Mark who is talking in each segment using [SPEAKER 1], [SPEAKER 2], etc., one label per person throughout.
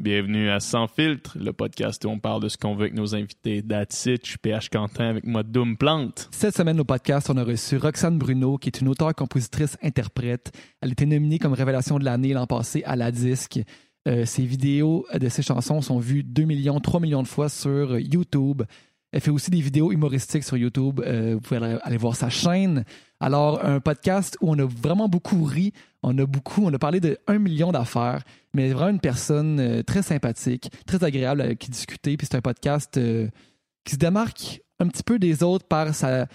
[SPEAKER 1] Bienvenue à Sans Filtre, le podcast où on parle de ce qu'on veut avec nos invités. That's it, je suis PH Quentin avec moi Doom Plante.
[SPEAKER 2] Cette semaine au podcast, on a reçu Roxane Bruno, qui est une auteure, compositrice, interprète. Elle a été nominée comme révélation de l'année l'an passé à la disque. Euh, ses vidéos de ses chansons sont vues 2 millions, 3 millions de fois sur YouTube. Elle fait aussi des vidéos humoristiques sur YouTube. Euh, vous pouvez aller, aller voir sa chaîne. Alors, un podcast où on a vraiment beaucoup ri. On a beaucoup, on a parlé de 1 million d'affaires, mais vraiment une personne euh, très sympathique, très agréable avec qui discuter. Puis c'est un podcast euh, qui se démarque un petit peu des autres par sa,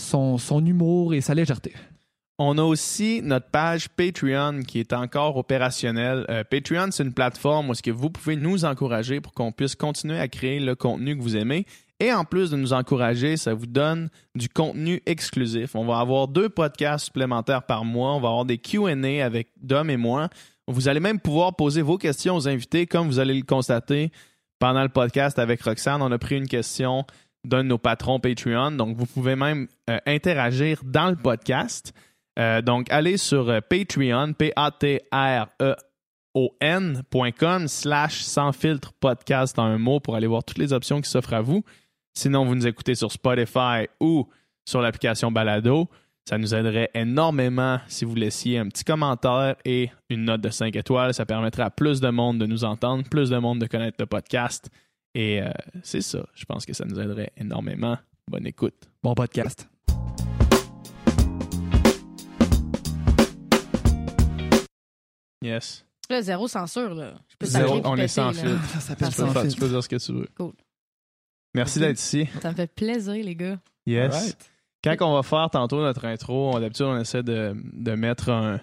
[SPEAKER 2] son, son humour et sa légèreté.
[SPEAKER 1] On a aussi notre page Patreon qui est encore opérationnelle. Euh, Patreon, c'est une plateforme où est-ce que vous pouvez nous encourager pour qu'on puisse continuer à créer le contenu que vous aimez. Et en plus de nous encourager, ça vous donne du contenu exclusif. On va avoir deux podcasts supplémentaires par mois. On va avoir des Q&A avec Dom et moi. Vous allez même pouvoir poser vos questions aux invités, comme vous allez le constater pendant le podcast avec Roxane. On a pris une question d'un de nos patrons Patreon. Donc, vous pouvez même euh, interagir dans le podcast. Euh, donc, allez sur euh, Patreon, P-A-T-R-E-O-N.com slash sans filtre podcast en un mot pour aller voir toutes les options qui s'offrent à vous. Sinon, vous nous écoutez sur Spotify ou sur l'application Balado. Ça nous aiderait énormément si vous laissiez un petit commentaire et une note de 5 étoiles. Ça permettrait à plus de monde de nous entendre, plus de monde de connaître le podcast. Et euh, c'est ça. Je pense que ça nous aiderait énormément. Bonne écoute.
[SPEAKER 2] Bon podcast.
[SPEAKER 1] Yes.
[SPEAKER 3] Là, zéro censure, là. Je peux
[SPEAKER 1] Zéro,
[SPEAKER 3] sacrer puis
[SPEAKER 1] on est
[SPEAKER 3] péter,
[SPEAKER 1] sans
[SPEAKER 3] là.
[SPEAKER 1] fil.
[SPEAKER 2] Ça
[SPEAKER 1] Tu peux,
[SPEAKER 3] sans
[SPEAKER 1] faire- tu peux dire ce que tu veux.
[SPEAKER 3] Cool.
[SPEAKER 1] Merci d'être ici.
[SPEAKER 3] Ça me fait plaisir, les gars.
[SPEAKER 1] Yes. Quand on va faire tantôt notre intro, on- d'habitude, on essaie de, de mettre un,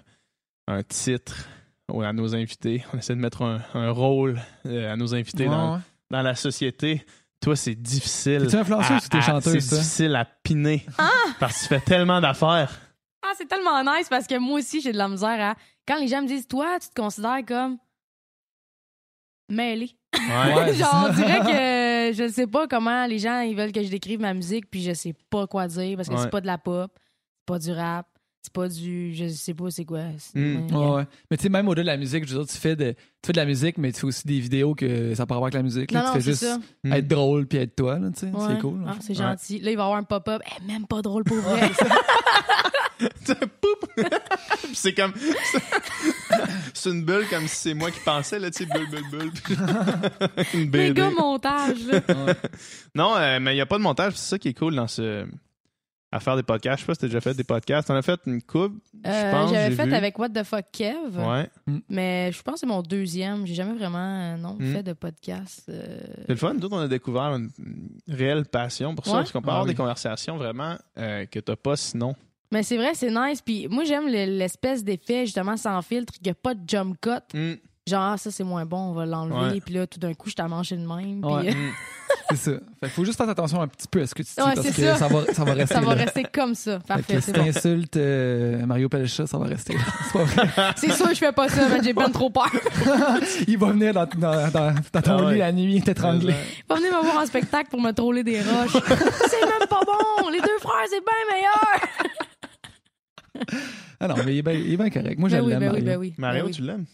[SPEAKER 1] un titre au- à nos invités. On essaie de mettre un, un rôle euh, à nos invités dans, dans la société. Toi, c'est difficile.
[SPEAKER 2] T'es-tu influenceuse
[SPEAKER 1] à-
[SPEAKER 2] ou t'es
[SPEAKER 1] à-
[SPEAKER 2] chanteuse,
[SPEAKER 1] C'est
[SPEAKER 2] toi?
[SPEAKER 1] difficile à piner. Parce que tu fais tellement d'affaires.
[SPEAKER 3] Ah, c'est tellement nice parce que moi aussi, j'ai de la misère à. Quand les gens me disent, toi, tu te considères comme. mêlé.
[SPEAKER 2] Ouais, c'est
[SPEAKER 3] Genre,
[SPEAKER 2] ça.
[SPEAKER 3] on dirait que euh, je ne sais pas comment les gens ils veulent que je décrive ma musique, puis je sais pas quoi dire parce que
[SPEAKER 1] Ouais.
[SPEAKER 3] c'est pas de la pop, c'est pas du rap, c'est pas du. Je sais pas c'est quoi. c'est-
[SPEAKER 1] Mm.
[SPEAKER 3] Ouais.
[SPEAKER 2] Ouais, ouais. Mais tu sais, même au-delà de la musique, je veux dire, tu fais, de, tu fais de la musique, mais tu fais aussi des vidéos que ça part avec la musique. là.
[SPEAKER 3] Non, non,
[SPEAKER 2] tu fais
[SPEAKER 3] c'est
[SPEAKER 2] juste
[SPEAKER 3] ça.
[SPEAKER 1] Mm.
[SPEAKER 2] être drôle puis être toi, là, tu sais.
[SPEAKER 3] Ouais.
[SPEAKER 2] C'est cool. là.
[SPEAKER 3] Ah, c'est
[SPEAKER 1] Ouais.
[SPEAKER 3] gentil. Là, il va y avoir un pop-up. Eh, même pas drôle pour vrai.
[SPEAKER 1] Poup! Puis c'est comme. C'est une bulle comme si c'est moi qui pensais, là, tu sais, bulle, bulle, bulle. une
[SPEAKER 3] les
[SPEAKER 1] BD.
[SPEAKER 3] gars, montage, là.
[SPEAKER 1] Non, euh, mais il n'y a pas de montage, c'est ça qui est cool dans ce. À faire des podcasts. Je sais pas si t'as déjà fait des podcasts. T'en as fait une coupe, je
[SPEAKER 3] Euh,
[SPEAKER 1] pense.
[SPEAKER 3] J'avais
[SPEAKER 1] j'ai
[SPEAKER 3] fait
[SPEAKER 1] vu.
[SPEAKER 3] avec What the Fuck Kev,
[SPEAKER 1] Ouais.
[SPEAKER 3] mais je pense que c'est mon deuxième. J'ai jamais vraiment euh, non,
[SPEAKER 2] Hmm.
[SPEAKER 1] Mm.
[SPEAKER 3] fait de podcast. euh.
[SPEAKER 1] C'est le fun. Nous, autres, on a découvert une une réelle passion pour ça,
[SPEAKER 3] Ouais.
[SPEAKER 1] parce qu'on peut
[SPEAKER 2] Ah
[SPEAKER 1] avoir
[SPEAKER 2] oui.
[SPEAKER 1] des conversations vraiment euh, que t'as pas sinon.
[SPEAKER 3] Mais c'est vrai, c'est nice. Puis moi, j'aime le- l'espèce d'effet, justement, sans filtre, qu'il n'y a pas de jump cut.
[SPEAKER 2] Mm.
[SPEAKER 1] Hum,
[SPEAKER 3] Genre, ah, ça, c'est moins bon, on va l'enlever.
[SPEAKER 1] Ouais.
[SPEAKER 3] Puis là, tout d'un coup, je t'ai mangé de même. Puis
[SPEAKER 2] Ouais.
[SPEAKER 3] euh,
[SPEAKER 1] hum.
[SPEAKER 2] C'est ça. Fait que faut juste faire attention un petit peu à ce que tu dis
[SPEAKER 3] Ouais,
[SPEAKER 2] parce
[SPEAKER 3] c'est
[SPEAKER 2] que
[SPEAKER 3] ça.
[SPEAKER 2] ça. va, ça va rester.
[SPEAKER 3] euh, ça va
[SPEAKER 2] là.
[SPEAKER 3] rester comme ça.
[SPEAKER 2] Fait
[SPEAKER 3] Parfait,
[SPEAKER 2] que si
[SPEAKER 3] c'est bon.
[SPEAKER 2] t'insultes euh, Mario Pelcha, ça va rester. là. C'est pas vrai.
[SPEAKER 3] C'est sûr, je fais pas ça, mais j'ai bien trop peur.
[SPEAKER 2] Il va venir dans, dans- dans- dans ton
[SPEAKER 1] Ah ouais.
[SPEAKER 2] lit la nuit t'étrangler.
[SPEAKER 3] Pas venir me voir en spectacle pour me troller des roches. c'est même pas bon. Les deux frères, c'est bien meilleur.
[SPEAKER 2] Ah non, mais il est bien il est bien correct. Moi, je
[SPEAKER 3] Ben
[SPEAKER 2] l'aime,
[SPEAKER 3] oui,
[SPEAKER 2] Mario.
[SPEAKER 3] ben oui, ben oui. ben
[SPEAKER 1] Mario,
[SPEAKER 3] oui.
[SPEAKER 1] tu l'aimes?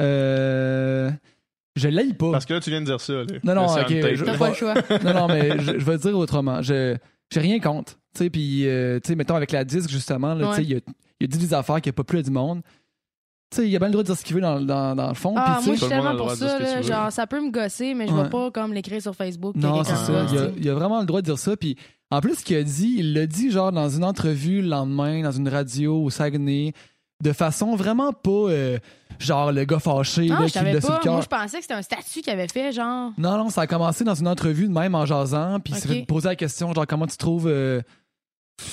[SPEAKER 2] Euh, je l'aime pas.
[SPEAKER 1] Parce que là, tu viens de dire ça. Là.
[SPEAKER 2] Oh. Non, non,
[SPEAKER 1] Là, c'est
[SPEAKER 2] ok,
[SPEAKER 1] un tape.
[SPEAKER 2] je-
[SPEAKER 3] T'as pas le choix.
[SPEAKER 2] Non, non, mais je, je vais le dire autrement. Je j'ai rien contre. Tu sais, puis, euh, tu sais, mettons, avec la disque, justement, là, tu sais,
[SPEAKER 3] Ouais.
[SPEAKER 2] il, a, il a dit des affaires qu'il n'a pas plu à du monde. Tu sais, il a bien le droit de dire ce qu'il veut dans, dans, dans le fond.
[SPEAKER 3] Ah,
[SPEAKER 2] puis,
[SPEAKER 3] moi,
[SPEAKER 2] tu sais,
[SPEAKER 3] je suis
[SPEAKER 1] Tout le monde a
[SPEAKER 3] tellement
[SPEAKER 1] le
[SPEAKER 3] pour
[SPEAKER 1] droit de dire
[SPEAKER 3] ça.
[SPEAKER 1] ce que tu
[SPEAKER 3] Là,
[SPEAKER 1] veux.
[SPEAKER 3] genre, ça peut me gosser, mais je vais
[SPEAKER 2] Ouais.
[SPEAKER 3] pas comme l'écrire sur Facebook. que
[SPEAKER 2] non, c'est
[SPEAKER 3] quelqu'un
[SPEAKER 2] ça.
[SPEAKER 3] gosse,
[SPEAKER 2] Il a,
[SPEAKER 3] tu sais.
[SPEAKER 2] il a vraiment le droit de dire ça. Puis, en plus, ce qu'il a dit, il l'a dit, genre, dans une entrevue le lendemain, dans une radio au Saguenay, de façon vraiment pas, euh, genre, le gars fâché,
[SPEAKER 3] Non,
[SPEAKER 2] là,
[SPEAKER 3] Ah, je
[SPEAKER 2] qui l'a
[SPEAKER 3] savais
[SPEAKER 2] sur
[SPEAKER 3] pas.
[SPEAKER 2] le
[SPEAKER 3] Moi,
[SPEAKER 2] cœur.
[SPEAKER 3] je pensais que c'était un statut qu'il avait fait, genre.
[SPEAKER 2] Non, non, ça a commencé dans une entrevue de même en jasant, puis il s'est
[SPEAKER 3] Ok.
[SPEAKER 2] fait poser la question, genre, comment tu trouves. euh,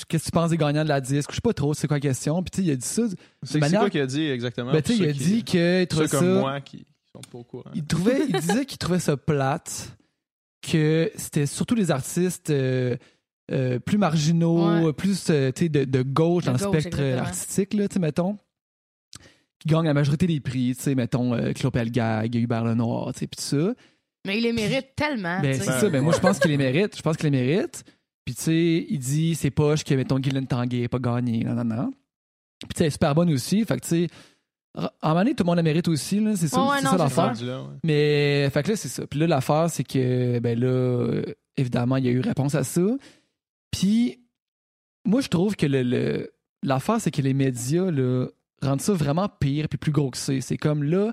[SPEAKER 2] Qu'est-ce que tu penses des gagnants de la disque? Je sais pas trop, c'est quoi la question. Puis tu sais, il a dit ça.
[SPEAKER 1] C'est c'est
[SPEAKER 2] manière-
[SPEAKER 1] quoi qu'il a dit exactement?
[SPEAKER 2] Ben, tu sais,
[SPEAKER 1] pour
[SPEAKER 2] il a
[SPEAKER 1] ceux qui-
[SPEAKER 2] dit que. il trouvait
[SPEAKER 1] Ceux
[SPEAKER 2] ça-
[SPEAKER 1] comme moi qui qui sont pas au courant.
[SPEAKER 2] il, trouvait, il disait qu'il trouvait ça plate, que c'était surtout les artistes euh, euh, plus marginaux,
[SPEAKER 3] Ouais.
[SPEAKER 2] plus euh, tu sais, de, de gauche
[SPEAKER 3] De
[SPEAKER 2] dans le
[SPEAKER 3] gauche,
[SPEAKER 2] spectre
[SPEAKER 3] exactement.
[SPEAKER 2] artistique, là, tu sais, mettons, qui gagnent la majorité des prix, tu sais, mettons, euh, Claude Pelgag, Hubert Lenoir, tu sais, puis tout ça.
[SPEAKER 3] Mais il les mérite tellement.
[SPEAKER 2] Ben,
[SPEAKER 3] tu sais.
[SPEAKER 2] c'est ça. Ben, moi, je pense qu'il les mérite. Je pense qu'il les mérite. Puis, tu sais, il dit, c'est poche que, mettons, Guylaine Tanguay n'a pas gagné. Non, non, non. Puis, tu sais, elle est super bonne aussi. Fait que, tu sais, En un moment donné, tout le monde la mérite aussi, là, c'est ça,
[SPEAKER 3] Ouais, ouais,
[SPEAKER 2] c'est
[SPEAKER 3] non,
[SPEAKER 2] ça
[SPEAKER 3] c'est
[SPEAKER 2] l'affaire.
[SPEAKER 1] Rendu là, ouais.
[SPEAKER 2] Mais, fait que là, c'est ça. Puis là, l'affaire, c'est que, ben là, euh, évidemment, il y a eu réponse à ça. Puis, moi, je trouve que le, le- l'affaire, c'est que les médias, là, rendent ça vraiment pire puis plus gros que c'est. C'est comme là,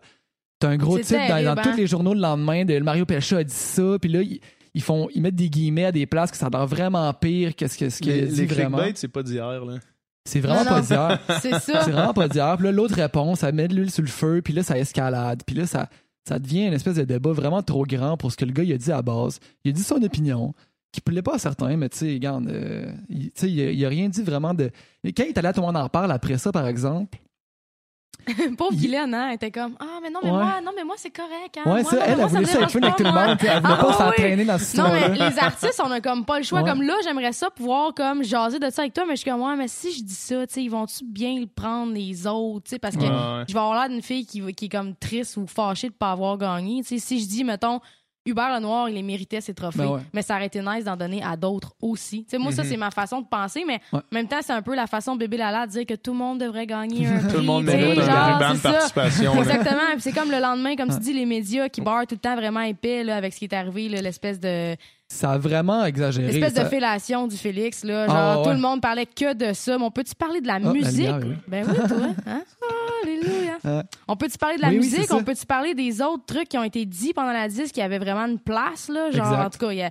[SPEAKER 2] t'as un gros
[SPEAKER 3] C'est
[SPEAKER 2] titre dans,
[SPEAKER 3] terrible,
[SPEAKER 2] dans
[SPEAKER 3] hein?
[SPEAKER 2] tous les journaux le lendemain de Mario Pelcha a dit ça, puis là, ils, ils font, ils mettent des guillemets à des places que ça a l'air vraiment pire que ce que- ce qu'il
[SPEAKER 1] Les,
[SPEAKER 2] dit
[SPEAKER 1] les
[SPEAKER 2] vraiment.
[SPEAKER 1] clickbait, c'est pas d'hier, là.
[SPEAKER 2] C'est vraiment
[SPEAKER 3] Non,
[SPEAKER 2] pas
[SPEAKER 3] non.
[SPEAKER 2] d'hier.
[SPEAKER 3] C'est ça.
[SPEAKER 2] C'est vraiment pas d'hier. Puis là, l'autre réponse, ça met de l'huile sur le feu, puis là, ça escalade. Puis là, ça, ça devient une espèce de débat vraiment trop grand pour ce que le gars il a dit à la base. Il a dit son opinion, qui plaît pas à certains, mais tu sais, regarde, euh, il, tu sais, il a, il a rien dit vraiment de. Et Quand il est allé à Tout le monde en parle après ça, par exemple,
[SPEAKER 3] Pauvre
[SPEAKER 2] Il-
[SPEAKER 3] Guylaine, hein, elle était comme Ah, mais non, mais
[SPEAKER 2] Ouais.
[SPEAKER 3] moi, non, mais moi, c'est correct. Hein,
[SPEAKER 2] ouais,
[SPEAKER 3] moi,
[SPEAKER 2] ça,
[SPEAKER 3] non, mais
[SPEAKER 2] elle,
[SPEAKER 3] moi,
[SPEAKER 2] elle voulait
[SPEAKER 3] me
[SPEAKER 2] ça être
[SPEAKER 3] dérange
[SPEAKER 2] fun avec
[SPEAKER 3] pas,
[SPEAKER 2] tout le
[SPEAKER 3] moi.
[SPEAKER 2] monde, puis elle voulait
[SPEAKER 3] Ah,
[SPEAKER 2] pas
[SPEAKER 3] oui.
[SPEAKER 2] s'entraîner dans ce
[SPEAKER 3] Non,
[SPEAKER 2] là
[SPEAKER 3] mais les artistes, on a comme pas le choix.
[SPEAKER 2] Ouais.
[SPEAKER 3] Comme là, j'aimerais ça pouvoir comme jaser de ça avec toi, mais je suis comme, ouais, mais si je dis ça, tu sais, ils vont-tu bien le prendre les autres, tu sais, parce que
[SPEAKER 1] Ouais, ouais.
[SPEAKER 3] je vais avoir l'air d'une fille qui, va- qui est comme triste ou fâchée de pas avoir gagné. Tu sais, si je dis, mettons, Hubert Lenoir, il les méritait ses trophées,
[SPEAKER 2] Ben ouais.
[SPEAKER 3] mais ça aurait été nice d'en donner à d'autres aussi. Tu sais, moi, ça,
[SPEAKER 1] Mhm.
[SPEAKER 3] c'est ma façon de penser, mais
[SPEAKER 2] Ouais.
[SPEAKER 3] en même temps, c'est un peu la façon de Bébé Lala de dire que tout le monde devrait gagner un prix.
[SPEAKER 1] Tout le monde
[SPEAKER 3] tu sais,
[SPEAKER 1] mérite
[SPEAKER 3] genre,
[SPEAKER 1] un ruban de
[SPEAKER 3] c'est ça.
[SPEAKER 1] participation. là.
[SPEAKER 3] Exactement. Puis c'est comme le lendemain, comme
[SPEAKER 2] Ouais.
[SPEAKER 3] tu dis, les médias qui barrent tout le temps vraiment épais là, avec ce qui est arrivé, là, l'espèce de
[SPEAKER 2] Ça a vraiment exagéré.
[SPEAKER 3] l'espèce de
[SPEAKER 2] ça-
[SPEAKER 3] fellation du Félix. Là,
[SPEAKER 2] Ah,
[SPEAKER 3] genre,
[SPEAKER 2] ouais,
[SPEAKER 3] tout
[SPEAKER 2] ouais.
[SPEAKER 3] le monde parlait que de ça. Mais on peut-tu parler de la
[SPEAKER 2] la
[SPEAKER 3] musique?
[SPEAKER 2] lumière, oui.
[SPEAKER 3] Ben oui, toi. Hein? Alléluia.
[SPEAKER 2] Ouais.
[SPEAKER 3] On peut-tu parler de la
[SPEAKER 2] Oui, oui,
[SPEAKER 3] musique?
[SPEAKER 2] c'est ça.
[SPEAKER 3] on peut-tu parler des autres trucs qui ont été dits pendant la disque qui avaient vraiment une place? Là? Genre,
[SPEAKER 2] Exact.
[SPEAKER 3] en tout cas, il y a-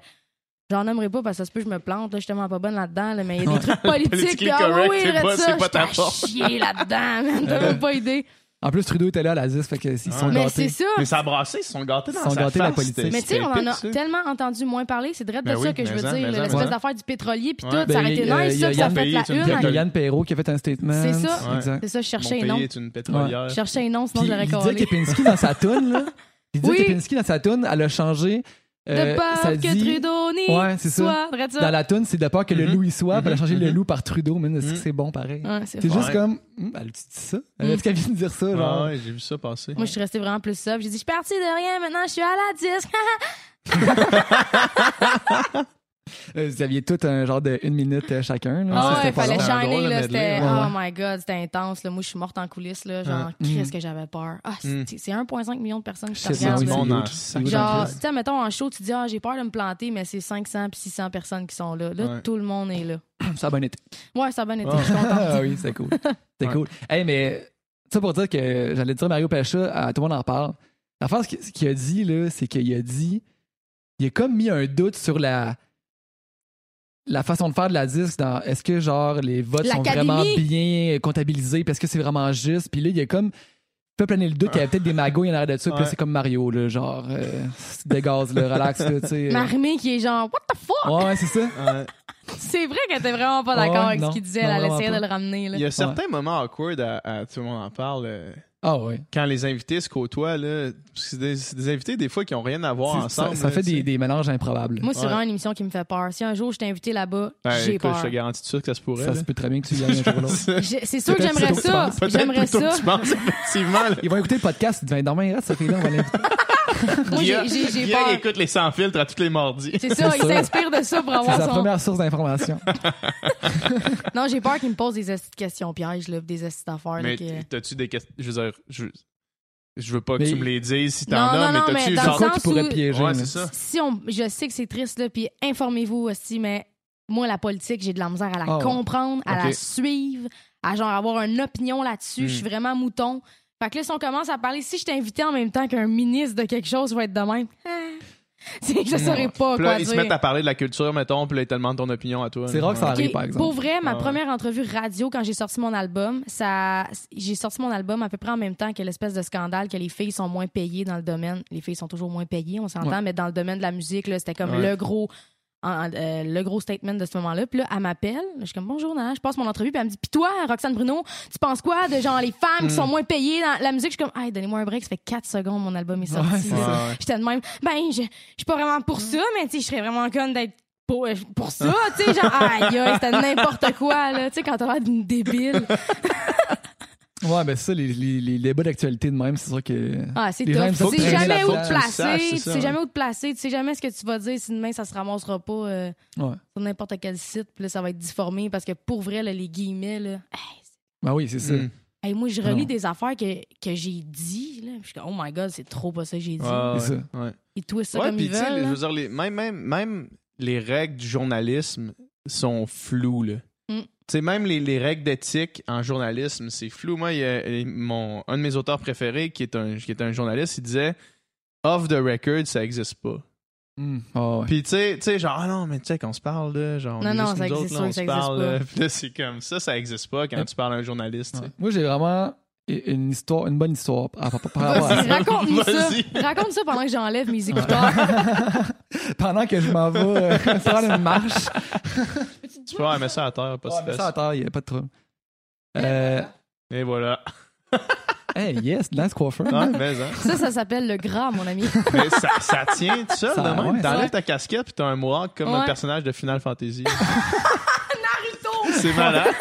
[SPEAKER 3] J'en aimerais pas parce que ça se peut que je me plante, là, je suis tellement pas bonne là-dedans, là, mais il y a des trucs politiques.
[SPEAKER 1] Politically
[SPEAKER 3] ah
[SPEAKER 1] correct,
[SPEAKER 3] oui,
[SPEAKER 1] c'est
[SPEAKER 3] arrête
[SPEAKER 1] pas-
[SPEAKER 3] ça,
[SPEAKER 1] c'est pas ta
[SPEAKER 3] je suis à
[SPEAKER 1] force.
[SPEAKER 3] chier là-dedans, man,
[SPEAKER 2] Euh,
[SPEAKER 3] t'as même pas idée.
[SPEAKER 2] En plus, Trudeau était là à la 10, fait qu'ils sont
[SPEAKER 1] Ouais.
[SPEAKER 3] Mais
[SPEAKER 2] gâtés.
[SPEAKER 3] c'est ça,
[SPEAKER 1] Mais ça a brassé, ils se sont gâtés dans
[SPEAKER 2] Ils se sont
[SPEAKER 1] sa
[SPEAKER 2] gâtés la
[SPEAKER 1] face,
[SPEAKER 2] politique.
[SPEAKER 1] c'était-
[SPEAKER 3] Mais tu sais, on en
[SPEAKER 1] c'était
[SPEAKER 3] a
[SPEAKER 1] épique, ça.
[SPEAKER 3] tellement entendu moins parler, c'est direct de
[SPEAKER 1] Ben
[SPEAKER 3] ça ben
[SPEAKER 1] oui,
[SPEAKER 3] que je
[SPEAKER 1] mais
[SPEAKER 3] veux
[SPEAKER 1] en,
[SPEAKER 3] dire,
[SPEAKER 1] mais en,
[SPEAKER 3] l'espèce
[SPEAKER 2] ouais.
[SPEAKER 3] d'affaire du pétrolier puis
[SPEAKER 1] Ouais.
[SPEAKER 3] tout, ça aurait
[SPEAKER 2] Ben,
[SPEAKER 3] été
[SPEAKER 2] il y a-
[SPEAKER 3] nice,
[SPEAKER 2] il
[SPEAKER 3] ça, que
[SPEAKER 2] y a
[SPEAKER 3] ça
[SPEAKER 1] Yann
[SPEAKER 3] fait
[SPEAKER 1] Payet,
[SPEAKER 3] la
[SPEAKER 1] tu me
[SPEAKER 2] Il y
[SPEAKER 3] une.
[SPEAKER 2] a Yann Perrault qui a fait un statement.
[SPEAKER 3] hein. C'est ça.
[SPEAKER 1] Ouais.
[SPEAKER 2] Exact.
[SPEAKER 3] C'est ça, je
[SPEAKER 1] Mon
[SPEAKER 3] cherchais un
[SPEAKER 1] pays
[SPEAKER 3] nom.
[SPEAKER 1] est une pétrolière.
[SPEAKER 3] Je cherchais un nom, sinon
[SPEAKER 2] Puis
[SPEAKER 3] je l'aurais
[SPEAKER 2] Lydia
[SPEAKER 3] collé.
[SPEAKER 2] Kepinski dans sa toune, là. Lydia
[SPEAKER 3] Oui.
[SPEAKER 2] Kepinski dans sa toune, elle a changé. euh,
[SPEAKER 3] De peur
[SPEAKER 2] ça
[SPEAKER 3] que
[SPEAKER 2] dit-
[SPEAKER 3] Trudeau n'y
[SPEAKER 2] Ouais, c'est ça.
[SPEAKER 3] soit, vrai ça.
[SPEAKER 2] Dans la toune, c'est de peur que le
[SPEAKER 1] Mhm.
[SPEAKER 2] loup y soit, puis elle a changé le
[SPEAKER 1] Mhm.
[SPEAKER 2] loup par Trudeau, mais est-ce que
[SPEAKER 1] Mhm.
[SPEAKER 2] c'est bon pareil?
[SPEAKER 3] Ouais, Ah, c'est Mm.
[SPEAKER 2] C'est
[SPEAKER 3] fort.
[SPEAKER 2] juste
[SPEAKER 1] Ouais. Ah
[SPEAKER 2] comme, hum, elle dit ça. Elle Est-ce qu'elle vient de dire ça? Genre,
[SPEAKER 1] Ouais, j'ai vu ça passer.
[SPEAKER 3] Moi, je suis restée vraiment plus sobre. J'ai dit, je suis partie de rien, maintenant je suis à la disque.
[SPEAKER 2] Euh, vous aviez tout un genre de une minute euh, chacun. là.
[SPEAKER 3] Ah
[SPEAKER 2] Ça,
[SPEAKER 3] ouais,
[SPEAKER 2] c'était pas
[SPEAKER 3] fallait
[SPEAKER 2] long.
[SPEAKER 1] long. C'était un
[SPEAKER 3] shiner,
[SPEAKER 1] drôle de
[SPEAKER 3] là.
[SPEAKER 1] medley,
[SPEAKER 3] C'était,
[SPEAKER 2] ouais.
[SPEAKER 3] oh my god, c'était intense, là. Moi, je suis morte en coulisses, là. Genre,
[SPEAKER 1] Ouais.
[SPEAKER 3] qu'est-ce
[SPEAKER 2] Mm.
[SPEAKER 3] que j'avais peur. Ah, c'est,
[SPEAKER 1] Mm.
[SPEAKER 3] c'est 1,5 million de personnes qui te
[SPEAKER 2] Shit,
[SPEAKER 1] regarde,
[SPEAKER 2] oui,
[SPEAKER 3] regardent,
[SPEAKER 1] là.
[SPEAKER 2] c'est
[SPEAKER 1] Monde en
[SPEAKER 2] huge.
[SPEAKER 1] sac.
[SPEAKER 2] C'est huge en
[SPEAKER 3] Genre,
[SPEAKER 2] plus.
[SPEAKER 3] tu sais, mettons, en show, tu dis, ah, j'ai peur de me planter, mais c'est 500 puis 600 personnes qui sont là. Là,
[SPEAKER 1] Ouais.
[SPEAKER 3] tout le monde est là.
[SPEAKER 2] ça a bien été.
[SPEAKER 3] Ouais, ça a bien été.
[SPEAKER 1] Ah.
[SPEAKER 3] Je suis contente.
[SPEAKER 2] Ah oui, c'est cool. C'est
[SPEAKER 1] Ouais.
[SPEAKER 2] cool. Hey, mais ça pour dire que j'allais dire Mario Pelcha, à tout le monde en parle. La phrase qui- ce qu'il a dit, là, c'est qu'il a dit. Il a comme mis un doute sur la. La façon de faire de la disque, dans est-ce que genre les votes sont
[SPEAKER 3] L'académie.
[SPEAKER 2] vraiment bien comptabilisés, puis est-ce que c'est vraiment juste, puis là il y a comme peut planer le doute qu'il y a peut-être des magouilles en arrière de ça, puis là
[SPEAKER 1] Ouais.
[SPEAKER 2] c'est comme Mario là, genre euh, dégaz le relax là, tu sais.
[SPEAKER 3] Marimé qui est genre, what the fuck?
[SPEAKER 2] Ouais, ouais, c'est ça.
[SPEAKER 1] Ouais. Euh,
[SPEAKER 3] C'est vrai qu'elle était vraiment pas d'accord
[SPEAKER 2] Ouais,
[SPEAKER 3] avec
[SPEAKER 2] non.
[SPEAKER 3] ce qu'il disait.
[SPEAKER 2] Non,
[SPEAKER 3] là, elle
[SPEAKER 2] vraiment
[SPEAKER 3] essayait
[SPEAKER 2] pas.
[SPEAKER 3] de le ramener, là.
[SPEAKER 1] Il y a certains moments awkward à, à- tout le monde en parle. euh,
[SPEAKER 2] Ah ouais.
[SPEAKER 1] Quand les invités se côtoient, là, parce que c'est des, c'est des invités des fois qui ont rien à voir
[SPEAKER 2] Ça-
[SPEAKER 1] ensemble.
[SPEAKER 2] ça, fait des, des mélanges improbables.
[SPEAKER 3] Moi, c'est
[SPEAKER 1] Ouais.
[SPEAKER 3] vraiment une émission qui me fait peur. Si un jour je t'ai invité là-bas, j'ai
[SPEAKER 1] j'ai
[SPEAKER 3] peur.
[SPEAKER 1] Je te garantis tout de suite que ça se pourrait.
[SPEAKER 2] ça
[SPEAKER 1] là.
[SPEAKER 2] se peut très bien que tu gagnes un jour ou l'autre.
[SPEAKER 3] J'ai- C'est sûr que
[SPEAKER 2] Peut-être
[SPEAKER 3] j'aimerais
[SPEAKER 2] plutôt que tu
[SPEAKER 3] ça.
[SPEAKER 2] penses.
[SPEAKER 3] J'aimerais
[SPEAKER 1] plutôt
[SPEAKER 3] ça.
[SPEAKER 1] que tu penses, effectivement. là.
[SPEAKER 2] Ils vont écouter le podcast, ils vont être dans ma ça fait hein, là, on va l'inviter.
[SPEAKER 3] Moi, j'ai-
[SPEAKER 1] Guilla-
[SPEAKER 3] j'ai
[SPEAKER 1] Guilla,
[SPEAKER 3] j'ai
[SPEAKER 1] il
[SPEAKER 3] peur.
[SPEAKER 1] écoute les sans-filtres à tous les mardis.
[SPEAKER 3] C'est ça,
[SPEAKER 2] C'est
[SPEAKER 3] il
[SPEAKER 2] ça.
[SPEAKER 3] s'inspire de ça pour
[SPEAKER 2] C'est
[SPEAKER 3] avoir
[SPEAKER 2] sa
[SPEAKER 3] son.
[SPEAKER 2] première source d'information.
[SPEAKER 3] Non, j'ai peur qu'il me pose des esti de questions pièges, là, des esti d'affaires. là,
[SPEAKER 1] Mais
[SPEAKER 3] que-
[SPEAKER 1] t'as-tu des questions? Je veux dire, je, je veux pas que
[SPEAKER 2] Mais-
[SPEAKER 1] tu me les dises si t'en
[SPEAKER 3] Non,
[SPEAKER 1] as,
[SPEAKER 3] non, non,
[SPEAKER 1] mais t'as-tu
[SPEAKER 3] mais dans
[SPEAKER 2] C'est
[SPEAKER 3] le
[SPEAKER 1] genre.
[SPEAKER 2] quoi
[SPEAKER 3] sens
[SPEAKER 2] qui pourrait
[SPEAKER 3] où-
[SPEAKER 2] piéger?
[SPEAKER 1] Ouais,
[SPEAKER 2] là?
[SPEAKER 1] c'est ça.
[SPEAKER 3] si on, je sais que c'est triste là, puis informez-vous aussi, mais moi la politique, j'ai de la misère à la
[SPEAKER 2] Ah ouais.
[SPEAKER 3] comprendre, à la
[SPEAKER 1] Ok.
[SPEAKER 3] suivre, à genre avoir une opinion là-dessus.
[SPEAKER 1] Hmm.
[SPEAKER 3] Je suis vraiment mouton. Fait que là, si on commence à parler, si je t'invitais en même temps qu'un ministre de quelque chose va être de même, ah, c'est que je saurais pas
[SPEAKER 1] Puis là,
[SPEAKER 3] quoi
[SPEAKER 1] ils se
[SPEAKER 3] dire.
[SPEAKER 1] mettent à parler de la culture, mettons, puis là, ils te demandent ton opinion à toi.
[SPEAKER 2] C'est
[SPEAKER 1] là.
[SPEAKER 2] rare que ça
[SPEAKER 1] Ouais.
[SPEAKER 2] arrive.
[SPEAKER 3] Ok,
[SPEAKER 2] par exemple.
[SPEAKER 3] Pour vrai, ma
[SPEAKER 1] Ah ouais.
[SPEAKER 3] première entrevue radio quand j'ai sorti mon album, ça, j'ai sorti mon album à peu près en même temps que l'espèce de scandale que les filles sont moins payées dans le domaine. Les filles sont toujours moins payées, on s'entend,
[SPEAKER 2] Ouais.
[SPEAKER 3] mais dans le domaine de la musique, là, c'était comme
[SPEAKER 1] Ouais.
[SPEAKER 3] le gros. en- en- euh, le gros statement de ce moment-là. Puis là, elle m'appelle. Je suis comme, bonjour, Nana. Je passe mon entrevue. Puis elle me dit, puis toi, Roxane Bruno, tu penses quoi de genre les femmes qui
[SPEAKER 2] Hmm.
[SPEAKER 3] sont moins payées dans la musique? Je suis comme, hey, donnez-moi un break. Ça fait 4 secondes, mon album est sorti.
[SPEAKER 2] Ouais, c'est
[SPEAKER 3] là.
[SPEAKER 1] ça. Ouais, ouais.
[SPEAKER 3] J'étais de même, ben, je, je suis pas vraiment
[SPEAKER 1] Mm.
[SPEAKER 3] pour ça, mais tu sais, je serais vraiment conne d'être pour, euh, pour ça,
[SPEAKER 1] Ah.
[SPEAKER 3] tu sais, genre, aïe, aïe, c'était n'importe quoi, là, tu sais, quand t'as l'air d'une débile.
[SPEAKER 2] Ouais, ben ça, les, les, les débats d'actualité de même, c'est sûr que.
[SPEAKER 3] Ah, c'est
[SPEAKER 2] Les gens,
[SPEAKER 3] tough.
[SPEAKER 2] il faut
[SPEAKER 3] Tu
[SPEAKER 2] que
[SPEAKER 3] sais
[SPEAKER 2] tu
[SPEAKER 3] jamais
[SPEAKER 2] la
[SPEAKER 3] où
[SPEAKER 2] faute,
[SPEAKER 3] te
[SPEAKER 2] tu le
[SPEAKER 3] placer,
[SPEAKER 1] saches, c'est ça, hein.
[SPEAKER 3] tu sais
[SPEAKER 1] ouais.
[SPEAKER 3] jamais où te placer, tu sais jamais ce que tu vas dire, si demain ça se ramassera pas euh,
[SPEAKER 2] Ouais.
[SPEAKER 3] sur n'importe quel site, puis là, ça va être difformé, parce que pour vrai, là, les guillemets, là, hey,
[SPEAKER 2] Ben oui, c'est ça.
[SPEAKER 1] Mm.
[SPEAKER 3] Hey, moi, je
[SPEAKER 2] Ah
[SPEAKER 3] relis
[SPEAKER 2] non.
[SPEAKER 3] des affaires que, que j'ai dit. Là. Puis Je suis comme, oh my god, c'est trop pas ça que j'ai dit.
[SPEAKER 1] Ouais,
[SPEAKER 2] C'est
[SPEAKER 1] ouais, ouais.
[SPEAKER 3] Ils twistent ça
[SPEAKER 1] Ah. Ouais,
[SPEAKER 3] comme
[SPEAKER 1] puis
[SPEAKER 3] ils
[SPEAKER 1] tu sais,
[SPEAKER 3] veulent. hein?
[SPEAKER 1] les- je
[SPEAKER 3] là.
[SPEAKER 1] veux dire, les- même, même, même les règles du journalisme sont floues. Là.
[SPEAKER 3] Mm.
[SPEAKER 1] Tu sais, même les, les règles d'éthique en journalisme, c'est flou. Moi, il y a- il- mon, un de mes auteurs préférés, qui est un, qui est un journaliste, il disait Off the record, ça existe pas.
[SPEAKER 2] Hum, ah ouais.
[SPEAKER 1] Puis tu sais, tu sais, genre, ah non, mais tu sais, qu'on se parle, là, genre, on
[SPEAKER 3] Non,
[SPEAKER 1] est
[SPEAKER 3] non,
[SPEAKER 1] juste
[SPEAKER 3] ça
[SPEAKER 1] nous
[SPEAKER 3] existe
[SPEAKER 1] autres,
[SPEAKER 3] sûr
[SPEAKER 1] là, on
[SPEAKER 3] que ça
[SPEAKER 1] se
[SPEAKER 3] existe
[SPEAKER 1] parle.
[SPEAKER 3] pas.
[SPEAKER 1] là. Puis là, c'est comme ça, ça existe pas quand
[SPEAKER 2] Mais-
[SPEAKER 1] tu parles à un journaliste. tu sais.
[SPEAKER 2] Ouais. Moi, j'ai vraiment une histoire, une bonne histoire par, par- par rapport à
[SPEAKER 3] Vas-y,
[SPEAKER 2] ça.
[SPEAKER 3] raconte-nous
[SPEAKER 1] Vas-y.
[SPEAKER 3] ça. Raconte ça pendant que j'enlève mes écouteurs.
[SPEAKER 2] Pendant que je m'en vais euh, faire une marche,
[SPEAKER 1] Tu peux avoir mettre ça à terre, pas
[SPEAKER 2] Ouais, mais
[SPEAKER 1] stress.
[SPEAKER 2] ça à terre, il n'y a pas de trouble. Euh,
[SPEAKER 1] Et voilà.
[SPEAKER 2] hey, yes, Lance Coiffeur.
[SPEAKER 1] Ouais, mais, hein.
[SPEAKER 3] ça, ça s'appelle le gras, mon ami.
[SPEAKER 1] Mais ça, ça tient tout seul
[SPEAKER 2] Ça-
[SPEAKER 1] de même.
[SPEAKER 2] ouais,
[SPEAKER 1] T'enlèves
[SPEAKER 3] ça-
[SPEAKER 1] ta casquette puis t'as un mohawk comme un
[SPEAKER 3] Ouais.
[SPEAKER 1] personnage de Final Fantasy. C'est malade.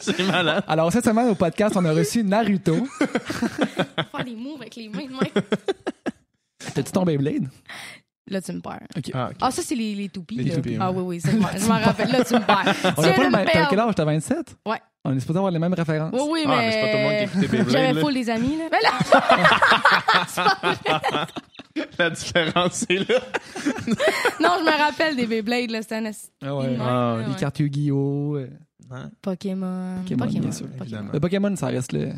[SPEAKER 1] C'est malade.
[SPEAKER 2] Alors, cette semaine au podcast, on a reçu Naruto.
[SPEAKER 3] Faire des moves avec les mains de main.
[SPEAKER 2] T'as-tu ton Beyblade?
[SPEAKER 3] Là, tu me perds.
[SPEAKER 1] Ah, ok.
[SPEAKER 3] Ah, ça, c'est les, les toupies.
[SPEAKER 1] Les
[SPEAKER 3] là.
[SPEAKER 1] toupies,
[SPEAKER 3] ah
[SPEAKER 1] ouais.
[SPEAKER 3] oui, oui, ça, je m'en- je m'en rappelle. Là, tu me perds.
[SPEAKER 2] On
[SPEAKER 3] Tu
[SPEAKER 2] a
[SPEAKER 3] viens
[SPEAKER 2] pas le
[SPEAKER 3] de
[SPEAKER 2] Oh.
[SPEAKER 3] me
[SPEAKER 2] même. T'as
[SPEAKER 3] perdre.
[SPEAKER 2] quel âge? T'as 27?
[SPEAKER 3] Ouais.
[SPEAKER 2] On est supposé avoir les mêmes références.
[SPEAKER 3] Oui, oui,
[SPEAKER 1] Ah,
[SPEAKER 3] mais.
[SPEAKER 1] mais c'est pas tout le monde qui écoute Beyblade,
[SPEAKER 3] J'avais
[SPEAKER 1] là.
[SPEAKER 3] full des amis, là. Mais là,
[SPEAKER 1] La différence, c'est là.
[SPEAKER 3] non, je me rappelle des Beyblades, là. C'était un asti-
[SPEAKER 2] Ah ouais.
[SPEAKER 1] Ah,
[SPEAKER 2] Les cartes Yu-Gi-Oh! euh,
[SPEAKER 1] Hein?
[SPEAKER 3] Pokémon.
[SPEAKER 2] Pokémon,
[SPEAKER 3] Pokémon.
[SPEAKER 2] bien sûr,
[SPEAKER 1] évidemment.
[SPEAKER 2] Le Pokémon, ça reste le,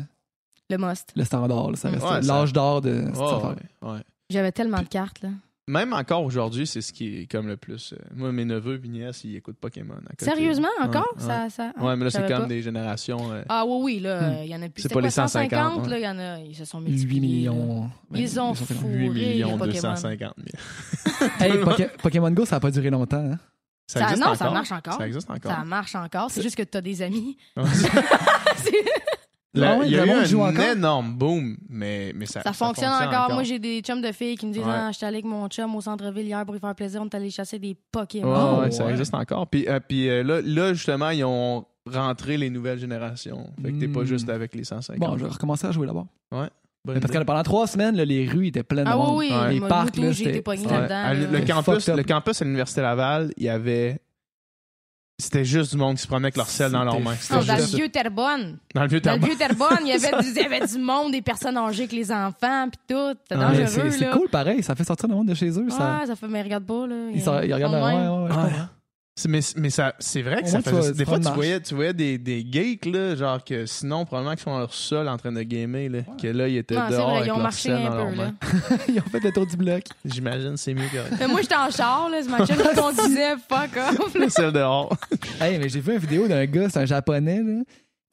[SPEAKER 3] Le must.
[SPEAKER 2] le standard. là. Ça reste
[SPEAKER 1] Ouais, ça-
[SPEAKER 2] l'âge d'or de cette
[SPEAKER 1] Oh,
[SPEAKER 2] affaire.
[SPEAKER 1] ouais, ouais.
[SPEAKER 3] J'avais tellement de cartes, là.
[SPEAKER 1] Même encore aujourd'hui, c'est ce qui est comme le plus. euh, Moi, mes neveux et nièces, ils écoutent Pokémon. à côté.
[SPEAKER 3] Sérieusement,
[SPEAKER 1] Ouais,
[SPEAKER 3] encore?
[SPEAKER 1] ouais.
[SPEAKER 3] Ça, ça... ah,
[SPEAKER 1] Ouais, mais là, c'est
[SPEAKER 3] j'avais
[SPEAKER 1] quand
[SPEAKER 3] pas.
[SPEAKER 1] même des générations. euh,
[SPEAKER 3] Ah oui, oui, là, il y en a plus.
[SPEAKER 1] C'est
[SPEAKER 3] C'était
[SPEAKER 1] pas
[SPEAKER 3] quoi,
[SPEAKER 1] les 150, ouais.
[SPEAKER 3] là, il y en a. Ils se sont
[SPEAKER 2] 8
[SPEAKER 3] multipliés. là.
[SPEAKER 2] millions. ouais,
[SPEAKER 3] Ils ont
[SPEAKER 2] 250.
[SPEAKER 3] fou.
[SPEAKER 1] 8
[SPEAKER 3] Pourri, les
[SPEAKER 1] millions
[SPEAKER 3] Pokémon.
[SPEAKER 1] 250 000.
[SPEAKER 2] Hey, Poké- Pokémon Go, ça n'a pas duré longtemps. hein.
[SPEAKER 1] Ça,
[SPEAKER 3] Ça-
[SPEAKER 1] existe
[SPEAKER 3] non,
[SPEAKER 1] encore?
[SPEAKER 3] ça marche encore.
[SPEAKER 1] Ça existe encore.
[SPEAKER 3] Ça marche encore. C'est juste que t'as des amis. C'est-
[SPEAKER 1] Là,
[SPEAKER 2] Ah ouais,
[SPEAKER 1] il y
[SPEAKER 2] le
[SPEAKER 1] a eu
[SPEAKER 2] monde joue
[SPEAKER 1] un
[SPEAKER 2] encore?
[SPEAKER 1] énorme boom, mais, mais ça,
[SPEAKER 3] Ça fonctionne encore. Moi, j'ai des chums de filles qui me disent
[SPEAKER 1] Ouais.
[SPEAKER 3] Ah, j'étais allé avec mon chum au centre-ville hier pour lui faire plaisir. On est allé chasser des
[SPEAKER 1] Ouais,
[SPEAKER 3] Pokémon.
[SPEAKER 2] Oh,
[SPEAKER 1] ouais, ça
[SPEAKER 2] ouais.
[SPEAKER 1] existe encore. Puis, euh, puis euh, là, là, justement, ils ont rentré les nouvelles générations. Fait que t'es pas
[SPEAKER 2] Hmm.
[SPEAKER 1] juste avec les 150.
[SPEAKER 2] Bon, je vais recommencer à jouer d'abord.
[SPEAKER 1] Bonne
[SPEAKER 2] Mais Parce
[SPEAKER 1] idée.
[SPEAKER 2] que pendant trois semaines, là, les rues étaient pleines
[SPEAKER 3] Ah
[SPEAKER 2] de monde.
[SPEAKER 3] oui, oui.
[SPEAKER 1] Ouais.
[SPEAKER 2] Les
[SPEAKER 3] moi,
[SPEAKER 2] parcs,
[SPEAKER 3] Moutou,
[SPEAKER 2] là,
[SPEAKER 3] j'ai
[SPEAKER 2] c'était-
[SPEAKER 3] été pognée
[SPEAKER 1] Ouais.
[SPEAKER 3] là-dedans.
[SPEAKER 1] À l-
[SPEAKER 3] là.
[SPEAKER 1] le, campus,
[SPEAKER 2] fucked up.
[SPEAKER 1] le campus à l'Université Laval, il y avait. C'était juste du monde qui se promenait avec leur sel dans leurs
[SPEAKER 2] C'était
[SPEAKER 1] mains.
[SPEAKER 2] fou.
[SPEAKER 3] Non,
[SPEAKER 1] C'était
[SPEAKER 3] Oh, dans le
[SPEAKER 1] juste.
[SPEAKER 3] vieux Terrebonne.
[SPEAKER 1] Dans le vieux
[SPEAKER 3] Dans le
[SPEAKER 1] Terrebonne.
[SPEAKER 3] vieux Terrebonne, il y avait du- il y avait du monde, des personnes âgées avec les enfants, puis tout. C'était
[SPEAKER 1] Ouais,
[SPEAKER 2] Ah, Mais
[SPEAKER 3] dangereux,
[SPEAKER 2] C'est c'est
[SPEAKER 3] là.
[SPEAKER 2] cool, pareil. Ça fait sortir le monde de chez eux. Ça...
[SPEAKER 3] Ouais, ça fait, mais regarde pas, là.
[SPEAKER 2] Ils, sont- ils regardent
[SPEAKER 3] sont de même.
[SPEAKER 2] ouais, ouais, ouais, je
[SPEAKER 1] Ah,
[SPEAKER 2] comprends.
[SPEAKER 1] ouais. C'est- Mais, mais ça, c'est vrai que
[SPEAKER 2] Au
[SPEAKER 1] ça
[SPEAKER 2] moins, tu
[SPEAKER 1] faisait-
[SPEAKER 2] vas- tu
[SPEAKER 1] Des
[SPEAKER 2] prends
[SPEAKER 1] fois,
[SPEAKER 2] une
[SPEAKER 1] tu
[SPEAKER 2] marche.
[SPEAKER 1] voyais, tu voyais des, des geeks, là, genre que sinon, probablement qu'ils sont dans leur sol en train de gamer, là, que là, ils étaient
[SPEAKER 3] Non, c'est
[SPEAKER 1] dehors
[SPEAKER 3] vrai,
[SPEAKER 1] avec
[SPEAKER 3] ils ont
[SPEAKER 1] leur
[SPEAKER 3] marché
[SPEAKER 1] sel
[SPEAKER 3] un
[SPEAKER 1] dans
[SPEAKER 3] peu,
[SPEAKER 1] leurs
[SPEAKER 3] là.
[SPEAKER 1] mains.
[SPEAKER 2] Ils ont fait le tour du bloc.
[SPEAKER 1] J'imagine, c'est mieux que
[SPEAKER 3] Mais moi, j'étais en char, là. C'est ma chum qui conduisait, fuck off.
[SPEAKER 1] le sel dehors.
[SPEAKER 2] Hey, mais j'ai vu une vidéo d'un gars, c'est un japonais, là.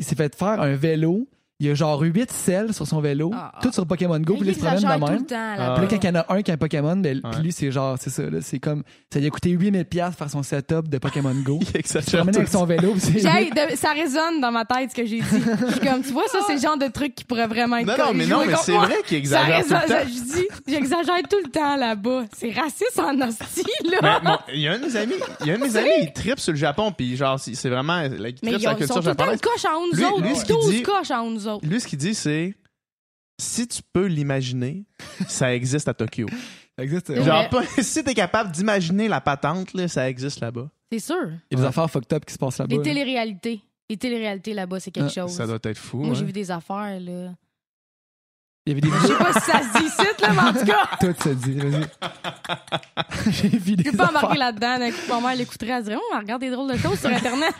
[SPEAKER 2] Il s'est fait faire un vélo. Il a genre 8 selles sur son vélo,
[SPEAKER 3] Ah, ah.
[SPEAKER 2] tout sur Pokémon Go, puis
[SPEAKER 3] Il
[SPEAKER 2] là, il se promène
[SPEAKER 3] exagère
[SPEAKER 2] de
[SPEAKER 3] tout
[SPEAKER 2] même.
[SPEAKER 3] le temps,
[SPEAKER 1] Ah.
[SPEAKER 3] là.
[SPEAKER 2] Puis là, quand il y en a un qui a un Pokémon, ben,
[SPEAKER 1] Ouais.
[SPEAKER 2] puis lui, c'est genre, c'est ça, là, c'est comme, ça lui a coûté 8000$ faire son setup de Pokémon Go.
[SPEAKER 1] Il
[SPEAKER 2] Il se
[SPEAKER 1] exagère
[SPEAKER 2] promène
[SPEAKER 1] tout
[SPEAKER 2] avec son vélo, puis c'est.
[SPEAKER 3] J'ai- de- ça résonne dans ma tête ce que j'ai dit. Je suis comme, tu vois, ça, c'est le genre de truc qui pourrait vraiment être
[SPEAKER 1] Non, non,
[SPEAKER 3] con-
[SPEAKER 1] mais
[SPEAKER 3] joué
[SPEAKER 1] non, mais
[SPEAKER 3] contre
[SPEAKER 1] c'est
[SPEAKER 3] moi.
[SPEAKER 1] vrai qu'il
[SPEAKER 3] Ça
[SPEAKER 1] exagère tout
[SPEAKER 3] résonne,
[SPEAKER 1] le
[SPEAKER 3] ça,
[SPEAKER 1] temps.
[SPEAKER 3] je dis. J'exagère tout le temps là-bas. C'est raciste en hostie, là.
[SPEAKER 1] Mais mon- Il y a un de mes amis, il y a un de mes amis, il tripe sur le Japon, puis genre, c'est c'est vraiment, là, il
[SPEAKER 3] Mais
[SPEAKER 1] tripe
[SPEAKER 3] ils,
[SPEAKER 1] sur la
[SPEAKER 3] ont, ils sont
[SPEAKER 1] culture
[SPEAKER 3] tout le temps une
[SPEAKER 1] japonaise.
[SPEAKER 3] coche en haut nous
[SPEAKER 1] Lui-
[SPEAKER 3] autres.
[SPEAKER 1] lui, ce qu'il
[SPEAKER 3] 12
[SPEAKER 1] dit-
[SPEAKER 3] coches en haut nous autres.
[SPEAKER 1] Lui, ce qu'il dit, c'est, si tu peux l'imaginer, ça existe à Tokyo.
[SPEAKER 2] Ça existe,
[SPEAKER 3] Ouais.
[SPEAKER 1] Genre, pas- si t'es capable d'imaginer la patente, là, ça existe là-bas.
[SPEAKER 3] C'est sûr.
[SPEAKER 2] Il y a des affaires fucked up qui se passent là-bas.
[SPEAKER 3] Les
[SPEAKER 2] là.
[SPEAKER 3] téléréalités. Les téléréalités là-bas, c'est quelque
[SPEAKER 2] Ah,
[SPEAKER 3] chose.
[SPEAKER 1] Ça doit être fou.
[SPEAKER 3] Moi, Oh, j'ai
[SPEAKER 1] hein.
[SPEAKER 3] vu des affaires, là.
[SPEAKER 2] Il y avait des
[SPEAKER 3] Je sais pas si ça se dit ici, là, mais en tout cas,
[SPEAKER 2] Tout se dit, vas-y. J'ai vu des
[SPEAKER 3] je peux pas embarquer
[SPEAKER 2] affaires.
[SPEAKER 3] là-dedans. D'un coup, Ma mère l'écouterait, elle dirait, Oh, on regarde des drôles de choses sur Internet.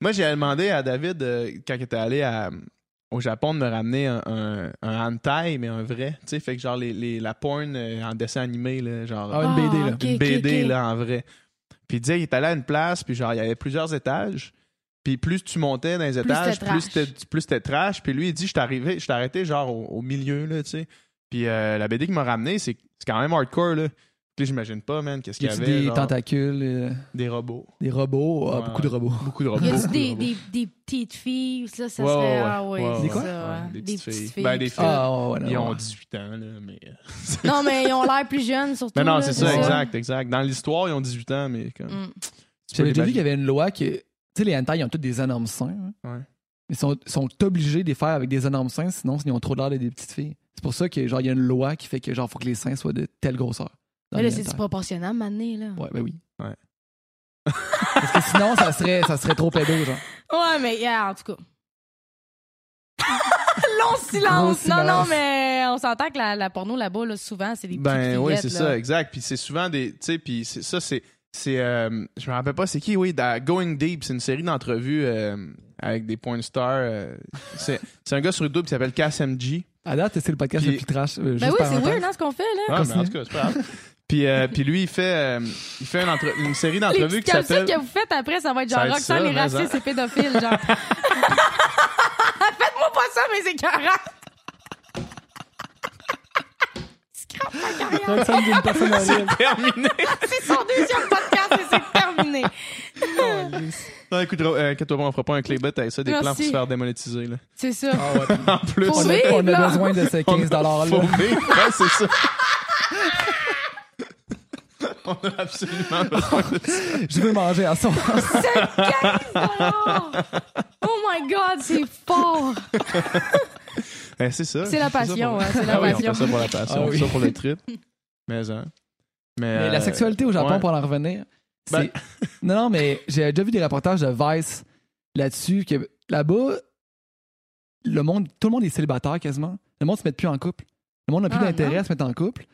[SPEAKER 1] Moi, j'ai demandé à David, euh, quand il était allé à- au Japon, de me ramener un, un, un hentai, mais un vrai. Tu sais, fait que genre les, les- la porn euh, en dessin animé, là, genre
[SPEAKER 2] Ah, une BD, là.
[SPEAKER 3] ok,
[SPEAKER 1] une
[SPEAKER 3] ok,
[SPEAKER 1] BD,
[SPEAKER 3] ok.
[SPEAKER 1] là, en vrai. Puis il disait, il est allé à une place, puis genre, il y avait plusieurs étages. Puis plus tu montais dans les étages,
[SPEAKER 3] c'était
[SPEAKER 1] plus
[SPEAKER 3] trash.
[SPEAKER 1] c'était plus c'était trash. Puis lui, il dit, je suis arrivé, je suis arrêté genre au, au milieu, là, tu sais. Puis euh, la BD qui m'a ramené, c'est c'est quand même hardcore, là. Puis là, j'imagine pas, man, qu'est-ce
[SPEAKER 2] Il
[SPEAKER 1] qu'il
[SPEAKER 2] y
[SPEAKER 1] y
[SPEAKER 2] a
[SPEAKER 1] avait.
[SPEAKER 2] des
[SPEAKER 1] genre,
[SPEAKER 2] tentacules, euh,
[SPEAKER 1] des robots.
[SPEAKER 2] des robots, ah,
[SPEAKER 1] Ouais.
[SPEAKER 2] beaucoup de robots.
[SPEAKER 1] Beaucoup de robots.
[SPEAKER 3] Y
[SPEAKER 1] beaucoup
[SPEAKER 3] a-tu
[SPEAKER 1] de
[SPEAKER 3] des,
[SPEAKER 1] robots.
[SPEAKER 3] des, des petites filles? Ça, ça
[SPEAKER 1] Ouais,
[SPEAKER 3] serait.
[SPEAKER 1] ouais,
[SPEAKER 3] ah oui,
[SPEAKER 1] ouais, ouais,
[SPEAKER 2] Des quoi?
[SPEAKER 3] ça, ouais.
[SPEAKER 1] ouais,
[SPEAKER 3] Des, petites filles.
[SPEAKER 1] Ben, des filles.
[SPEAKER 2] Ah, ouais, ouais, ouais,
[SPEAKER 1] Ils
[SPEAKER 2] ouais.
[SPEAKER 1] ont 18 ans, là, mais.
[SPEAKER 3] Non, mais ils ont l'air plus jeunes, surtout.
[SPEAKER 1] Mais non,
[SPEAKER 3] là,
[SPEAKER 1] c'est ça, exact, exact. Dans l'histoire, ils ont 18 ans, mais comme.
[SPEAKER 3] Mm.
[SPEAKER 1] tu peux
[SPEAKER 2] J'avais déjà vu
[SPEAKER 1] l'imaginer.
[SPEAKER 2] qu'il y avait une loi que. Tu sais, les hentai, ils ont tous des énormes seins. hein.
[SPEAKER 1] Ouais.
[SPEAKER 2] Ils sont, sont obligés de les faire avec des énormes seins, sinon ils ont trop l'air d'être des petites filles. C'est pour ça que genre il y a une loi qui fait que genre faut que les seins soient de telle grosseur. dans
[SPEAKER 3] Mais là,
[SPEAKER 2] les
[SPEAKER 3] c'est
[SPEAKER 2] hentai.
[SPEAKER 3] disproportionné, mané, là.
[SPEAKER 2] Ouais, ben oui.
[SPEAKER 1] Ouais.
[SPEAKER 2] Parce que sinon ça serait ça serait trop pédo genre.
[SPEAKER 3] Ouais, mais yeah, en tout cas. long silence.
[SPEAKER 2] Gros
[SPEAKER 3] non, non,
[SPEAKER 2] silence.
[SPEAKER 3] mais on s'entend que la, la porno là-bas, là, souvent, c'est des petites
[SPEAKER 1] Ben oui,
[SPEAKER 3] fillettes,
[SPEAKER 1] c'est
[SPEAKER 3] là.
[SPEAKER 1] ça, exact. Puis c'est souvent des. Tu sais, puis c'est- ça, c'est. c'est euh, je me rappelle pas, c'est qui, oui, dans Going Deep, c'est une série d'entrevues euh, avec des points de stars. euh, c'est c'est un gars sur YouTube qui s'appelle KSMG.
[SPEAKER 2] À date, c'est le podcast
[SPEAKER 1] Puis-
[SPEAKER 2] le plus trash. euh,
[SPEAKER 3] Ben
[SPEAKER 2] juste
[SPEAKER 3] oui, c'est
[SPEAKER 2] parenthèse.
[SPEAKER 3] weird, hein, ce qu'on fait, là.
[SPEAKER 1] Ah, mais en
[SPEAKER 2] Continue.
[SPEAKER 1] tout cas, c'est pas grave. Puis, euh, puis lui, il fait, euh, il fait une, entre- une série
[SPEAKER 3] Les
[SPEAKER 1] d'entrevues
[SPEAKER 3] petites
[SPEAKER 1] qui
[SPEAKER 3] calculs
[SPEAKER 1] s'appelle.
[SPEAKER 3] que vous faites après, ça va être genre
[SPEAKER 1] Ça va être
[SPEAKER 3] Roxane
[SPEAKER 1] ça,
[SPEAKER 3] les
[SPEAKER 1] mais
[SPEAKER 3] racistes
[SPEAKER 1] ça.
[SPEAKER 3] et pédophiles, genre. Faites-moi pas ça, mes écœurants! Scrap ma carrière!
[SPEAKER 2] Roxane, c'est une personne à lire.
[SPEAKER 1] Terminé!
[SPEAKER 3] C'est son deuxième podcast et c'est terminé!
[SPEAKER 1] non, écoute, euh, inquiète-toi pas, on fera pas un claybet avec ça, des
[SPEAKER 3] Merci.
[SPEAKER 1] plans pour se faire démonétiser, là.
[SPEAKER 3] C'est ça.
[SPEAKER 1] en plus,
[SPEAKER 3] Faut
[SPEAKER 2] Ah On
[SPEAKER 3] vivre,
[SPEAKER 2] a, on a
[SPEAKER 3] là.
[SPEAKER 2] besoin de ces
[SPEAKER 1] on a
[SPEAKER 2] 15 dollars là.
[SPEAKER 1] paumé. Ouais, c'est ça. on a absolument besoin de ça.
[SPEAKER 2] Je veux manger à son.
[SPEAKER 3] C'est 15 Oh my god, c'est fort!
[SPEAKER 1] Eh, c'est ça.
[SPEAKER 3] C'est la
[SPEAKER 1] ça
[SPEAKER 3] passion,
[SPEAKER 1] pour-
[SPEAKER 3] hein, c'est la
[SPEAKER 1] Ah oui, on
[SPEAKER 3] passion.
[SPEAKER 1] fait ça pour la passion,
[SPEAKER 2] Ah
[SPEAKER 1] on fait
[SPEAKER 2] oui.
[SPEAKER 1] ça pour le trip. Mais, hein. Mais,
[SPEAKER 2] Mais la
[SPEAKER 1] euh,
[SPEAKER 2] sexualité au Japon,
[SPEAKER 1] ouais.
[SPEAKER 2] pour en revenir, c'est.
[SPEAKER 1] Ben-
[SPEAKER 2] non, non, mais j'ai déjà vu des reportages de Vice là-dessus, que là-bas, le monde, tout le monde est célibataire quasiment. Le monde se met plus en couple. Le monde n'a plus
[SPEAKER 3] Ah,
[SPEAKER 2] d'intérêt
[SPEAKER 3] non.
[SPEAKER 2] à se mettre en couple.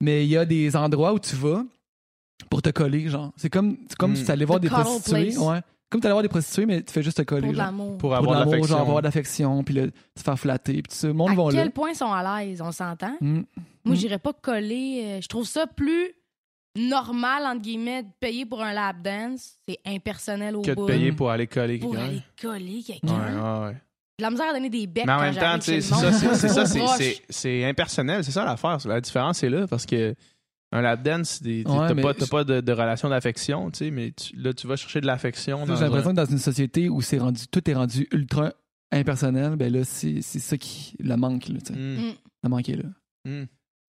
[SPEAKER 2] Mais il y a des endroits où tu vas pour te coller, genre. C'est comme, c'est comme
[SPEAKER 1] Mm.
[SPEAKER 2] si tu allais voir
[SPEAKER 3] The
[SPEAKER 2] des
[SPEAKER 3] cuddle
[SPEAKER 2] prostituées.
[SPEAKER 3] place.
[SPEAKER 2] Ouais. Comme tu allais voir des prostituées, mais tu fais juste te coller.
[SPEAKER 3] Pour de
[SPEAKER 2] genre.
[SPEAKER 1] Pour
[SPEAKER 3] l'amour.
[SPEAKER 2] Pour de
[SPEAKER 1] avoir de
[SPEAKER 2] l'amour, genre
[SPEAKER 1] l'affection.
[SPEAKER 2] avoir de l'affection, puis le, te faire flatter, puis tout ça. Le monde
[SPEAKER 3] À
[SPEAKER 2] va là.
[SPEAKER 3] quel point ils sont à l'aise, on
[SPEAKER 1] Mhm.
[SPEAKER 3] s'entend?
[SPEAKER 2] Mm. Mm.
[SPEAKER 3] Moi, j'irais pas coller. euh, je trouve ça plus normal, entre guillemets, de payer pour un lap dance. C'est impersonnel au
[SPEAKER 1] Que de
[SPEAKER 3] bout.
[SPEAKER 1] payer pour aller coller
[SPEAKER 3] pour
[SPEAKER 1] quelqu'un.
[SPEAKER 3] aller coller
[SPEAKER 1] Ouais,
[SPEAKER 3] quelqu'un.
[SPEAKER 1] ouais, ouais.
[SPEAKER 3] J'ai de la misère à donner des becs
[SPEAKER 1] Mais en
[SPEAKER 3] quand
[SPEAKER 1] même temps,
[SPEAKER 3] j'arrive
[SPEAKER 1] tu sais,
[SPEAKER 3] chez
[SPEAKER 1] c'est
[SPEAKER 3] le
[SPEAKER 1] ça,
[SPEAKER 3] monde.
[SPEAKER 1] c'est c'est ça, c'est-
[SPEAKER 3] Trop
[SPEAKER 1] c'est- c'est impersonnel, c'est ça l'affaire. La différence est là parce que un lap dance, des- t'as
[SPEAKER 2] Ouais, mais
[SPEAKER 1] pas, t'as pas de, de relation d'affection, tu sais, mais tu- là tu vas chercher de l'affection. dans
[SPEAKER 2] J'ai l'impression
[SPEAKER 1] un-
[SPEAKER 2] que dans une société où c'est rendu, tout est rendu ultra impersonnel, ben là, c'est c'est ça qui le manque. Là, tu sais.
[SPEAKER 1] Hmm.
[SPEAKER 2] Le manque est là. Hmm.
[SPEAKER 1] Mm.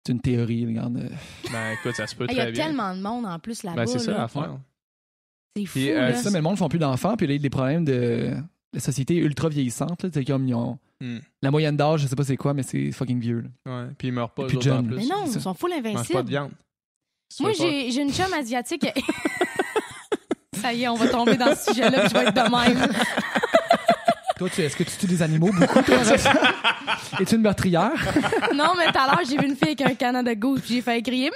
[SPEAKER 2] C'est une théorie, regarde. euh,
[SPEAKER 1] Ben écoute, ça se peut
[SPEAKER 3] Ah, Il y
[SPEAKER 1] très
[SPEAKER 3] a
[SPEAKER 1] bien.
[SPEAKER 3] tellement de monde en plus là-bas.
[SPEAKER 1] Ben c'est ça
[SPEAKER 3] là.
[SPEAKER 1] l'affaire.
[SPEAKER 3] C'est fou.
[SPEAKER 1] Puis, euh,
[SPEAKER 3] là.
[SPEAKER 2] C'est ça, mais le monde ne font plus d'enfants, puis là, il y a des problèmes de la société est ultra vieillissante. Là, tu sais, comme ils ont-
[SPEAKER 1] Mm.
[SPEAKER 2] La moyenne d'âge, je sais pas c'est quoi, mais c'est fucking vieux. là.
[SPEAKER 1] Ouais. Puis ils meurent pas
[SPEAKER 2] Et
[SPEAKER 1] eux
[SPEAKER 2] puis
[SPEAKER 1] autres, en
[SPEAKER 2] John.
[SPEAKER 1] plus.
[SPEAKER 3] Mais non,
[SPEAKER 2] c'est
[SPEAKER 3] ils sont full
[SPEAKER 1] Ils mangent pas de
[SPEAKER 3] invincibles.
[SPEAKER 1] viande. Si tu
[SPEAKER 3] Moi,
[SPEAKER 1] veux pas-
[SPEAKER 3] j'ai j'ai une chum asiatique. ça y est, on va tomber dans ce sujet-là, puis je vais être de même.
[SPEAKER 2] Toi, tu- est-ce que tu tues des animaux beaucoup, toi, Roxane? Es-tu une meurtrière?
[SPEAKER 3] Non, mais tout à l'heure, j'ai vu une fille avec un canon de gauche, puis j'ai failli crier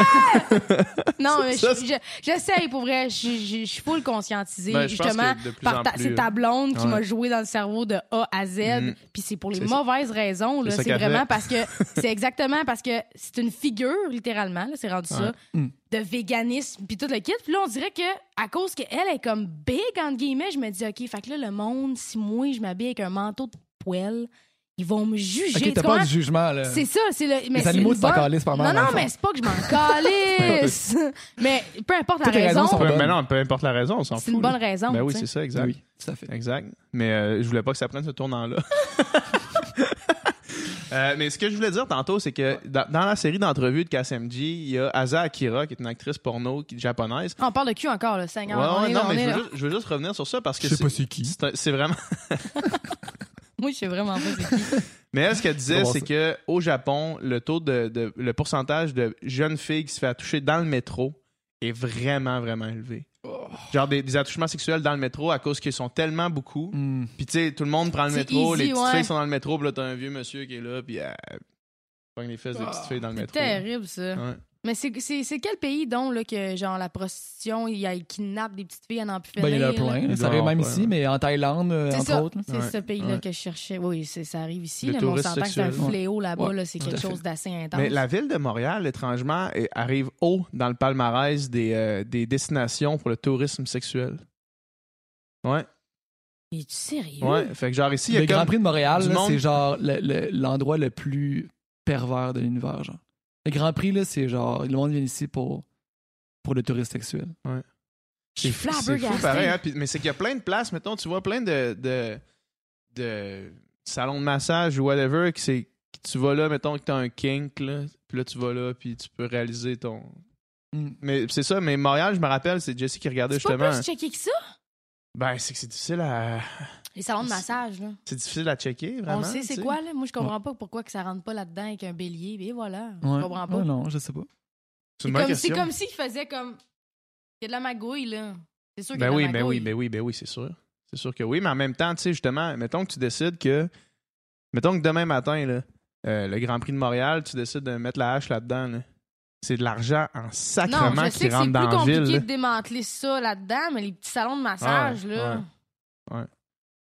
[SPEAKER 3] meurtrière! non, mais
[SPEAKER 1] Ça,
[SPEAKER 3] je- je- j'essaye pour vrai. Je je- je suis full conscientisée,
[SPEAKER 1] Ben, je pense
[SPEAKER 3] justement.
[SPEAKER 1] que de plus
[SPEAKER 3] par
[SPEAKER 1] en
[SPEAKER 3] ta-
[SPEAKER 1] plus,
[SPEAKER 3] C'est ta blonde qui
[SPEAKER 1] Ouais.
[SPEAKER 3] m'a joué dans le cerveau de A à Z,
[SPEAKER 1] Mhm.
[SPEAKER 3] puis c'est pour les
[SPEAKER 1] C'est ça.
[SPEAKER 3] mauvaises raisons. là.
[SPEAKER 1] C'est ça
[SPEAKER 3] C'est
[SPEAKER 1] qu'elle
[SPEAKER 3] vraiment
[SPEAKER 1] fait.
[SPEAKER 3] parce que c'est exactement parce que c'est une figure littéralement. là, C'est rendu
[SPEAKER 1] Ouais.
[SPEAKER 3] ça
[SPEAKER 2] Mm.
[SPEAKER 3] de véganisme puis tout le kit. Puis là, on dirait que à cause qu'elle est comme big entre guillemets, je me dis ok, fait que là le monde, si moi je m'habille avec un manteau de poêle, ils vont me juger.
[SPEAKER 2] ok,
[SPEAKER 3] Tu
[SPEAKER 2] t'as pas
[SPEAKER 3] comprends?
[SPEAKER 2] du jugement, là.
[SPEAKER 3] C'est ça, c'est le. Mais
[SPEAKER 2] Les
[SPEAKER 3] c'est
[SPEAKER 2] animaux,
[SPEAKER 3] le
[SPEAKER 2] tu t'en
[SPEAKER 3] bon-
[SPEAKER 2] calisses pas
[SPEAKER 3] Non,
[SPEAKER 2] mal. dans
[SPEAKER 3] non,
[SPEAKER 2] le
[SPEAKER 3] mais
[SPEAKER 2] fond.
[SPEAKER 3] c'est pas que je m'en calisse. mais peu importe la
[SPEAKER 2] Toutes les
[SPEAKER 3] raison,
[SPEAKER 2] raisons sont
[SPEAKER 1] Peu-
[SPEAKER 2] bonnes.
[SPEAKER 1] Mais non, peu importe la raison, on s'en fout.
[SPEAKER 3] c'est une bonne
[SPEAKER 1] là.
[SPEAKER 3] raison.
[SPEAKER 1] Ben oui,
[SPEAKER 3] tu sais.
[SPEAKER 1] c'est ça, exact.
[SPEAKER 2] Oui, tout à fait.
[SPEAKER 1] Exact. Mais euh, je voulais pas que ça prenne ce tournant-là. Euh, mais ce que je voulais dire tantôt, c'est que dans, dans la série d'entrevues de KSMG, il y a Asa Akira, qui est une actrice porno qui- japonaise.
[SPEAKER 3] Ah, On parle de cul encore, là,
[SPEAKER 1] Ouais,
[SPEAKER 3] Seigneur. on
[SPEAKER 1] ouais,
[SPEAKER 3] est
[SPEAKER 1] non,
[SPEAKER 3] là, on
[SPEAKER 1] mais
[SPEAKER 3] est
[SPEAKER 1] je
[SPEAKER 3] là.
[SPEAKER 1] veux, juste, je veux juste revenir sur ça parce que
[SPEAKER 2] Je sais
[SPEAKER 1] c'est-
[SPEAKER 2] pas c'est qui.
[SPEAKER 1] c'est un- c'est vraiment.
[SPEAKER 3] Moi, je sais vraiment pas c'est qui.
[SPEAKER 1] Mais elle, ce qu'elle
[SPEAKER 2] C'est
[SPEAKER 1] disait,
[SPEAKER 2] bon,
[SPEAKER 1] c'est que au Japon, le taux de, de- le pourcentage de jeunes filles qui se fait toucher dans le métro est vraiment vraiment élevé.
[SPEAKER 2] Oh.
[SPEAKER 1] Genre des, des attouchements sexuels dans le métro à cause qu'ils sont tellement beaucoup.
[SPEAKER 2] Mm.
[SPEAKER 1] Puis tu sais, tout le monde prend le
[SPEAKER 3] C'est
[SPEAKER 1] métro,
[SPEAKER 3] easy,
[SPEAKER 1] les petites
[SPEAKER 3] ouais.
[SPEAKER 1] filles sont dans le métro, puis là t'as un vieux monsieur qui est là, puis elle pogne les fesses des
[SPEAKER 2] Ah,
[SPEAKER 1] petites filles dans le
[SPEAKER 3] C'est
[SPEAKER 1] métro.
[SPEAKER 3] terrible, ça.
[SPEAKER 1] Ouais.
[SPEAKER 3] Mais c'est- c'est c'est quel pays, donc, là, que, genre, la prostitution, il y a- il kidnappe des petites filles, elle en plus
[SPEAKER 2] Ben, il y en a
[SPEAKER 3] finir, là?
[SPEAKER 2] plein. là.
[SPEAKER 1] Il
[SPEAKER 2] Ça
[SPEAKER 1] doit y
[SPEAKER 2] arrive
[SPEAKER 1] en
[SPEAKER 2] même
[SPEAKER 1] avoir
[SPEAKER 2] ici,
[SPEAKER 1] plein,
[SPEAKER 2] mais en Thaïlande, euh,
[SPEAKER 3] C'est
[SPEAKER 2] entre
[SPEAKER 3] ça,
[SPEAKER 2] autres. là.
[SPEAKER 3] c'est
[SPEAKER 1] Ouais.
[SPEAKER 3] ce pays-là
[SPEAKER 1] Ouais.
[SPEAKER 3] que je cherchais. Oui, c'est- ça arrive ici.
[SPEAKER 1] Le
[SPEAKER 3] Là, mais on
[SPEAKER 1] tourisme
[SPEAKER 3] s'entend que c'est un
[SPEAKER 1] sexuel.
[SPEAKER 3] fléau là-bas.
[SPEAKER 2] Ouais.
[SPEAKER 3] là, c'est
[SPEAKER 2] Tout
[SPEAKER 3] quelque
[SPEAKER 2] à fait.
[SPEAKER 3] chose d'assez intense.
[SPEAKER 1] Mais la ville de Montréal, étrangement, est- arrive haut dans le palmarès des, euh, des destinations pour le tourisme sexuel. Ouais,
[SPEAKER 3] Es-tu sérieux?
[SPEAKER 1] ouais. Fait que genre ici, il y
[SPEAKER 2] le
[SPEAKER 1] a
[SPEAKER 2] Grand
[SPEAKER 1] comme...
[SPEAKER 2] Prix de Montréal,
[SPEAKER 1] du
[SPEAKER 2] là,
[SPEAKER 1] monde-
[SPEAKER 2] c'est genre le- le- l'endroit le, plus pervers de l'univers, genre. Le Grand Prix, là, c'est genre, le monde vient ici pour, pour le tourisme sexuel.
[SPEAKER 3] Je suis
[SPEAKER 1] fou-
[SPEAKER 3] flabbergastée.
[SPEAKER 1] fou pareil, hein? Puis- mais c'est qu'il y a plein de places, mettons, tu vois, plein de, de, de salons de massage ou whatever, que c'est que tu vas là, mettons que t'as un kink, là, puis là tu vas là, puis tu peux réaliser ton.
[SPEAKER 2] Mm.
[SPEAKER 1] Mais c'est ça, mais Montréal, je me rappelle, c'est Jesse qui regardait
[SPEAKER 3] C'est pas
[SPEAKER 1] justement.
[SPEAKER 3] plus checké que ça?
[SPEAKER 1] Ben, c'est que c'est difficile à.
[SPEAKER 3] Les salons de massage, là.
[SPEAKER 1] C'est difficile à checker, vraiment.
[SPEAKER 3] on le sait,
[SPEAKER 1] tu
[SPEAKER 3] c'est
[SPEAKER 1] sais.
[SPEAKER 3] quoi, là? Moi, je comprends pas pourquoi que ça rentre pas là-dedans avec un bélier. Mais voilà,
[SPEAKER 2] Ouais.
[SPEAKER 3] je comprends pas.
[SPEAKER 2] Ouais, non, je sais pas.
[SPEAKER 1] C'est
[SPEAKER 3] c'est
[SPEAKER 1] une bonne
[SPEAKER 3] comme, c'est
[SPEAKER 1] question.
[SPEAKER 3] comme s'il faisait comme... Il y a de la magouille, là. C'est sûr qu'il y a
[SPEAKER 1] Ben
[SPEAKER 3] de
[SPEAKER 1] oui,
[SPEAKER 3] la
[SPEAKER 1] ben
[SPEAKER 3] magouille.
[SPEAKER 1] oui, ben oui, ben oui, c'est sûr. C'est sûr que oui, mais en même temps, tu sais, justement, mettons que tu décides que Mettons que demain matin, là, euh, le Grand Prix de Montréal, tu décides de mettre la hache là-dedans. là. C'est de l'argent en
[SPEAKER 3] Non,
[SPEAKER 1] sacrement
[SPEAKER 3] je
[SPEAKER 1] qui
[SPEAKER 3] sais que
[SPEAKER 1] rentre
[SPEAKER 3] c'est plus
[SPEAKER 1] dans la
[SPEAKER 3] compliqué
[SPEAKER 1] ville. là.
[SPEAKER 3] de démanteler ça là-dedans, mais les petits salons de massage,
[SPEAKER 1] Ouais,
[SPEAKER 3] là.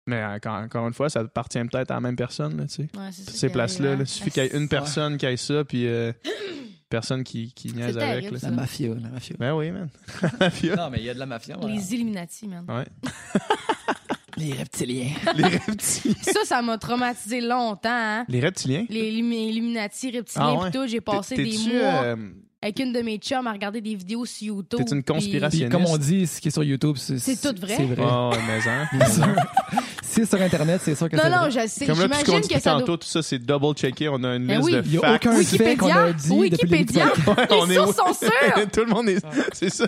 [SPEAKER 1] Mais euh, quand- encore une fois, ça appartient peut-être à la même personne. Là, tu sais.
[SPEAKER 3] Ouais, c'est ça
[SPEAKER 1] Toutes
[SPEAKER 3] qui
[SPEAKER 1] ces
[SPEAKER 3] arrive,
[SPEAKER 1] places-là,
[SPEAKER 3] hein.
[SPEAKER 1] il suffit qu'il y ait une personne qui ait ça, puis euh, personne qui, qui niaise avec.
[SPEAKER 3] terrible,
[SPEAKER 1] là.
[SPEAKER 3] ça.
[SPEAKER 2] La mafia, la mafia.
[SPEAKER 1] Ben oui, man. euh, La fiole.
[SPEAKER 2] Non, mais il y a de la mafia. voilà.
[SPEAKER 3] Les Illuminati, man.
[SPEAKER 2] Les reptiliens.
[SPEAKER 1] les reptiliens.
[SPEAKER 3] ça, ça m'a traumatisé longtemps, hein.
[SPEAKER 1] Les reptiliens?
[SPEAKER 3] Les Illumi- Illuminati, reptiliens,
[SPEAKER 1] Ah ouais?
[SPEAKER 3] pis tout, j'ai passé
[SPEAKER 1] T'es-
[SPEAKER 3] des
[SPEAKER 1] t'es-tu,
[SPEAKER 3] mois
[SPEAKER 1] euh,
[SPEAKER 3] avec une de mes chums à regarder des vidéos sur YouTube.
[SPEAKER 1] T'es une
[SPEAKER 3] puis-
[SPEAKER 1] conspiration.
[SPEAKER 2] Puis comme on dit, ce qui est sur YouTube, c'est
[SPEAKER 3] C'est tout vrai?
[SPEAKER 2] C'est vrai.
[SPEAKER 1] Oh, ouais, mais hein.
[SPEAKER 2] Bien sûr. si c'est sur Internet, c'est sûr que c'est
[SPEAKER 3] Non, non,
[SPEAKER 2] vrai.
[SPEAKER 3] je sais.
[SPEAKER 1] Comme là, tout ce qu'on
[SPEAKER 3] J'imagine
[SPEAKER 1] dit
[SPEAKER 3] que ça doit...
[SPEAKER 1] tantôt, tout ça, c'est double-checké. On a une
[SPEAKER 3] Ben
[SPEAKER 1] liste
[SPEAKER 3] oui.
[SPEAKER 1] de
[SPEAKER 2] Il y a
[SPEAKER 1] facts.
[SPEAKER 2] aucun fait qu'on
[SPEAKER 3] Wikipédia,
[SPEAKER 2] a dit depuis le début du
[SPEAKER 3] Wikipédia,
[SPEAKER 1] Ouais, on
[SPEAKER 3] les
[SPEAKER 1] est au-
[SPEAKER 3] sources sont Ah. sûres.
[SPEAKER 1] Tout le monde est. C'est ça.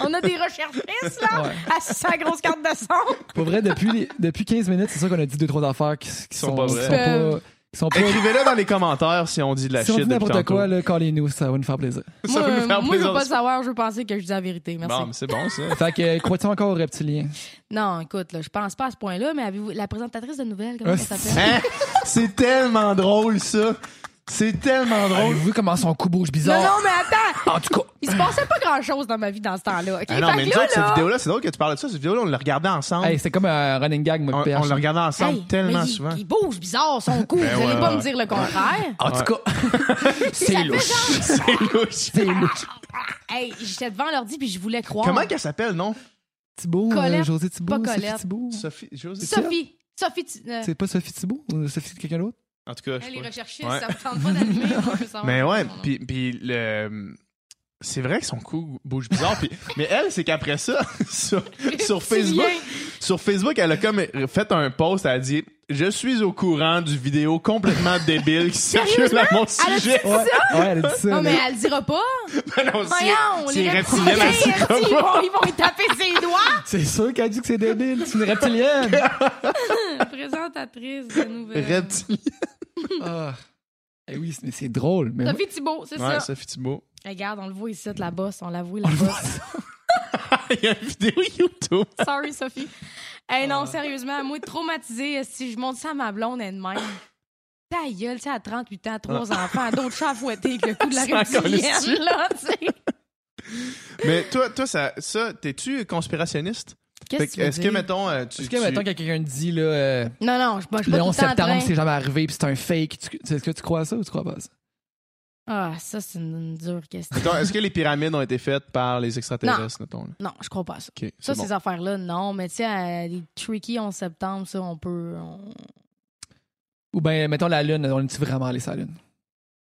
[SPEAKER 3] On a des recherchistes, là,
[SPEAKER 2] Ouais.
[SPEAKER 3] assis sur la grosse carte de son.
[SPEAKER 2] Pour vrai, depuis, les- depuis 15 minutes, c'est sûr qu'on a dit deux, trois affaires qui, qui
[SPEAKER 1] sont
[SPEAKER 2] sont,
[SPEAKER 1] pas
[SPEAKER 2] qui
[SPEAKER 1] vraies.
[SPEAKER 2] sont pas. Qui sont pas
[SPEAKER 1] Écrivez-le dans les commentaires si on dit de la
[SPEAKER 2] si on
[SPEAKER 1] shit
[SPEAKER 2] dit
[SPEAKER 1] depuis
[SPEAKER 2] n'importe
[SPEAKER 1] tantôt.
[SPEAKER 2] quoi, là, callez-nous, ça va nous faire plaisir.
[SPEAKER 1] Ça
[SPEAKER 3] Moi,
[SPEAKER 1] va nous
[SPEAKER 3] euh,
[SPEAKER 1] faire
[SPEAKER 3] moi, je
[SPEAKER 1] plaisir.
[SPEAKER 3] veux pas savoir, je veux penser que je dis la vérité. Merci.
[SPEAKER 1] Bon, mais c'est bon, ça.
[SPEAKER 2] Fait que, euh, crois-tu encore aux reptiliens?
[SPEAKER 3] Non, écoute, là, je pense pas à ce point-là, mais avez-vous la présentatrice de nouvelles, comment
[SPEAKER 2] Euh,
[SPEAKER 3] ça s'appelle?
[SPEAKER 1] Hein? C'est tellement drôle, ça. C'est tellement
[SPEAKER 2] Vous
[SPEAKER 1] drôle.
[SPEAKER 2] vu comment son cou bouge
[SPEAKER 3] Non,
[SPEAKER 2] bizarre?
[SPEAKER 3] non, mais attends!
[SPEAKER 2] En tout cas,
[SPEAKER 3] Il se passait pas grand-chose dans ma vie dans ce temps-là, OK?
[SPEAKER 1] Ah non,
[SPEAKER 3] Fait
[SPEAKER 1] mais
[SPEAKER 3] que
[SPEAKER 1] nous
[SPEAKER 3] là,
[SPEAKER 1] autres, cette
[SPEAKER 3] là-
[SPEAKER 1] vidéo-là, c'est drôle que tu parles de ça. Cette vidéo-là, on la regardait ensemble.
[SPEAKER 2] hey, c'est comme un running gag,
[SPEAKER 1] on,
[SPEAKER 2] moi, PH.
[SPEAKER 1] on la regardait ensemble
[SPEAKER 3] Hey,
[SPEAKER 1] tellement
[SPEAKER 3] mais il,
[SPEAKER 1] souvent.
[SPEAKER 3] Il bouge bizarre, son cou.
[SPEAKER 1] Ben
[SPEAKER 3] Vous allez
[SPEAKER 1] ouais,
[SPEAKER 3] pas
[SPEAKER 1] ouais.
[SPEAKER 3] me dire le contraire.
[SPEAKER 2] En tout cas,
[SPEAKER 3] Ça
[SPEAKER 2] c'est
[SPEAKER 3] fait
[SPEAKER 2] louche.
[SPEAKER 3] genre-
[SPEAKER 1] C'est louche.
[SPEAKER 2] C'est louche.
[SPEAKER 3] Hey, j'étais devant l'ordi puis je voulais croire.
[SPEAKER 1] Comment qu'elle s'appelle, non?
[SPEAKER 2] Thibault,
[SPEAKER 3] Colette,
[SPEAKER 2] euh, José Thibault,
[SPEAKER 3] pas
[SPEAKER 2] Sophie
[SPEAKER 3] Colette.
[SPEAKER 2] Thibault.
[SPEAKER 1] Sophie, José.
[SPEAKER 3] Sophie. Sophie, tu- euh,
[SPEAKER 2] C'est pas Sophie Thibault ou Sophie de quelqu'un d'autre?
[SPEAKER 1] En tout cas, je
[SPEAKER 3] elle
[SPEAKER 1] sais
[SPEAKER 3] est
[SPEAKER 1] pas.
[SPEAKER 3] recherchiste,
[SPEAKER 1] Ouais.
[SPEAKER 3] ça me tente pas d'allumer. je veux savoir
[SPEAKER 1] Mais
[SPEAKER 3] son
[SPEAKER 1] ouais,
[SPEAKER 3] nom.
[SPEAKER 1] puis, puis le... c'est vrai que son cou bouge bizarre. puis- Mais elle, c'est qu'après ça, sur, sur
[SPEAKER 3] Tu viens.
[SPEAKER 1] Facebook, sur Facebook, elle a comme fait un post, elle a dit « Je suis au courant du vidéo complètement débile qui circule à mon
[SPEAKER 3] Elle a dit
[SPEAKER 1] sujet.
[SPEAKER 2] Ouais, ouais, elle a dit ça.
[SPEAKER 3] Non,
[SPEAKER 2] là.
[SPEAKER 3] mais elle le dira pas. »
[SPEAKER 1] Ben non, si-
[SPEAKER 3] Voyons,
[SPEAKER 1] si
[SPEAKER 3] les
[SPEAKER 1] elle est
[SPEAKER 3] reptiliens,
[SPEAKER 1] reptilienne, elle
[SPEAKER 3] les
[SPEAKER 1] dira
[SPEAKER 3] reptiliens, hein, ils
[SPEAKER 1] pas.
[SPEAKER 3] vont, ils vont y taper ses doigts.
[SPEAKER 2] C'est sûr qu'elle dit que c'est débile. C'est une reptilienne.
[SPEAKER 3] Présentatrice de nouvelles.
[SPEAKER 1] Reptilien.
[SPEAKER 2] Ah. Eh oui, mais c'est drôle. Mais
[SPEAKER 3] Sophie Thibault, c'est
[SPEAKER 1] Ouais,
[SPEAKER 3] ça.
[SPEAKER 1] Sophie Thibault.
[SPEAKER 3] Regarde, on le voit ici, la bosse. On la voit, la bosse.
[SPEAKER 1] Il y a une vidéo YouTube.
[SPEAKER 3] Sorry, Sophie. Hey,
[SPEAKER 1] Ah.
[SPEAKER 3] non, sérieusement, moi, traumatisée, si je monte ça à ma blonde elle-même. Ta gueule, tu sais, à 38 ans, trois
[SPEAKER 1] Ah.
[SPEAKER 3] enfants, d'autres chats à fouetter que le coup de la
[SPEAKER 1] C'est encore
[SPEAKER 3] reptilienne, là, tu sais.
[SPEAKER 1] Mais toi, toi ça, ça t'es-tu conspirationniste? Fait
[SPEAKER 3] Qu'est-ce
[SPEAKER 1] que,
[SPEAKER 3] tu veux
[SPEAKER 1] Est-ce que,
[SPEAKER 3] dire?
[SPEAKER 1] mettons, euh, tu...
[SPEAKER 2] est-ce que,
[SPEAKER 1] tu-
[SPEAKER 2] mettons, que quelqu'un dit, là, euh,
[SPEAKER 3] Non, non, je moi, je suis pas
[SPEAKER 2] le
[SPEAKER 3] tout
[SPEAKER 2] 11
[SPEAKER 3] le temps en train.
[SPEAKER 2] septembre, c'est jamais arrivé, puis c'est un fake, tu- tu- est-ce que tu crois à ça ou tu crois pas à ça?
[SPEAKER 3] Ah, ça, c'est une, une dure question.
[SPEAKER 1] Mettons, Est-ce que les pyramides ont été faites par les extraterrestres, mettons? là?
[SPEAKER 3] Non, je crois pas à ça.
[SPEAKER 1] Ok,
[SPEAKER 3] Ça,
[SPEAKER 1] c'est bon.
[SPEAKER 3] ces affaires-là, non. Mais tu sais, euh, les tricky en septembre, ça, on peut... on-
[SPEAKER 2] Ou ben, mettons, la Lune, on est-tu vraiment allé sur la Lune?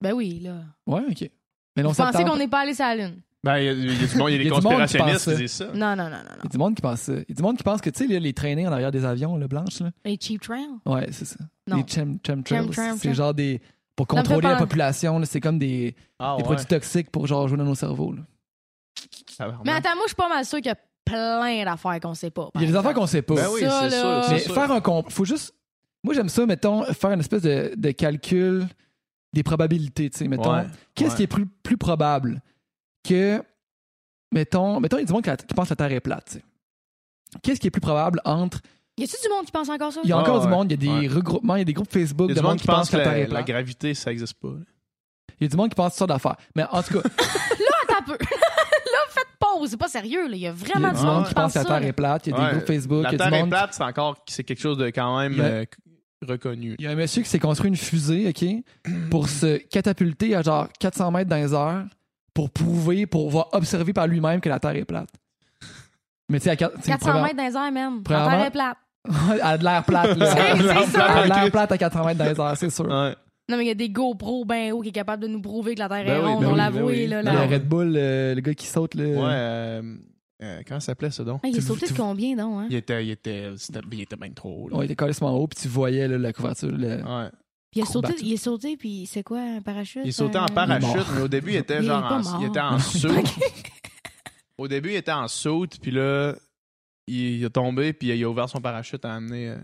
[SPEAKER 3] Ben oui, là.
[SPEAKER 2] Ouais, OK. Mais non,
[SPEAKER 3] Vous pensez
[SPEAKER 2] septembre,
[SPEAKER 3] qu'on n'est pas allé sur la Lune?
[SPEAKER 1] Ben, il y, a- il y a du monde, il y a
[SPEAKER 2] Il
[SPEAKER 1] des
[SPEAKER 2] y a du monde qui pense
[SPEAKER 1] conspirationnistes
[SPEAKER 2] ça.
[SPEAKER 1] qui disent ça.
[SPEAKER 3] Non, non, non,
[SPEAKER 2] il
[SPEAKER 3] non,
[SPEAKER 2] y
[SPEAKER 3] non.
[SPEAKER 2] a du monde qui pense ça. Il y a du monde qui pense que, tu sais, là, les traînées en arrière des avions, le blanche, là.
[SPEAKER 3] Les cheap trails?
[SPEAKER 2] Ouais, c'est ça.
[SPEAKER 3] Non.
[SPEAKER 2] Les chem, chemtrails,
[SPEAKER 3] Chemtrails,
[SPEAKER 2] C'est
[SPEAKER 3] chemtrails.
[SPEAKER 2] genre des. Pour
[SPEAKER 3] me fait
[SPEAKER 2] contrôler la
[SPEAKER 3] peur.
[SPEAKER 2] population, là, c'est comme des,
[SPEAKER 1] Ah,
[SPEAKER 2] des produits toxiques pour genre jouer dans nos cerveaux. là.
[SPEAKER 3] Mais attends, moi, je suis pas mal sûre qu'il y a plein d'affaires qu'on sait pas.
[SPEAKER 2] Il
[SPEAKER 3] par
[SPEAKER 2] y a des
[SPEAKER 3] exemple.
[SPEAKER 2] affaires qu'on sait pas.
[SPEAKER 1] Ben oui, c'est
[SPEAKER 3] Ça, là.
[SPEAKER 1] sûr. c'est
[SPEAKER 2] Mais
[SPEAKER 1] sûr.
[SPEAKER 2] faire un comp- faut juste. Moi, j'aime ça, mettons, faire une espèce de, de calcul des probabilités, tu sais, mettons.
[SPEAKER 1] Ouais,
[SPEAKER 2] Qu'est-ce
[SPEAKER 1] ouais.
[SPEAKER 2] qui est plus, plus probable que. Mettons, mettons, il y a du monde qui, la- qui pense que la Terre est plate, tu sais. Qu'est-ce qui est plus probable entre.
[SPEAKER 3] Y a-tu du monde qui pense encore ça?
[SPEAKER 2] Il y a
[SPEAKER 1] Ah,
[SPEAKER 2] encore du
[SPEAKER 1] ouais.
[SPEAKER 2] monde, il y a des
[SPEAKER 1] Ouais.
[SPEAKER 2] regroupements, il y a des groupes Facebook
[SPEAKER 1] Il y a
[SPEAKER 2] de
[SPEAKER 1] du monde qui pense que
[SPEAKER 2] la Terre
[SPEAKER 1] la,
[SPEAKER 2] est
[SPEAKER 1] la
[SPEAKER 2] plate.
[SPEAKER 1] gravité, ça n'existe pas.
[SPEAKER 2] Il y a du monde qui pense toutes sortes d'affaires. Mais en tout cas,
[SPEAKER 3] Attends un peu. là, faites pause. C'est pas sérieux, là. Il y a
[SPEAKER 2] il y
[SPEAKER 3] vraiment
[SPEAKER 2] a du
[SPEAKER 3] du
[SPEAKER 2] monde qui pense que la
[SPEAKER 3] ça,
[SPEAKER 2] Terre
[SPEAKER 3] là.
[SPEAKER 2] est plate, il y a
[SPEAKER 1] Ouais,
[SPEAKER 2] des groupes Facebook, il
[SPEAKER 1] La
[SPEAKER 2] y a
[SPEAKER 1] Terre
[SPEAKER 2] du
[SPEAKER 1] est
[SPEAKER 2] monde. qui-
[SPEAKER 1] plate, c'est encore c'est quelque chose de quand même
[SPEAKER 2] Il y a-
[SPEAKER 1] euh, reconnu.
[SPEAKER 2] Il y a un monsieur qui s'est construit une fusée, OK, pour se catapulter à genre 400 mètres dans les airs pour prouver, pour voir observer par lui-même que la Terre est plate. Mais tu sais, à quatre- tu sais,
[SPEAKER 3] 400
[SPEAKER 2] première-
[SPEAKER 3] mètres dans les airs, même. La
[SPEAKER 2] Premièrement-
[SPEAKER 3] terre est plate.
[SPEAKER 2] Elle a de l'air plate, là.
[SPEAKER 3] C'est- c'est
[SPEAKER 2] Elle
[SPEAKER 3] ça.
[SPEAKER 2] a de l'air plate à 400 mètres dans les airs, c'est sûr.
[SPEAKER 1] Ouais.
[SPEAKER 3] Non, mais il y a des GoPro ben haut qui est capable de nous prouver que la Terre
[SPEAKER 1] Ben
[SPEAKER 3] est
[SPEAKER 1] oui,
[SPEAKER 3] ronde.
[SPEAKER 1] ben
[SPEAKER 3] on
[SPEAKER 1] oui,
[SPEAKER 3] l'a
[SPEAKER 1] ben
[SPEAKER 3] avoué,
[SPEAKER 1] oui.
[SPEAKER 3] là.
[SPEAKER 2] Dans
[SPEAKER 3] là.
[SPEAKER 2] le Red Bull, euh, le gars qui saute, là.
[SPEAKER 1] Ouais, euh, euh, comment ça s'appelait ce don?
[SPEAKER 3] Ah, il est
[SPEAKER 2] Tu-
[SPEAKER 3] sauté de
[SPEAKER 2] tu-
[SPEAKER 3] combien, donc? Hein?
[SPEAKER 1] Il était, il était, c'était- il était bien trop. là.
[SPEAKER 2] Ouais, il était carrément haut, puis tu voyais là, la couverture. le-
[SPEAKER 1] Ouais.
[SPEAKER 3] Il, a
[SPEAKER 2] courbe
[SPEAKER 3] sauté,
[SPEAKER 2] battue.
[SPEAKER 3] il est sauté, puis c'est quoi, un parachute?
[SPEAKER 1] Il sautait en
[SPEAKER 3] un-
[SPEAKER 2] Il est
[SPEAKER 1] parachute,
[SPEAKER 2] mort.
[SPEAKER 1] mais au début, il était
[SPEAKER 3] Il est
[SPEAKER 1] genre
[SPEAKER 3] pas
[SPEAKER 1] en,
[SPEAKER 3] mort.
[SPEAKER 1] il était en saut. au début, il était en saut, puis là, il, il a tombé, puis il a ouvert son parachute à amener. euh,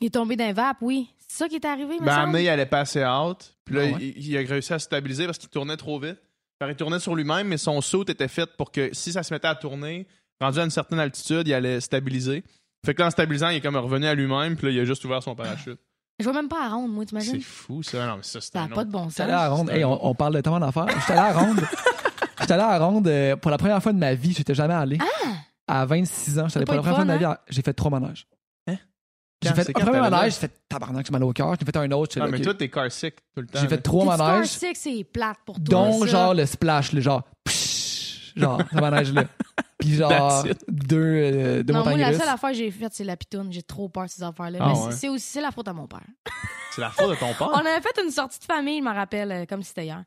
[SPEAKER 3] Il est tombé d'un vape, oui. C'est ça qui est arrivé, me
[SPEAKER 1] Ben,
[SPEAKER 3] semble?
[SPEAKER 1] amené, il allait passer out. Puis là,
[SPEAKER 2] Ah ouais?
[SPEAKER 1] il, il a réussi à se stabiliser parce qu'il tournait trop vite. Fait il tournait sur lui-même, mais son saut était fait pour que si ça se mettait à tourner, rendu à une certaine altitude, il allait stabiliser. Fait que là, en stabilisant, il est comme revenu à lui-même, puis là, il a juste ouvert son parachute.
[SPEAKER 3] Je vois même pas à ronde, moi,
[SPEAKER 1] C'est
[SPEAKER 3] t'imagines?
[SPEAKER 1] fou, ça. Non, mais ça, c'est
[SPEAKER 3] Ça
[SPEAKER 1] un
[SPEAKER 3] n'a pas de
[SPEAKER 1] autre.
[SPEAKER 3] bon sens.
[SPEAKER 2] J'étais allé à Ronde.
[SPEAKER 1] c'est
[SPEAKER 2] Hey,
[SPEAKER 1] un-
[SPEAKER 2] on, on parle de tellement d'affaires. J'étais allé à Ronde. J'étais allé à Ronde euh, pour la première fois de ma vie. J'étais jamais allé. À 26 ans, j'étais allé pour la
[SPEAKER 3] Ah! pas eu de
[SPEAKER 2] première fois de
[SPEAKER 3] fun,
[SPEAKER 2] ma vie. à- J'ai fait trois manèges.
[SPEAKER 1] Hein?
[SPEAKER 2] J'ai
[SPEAKER 1] Quand-
[SPEAKER 2] fait
[SPEAKER 1] c'est
[SPEAKER 2] un
[SPEAKER 1] quand
[SPEAKER 2] premier
[SPEAKER 1] t'avais
[SPEAKER 2] manège,
[SPEAKER 1] l'âge?
[SPEAKER 2] j'ai fait tabarnak, j'ai mal au cœur. J'ai fait un autre. j'étais
[SPEAKER 1] Non,
[SPEAKER 2] là,
[SPEAKER 1] Ah, mais
[SPEAKER 2] ok.
[SPEAKER 1] toi, t'es car sick tout le temps.
[SPEAKER 2] J'ai fait
[SPEAKER 1] là.
[SPEAKER 2] trois
[SPEAKER 3] T'es-tu
[SPEAKER 2] manèges,
[SPEAKER 3] Star Six, c'est plate pour toi.
[SPEAKER 2] dont
[SPEAKER 3] ça.
[SPEAKER 2] genre le splash, le genre. psh, Genre, ce manège-là. Puis genre,
[SPEAKER 1] That's
[SPEAKER 2] deux, euh, deux
[SPEAKER 3] non, moi,
[SPEAKER 2] montagnes
[SPEAKER 3] la
[SPEAKER 2] russes.
[SPEAKER 3] seule affaire que j'ai faite, c'est la pitoune. J'ai trop peur de ces affaires-là.
[SPEAKER 1] Ah
[SPEAKER 3] Mais c'est-
[SPEAKER 1] ouais.
[SPEAKER 3] C'est aussi c'est la faute à mon père.
[SPEAKER 1] C'est la faute de ton père.
[SPEAKER 3] On avait fait une sortie de famille, je m'en rappelle, euh, comme si c'était hier.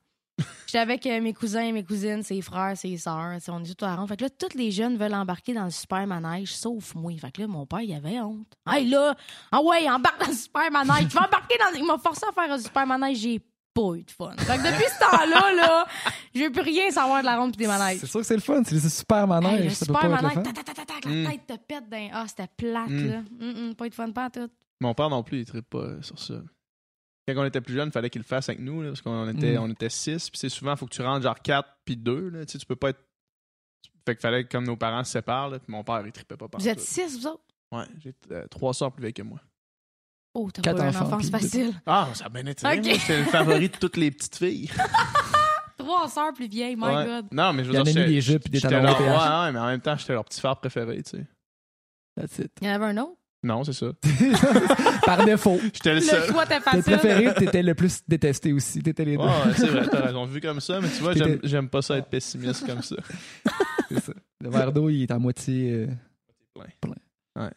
[SPEAKER 3] J'étais avec euh, mes cousins, mes cousines, ses frères, ses sœurs. tu sais, On est tous à rond. Fait que là, tous les jeunes veulent embarquer dans le super manège, sauf moi. Fait que là, mon père, il avait honte. Hey, là, ah ouais, embarque dans le super manège. Tu vas embarquer dans. Il m'a forcé à faire un super manège. J'ai pas eu de fun. Fait que depuis ce temps-là, là, je veux plus rien savoir de la ronde pis des manèges.
[SPEAKER 2] C'est sûr que c'est le fun. C'est des super manèges.
[SPEAKER 3] Hey, le
[SPEAKER 2] ça peut
[SPEAKER 3] super
[SPEAKER 2] pas être le
[SPEAKER 3] manège,
[SPEAKER 2] fun.
[SPEAKER 3] ta, ta, ta, ta, ta, la tête te pète d'un. Ah, c'était plate,
[SPEAKER 1] Mm.
[SPEAKER 3] là. Mm, mm, pas eu de fun, pas à tout.
[SPEAKER 1] Mon père non plus, il ne pas euh, sur ça. Quand on était plus jeune, il fallait qu'il le fasse avec nous, là, parce qu'on était,
[SPEAKER 2] Mm.
[SPEAKER 1] on était six. Puis c'est souvent, il faut que tu rentres genre quatre, puis deux. Là, tu sais, tu peux pas être. Fait qu'il fallait que comme nos parents se séparent, là, puis mon père, il tripait pas par
[SPEAKER 3] Vous êtes six, vous autres?
[SPEAKER 1] Ouais, j'ai euh, trois soeurs plus vieilles que moi.
[SPEAKER 3] Oh, t'as
[SPEAKER 2] Quatre
[SPEAKER 3] pas eu une
[SPEAKER 2] enfants,
[SPEAKER 3] enfance
[SPEAKER 2] puis-
[SPEAKER 3] facile.
[SPEAKER 1] Ah, ça a bien été.
[SPEAKER 3] Ok.
[SPEAKER 1] Moi, J'étais le favori de toutes les petites filles.
[SPEAKER 3] Trois sœurs plus vieilles, my
[SPEAKER 1] Ouais.
[SPEAKER 3] God.
[SPEAKER 1] Non, mais je
[SPEAKER 2] Il y
[SPEAKER 1] veux
[SPEAKER 2] en a
[SPEAKER 1] dire,
[SPEAKER 2] mis des
[SPEAKER 1] j'étais-
[SPEAKER 2] jupes et des
[SPEAKER 1] j'étais
[SPEAKER 2] talons
[SPEAKER 1] leur-
[SPEAKER 2] au PH.
[SPEAKER 1] ouais, ouais, mais en même temps, j'étais leur petit frère préféré, tu sais.
[SPEAKER 2] That's it.
[SPEAKER 3] Il y en avait un autre.
[SPEAKER 1] Non, c'est ça.
[SPEAKER 2] Par défaut.
[SPEAKER 1] J'étais le
[SPEAKER 3] Le
[SPEAKER 1] seul.
[SPEAKER 3] choix t'es
[SPEAKER 2] Tes
[SPEAKER 3] facile.
[SPEAKER 2] préférés, t'étais le plus détesté aussi. T'étais les deux.
[SPEAKER 1] Ouais, ouais, c'est vrai, t'as raison. Vu comme ça, mais tu vois,
[SPEAKER 2] T'étais-
[SPEAKER 1] j'aime- j'aime pas ça être pessimiste comme ça.
[SPEAKER 2] C'est ça. Le verre d'eau, il est à moitié euh,
[SPEAKER 1] Plein.
[SPEAKER 2] plein.
[SPEAKER 1] Ouais.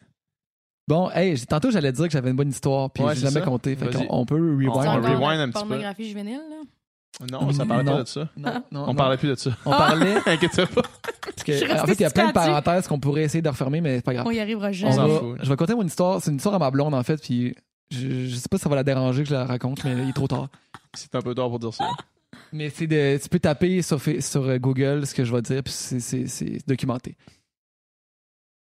[SPEAKER 2] Bon, hey, j- tantôt j'allais dire que j'avais une bonne histoire, puis
[SPEAKER 1] Ouais,
[SPEAKER 2] j'ai
[SPEAKER 1] c'est
[SPEAKER 2] jamais
[SPEAKER 1] ça.
[SPEAKER 2] compté. Fait
[SPEAKER 1] Vas-y.
[SPEAKER 2] qu'on on peut
[SPEAKER 1] On
[SPEAKER 2] rewind.
[SPEAKER 3] C'est
[SPEAKER 1] Ouais,
[SPEAKER 3] encore
[SPEAKER 1] rewind
[SPEAKER 3] la
[SPEAKER 1] un petit peu.
[SPEAKER 3] Pornographie juvénile, là.
[SPEAKER 1] Non, ça parlait
[SPEAKER 2] Non.
[SPEAKER 1] pas de ça.
[SPEAKER 2] Non, non,
[SPEAKER 1] On
[SPEAKER 2] non.
[SPEAKER 1] parlait plus de ça.
[SPEAKER 2] On parlait
[SPEAKER 1] Inquiète-toi pas.
[SPEAKER 2] parce
[SPEAKER 3] Je suis
[SPEAKER 2] que, en
[SPEAKER 3] restée
[SPEAKER 2] fait, il y a plein de
[SPEAKER 3] statue.
[SPEAKER 2] parenthèses qu'on pourrait essayer de refermer, mais c'est pas grave.
[SPEAKER 3] On y arrivera
[SPEAKER 2] On
[SPEAKER 1] s'en
[SPEAKER 3] jamais.
[SPEAKER 2] va-
[SPEAKER 1] fout.
[SPEAKER 2] je vais conter mon histoire. C'est une histoire à ma blonde, en fait, puis je, je sais pas si ça va la déranger que je la raconte, mais il est trop tard.
[SPEAKER 1] C'est un peu tard pour dire ça.
[SPEAKER 2] Mais c'est de, tu peux taper sur, fa- sur euh, Google ce que je vais dire, puis c'est- c'est c'est documenté.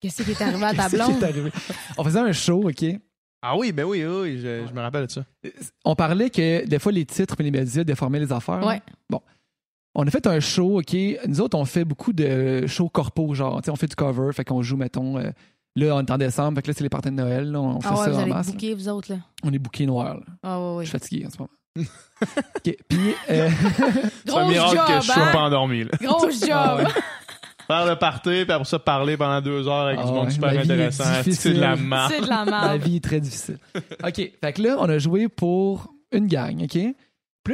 [SPEAKER 3] Qu'est-ce qui est arrivé à ta
[SPEAKER 2] Qu'est-ce qui est
[SPEAKER 3] blonde?
[SPEAKER 2] arrivé? On faisait un show, OK?
[SPEAKER 1] Ah oui, ben oui, oui, je, je me rappelle de ça.
[SPEAKER 2] On parlait que des fois les titres et les médias déformaient les affaires.
[SPEAKER 3] Ouais.
[SPEAKER 2] On a fait un show, OK? Nous autres, on fait beaucoup de shows corpo, genre, tu sais, on fait du cover, fait qu'on joue, mettons, euh, là, on est en décembre, fait que là, c'est les parties de Noël, là, on fait
[SPEAKER 3] Ah ouais,
[SPEAKER 2] ça
[SPEAKER 3] vous
[SPEAKER 2] en
[SPEAKER 3] allez
[SPEAKER 2] masse.
[SPEAKER 3] être bouqués, vous autres, là.
[SPEAKER 2] là. On est bouqué noir, là.
[SPEAKER 3] Ah ouais,
[SPEAKER 2] Je suis
[SPEAKER 3] ouais.
[SPEAKER 2] fatigué en ce moment. OK. Puis, euh,
[SPEAKER 1] C'est un
[SPEAKER 3] Grosse
[SPEAKER 1] miracle
[SPEAKER 3] job,
[SPEAKER 1] que je suis
[SPEAKER 3] hein?
[SPEAKER 1] pas endormi. là.
[SPEAKER 3] Grosse
[SPEAKER 2] ah ouais.
[SPEAKER 3] job!
[SPEAKER 1] Faire le party, puis après ça, parler pendant deux heures avec
[SPEAKER 2] Ah
[SPEAKER 1] du monde
[SPEAKER 2] ouais,
[SPEAKER 1] super
[SPEAKER 2] la vie est
[SPEAKER 1] intéressant.
[SPEAKER 2] difficile.
[SPEAKER 1] C'est de la merde.
[SPEAKER 3] C'est de
[SPEAKER 2] La
[SPEAKER 3] la merde.
[SPEAKER 2] vie est très difficile. OK. Fait que là, on a joué pour une gang, OK? Puis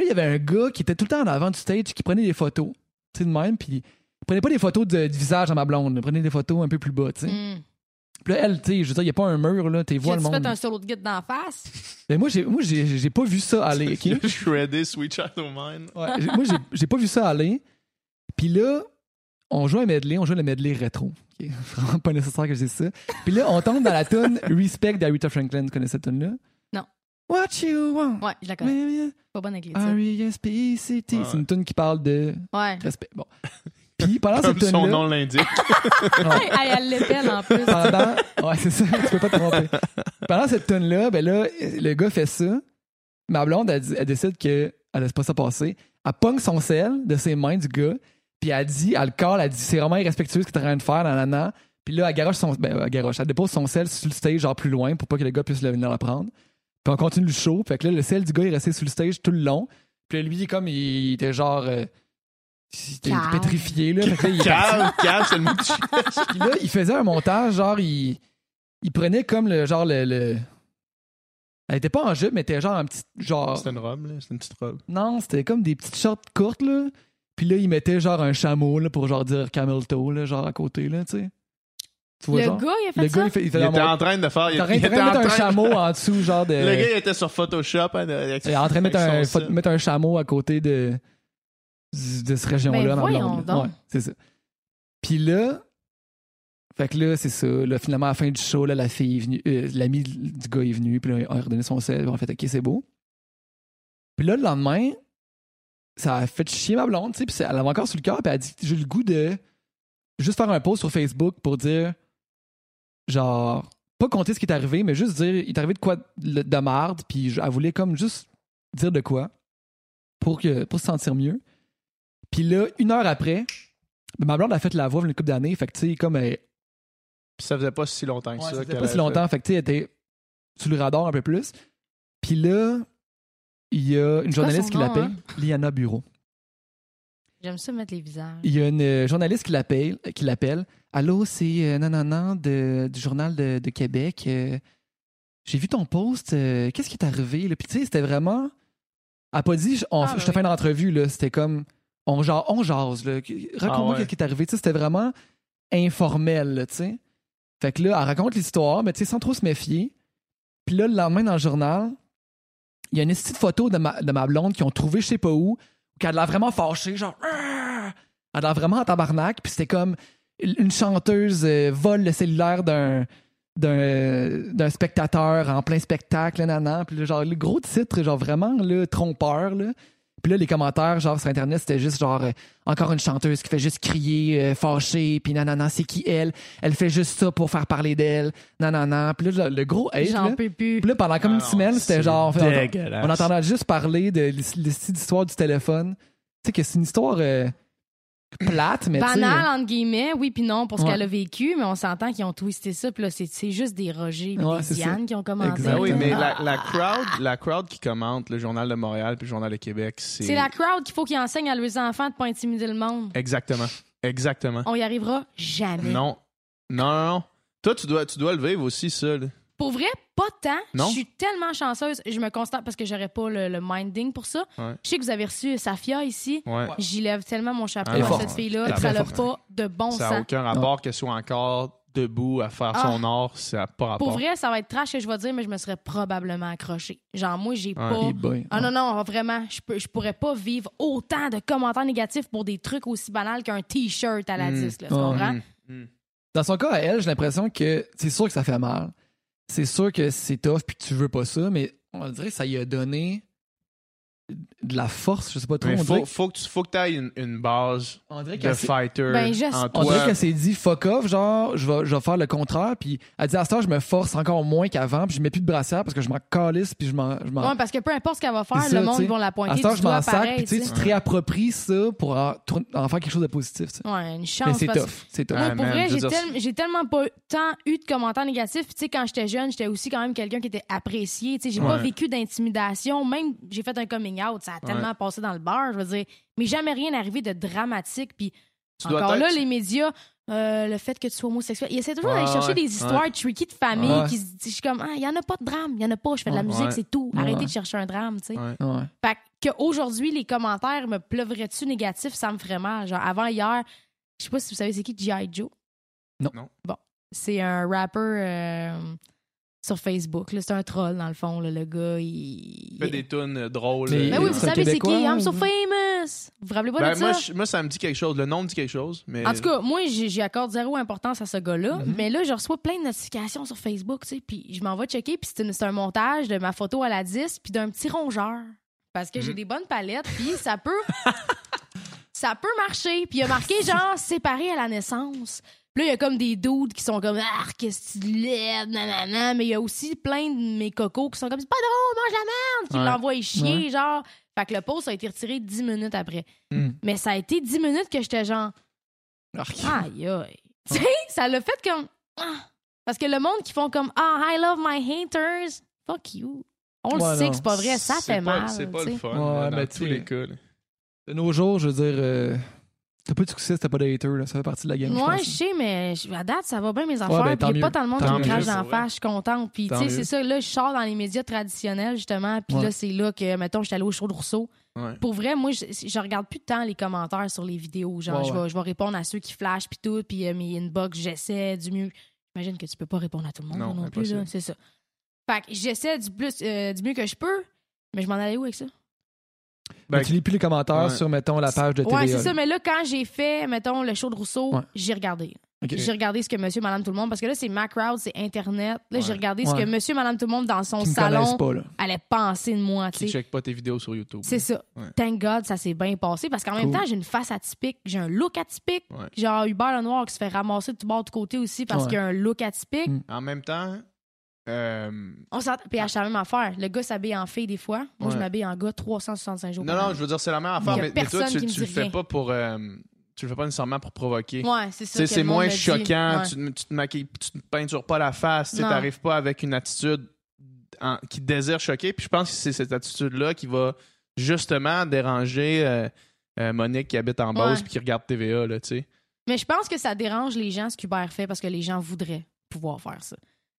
[SPEAKER 2] là, il y avait un gars qui était tout le temps en avant du stage qui prenait des photos. Tu sais, de même. Puis il prenait pas des photos de, du visage à ma blonde. Il prenait des photos un peu plus bas, tu sais.
[SPEAKER 3] Mm.
[SPEAKER 2] Puis là, elle, tu sais, je veux dire, il n'y a pas un mur, là. Tu vois le
[SPEAKER 3] J'ai-tu
[SPEAKER 2] monde.
[SPEAKER 3] fait un solo de guide d'en face?
[SPEAKER 2] Mais moi, j'ai, moi, j'ai, j'ai pas vu ça aller, OK?
[SPEAKER 1] Je suis ready, Sweet Shadow Mine.
[SPEAKER 2] Ouais, j'ai- moi, j'ai, j'ai pas vu ça aller. Puis là, on joue un medley, on joue le medley rétro. OK, Vraiment pas nécessaire que je dise ça. Puis là, on tombe dans la tune Respect d'Aretha Franklin. Tu connais cette tune-là?
[SPEAKER 3] Non.
[SPEAKER 2] What you want?
[SPEAKER 3] Ouais, je la connais.
[SPEAKER 2] Maybe
[SPEAKER 3] Pas bonne avec les titres.
[SPEAKER 2] R-E-S-P-E-C-T.
[SPEAKER 1] Ouais.
[SPEAKER 2] C'est une tune qui parle de
[SPEAKER 3] Ouais.
[SPEAKER 2] respect. Bon. Puis pendant cette
[SPEAKER 1] Comme son
[SPEAKER 2] tune-là.
[SPEAKER 1] nom l'indique.
[SPEAKER 3] Hey, hey, elle l'épelle, en plus.
[SPEAKER 2] pendant... Ouais, c'est ça, tu peux pas te tromper. Pendant cette tune là ben là, le gars fait ça. Ma blonde, elle, dit- elle décide qu'elle laisse pas ça passer. Elle pogne son sel de ses mains du gars, puis elle dit, elle le colle, elle dit, c'est vraiment irrespectueux ce que t'es en train de faire, nanana. Puis là, elle garoche son... Ben, elle garoche, elle dépose son sel sur le stage, genre plus loin, pour pas que le gars puisse le- venir le prendre. Puis on continue le show. Fait que là, le sel du gars est resté sur le stage tout le long. Puis là, lui, comme, il était genre... euh, il était
[SPEAKER 3] Calme.
[SPEAKER 2] pétrifié, là. Fait que là, il est
[SPEAKER 1] Calme, calme, c'est le mot que tu-
[SPEAKER 2] Ah. puis là, il faisait un montage, genre, il, il prenait comme le genre le. le- Elle était pas en jupe, mais était genre un petit. Genre.
[SPEAKER 1] C'était une robe, là. C'était une petite robe.
[SPEAKER 2] Non, c'était comme des petites shorts courtes, là. Puis là, il mettait genre un chameau, là, pour genre dire camel toe, là, genre à côté, là, tu sais. Tu vois,
[SPEAKER 3] Le
[SPEAKER 2] genre.
[SPEAKER 3] gars, il a fait
[SPEAKER 2] le
[SPEAKER 3] ça?
[SPEAKER 2] gars, il, fait, il
[SPEAKER 1] Il
[SPEAKER 2] faisait un
[SPEAKER 1] était
[SPEAKER 2] montage.
[SPEAKER 1] en train de faire. Il,
[SPEAKER 2] Il
[SPEAKER 1] il
[SPEAKER 2] était en train de mettre un chameau en dessous, genre de.
[SPEAKER 1] Le gars, il était sur Photoshop. hein, avec-
[SPEAKER 2] il est en train de mettre un,
[SPEAKER 1] avec
[SPEAKER 2] faut
[SPEAKER 1] son sel.
[SPEAKER 2] mettre un chameau à côté de, du- de cette région-là.
[SPEAKER 3] Ben,
[SPEAKER 2] dans le
[SPEAKER 3] voyons
[SPEAKER 2] monde, là.
[SPEAKER 3] donc.
[SPEAKER 2] Ouais, c'est ça. Puis là, fait que là, c'est ça. Là, finalement, à la fin du show, là, la fille est venue, euh, l'ami du gars est venu, puis là, on a redonné son sel. On a fait, OK, c'est beau. Puis là, le lendemain, ça a fait chier ma blonde, tu sais, puis c'est- elle avait encore sur le cœur, puis elle a dit, j'ai le goût de juste faire un post sur Facebook pour dire, genre, pas compter ce qui est arrivé, mais juste dire, il est arrivé de quoi de, de marde, puis je- elle voulait comme juste dire de quoi pour, que, pour se sentir mieux. Puis là, une heure après, ben, ma blonde a fait la voix une couple d'années. Fait que, tu sais, comme elle,
[SPEAKER 1] Puis ça faisait pas si longtemps que ça.
[SPEAKER 2] ça faisait
[SPEAKER 1] qu'elle
[SPEAKER 2] pas si
[SPEAKER 1] avait fait.
[SPEAKER 2] longtemps, fait que, tu sais, elle était sous le radar un peu plus. Puis là, il y a une
[SPEAKER 3] quoi
[SPEAKER 2] journaliste
[SPEAKER 3] son
[SPEAKER 2] qui
[SPEAKER 3] nom,
[SPEAKER 2] l'appelle,
[SPEAKER 3] hein?
[SPEAKER 2] Liana Bureau.
[SPEAKER 3] J'aime ça mettre les visages.
[SPEAKER 2] Il y a une euh, journaliste qui l'appelle, qui l'appelle. Allô, c'est euh, nanana de- du journal de, de Québec. Euh, J'ai vu ton post. euh, Qu'est-ce qui est arrivé? là? Puis tu sais, c'était vraiment. Elle a pas dit, je, on-
[SPEAKER 3] Ah,
[SPEAKER 2] je te
[SPEAKER 3] oui.
[SPEAKER 2] fais une entrevue. là. C'était comme, on, ja- on jase. là. Raconte-moi
[SPEAKER 1] Ah, ouais.
[SPEAKER 2] ce qui est arrivé. Tu sais, C'était vraiment informel. là, tu sais. Fait que là, elle raconte l'histoire, mais tu sais, sans trop se méfier. Puis là, le lendemain, dans le journal, il y a une petite photo de ma, de ma blonde qu'ils ont trouvé je sais pas où, qu'elle a l'air vraiment fâchée, genre. Ah! Elle a l'air vraiment en tabarnak, puis c'était comme une chanteuse euh, vole le cellulaire d'un d'un d'un spectateur en plein spectacle, nanan. Puis là, genre, le gros titre, genre vraiment là, trompeur, là. Puis là, les commentaires, genre, sur Internet, c'était juste genre, euh, encore une chanteuse qui fait juste crier, euh, fâchée, puis nanana, c'est qui elle? Elle fait juste ça pour faire parler d'elle, nanana. Puis là, le- le gros hate, là.
[SPEAKER 3] J'en peux plus.
[SPEAKER 2] Puis là, pendant comme
[SPEAKER 1] Ah
[SPEAKER 2] une
[SPEAKER 1] non,
[SPEAKER 2] semaine, c'était
[SPEAKER 1] c'est
[SPEAKER 2] genre. on-
[SPEAKER 1] dégueulasse.
[SPEAKER 2] On entendait juste parler de l'his- l'his- l'histoire du téléphone. Tu sais, que c'est une histoire euh, plate, mais tu sais. euh,
[SPEAKER 3] Banal, entre guillemets, oui puis non, pour ce
[SPEAKER 2] Ouais.
[SPEAKER 3] qu'elle a vécu, mais on s'entend qu'ils ont twisté ça, puis là, c'est- c'est juste des Roger et
[SPEAKER 2] Ouais,
[SPEAKER 3] des
[SPEAKER 2] c'est ça.
[SPEAKER 3] Diane qui ont commenté.
[SPEAKER 2] Exact.
[SPEAKER 1] Ben oui,
[SPEAKER 3] là.
[SPEAKER 1] mais la, la crowd, la crowd qui commente le Journal de Montréal puis le Journal de Québec, c'est.
[SPEAKER 3] C'est la crowd qu'il faut qu'ils enseignent à leurs enfants de pas intimider le monde.
[SPEAKER 1] Exactement. Exactement.
[SPEAKER 3] On y arrivera jamais.
[SPEAKER 1] Non. Non, non, non. Toi, tu dois, tu dois le vivre aussi, ça. là.
[SPEAKER 3] Pour vrai, pas tant.
[SPEAKER 1] Non?
[SPEAKER 3] Je suis tellement chanceuse. Je me constate parce que j'aurais pas le, le minding pour ça.
[SPEAKER 1] Ouais.
[SPEAKER 3] Je sais que vous avez reçu Safia ici.
[SPEAKER 1] Ouais.
[SPEAKER 3] J'y lève tellement mon chapeau
[SPEAKER 1] Ah,
[SPEAKER 2] elle est
[SPEAKER 3] à
[SPEAKER 2] forte.
[SPEAKER 3] cette fille-là.
[SPEAKER 1] Elle est
[SPEAKER 3] Ça
[SPEAKER 1] très
[SPEAKER 3] n'a
[SPEAKER 1] forte.
[SPEAKER 3] pas de bon
[SPEAKER 1] Ça n'a
[SPEAKER 3] sens.
[SPEAKER 1] aucun rapport qu'elle soit encore debout à faire son art. Ça n'a pas rapport.
[SPEAKER 3] Ah. Pour vrai, ça va être trash que je vais dire, mais je me serais probablement accrochée. Genre, moi, j'ai
[SPEAKER 1] Ouais.
[SPEAKER 3] pas.
[SPEAKER 2] Eh boy.
[SPEAKER 3] Ah non, non, vraiment, je, peux, je pourrais pas vivre autant de commentaires négatifs pour des trucs aussi banals qu'un T-shirt à la
[SPEAKER 1] Mm.
[SPEAKER 3] disque, là, tu
[SPEAKER 2] Ah,
[SPEAKER 3] comprends?
[SPEAKER 1] Mm. Mm.
[SPEAKER 2] Dans son cas, à elle, j'ai l'impression que c'est sûr que ça fait mal. C'est sûr que c'est tough puis que tu veux pas ça, mais on dirait que ça lui a donné de la force, je sais pas trop.
[SPEAKER 1] Mais
[SPEAKER 2] on dirait,
[SPEAKER 1] faut, faut que tu faut que t'ailles une, une base
[SPEAKER 2] on dirait
[SPEAKER 1] de
[SPEAKER 2] qu'elle s'est-
[SPEAKER 1] fighter
[SPEAKER 3] Ben, j'espère.
[SPEAKER 1] en
[SPEAKER 2] on dirait
[SPEAKER 1] toi.
[SPEAKER 2] qu'elle s'est dit fuck off, genre je vais, je vais faire le contraire, puis elle dit à ce temps je me force encore moins qu'avant, puis je mets plus de brassière parce que je m'en calisse, puis je m'en. je m'en-
[SPEAKER 3] Ouais, parce que peu importe ce qu'elle va faire,
[SPEAKER 2] C'est ça,
[SPEAKER 3] le monde,
[SPEAKER 2] tu sais.
[SPEAKER 3] ils vont la
[SPEAKER 2] À
[SPEAKER 3] pointer
[SPEAKER 2] ce temps,
[SPEAKER 3] du
[SPEAKER 2] je
[SPEAKER 3] doigt
[SPEAKER 2] m'en sac,
[SPEAKER 3] pareil,
[SPEAKER 2] puis tu sais,
[SPEAKER 3] tu
[SPEAKER 2] tu te réappropries ça pour en, tourner- en faire quelque chose de positif. tu sais.
[SPEAKER 3] sais. Ouais, une
[SPEAKER 2] Mais
[SPEAKER 3] chance.
[SPEAKER 2] c'est
[SPEAKER 3] parce-
[SPEAKER 2] tough, c'est tough.
[SPEAKER 3] Moi,
[SPEAKER 1] Ah,
[SPEAKER 3] pour
[SPEAKER 1] man,
[SPEAKER 3] vrai,
[SPEAKER 1] je veux
[SPEAKER 3] j'ai
[SPEAKER 1] dire,
[SPEAKER 3] tel- j'ai tellement pas eu- tant eu de commentaires négatifs. Puis, Tu sais, quand j'étais jeune, j'étais aussi quand même quelqu'un qui était apprécié. Tu sais, j'ai pas
[SPEAKER 1] Ouais.
[SPEAKER 3] vécu d'intimidation. Même, j'ai fait un coming out. Ça a tellement passé dans le bar, je veux dire. Mais jamais rien arrivé de dramatique. Puis,
[SPEAKER 1] Tu dois
[SPEAKER 3] encore
[SPEAKER 1] être-
[SPEAKER 3] là, les médias, euh, le fait que tu sois homosexuel, ils essaient toujours
[SPEAKER 1] Ouais,
[SPEAKER 3] d'aller chercher
[SPEAKER 1] ouais,
[SPEAKER 3] des histoires tricky de famille.
[SPEAKER 2] Ouais.
[SPEAKER 3] Qui, se disent- je suis comme, Ah, il y en a pas de drame. Il y en a pas. Je fais de la
[SPEAKER 2] Ouais.
[SPEAKER 1] Ouais.
[SPEAKER 3] musique, c'est tout.
[SPEAKER 2] Ouais.
[SPEAKER 3] Arrêtez de chercher un drame, tu sais.
[SPEAKER 1] Ouais.
[SPEAKER 2] Ouais.
[SPEAKER 3] Fait qu'aujourd'hui, les commentaires me pleuvraient-tu négatif, ça me ferait mal. Genre, avant hier, je sais pas si vous savez c'est qui G.I. Joe.
[SPEAKER 2] Non.
[SPEAKER 1] Non.
[SPEAKER 3] Bon, c'est un rapper euh, sur Facebook. là. C'est un troll, dans le fond. là. Le gars, il.
[SPEAKER 1] Fais des tunes euh, drôles.
[SPEAKER 2] Mais-
[SPEAKER 1] euh,
[SPEAKER 3] Ben oui,
[SPEAKER 2] Euh,
[SPEAKER 3] vous
[SPEAKER 2] c'est un
[SPEAKER 3] savez c'est qui?
[SPEAKER 2] Québécois,
[SPEAKER 3] I'm so
[SPEAKER 2] ou-
[SPEAKER 3] famous! Vous vous rappelez pas
[SPEAKER 1] Ben,
[SPEAKER 3] de
[SPEAKER 1] moi,
[SPEAKER 3] ça?
[SPEAKER 1] je- moi, ça me dit quelque chose. Le nom me dit quelque chose. Mais...
[SPEAKER 3] En tout cas, moi, j'y j'y accorde zéro importance à ce gars-là.
[SPEAKER 1] Mhm.
[SPEAKER 3] Mais là, je reçois plein de notifications sur Facebook, tu sais. Puis je m'en vais checker. Puis c'est une- c'est un montage de ma photo à la 10 puis d'un petit rongeur. Parce
[SPEAKER 1] Mhm.
[SPEAKER 3] que j'ai des bonnes palettes. Puis ça peut. ça peut marcher. Puis il a marqué, genre, séparé à la naissance. Puis là, il y a comme des dudes qui sont comme, ah, qu'est-ce que tu lèves, nanana. Mais il y a aussi plein de mes cocos qui sont comme, c'est pas drôle, mange la merde, qui
[SPEAKER 1] Ouais.
[SPEAKER 3] l'envoient chier, genre. Fait que le post a été retiré 10 minutes après.
[SPEAKER 2] Mm.
[SPEAKER 1] Hmm.
[SPEAKER 3] Mais ça a été 10 minutes que j'étais genre,
[SPEAKER 2] Arc.
[SPEAKER 3] Aïe, aïe. Tu sais, ça l'a fait comme. Ah. Parce que le monde qui font comme Ah, I love my haters, fuck you. On le
[SPEAKER 2] Ouais,
[SPEAKER 3] sait
[SPEAKER 2] non.
[SPEAKER 3] que c'est pas vrai, ça
[SPEAKER 1] C'est
[SPEAKER 3] fait
[SPEAKER 1] pas-
[SPEAKER 3] mal.
[SPEAKER 1] C'est pas
[SPEAKER 3] tu
[SPEAKER 1] le
[SPEAKER 3] sais.
[SPEAKER 1] fun.
[SPEAKER 2] Ouais,
[SPEAKER 1] là, dans
[SPEAKER 2] mais
[SPEAKER 1] tous
[SPEAKER 2] tu-
[SPEAKER 1] les cas. là.
[SPEAKER 2] De nos jours, je veux dire, euh, t'as pas de succès si t'as pas de hater, là. ça fait partie de la game.
[SPEAKER 3] Moi,
[SPEAKER 2] je
[SPEAKER 3] je
[SPEAKER 2] pense.
[SPEAKER 3] sais, mais je- à date, ça va bien mes
[SPEAKER 2] ben,
[SPEAKER 3] affaires.
[SPEAKER 2] tant
[SPEAKER 3] puis il
[SPEAKER 2] mieux.
[SPEAKER 3] a pas tant de monde
[SPEAKER 2] Tant
[SPEAKER 3] qui me
[SPEAKER 2] mieux,
[SPEAKER 3] crache
[SPEAKER 1] c'est
[SPEAKER 3] en
[SPEAKER 1] vrai.
[SPEAKER 3] face, je suis contente. Puis, tu
[SPEAKER 1] Tant
[SPEAKER 3] sais,
[SPEAKER 1] mieux.
[SPEAKER 3] c'est ça, là, je sors dans les médias traditionnels, justement. Puis
[SPEAKER 2] Ouais.
[SPEAKER 3] là, c'est là que, mettons, j'étais allée au show de Rousseau.
[SPEAKER 1] Ouais.
[SPEAKER 3] Pour vrai, moi, je, je regarde plus tant les commentaires sur les vidéos. Genre,
[SPEAKER 2] Ouais,
[SPEAKER 3] je,
[SPEAKER 2] ouais.
[SPEAKER 3] vais, je vais répondre à ceux qui flashent, puis tout, puis euh, mes inbox, j'essaie du mieux. J'imagine que tu peux pas répondre à tout le monde
[SPEAKER 1] Non,
[SPEAKER 3] non, plus, là,
[SPEAKER 1] impossible.
[SPEAKER 3] c'est ça. Fait que j'essaie du, plus, euh, du mieux que je peux, mais je m'en allais où avec ça?
[SPEAKER 2] Mais
[SPEAKER 1] Ben,
[SPEAKER 2] tu lis plus les commentaires
[SPEAKER 1] ouais.
[SPEAKER 2] sur, mettons, la page de TVA.
[SPEAKER 3] Ouais, c'est ça,
[SPEAKER 2] là.
[SPEAKER 3] mais là, quand j'ai fait, mettons, le show de Rousseau,
[SPEAKER 2] Ouais.
[SPEAKER 3] j'ai regardé.
[SPEAKER 2] Ok.
[SPEAKER 3] J'ai regardé ce que monsieur, madame, tout le monde, parce que là, c'est ma crowd, c'est Internet. Là, j'ai
[SPEAKER 1] Ouais.
[SPEAKER 3] regardé ce
[SPEAKER 2] Ouais.
[SPEAKER 3] que monsieur, madame, tout le monde dans son
[SPEAKER 2] Qui me connaissent
[SPEAKER 3] salon
[SPEAKER 2] pas, là.
[SPEAKER 3] allait penser de moi, tu
[SPEAKER 1] Qui
[SPEAKER 3] sais.
[SPEAKER 1] check pas tes vidéos sur YouTube.
[SPEAKER 3] C'est ça.
[SPEAKER 1] Ouais.
[SPEAKER 3] Thank God, ça s'est bien passé parce qu'en même
[SPEAKER 2] Cool.
[SPEAKER 3] temps, j'ai une face atypique, j'ai un look atypique.
[SPEAKER 1] Ouais.
[SPEAKER 3] Genre Hubert le Noir qui se fait ramasser de tout bord de côté aussi parce
[SPEAKER 2] Ouais.
[SPEAKER 3] qu'il a un look atypique.
[SPEAKER 2] Mm.
[SPEAKER 1] En même temps, euh,
[SPEAKER 3] On s'entend. Puis à la même affaire. Le gars s'habille en fille des fois. Moi, je
[SPEAKER 1] Ouais.
[SPEAKER 3] m'habille en gars 365 jours.
[SPEAKER 1] non,
[SPEAKER 3] par
[SPEAKER 1] non,
[SPEAKER 3] année.
[SPEAKER 1] je veux dire, c'est la même affaire.
[SPEAKER 3] euh, Y a
[SPEAKER 1] Mais, mais toi,
[SPEAKER 3] personne
[SPEAKER 1] tu,
[SPEAKER 3] qui me
[SPEAKER 1] tu le
[SPEAKER 3] dit
[SPEAKER 1] fais
[SPEAKER 3] rien.
[SPEAKER 1] pas pour. euh, tu le fais pas nécessairement pour provoquer.
[SPEAKER 3] Ouais, c'est
[SPEAKER 1] Tu
[SPEAKER 3] ça.
[SPEAKER 1] sais,
[SPEAKER 3] que
[SPEAKER 1] c'est
[SPEAKER 3] le monde
[SPEAKER 1] moins
[SPEAKER 3] me dit.
[SPEAKER 1] choquant.
[SPEAKER 3] Ouais.
[SPEAKER 1] Tu, ne- tu te maquilles, tu te peintures pas la face. Tu sais,
[SPEAKER 3] Non.
[SPEAKER 1] t'arrives pas avec une attitude en- qui désirent choquer. Puis je pense que c'est cette attitude-là qui va justement déranger euh, euh, Monique qui habite en Beauce
[SPEAKER 3] Ouais.
[SPEAKER 1] puis qui regarde TVA, là, tu sais.
[SPEAKER 3] Mais je pense que ça dérange les gens ce qu'Uber fait parce que les gens voudraient pouvoir faire ça.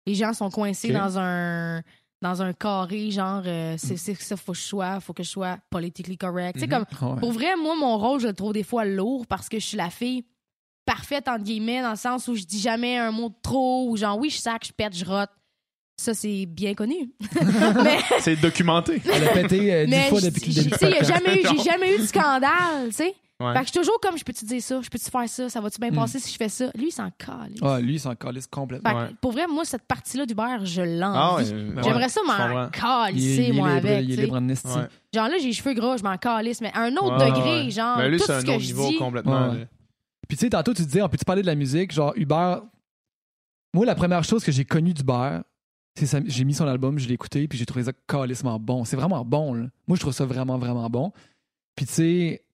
[SPEAKER 3] Les gens sont coincés
[SPEAKER 1] Ok.
[SPEAKER 3] dans un dans un carré genre euh, c'est c'est ça faut que je sois, faut que je sois politically correct. Tu sais,
[SPEAKER 1] Mhm.
[SPEAKER 3] comme
[SPEAKER 2] Ouais.
[SPEAKER 3] pour vrai moi mon rôle je le trouve des fois lourd parce que je suis la fille parfaite entre guillemets dans le sens où je dis jamais un mot de trop ou genre oui je sac, je pète, je rote. Ça c'est bien connu. Mais
[SPEAKER 1] C'est documenté.
[SPEAKER 2] Elle a pété euh, dix
[SPEAKER 3] mais
[SPEAKER 2] fois
[SPEAKER 3] je-
[SPEAKER 2] depuis
[SPEAKER 3] je-
[SPEAKER 2] le début du
[SPEAKER 3] tu sais, il y a
[SPEAKER 2] podcast.
[SPEAKER 3] jamais eu j'ai jamais eu de scandale, tu sais.
[SPEAKER 1] Ouais. Hmm.
[SPEAKER 3] Fait que je suis toujours comme, je peux-tu dire ça? Je peux-tu faire ça? Ça va-tu bien
[SPEAKER 2] Mm.
[SPEAKER 3] passer si je fais ça? Lui, il s'en calisse.
[SPEAKER 2] Ah, lui, il s'en calisse complètement.
[SPEAKER 3] Fait que,
[SPEAKER 1] Ouais.
[SPEAKER 3] pour vrai, moi, cette partie-là d'Uber, je l'envie.
[SPEAKER 1] Ah ouais, euh, ouais,
[SPEAKER 3] J'aimerais ça
[SPEAKER 1] je
[SPEAKER 3] m'en
[SPEAKER 1] comprends.
[SPEAKER 2] Il est- il
[SPEAKER 3] calisser,
[SPEAKER 2] est
[SPEAKER 3] Ben, moi,
[SPEAKER 2] libre, Il
[SPEAKER 3] avec.
[SPEAKER 2] est
[SPEAKER 3] tu sais.
[SPEAKER 2] libre en esti.
[SPEAKER 1] Ouais.
[SPEAKER 3] Genre là, j'ai les cheveux gras, je m'en calisse, mais à un autre
[SPEAKER 1] Ouais,
[SPEAKER 3] degré,
[SPEAKER 1] ouais.
[SPEAKER 3] genre,
[SPEAKER 1] Ben, lui,
[SPEAKER 3] tout
[SPEAKER 1] c'est
[SPEAKER 3] ce
[SPEAKER 1] un
[SPEAKER 3] que
[SPEAKER 1] autre
[SPEAKER 3] je
[SPEAKER 1] niveau
[SPEAKER 3] dis...
[SPEAKER 1] complètement.
[SPEAKER 2] Ouais.
[SPEAKER 1] là.
[SPEAKER 2] Puis tu sais, tantôt, tu disais, on peut-tu parler de la musique? Genre, Uber. Moi, la première chose que j'ai connue d'Uber, c'est ça. J'ai mis son album, je l'ai écouté, puis j'ai trouvé ça calissement bon. C'est vraiment bon, là. Moi, je trouve ça vraiment, vraiment bon. Puis tu sais,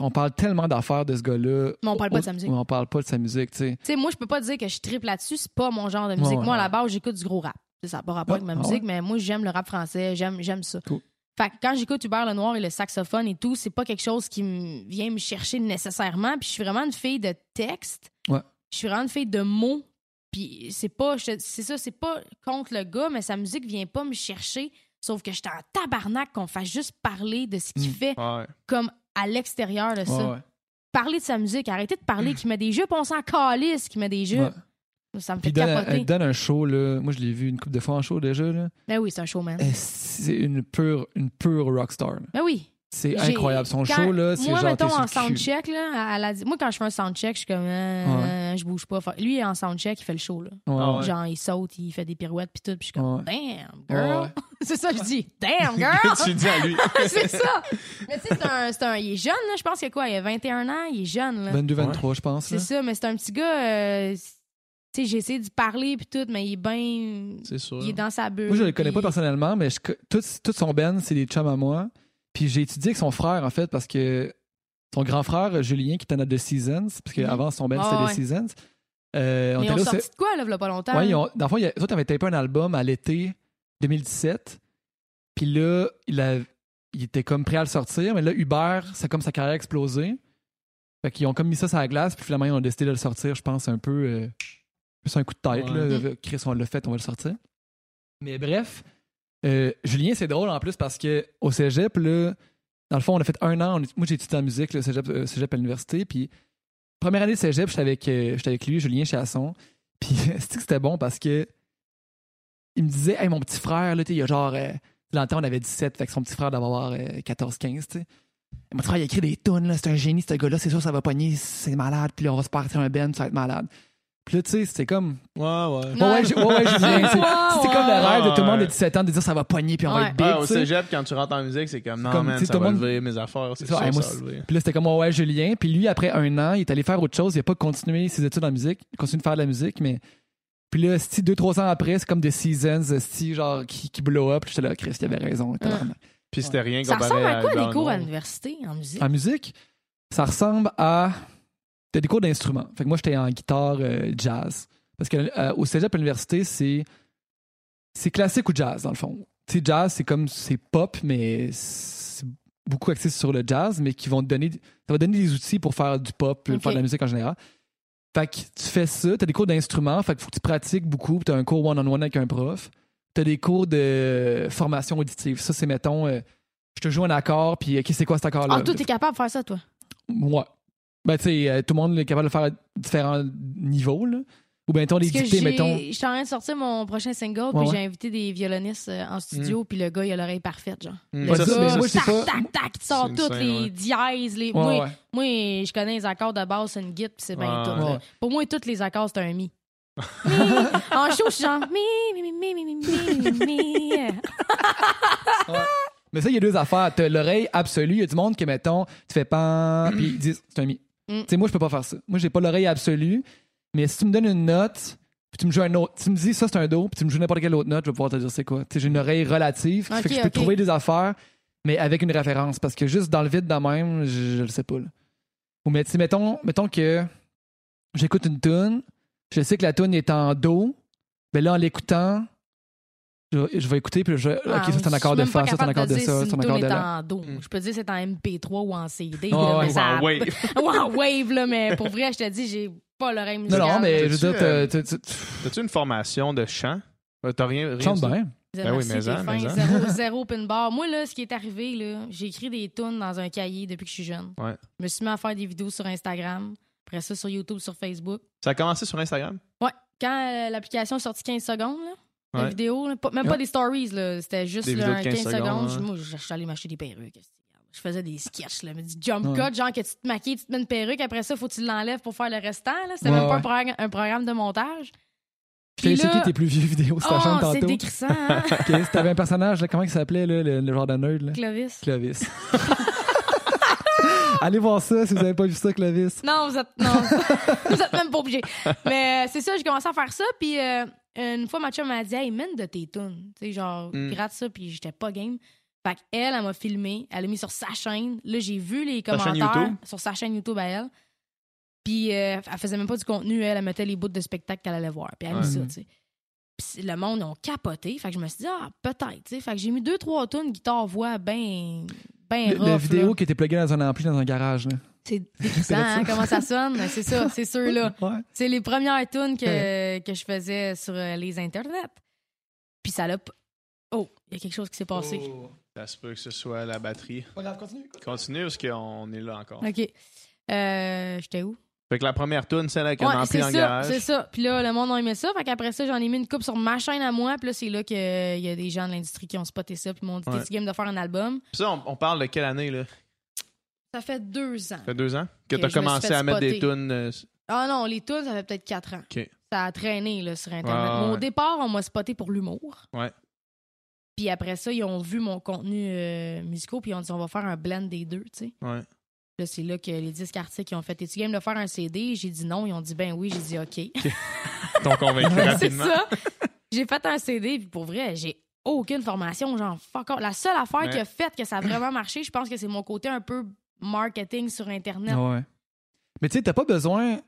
[SPEAKER 2] on parle tellement d'affaires de ce gars-là.
[SPEAKER 3] Mais on parle pas de sa musique.
[SPEAKER 2] On parle pas de sa musique, tu sais.
[SPEAKER 3] Tu sais, moi, je peux pas dire que je tripe là-dessus, c'est pas mon genre de
[SPEAKER 2] Ouais,
[SPEAKER 3] musique.
[SPEAKER 2] ouais,
[SPEAKER 3] moi, à la
[SPEAKER 2] ouais.
[SPEAKER 3] base, j'écoute du gros rap. Tu sais, Ça n'a pas rapport
[SPEAKER 2] Ah,
[SPEAKER 3] avec ma
[SPEAKER 2] ah ouais.
[SPEAKER 3] musique, mais moi, j'aime le rap français, j'aime j'aime ça.
[SPEAKER 2] Cool.
[SPEAKER 3] Fait que quand j'écoute Hubert Lenoir et le saxophone et tout, c'est pas quelque chose qui me vient me chercher nécessairement. Puis je suis vraiment une fille de texte.
[SPEAKER 2] Ouais.
[SPEAKER 3] Je suis vraiment une fille de mots. Puis c'est pas, je- c'est ça, c'est pas contre le gars, mais sa musique vient pas me chercher. Sauf que j'étais en tabarnak qu'on fasse juste parler de ce qu'il
[SPEAKER 2] Mm.
[SPEAKER 3] fait
[SPEAKER 1] Ouais.
[SPEAKER 3] comme à l'extérieur de ça.
[SPEAKER 2] Ouais, ouais.
[SPEAKER 3] Parler de sa musique, arrêtez de parler qu'il met des jupes, on s'en calisse qu'il met des jupes.
[SPEAKER 2] Ouais.
[SPEAKER 3] Ça me fait
[SPEAKER 2] Puis donne,
[SPEAKER 3] capoter.
[SPEAKER 2] elle donne un show, là. Moi, je l'ai vu une couple de fois en show déjà, là.
[SPEAKER 3] Ben oui, c'est un showman.
[SPEAKER 2] Eh, C'est une pure, une pure rockstar. là.
[SPEAKER 3] Ben oui.
[SPEAKER 2] C'est
[SPEAKER 3] J'ai-
[SPEAKER 2] incroyable. Son
[SPEAKER 3] quand-
[SPEAKER 2] show, là, c'est
[SPEAKER 3] Moi,
[SPEAKER 2] genre. t'es
[SPEAKER 3] mettons,
[SPEAKER 2] sur
[SPEAKER 3] en
[SPEAKER 2] le cul.
[SPEAKER 3] soundcheck, là, à la- moi, quand je fais un soundcheck, je suis comme, euh, je bouge pas. Fait- Lui, en soundcheck, il fait le show, là.
[SPEAKER 2] Ouais,
[SPEAKER 1] Ah ouais.
[SPEAKER 3] Genre, il saute, il fait des pirouettes, puis tout, puis je suis comme, damn,
[SPEAKER 2] Ouais,
[SPEAKER 3] girl.
[SPEAKER 2] ouais.
[SPEAKER 3] c'est ça, je dis, damn, girl.
[SPEAKER 1] tu dis à lui.
[SPEAKER 3] c'est ça. Mais tu sais, c'est un, c'est un- Il est jeune, là. Je pense qu'il a quoi? Il a 21 ans, il est jeune, là.
[SPEAKER 2] 22, 23, je pense.
[SPEAKER 3] C'est
[SPEAKER 2] là.
[SPEAKER 3] ça, mais c'est un petit gars. euh, tu sais, j'ai essayé d'y parler, puis tout, mais il est bien.
[SPEAKER 1] C'est sûr.
[SPEAKER 3] Il est dans sa bulle.
[SPEAKER 2] Moi, je le connais pas
[SPEAKER 3] puis-
[SPEAKER 2] personnellement, mais je co- tout, tout son band, Ben, c'est des chums à moi. Puis j'ai étudié avec son frère, en fait, parce que son grand frère, Julien, qui était notre The Seasons, parce
[SPEAKER 3] Mhm.
[SPEAKER 2] qu'avant, son band,
[SPEAKER 3] Ah,
[SPEAKER 2] c'était
[SPEAKER 3] ouais.
[SPEAKER 2] The Seasons. Euh, on
[SPEAKER 3] Mais
[SPEAKER 2] était
[SPEAKER 3] on
[SPEAKER 2] là,
[SPEAKER 3] sorti hein?
[SPEAKER 2] c'est-
[SPEAKER 3] de quoi, là, v'là pas longtemps?
[SPEAKER 2] ouais, ils ont- dans le fond, ils a- eux autres avaient tapé un album à l'été 2017. Puis là, il, a- il était comme prêt à le sortir, mais là, Uber, c'est comme sa carrière a explosé. Fait qu'ils ont comme mis ça sur la glace, puis finalement, ils ont décidé de le sortir, je pense, un peu. euh, c'est un coup de tête,
[SPEAKER 1] Ouais.
[SPEAKER 2] là.
[SPEAKER 3] Mhm.
[SPEAKER 2] Chris, on l'a fait, on va le sortir. Mais bref, euh, Julien, c'est drôle en plus parce que au cégep, là, dans le fond, on a fait un an. on est- moi, j'ai étudié en musique, le cégep, euh, cégep à l'université. Puis, première année de cégep, j'étais avec, euh, j'étais avec lui, Julien Chasson. Puis, c'est que c'était bon parce que il me disait, hey, mon petit frère, là, tu sais, il a genre. euh, dans le temps, on avait 17, fait que son petit frère devait avoir 14-15, tu sais. Mon petit frère, il a écrit des tonnes, c'est un génie, ce gars-là, c'est sûr, ça va pogner, c'est malade, puis là, on va se partir un ben, ça va être malade. Puis là, tu sais, c'était comme.
[SPEAKER 1] Ouais, ouais.
[SPEAKER 3] Non.
[SPEAKER 2] Ouais, ouais, Ju- ouais, ouais, Julien,
[SPEAKER 3] Ah!
[SPEAKER 2] c'est- c'était comme le rêve de tout le monde de
[SPEAKER 1] Ouais.
[SPEAKER 2] 17 ans de dire ça va pogner puis on va
[SPEAKER 3] Ouais.
[SPEAKER 2] être big.
[SPEAKER 1] Ouais, Ah, au
[SPEAKER 2] tu sais.
[SPEAKER 1] cégep, quand tu rentres en musique, c'est comme non,
[SPEAKER 2] comme, tu
[SPEAKER 1] man,
[SPEAKER 2] sais,
[SPEAKER 1] ça
[SPEAKER 2] tout le
[SPEAKER 1] va
[SPEAKER 2] monde-
[SPEAKER 1] lever mes affaires, c'est
[SPEAKER 2] C'est ça,
[SPEAKER 1] sûr,
[SPEAKER 2] hey, moi,
[SPEAKER 1] ça va lever.
[SPEAKER 2] Puis là, c'était comme ouais, ouais, Julien. Puis lui, après un an, il est allé faire autre chose. Il a pas continué ses études en musique. Il continue de faire de la musique, mais. Puis là, si deux, trois ans après, c'est comme des seasons, si genre qui, qui blow up. J'étais là, Chris, il avait raison. tabarnak.
[SPEAKER 1] Puis c'était rien
[SPEAKER 3] Ça
[SPEAKER 1] comparé
[SPEAKER 3] ressemble à quoi
[SPEAKER 1] Down
[SPEAKER 3] des cours à
[SPEAKER 1] Low.
[SPEAKER 2] Mm.
[SPEAKER 3] l'université en musique?
[SPEAKER 2] En musique, ça ressemble à. T'as des cours d'instruments. Fait que moi, j'étais en guitare euh, jazz. Parce que euh, au cégep à l'université, c'est. C'est classique ou jazz, dans le fond. Tu sais, jazz, c'est comme. C'est pop, mais c'est beaucoup axé sur le jazz, mais qui vont te donner. Ça va donner des outils pour faire du pop,
[SPEAKER 3] Ok.
[SPEAKER 2] faire de la musique en général. Fait que tu fais ça, t'as des cours d'instruments, fait que faut que tu pratiques beaucoup, puis t'as un cours one-on-one avec un prof. T'as des cours de formation auditive. Ça, c'est, mettons, euh, je te joue un accord, puis OK, c'est quoi cet accord-là?
[SPEAKER 3] Ah, toi, t'es capable de faire ça, toi.
[SPEAKER 2] Ouais. Ben, tu sais, euh, tout le monde est capable de le faire à différents niveaux, là. Ou bien, mettons, les
[SPEAKER 3] Parce que j'ai-
[SPEAKER 2] dictées, mettons.
[SPEAKER 3] Je suis en train de sortir mon prochain single,
[SPEAKER 2] Ouais,
[SPEAKER 3] puis
[SPEAKER 2] ouais. Mm.
[SPEAKER 3] j'ai invité des violonistes euh, en studio, puis le gars, il a l'oreille parfaite, genre.
[SPEAKER 1] Mm.
[SPEAKER 3] Le
[SPEAKER 2] Ouais,
[SPEAKER 3] gars,
[SPEAKER 2] ça, c'est- moi, je sais
[SPEAKER 3] tac,
[SPEAKER 2] pas-
[SPEAKER 3] tac, tac, il sort
[SPEAKER 1] C'est
[SPEAKER 3] toutes
[SPEAKER 1] insane,
[SPEAKER 3] les
[SPEAKER 1] ouais.
[SPEAKER 3] dièses, les...
[SPEAKER 2] Ouais,
[SPEAKER 3] moi,
[SPEAKER 2] ouais.
[SPEAKER 3] moi, je connais les accords de basse, une guitare, puis c'est bien
[SPEAKER 1] Ouais,
[SPEAKER 3] tout.
[SPEAKER 2] ouais.
[SPEAKER 3] là. Pour moi, tous les accords, c'est un mi. Mi. en show, je suis genre mi, mi, mi, mi, mi, mi, mi, mi.
[SPEAKER 2] Mais ça, il y a deux affaires. T'as l'oreille absolue. Il y a du monde que, mettons, tu fais pan, puis ils disent, c'est un mi.
[SPEAKER 3] Mm.
[SPEAKER 2] Tu sais, moi, je peux pas faire ça. Moi, j'ai pas l'oreille absolue. Mais si tu me donnes une note, puis tu me joues un autre, tu me dis ça, c'est un do, puis tu me joues n'importe quelle autre note, je vais pouvoir te dire c'est quoi. Tu sais, j'ai une oreille relative. qui
[SPEAKER 3] Ok,
[SPEAKER 2] fait que je peux
[SPEAKER 3] ok.
[SPEAKER 2] trouver des affaires, mais avec une référence. Parce que juste dans le vide, de même, je, je le sais pas, là. Ou, mais, tu sais, mettons, mettons que j'écoute une tune, je sais que la tune est en do, mais là, en l'écoutant, Je, je vais écouter, puis je, ok,
[SPEAKER 3] Ah,
[SPEAKER 2] ça c'est un
[SPEAKER 3] je
[SPEAKER 2] accord
[SPEAKER 3] suis
[SPEAKER 2] de
[SPEAKER 3] même pas
[SPEAKER 2] ça, ça c'est un
[SPEAKER 3] capable
[SPEAKER 2] accord de
[SPEAKER 3] dire
[SPEAKER 2] ça,
[SPEAKER 3] si
[SPEAKER 2] c'est un
[SPEAKER 3] une
[SPEAKER 2] accord
[SPEAKER 3] toune
[SPEAKER 2] de
[SPEAKER 3] est
[SPEAKER 2] là.
[SPEAKER 3] en do.
[SPEAKER 1] Mm.
[SPEAKER 3] Je peux dire c'est en MP3 ou en CD.
[SPEAKER 2] Ah,
[SPEAKER 3] là,
[SPEAKER 1] Oh,
[SPEAKER 2] ouais,
[SPEAKER 3] mais ça-
[SPEAKER 1] ouais, ouais.
[SPEAKER 3] ou en wave, là, mais pour vrai, je te dis, j'ai pas l'oreille
[SPEAKER 2] Non,
[SPEAKER 3] musicale.
[SPEAKER 2] non, mais je veux
[SPEAKER 1] T'as-tu,
[SPEAKER 2] dire, t'as- t'as- t'as-
[SPEAKER 1] T'as-tu une formation de chant? Euh, T'as rien. rien
[SPEAKER 2] tu chantes
[SPEAKER 1] ça?
[SPEAKER 2] bien.
[SPEAKER 1] Ben oui, mais en, mais en.
[SPEAKER 3] zéro, zéro open bar. Moi, là, ce qui est arrivé, là, j'ai écrit des tunes dans un cahier depuis que je suis jeune.
[SPEAKER 1] Ouais.
[SPEAKER 3] Je me suis mis à faire des vidéos sur Instagram, après ça sur YouTube, sur Facebook.
[SPEAKER 1] Ça a commencé sur Instagram?
[SPEAKER 3] Ouais, quand euh, l'application est sortie 15 secondes, là, la
[SPEAKER 1] Ouais.
[SPEAKER 3] vidéo, là, pas- même pas
[SPEAKER 2] Ouais.
[SPEAKER 3] des stories, là, c'était juste
[SPEAKER 1] Des
[SPEAKER 3] là,
[SPEAKER 1] vidéos de
[SPEAKER 3] un
[SPEAKER 1] 15
[SPEAKER 3] 15, secondes.
[SPEAKER 1] secondes, ouais.
[SPEAKER 3] Moi, je je suis allé m'acheter des perruques. Je faisais des sketchs, là, mais du jump
[SPEAKER 2] Ouais.
[SPEAKER 3] cut, genre que tu te maquilles, tu te mets une perruque, après ça, faut que tu l'enlèves pour faire le restant. là. C'était
[SPEAKER 2] Ouais,
[SPEAKER 3] même pas un progr- un programme de montage.
[SPEAKER 2] Je t'ai
[SPEAKER 3] Puis
[SPEAKER 2] checké
[SPEAKER 3] là-
[SPEAKER 2] tes plus vieux vidéos sur ta chaîne
[SPEAKER 3] Oh, c'est
[SPEAKER 2] tantôt.
[SPEAKER 3] décrissant, hein?
[SPEAKER 2] Ok, si T'avais un personnage, là, comment il s'appelait, là, le, le genre de nerd, là?
[SPEAKER 3] Clovis.
[SPEAKER 2] Clovis. Allez voir ça si vous n'avez pas vu ça, Clovis.
[SPEAKER 3] Non, vous êtes, non, vous êtes même pas obligés. Mais euh, c'est ça, j'ai commencé à faire ça. Puis euh, une fois, ma chum m'a dit, hey, mène de tes tunes. Tu sais, genre,
[SPEAKER 1] Mm.
[SPEAKER 3] gratte ça. Puis j'étais pas game. Fait qu'elle, elle, m'a filmé. Elle l'a mis sur sa chaîne. Là, j'ai vu les
[SPEAKER 1] Sa chaîne
[SPEAKER 3] commentaires
[SPEAKER 1] YouTube?
[SPEAKER 3] sur sa chaîne YouTube à elle. Puis euh, elle faisait même pas du contenu. Elle, elle mettait les bouts de spectacle qu'elle allait voir. Puis elle a mis
[SPEAKER 2] Ouais.
[SPEAKER 3] ça, tu sais. Puis c'est- le monde, ils ont capoté. Fait que je me suis dit, ah, peut-être, tu sais. Fait que j'ai mis deux, trois tunes guitare-voix, ben. Ben
[SPEAKER 2] Le,
[SPEAKER 3] rough,
[SPEAKER 2] le
[SPEAKER 3] là.
[SPEAKER 2] vidéo qui était plugué dans un ampli dans un garage. Là.
[SPEAKER 3] C'est déguisant, hein, comment ça sonne. C'est ça, c'est ceux-là.
[SPEAKER 2] Ouais.
[SPEAKER 3] C'est les premières tunes que, que je faisais sur euh, les internets. Puis ça l'a. p- Oh, il y a quelque chose qui s'est passé.
[SPEAKER 1] Ça se peut que ce soit la batterie.
[SPEAKER 2] continue.
[SPEAKER 1] Oh. Continue parce qu'on est là encore.
[SPEAKER 3] OK. Euh, J'étais où?
[SPEAKER 1] Fait que la première tune, celle avec un
[SPEAKER 3] Ouais,
[SPEAKER 1] ampli
[SPEAKER 3] c'est
[SPEAKER 1] en
[SPEAKER 3] ça,
[SPEAKER 1] garage.
[SPEAKER 3] c'est ça. Puis là, le monde a aimé ça. Fait qu'après ça, j'en ai mis une coupe sur ma chaîne à moi. Puis là, c'est là qu'il y a des gens de l'industrie qui ont spoté ça. Puis m'ont dit,
[SPEAKER 1] Ouais.
[SPEAKER 3] t'es game de faire un album.
[SPEAKER 1] Puis ça, on, on parle de quelle année, là? Ça
[SPEAKER 3] Ça fait deux ans.
[SPEAKER 1] fait deux ans? Que t'as
[SPEAKER 3] Ok, je me suis
[SPEAKER 1] commencé
[SPEAKER 3] fait
[SPEAKER 1] à mettre des
[SPEAKER 3] spotter.
[SPEAKER 1] tunes. euh, s-
[SPEAKER 3] Ah non, les tunes, ça fait peut-être quatre ans.
[SPEAKER 1] OK.
[SPEAKER 3] Ça a traîné là, sur Internet.
[SPEAKER 1] Ouais,
[SPEAKER 3] Mais Au
[SPEAKER 1] ouais.
[SPEAKER 3] départ, on m'a spoté pour l'humour.
[SPEAKER 1] Ouais.
[SPEAKER 3] Puis après ça, ils ont vu mon contenu euh, musical, puis ils ont dit on va faire un blend des deux, tu sais.
[SPEAKER 1] Ouais.
[SPEAKER 3] Là, c'est là que les 10 quartiers qui ont fait Es-tu game de faire un CD J'ai dit non. Ils ont dit ben oui. J'ai dit OK.
[SPEAKER 1] T'ont convaincu
[SPEAKER 3] c'est
[SPEAKER 1] rapidement.
[SPEAKER 3] ça. J'ai fait un CD, puis pour vrai, j'ai aucune formation. Genre, fuck off. La seule affaire
[SPEAKER 1] Ouais.
[SPEAKER 3] qui a fait que ça a vraiment marché, je pense que c'est mon côté un peu marketing sur Internet.
[SPEAKER 2] Ouais. Mais tu sais, t'as pas besoin.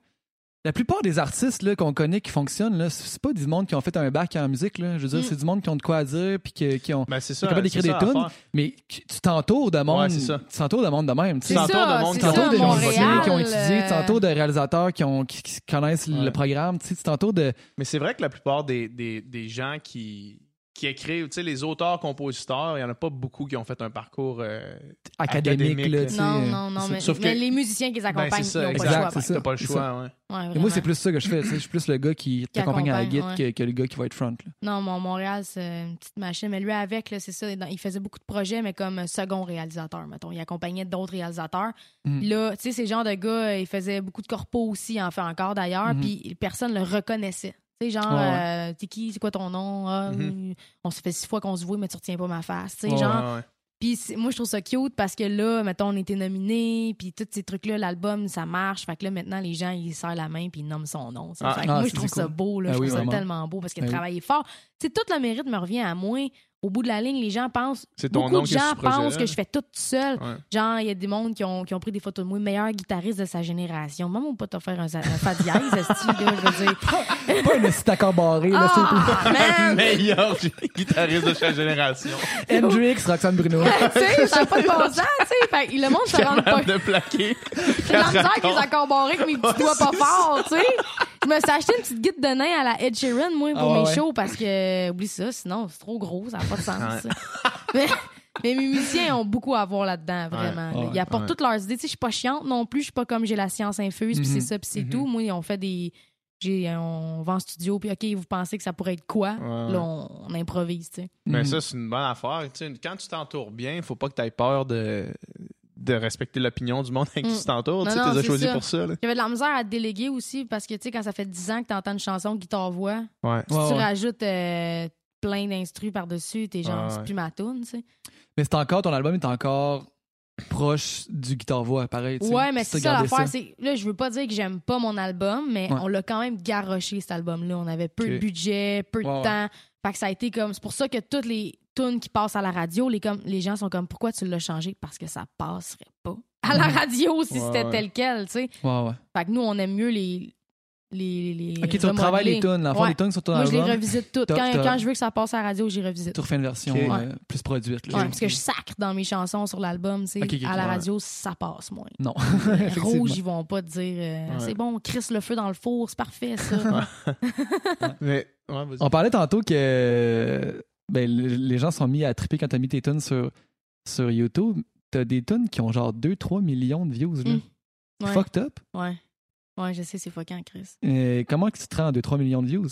[SPEAKER 2] La plupart des artistes là, qu'on connaît qui fonctionnent, là, c'est pas du monde qui ont fait un bac en musique. Là. Je veux dire,
[SPEAKER 3] Mm.
[SPEAKER 2] c'est du monde qui ont de quoi à dire puis que- qui ont.
[SPEAKER 1] Ben, c'est ça.
[SPEAKER 2] capable
[SPEAKER 1] c'est
[SPEAKER 2] d'écrire des
[SPEAKER 1] ça
[SPEAKER 2] tunes?
[SPEAKER 1] l'affaire.
[SPEAKER 2] Mais qui- tu t'entoures de monde.
[SPEAKER 1] Ouais, c'est ça.
[SPEAKER 2] Tu t'entoures de monde de même. tu sais.
[SPEAKER 3] C'est
[SPEAKER 1] Tu t'entoures
[SPEAKER 3] ça,
[SPEAKER 1] de monde
[SPEAKER 3] c'est
[SPEAKER 1] qui
[SPEAKER 3] ça,
[SPEAKER 1] ont-
[SPEAKER 2] tantôt de
[SPEAKER 3] Montréal,
[SPEAKER 2] musiciens qui ont étudié,
[SPEAKER 3] euh,
[SPEAKER 2] tantôt de réalisateurs qui, ont, qui, qui connaissent
[SPEAKER 1] Ouais.
[SPEAKER 2] le programme, tu sais, tantôt de...
[SPEAKER 1] Mais c'est vrai que la plupart des, des, des gens qui, qui écrivent, tu sais, les auteurs-compositeurs, il y en a pas beaucoup qui ont fait un parcours. euh,
[SPEAKER 2] académique.
[SPEAKER 1] Académique,
[SPEAKER 2] là,
[SPEAKER 1] là.
[SPEAKER 2] tu sais.
[SPEAKER 3] Non, non, non,
[SPEAKER 1] c'est-
[SPEAKER 3] mais,
[SPEAKER 1] sauf que-
[SPEAKER 3] mais les musiciens qui les
[SPEAKER 1] ben,
[SPEAKER 3] accompagnent,
[SPEAKER 1] c'est
[SPEAKER 3] ils
[SPEAKER 1] ça,
[SPEAKER 3] n'ont pas le choix.
[SPEAKER 1] exact.
[SPEAKER 2] par
[SPEAKER 1] c'est ça.
[SPEAKER 2] exemple.
[SPEAKER 1] T'as pas le
[SPEAKER 2] C'est
[SPEAKER 1] choix, ouais.
[SPEAKER 3] Ouais,
[SPEAKER 2] Mais moi,
[SPEAKER 3] vraiment.
[SPEAKER 2] c'est plus ça que je fais. tu sais, Je suis plus le gars qui t'accompagne à la guide
[SPEAKER 3] accompagne,
[SPEAKER 2] que, que le gars qui va être front. là.
[SPEAKER 3] Non, mon Montréal, c'est une petite machine. Mais lui, avec, là, c'est ça. dans- Il faisait beaucoup de projets, mais comme second réalisateur, mettons. Il accompagnait d'autres réalisateurs.
[SPEAKER 2] Mm.
[SPEAKER 3] Puis Là, tu sais, ces genres de gars, euh, il faisait beaucoup de corpos aussi, il en fait encore d'ailleurs.
[SPEAKER 2] Mhm.
[SPEAKER 3] Puis personne le reconnaissait. Tu sais, genre,
[SPEAKER 2] Ouais,
[SPEAKER 3] euh, t'es qui, c'est quoi ton nom? Ah,
[SPEAKER 1] Mhm.
[SPEAKER 3] On se fait six fois qu'on se voit, mais tu retiens pas ma face. Tu sais,
[SPEAKER 2] Ouais,
[SPEAKER 3] genre,
[SPEAKER 1] Ouais, ouais.
[SPEAKER 3] puis c'est- moi, je trouve ça cute parce que là, mettons, on était nominés, puis tous ces trucs-là, l'album, ça marche. Fait que là, maintenant, les gens, ils serrent la main puis ils nomment son nom. tu sais.
[SPEAKER 1] Ah,
[SPEAKER 3] Fait que
[SPEAKER 2] ah,
[SPEAKER 3] moi,
[SPEAKER 2] c'est
[SPEAKER 3] je trouve
[SPEAKER 2] cool.
[SPEAKER 3] ça beau, là.
[SPEAKER 2] Ah
[SPEAKER 3] je
[SPEAKER 2] oui,
[SPEAKER 3] trouve
[SPEAKER 2] vraiment.
[SPEAKER 3] ça tellement beau parce que
[SPEAKER 2] Ah oui.
[SPEAKER 3] travailler fort. Tu sais, tout le mérite me revient à moi. Au bout de la ligne, les gens pensent.
[SPEAKER 1] C'est ton
[SPEAKER 3] Beaucoup
[SPEAKER 1] nom
[SPEAKER 3] de
[SPEAKER 1] qui est
[SPEAKER 3] gens
[SPEAKER 1] sous projet,
[SPEAKER 3] pensent
[SPEAKER 1] là.
[SPEAKER 3] que je fais tout
[SPEAKER 2] Ah.
[SPEAKER 3] seul.
[SPEAKER 1] hein. Ouais.
[SPEAKER 3] Genre, il y a des mondes qui ont, qui ont pris des photos de moi, meilleur guitariste de sa génération. Maman, on peut t'offrir un, sa- un fa dièse, esti, là, je veux dire.
[SPEAKER 2] Pas un petit accord barré. là,
[SPEAKER 3] Ah, man!
[SPEAKER 1] Meilleur guitariste de chaque génération.
[SPEAKER 2] c'est Hendrix, Roxane Bruno.
[SPEAKER 3] Tu sais, ça n'a pas de bon sens, tu sais. Fait que le monde se rend pas
[SPEAKER 1] Capable de plaquer.
[SPEAKER 3] C'est la misère
[SPEAKER 1] Raconte.
[SPEAKER 3] que les accords barrés avec mes petits doigts pas forts, tu sais. Je me suis acheté une petite guide de nain à la Ed Sheeran, moi, pour
[SPEAKER 2] Ah ouais,
[SPEAKER 3] mes
[SPEAKER 2] ouais.
[SPEAKER 3] shows, parce que, oublie ça, sinon, c'est trop gros, ça n'a pas de sens.
[SPEAKER 1] Ouais.
[SPEAKER 3] ça. mais, mais mes musiciens ont beaucoup à voir là-dedans, vraiment.
[SPEAKER 2] Ouais,
[SPEAKER 3] là.
[SPEAKER 2] ouais,
[SPEAKER 3] Ils apportent
[SPEAKER 1] ouais.
[SPEAKER 3] toutes leurs idées. Tu sais, je suis pas chiante non plus, je suis pas comme j'ai la science infuse, puis
[SPEAKER 2] Mhm.
[SPEAKER 3] c'est ça, puis c'est tout. Moi, ils ont fait des. J'ai, on va en studio, puis OK, vous pensez que ça pourrait être quoi?
[SPEAKER 1] Ouais.
[SPEAKER 3] Là, on, on improvise, tu sais.
[SPEAKER 1] Mais
[SPEAKER 2] Mm.
[SPEAKER 1] ça, c'est une bonne affaire. Tu sais, quand tu t'entoures bien, faut pas que tu aies peur de, de respecter l'opinion du monde avec
[SPEAKER 3] Mm.
[SPEAKER 1] qui tu t'entoures.
[SPEAKER 3] Non,
[SPEAKER 1] Tu sais,
[SPEAKER 3] non,
[SPEAKER 1] t'es
[SPEAKER 3] c'est
[SPEAKER 1] choisi
[SPEAKER 3] ça.
[SPEAKER 1] pour ça. Là.
[SPEAKER 3] J'avais de la misère à te déléguer aussi, parce que, tu sais, quand ça fait 10 ans que t'entends une chanson guitare-voix,
[SPEAKER 1] Ouais.
[SPEAKER 3] Si
[SPEAKER 2] Ouais,
[SPEAKER 3] tu
[SPEAKER 2] ouais.
[SPEAKER 3] rajoutes euh, plein d'instrus par-dessus, t'es genre,
[SPEAKER 1] Ouais, ouais.
[SPEAKER 3] c'est plus ma toune, tu sais.
[SPEAKER 2] Mais c'est encore, ton album est encore proche du guitare-voix, pareil. tu sais,
[SPEAKER 3] Ouais, mais
[SPEAKER 2] si t'as
[SPEAKER 3] c'est ça
[SPEAKER 2] gardé
[SPEAKER 3] l'affaire. c'est- Là, je veux pas dire que j'aime pas mon album, mais
[SPEAKER 2] Ouais.
[SPEAKER 3] on l'a quand même garoché, cet album-là. On avait peu de
[SPEAKER 1] Ok.
[SPEAKER 3] budget, peu de
[SPEAKER 2] Ouais, ouais.
[SPEAKER 3] temps. Fait que ça a été comme. C'est pour ça que toutes les tunes qui passent à la radio, les, comme, les gens sont comme, pourquoi tu l'as changé? Parce que ça passerait pas à la radio si
[SPEAKER 1] Ouais,
[SPEAKER 3] c'était
[SPEAKER 1] ouais.
[SPEAKER 3] tel quel, tu sais.
[SPEAKER 2] Ouais, ouais.
[SPEAKER 3] Fait que nous, on aime mieux les, les. les
[SPEAKER 2] Ok, tu retravailles les
[SPEAKER 3] remodeler.
[SPEAKER 2] tunes. L'enfant,
[SPEAKER 3] Ouais.
[SPEAKER 2] les tunes sur ton
[SPEAKER 3] Moi, je les
[SPEAKER 2] album.
[SPEAKER 3] revisite toutes.
[SPEAKER 2] Top,
[SPEAKER 3] Quand,
[SPEAKER 2] top.
[SPEAKER 3] quand je veux que ça passe à la radio, j'y revisite.
[SPEAKER 2] Tu refais une version
[SPEAKER 1] Ok.
[SPEAKER 2] euh, plus produite. là.
[SPEAKER 3] Ouais, parce que je sacre dans mes chansons sur l'album. tu sais.
[SPEAKER 2] Ok, ok,
[SPEAKER 3] à la
[SPEAKER 2] ouais.
[SPEAKER 3] radio, ça passe moins.
[SPEAKER 2] Non.
[SPEAKER 3] Les
[SPEAKER 2] Effectivement.
[SPEAKER 3] rouges, ils vont pas te dire euh,
[SPEAKER 1] Ouais.
[SPEAKER 3] c'est bon, crisse le feu dans le four, c'est parfait ça.
[SPEAKER 1] Mais, ouais, vas-y.
[SPEAKER 2] On parlait tantôt que euh, ben, le- les gens sont mis à triper quand t'as mis tes tunes sur, sur YouTube. T'as des tunes qui ont genre 2-3 millions de views. Là.
[SPEAKER 3] Mm. Ouais,
[SPEAKER 2] Fucked up.
[SPEAKER 3] ouais. Ouais, je sais, c'est fucking Chris.
[SPEAKER 2] Euh, comment que tu te rends à 2-3 millions de views?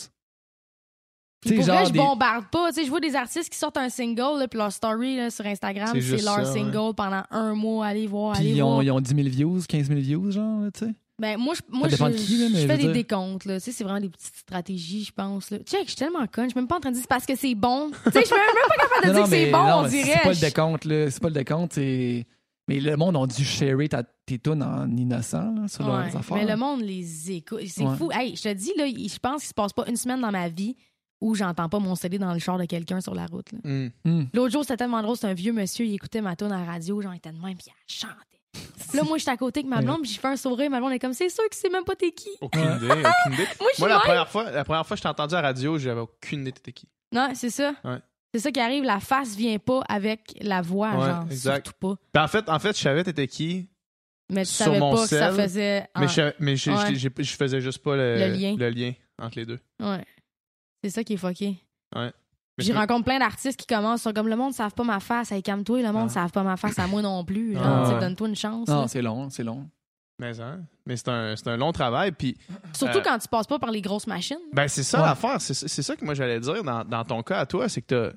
[SPEAKER 3] Puis
[SPEAKER 2] Tu
[SPEAKER 3] pour
[SPEAKER 2] sais,
[SPEAKER 3] vrai,
[SPEAKER 2] genre
[SPEAKER 3] je
[SPEAKER 2] des-
[SPEAKER 3] bombarde pas. Tu sais, je vois des artistes qui sortent un single, là, puis leur story là, sur Instagram,
[SPEAKER 1] C'est
[SPEAKER 3] c'est
[SPEAKER 1] juste
[SPEAKER 3] leur
[SPEAKER 1] ça, ouais.
[SPEAKER 3] single pendant un mois. Allez voir,
[SPEAKER 2] Puis
[SPEAKER 3] allez
[SPEAKER 2] ils ont,
[SPEAKER 3] voir.
[SPEAKER 2] ils ont 10 000 views, 15 000 views, genre, là, tu sais.
[SPEAKER 3] Ben, moi, je, moi,
[SPEAKER 2] dépend
[SPEAKER 3] je,
[SPEAKER 2] de qui, là,
[SPEAKER 3] je
[SPEAKER 2] mais je
[SPEAKER 3] fais
[SPEAKER 2] veux
[SPEAKER 3] des
[SPEAKER 2] dire-
[SPEAKER 3] décomptes. là. Tu sais, c'est vraiment des petites stratégies, je pense. là. Tu sais, je suis tellement conne. Je suis même pas en train de dire c'est parce que c'est bon. tu sais, je suis même pas capable de dire que c'est bon,
[SPEAKER 2] non,
[SPEAKER 3] on
[SPEAKER 2] mais
[SPEAKER 3] dirait.
[SPEAKER 2] C'est pas le
[SPEAKER 3] Je-
[SPEAKER 2] décompte, là. C'est pas le décompte, c'est. Mais le monde a dû sharer ta- tes tunes en innocent, là, sur
[SPEAKER 3] Ouais,
[SPEAKER 2] leurs affaires.
[SPEAKER 3] Mais le monde les écoute. C'est
[SPEAKER 2] Ouais.
[SPEAKER 3] fou. Hey, je te dis, là, il- je pense qu'il se passe pas une semaine dans ma vie où j'entends pas mon CD dans le char de quelqu'un sur la route. là.
[SPEAKER 1] Hmm.
[SPEAKER 2] Hmm.
[SPEAKER 3] L'autre jour, c'était tellement drôle. C'était un vieux monsieur, il écoutait ma tune à la radio, genre, il était de même, puis il chantait. Là, moi, j'étais à côté avec ma blonde, puis j'ai fait un sourire. Ma blonde est comme, c'est sûr que c'est même pas t'es qui.
[SPEAKER 1] Aucune idée, aucune idée.
[SPEAKER 3] Moi, je suis
[SPEAKER 1] Moi, la
[SPEAKER 3] même-
[SPEAKER 1] première fois, la première fois que je t'ai entendu à la radio, j'avais aucune idée t'étais qui.
[SPEAKER 3] Non, c'est ça.
[SPEAKER 1] Ouais.
[SPEAKER 3] C'est ça qui arrive. La face vient pas avec la voix,
[SPEAKER 1] Ouais,
[SPEAKER 3] genre,
[SPEAKER 1] exact.
[SPEAKER 3] surtout pas.
[SPEAKER 1] Puis Ben, en fait, en fait, je savais t'étais qui,
[SPEAKER 3] Mais tu
[SPEAKER 1] Sur
[SPEAKER 3] savais
[SPEAKER 1] mon
[SPEAKER 3] pas que ça
[SPEAKER 1] sel,
[SPEAKER 3] faisait.
[SPEAKER 1] mais, je, mais j'ai-
[SPEAKER 3] Ah. Ouais.
[SPEAKER 1] j'ai- j'ai- je faisais juste pas le,
[SPEAKER 3] Le lien.
[SPEAKER 1] entre les deux.
[SPEAKER 3] Ouais. C'est ça qui est fucké.
[SPEAKER 1] Mais
[SPEAKER 3] J'ai
[SPEAKER 1] je me-
[SPEAKER 3] rencontré plein d'artistes qui commencent sont comme le monde ne savent pas ma face, hey, calme-toi, le monde ne
[SPEAKER 1] Ah.
[SPEAKER 3] savent pas ma face à moi non plus. Genre,
[SPEAKER 1] Ah.
[SPEAKER 3] tu sais, Donne-toi une chance. là.
[SPEAKER 2] Non, c'est long, c'est long.
[SPEAKER 1] mais, hein, mais c'est un, c'est un long travail. Puis,
[SPEAKER 3] Surtout
[SPEAKER 1] Euh.
[SPEAKER 3] quand tu passes pas par les grosses machines.
[SPEAKER 1] ben, c'est ça
[SPEAKER 2] Ouais.
[SPEAKER 1] l'affaire. C'est c'est ça que moi, j'allais dire dans, dans ton cas à toi, c'est que t'as.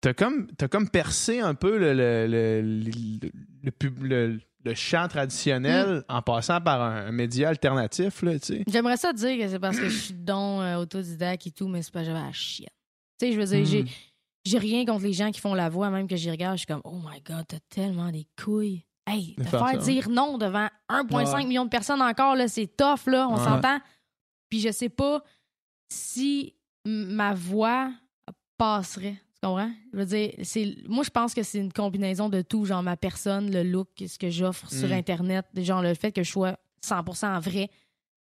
[SPEAKER 1] T'as comme, t'as comme percé un peu le, le, le, le- le pub- le- le chant traditionnel
[SPEAKER 3] Mm.
[SPEAKER 1] en passant par un, un média alternatif, là, tu sais.
[SPEAKER 3] J'aimerais ça dire que c'est parce que je suis don euh, autodidacte et tout, mais c'est pas j'avais la chienne. Tu sais, je veux dire,
[SPEAKER 2] Mm.
[SPEAKER 3] j'ai- j'ai rien contre les gens qui font la voix, même que j'y regarde, je suis comme, oh my god, t'as tellement des couilles. Hey,
[SPEAKER 1] De
[SPEAKER 3] te
[SPEAKER 1] faire
[SPEAKER 3] faire
[SPEAKER 1] ça,
[SPEAKER 3] dire non devant 1,5
[SPEAKER 2] Ouais.
[SPEAKER 3] million de personnes encore, là, c'est tough, là, on
[SPEAKER 1] Ouais.
[SPEAKER 3] s'entend. Puis je sais pas si m- ma voix passerait. Tu comprends? Je veux dire, c'est, moi, je pense que c'est une combinaison de tout, genre ma personne, le look, ce que j'offre sur
[SPEAKER 1] Mm.
[SPEAKER 3] Internet, genre le fait que je sois 100% vrai,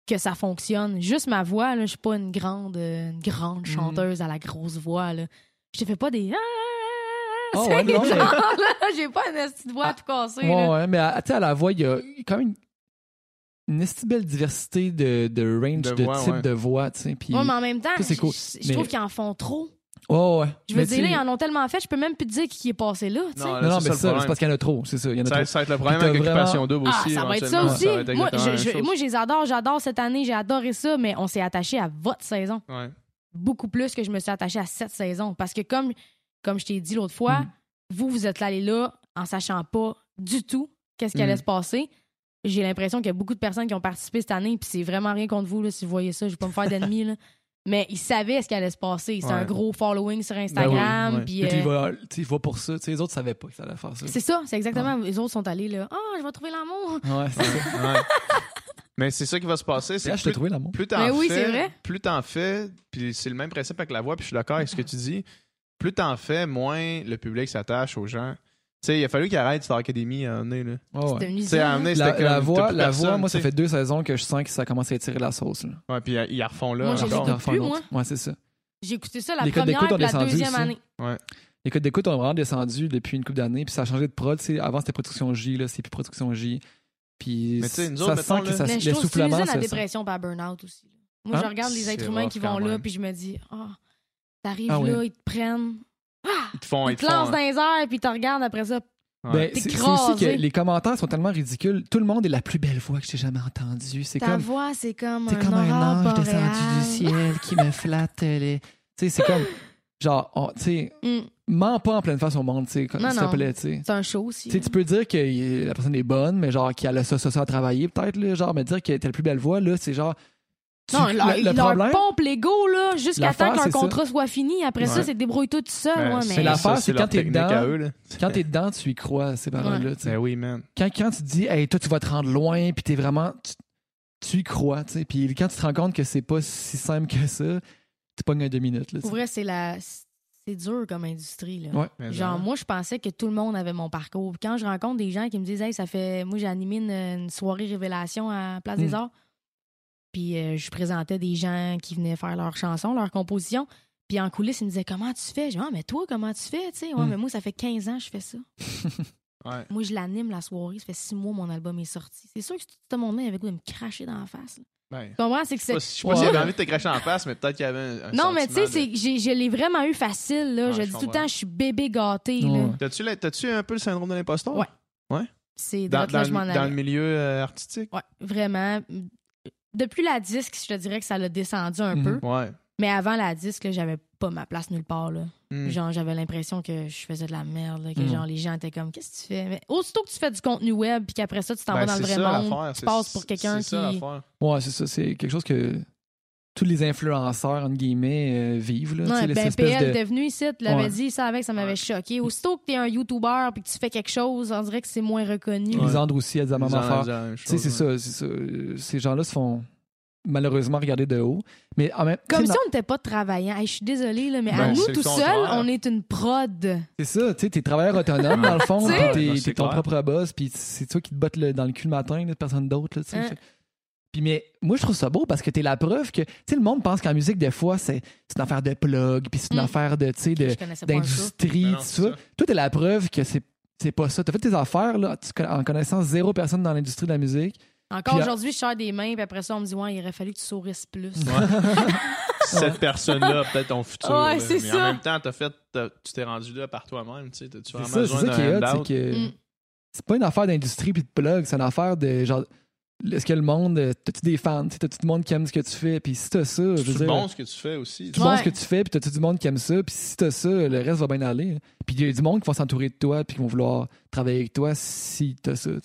[SPEAKER 3] que ça fonctionne. Juste ma voix, là, je suis pas une grande, euh, une grande
[SPEAKER 1] Mm.
[SPEAKER 3] chanteuse à la grosse voix, là. Je te fais pas des. Ah,
[SPEAKER 2] Oh,
[SPEAKER 3] C'est
[SPEAKER 2] ouais, non, mais-
[SPEAKER 3] genre, là, j'ai pas une petite voix
[SPEAKER 2] Ah,
[SPEAKER 3] tout cassée,
[SPEAKER 2] Ouais,
[SPEAKER 3] là.
[SPEAKER 2] ouais, mais à, tu sais, à la voix, il y a quand même une esti belle diversité de, de range,
[SPEAKER 1] De
[SPEAKER 2] de,
[SPEAKER 1] voix,
[SPEAKER 2] type
[SPEAKER 1] ouais.
[SPEAKER 2] de voix, tu sais. Puis...
[SPEAKER 3] Ouais, mais en même temps,
[SPEAKER 2] Ça, c'est
[SPEAKER 3] je-
[SPEAKER 2] cool.
[SPEAKER 3] je, je
[SPEAKER 2] Mais-
[SPEAKER 3] trouve qu'ils en font trop.
[SPEAKER 2] Ouais, ouais.
[SPEAKER 3] Je veux
[SPEAKER 2] Mais
[SPEAKER 3] dire,
[SPEAKER 2] tu
[SPEAKER 3] là,
[SPEAKER 2] sais-
[SPEAKER 3] ils en ont tellement fait, je peux même plus te dire qui est passé là, tu sais.
[SPEAKER 1] Non, là,
[SPEAKER 2] Non, non,
[SPEAKER 1] c'est
[SPEAKER 2] mais
[SPEAKER 1] ça, le
[SPEAKER 2] ça, c'est parce qu'il y en a trop, c'est ça. Il y en a
[SPEAKER 1] Ça,
[SPEAKER 2] trop.
[SPEAKER 1] ça va être le problème
[SPEAKER 2] Puis
[SPEAKER 1] avec
[SPEAKER 2] t'as
[SPEAKER 1] Occupation Double
[SPEAKER 3] Ah,
[SPEAKER 1] aussi.
[SPEAKER 3] ça va être ça
[SPEAKER 1] éventuellement.
[SPEAKER 3] aussi.
[SPEAKER 1] va être exactement
[SPEAKER 3] moi, je,
[SPEAKER 1] la même
[SPEAKER 3] je-
[SPEAKER 1] chose.
[SPEAKER 3] moi, je les adore, j'adore cette année, j'ai adoré ça, mais on s'est attaché à votre saison.
[SPEAKER 1] Ouais.
[SPEAKER 3] Beaucoup plus que je me suis attaché à cette saison. Parce que comme, comme je t'ai dit l'autre fois,
[SPEAKER 2] Mm.
[SPEAKER 3] vous, vous êtes allés là en sachant pas du tout qu'est-ce qui
[SPEAKER 1] Mm.
[SPEAKER 3] allait se passer. J'ai l'impression qu'il y a beaucoup de personnes qui ont participé cette année, puis c'est vraiment rien contre vous, là, si vous voyez ça, je vais pas me faire d'ennemis, là. Mais ils savaient ce qui allait se passer. C'est
[SPEAKER 1] Ouais.
[SPEAKER 3] un gros following
[SPEAKER 2] Ben
[SPEAKER 3] sur Instagram.
[SPEAKER 1] ouais.
[SPEAKER 3] puis,
[SPEAKER 2] Puis
[SPEAKER 3] euh,
[SPEAKER 2] il va- tu sais, il va pour ça. Tu sais, les autres savaient pas que ça allait faire ça.
[SPEAKER 3] C'est ça, c'est exactement. Les autres sont allés là. Ah, je vais trouver l'amour.
[SPEAKER 2] Ouais, c'est ça.
[SPEAKER 1] Ouais. mais c'est ça qui va se passer. C'est
[SPEAKER 2] Là, je t'ai
[SPEAKER 1] que plus,
[SPEAKER 2] trouvé l'amour.
[SPEAKER 1] plus t'en
[SPEAKER 3] Mais oui, c'est
[SPEAKER 1] fais,
[SPEAKER 3] vrai.
[SPEAKER 1] plus t'en fais, puis c'est le même principe avec la voix, puis je suis d'accord avec ce que tu dis. Plus t'en fais, moins le public s'attache aux gens. Tu sais, il a fallu qu'il arrête Star Academy à un moment donné, là.
[SPEAKER 2] Ouais, ouais.
[SPEAKER 3] C'est devenu
[SPEAKER 1] Tu sais, à un moment donné,
[SPEAKER 2] La,
[SPEAKER 1] c'était
[SPEAKER 2] la
[SPEAKER 1] comme, t'as
[SPEAKER 2] voix,
[SPEAKER 1] plus
[SPEAKER 2] la
[SPEAKER 1] personne,
[SPEAKER 2] voix, moi, ça
[SPEAKER 1] tu sais.
[SPEAKER 2] fait deux saisons que je sens que ça commence à étirer la sauce. Là.
[SPEAKER 1] Ouais, puis ils la refont là.
[SPEAKER 3] Moi, j'ai
[SPEAKER 1] encore.
[SPEAKER 3] l'écoute
[SPEAKER 2] refait
[SPEAKER 3] plus,
[SPEAKER 2] un autre.
[SPEAKER 3] moi.
[SPEAKER 2] Ouais, c'est ça.
[SPEAKER 3] J'ai écouté ça la
[SPEAKER 2] Les codes
[SPEAKER 3] première
[SPEAKER 2] d'écoute ont
[SPEAKER 3] puis la
[SPEAKER 2] descendu
[SPEAKER 3] deuxième
[SPEAKER 2] aussi.
[SPEAKER 3] année.
[SPEAKER 2] Les codes d'écoute ont vraiment descendu depuis une couple d'années, puis ça a changé de prod. tu sais. Avant, c'était production J, là, c'est plus production J. Puis
[SPEAKER 1] Mais tu sais, nous
[SPEAKER 2] ça
[SPEAKER 1] autres,
[SPEAKER 2] sent
[SPEAKER 1] mettons,
[SPEAKER 2] que
[SPEAKER 1] là-
[SPEAKER 2] ça
[SPEAKER 3] Mais je trouve que c'est
[SPEAKER 2] l'essoufflement,
[SPEAKER 3] l'usine à
[SPEAKER 2] ça sent.
[SPEAKER 3] dépression par burn-out aussi. là. Moi, je
[SPEAKER 2] Hein?
[SPEAKER 3] regarde les
[SPEAKER 1] C'est
[SPEAKER 3] êtres humains
[SPEAKER 1] rough
[SPEAKER 3] qui
[SPEAKER 1] quand
[SPEAKER 3] vont là,
[SPEAKER 1] même.
[SPEAKER 3] puis je me dis, ah, t'arrives
[SPEAKER 2] Ah oui.
[SPEAKER 3] là, ils te prennent,
[SPEAKER 1] Ils te font,
[SPEAKER 3] ils te lancent dans les airs, puis ils te regardent après ça.
[SPEAKER 2] Ben,
[SPEAKER 1] Ouais.
[SPEAKER 2] c'est c'est
[SPEAKER 3] crasé.
[SPEAKER 2] aussi que les commentaires sont tellement ridicules. Tout le monde est la plus belle voix que j'ai jamais entendue. C'est
[SPEAKER 3] Ta
[SPEAKER 2] comme,
[SPEAKER 3] voix, c'est comme
[SPEAKER 2] c'est
[SPEAKER 3] un
[SPEAKER 2] comme un
[SPEAKER 3] aurore
[SPEAKER 2] ange
[SPEAKER 3] boréale.
[SPEAKER 2] descendu du ciel qui me flatte les. Tu sais, c'est comme, genre, on- tu sais,
[SPEAKER 3] Mm,
[SPEAKER 2] mens pas en pleine face au monde, tu sais, comme
[SPEAKER 3] Non,
[SPEAKER 2] s'il
[SPEAKER 3] non.
[SPEAKER 2] te plaît, tu sais.
[SPEAKER 3] c'est un show aussi.
[SPEAKER 2] Tu sais, tu peux dire que euh, la personne est bonne, mais genre qu'elle a ça, ça, ça à travailler, peut-être, là, genre, mais dire que t'as la plus belle voix, là, c'est genre. tu-
[SPEAKER 3] Non,
[SPEAKER 2] le,
[SPEAKER 3] leur,
[SPEAKER 2] le
[SPEAKER 3] leur
[SPEAKER 2] problème,
[SPEAKER 3] pompe l'ego, là, jusqu'à
[SPEAKER 2] L'affaire,
[SPEAKER 3] temps qu'un
[SPEAKER 2] c'est ça.
[SPEAKER 3] contrat soit fini. Après ça,
[SPEAKER 1] Ouais.
[SPEAKER 3] c'est débrouille-toi tout seul.
[SPEAKER 1] Ben,
[SPEAKER 3] ouais,
[SPEAKER 1] ça,
[SPEAKER 3] mais...
[SPEAKER 2] la- l'affaire,
[SPEAKER 1] ça,
[SPEAKER 2] c'est quand
[SPEAKER 1] leur
[SPEAKER 2] t'es
[SPEAKER 1] technique
[SPEAKER 2] dedans,
[SPEAKER 1] à eux, là.
[SPEAKER 2] quand t'es dedans, tu y crois, ces paroles-là, tu sais.
[SPEAKER 1] Ben oui, man.
[SPEAKER 2] Quand, quand tu te dis, hey, toi, tu vas te rendre loin, puis t'es vraiment. Tu, tu y crois, tu sais. Puis quand tu te rends compte que c'est pas si simple que ça, tu pognes un deux minutes, là. tu
[SPEAKER 3] Pour
[SPEAKER 2] sais.
[SPEAKER 3] vrai, c'est la... c'est dur comme industrie. Là.
[SPEAKER 2] Ouais.
[SPEAKER 1] Mais
[SPEAKER 3] Genre, moi, je pensais que tout le monde avait mon parcours. Puis Quand je rencontre
[SPEAKER 1] Hmm.
[SPEAKER 3] des gens qui me disent, hey, ça fait. Moi, j'ai animé une, une soirée révélation à Place des
[SPEAKER 2] Mm.
[SPEAKER 3] Arts. Puis euh, je présentais des gens qui venaient faire leurs chansons, leurs compositions. Puis en coulisses, ils me disaient Comment tu fais Je dis Ah, mais toi, comment tu fais Tu sais, ouais,
[SPEAKER 1] Hmm.
[SPEAKER 2] Mm.
[SPEAKER 3] mais moi, ça fait 15 ans que je fais ça.
[SPEAKER 1] Ouais.
[SPEAKER 3] Moi, je l'anime la soirée. Ça fait six mois mon album est sorti. C'est sûr que tout ce monde-là il avait le goût de me cracher dans la face. là.
[SPEAKER 1] Ben,
[SPEAKER 3] Tu comprends C'est que
[SPEAKER 1] je sais
[SPEAKER 3] c'est.
[SPEAKER 1] pas si- je sais pas s'il
[SPEAKER 2] Ouais.
[SPEAKER 1] avait envie de te cracher en face, mais peut-être qu'il y avait un. un
[SPEAKER 3] Non, mais tu sais,
[SPEAKER 1] sentiment
[SPEAKER 3] c'est- j'ai- je l'ai vraiment eu facile. Là.
[SPEAKER 1] Ouais,
[SPEAKER 3] je
[SPEAKER 1] je
[SPEAKER 3] dis tout le
[SPEAKER 1] comprends.
[SPEAKER 3] temps, je suis bébé gâté.
[SPEAKER 2] Ouais.
[SPEAKER 1] de- T'as-tu la- T'as-tu un peu le syndrome de l'imposteur
[SPEAKER 3] Ouais. C'est
[SPEAKER 1] Dans,
[SPEAKER 3] drôle,
[SPEAKER 1] dans
[SPEAKER 3] là,
[SPEAKER 1] le-
[SPEAKER 3] je m'en
[SPEAKER 1] dans le
[SPEAKER 3] allais.
[SPEAKER 1] milieu euh, artistique
[SPEAKER 3] Ouais, vraiment. Depuis la disque, je te dirais que ça l'a descendu un
[SPEAKER 2] Mhm.
[SPEAKER 3] peu.
[SPEAKER 1] Ouais.
[SPEAKER 3] Mais avant la disque, là, j'avais pas ma place nulle part. Là.
[SPEAKER 1] Hmm.
[SPEAKER 3] Genre, j'avais l'impression que je faisais de la merde, là, que
[SPEAKER 2] Mhm.
[SPEAKER 3] genre les gens étaient comme qu'est-ce que tu fais Mais aussitôt que tu fais du contenu web puis qu'après ça tu t'en
[SPEAKER 1] Ben,
[SPEAKER 3] vas dans le
[SPEAKER 1] c'est
[SPEAKER 3] vrai
[SPEAKER 1] ça,
[SPEAKER 3] monde,
[SPEAKER 1] l'affaire,
[SPEAKER 3] tu
[SPEAKER 1] c'est-
[SPEAKER 3] passes pour quelqu'un qui
[SPEAKER 1] C'est ça l'affaire.
[SPEAKER 2] Ouais, c'est ça. C'est quelque chose que tous les influenceurs, entre guillemets, euh, vivent. Là, Tu sais,
[SPEAKER 3] Ouais,
[SPEAKER 2] là,
[SPEAKER 3] ben
[SPEAKER 2] cette espèce
[SPEAKER 3] PL
[SPEAKER 2] de-
[SPEAKER 3] est devenu ici, tu l'avais
[SPEAKER 2] Ouais.
[SPEAKER 3] dit ça avec ça m'avait
[SPEAKER 1] Ouais.
[SPEAKER 3] choqué. Aussitôt que tu es un youtubeur puis que tu fais quelque chose, on dirait que c'est moins reconnu.
[SPEAKER 1] Ouais.
[SPEAKER 2] Les Andes aussi, elles disent à
[SPEAKER 1] Ils
[SPEAKER 2] maman
[SPEAKER 1] en
[SPEAKER 2] faire.
[SPEAKER 1] faisaient la même
[SPEAKER 2] Tu sais,
[SPEAKER 1] chose,
[SPEAKER 2] c'est
[SPEAKER 1] ouais.
[SPEAKER 2] ça, c'est ça. Euh, Ces gens-là se font malheureusement regarder de haut. Mais en même
[SPEAKER 3] Comme
[SPEAKER 2] tu sais,
[SPEAKER 3] si on n'était pas travaillant. Hey, je suis désolée, là, mais
[SPEAKER 1] Ben,
[SPEAKER 3] à
[SPEAKER 1] c'est
[SPEAKER 3] nous
[SPEAKER 1] le
[SPEAKER 3] tout seuls,
[SPEAKER 1] contraire.
[SPEAKER 3] on est une prod.
[SPEAKER 2] C'est ça, tu sais, t'es travailleur autonome dans le fond, puis
[SPEAKER 3] Tu sais.
[SPEAKER 1] Ouais,
[SPEAKER 2] t'es-
[SPEAKER 1] c'est
[SPEAKER 2] t'es ton
[SPEAKER 1] clair.
[SPEAKER 2] propre boss, puis c'est toi qui te bottes le- dans le cul le matin, là, de personne d'autre, là, tu sais.
[SPEAKER 3] Hein.
[SPEAKER 2] C'est- Puis mais moi je trouve ça beau parce que t'es la preuve que, tu sais, le monde pense qu'en musique des fois c'est c'est une affaire de plug, puis c'est une
[SPEAKER 3] Mm.
[SPEAKER 2] affaire de, tu sais, de-
[SPEAKER 3] Je connaissais pas ça.
[SPEAKER 2] d'industrie,
[SPEAKER 1] Mais
[SPEAKER 2] tout
[SPEAKER 1] non, c'est
[SPEAKER 2] ça.
[SPEAKER 1] ça.
[SPEAKER 2] Toi t'es la preuve que c'est c'est pas ça. T'as fait tes affaires là, tu conna- en connaissant zéro personne dans l'industrie de la musique.
[SPEAKER 3] Encore
[SPEAKER 2] Puis,
[SPEAKER 3] aujourd'hui, je sers des mains, puis après ça, on me dit Ouais, il aurait fallu que tu sourisses plus.
[SPEAKER 1] Cette personne-là, peut-être ton futur.
[SPEAKER 3] Ouais,
[SPEAKER 1] là.
[SPEAKER 3] c'est
[SPEAKER 1] mais
[SPEAKER 3] ça.
[SPEAKER 1] en même temps, t'as fait, t'as- tu t'es rendu là par toi-même. tu sais. T'as-tu
[SPEAKER 2] C'est
[SPEAKER 1] vraiment
[SPEAKER 2] ça,
[SPEAKER 1] besoin
[SPEAKER 2] c'est ça qui est
[SPEAKER 1] d'un
[SPEAKER 2] hot,
[SPEAKER 1] handout?
[SPEAKER 2] c'est que
[SPEAKER 3] Mm.
[SPEAKER 2] c'est pas une affaire d'industrie puis de plug, c'est une affaire de genre est-ce que le monde euh, t'as-tu des fans, t'sais, t'as-tu du monde qui aime ce que tu fais, puis si t'as ça, je veux
[SPEAKER 1] C'est
[SPEAKER 2] dire, euh,
[SPEAKER 1] bon ce que tu fais aussi.
[SPEAKER 2] tu
[SPEAKER 3] Ouais.
[SPEAKER 2] montres ce que tu fais, puis t'as-tu du monde qui aime ça, puis si t'as ça, le reste va bien aller. hein. Puis il y a du monde qui va s'entourer de toi, puis qui vont vouloir travailler avec toi si t'as ça.
[SPEAKER 1] Ouais,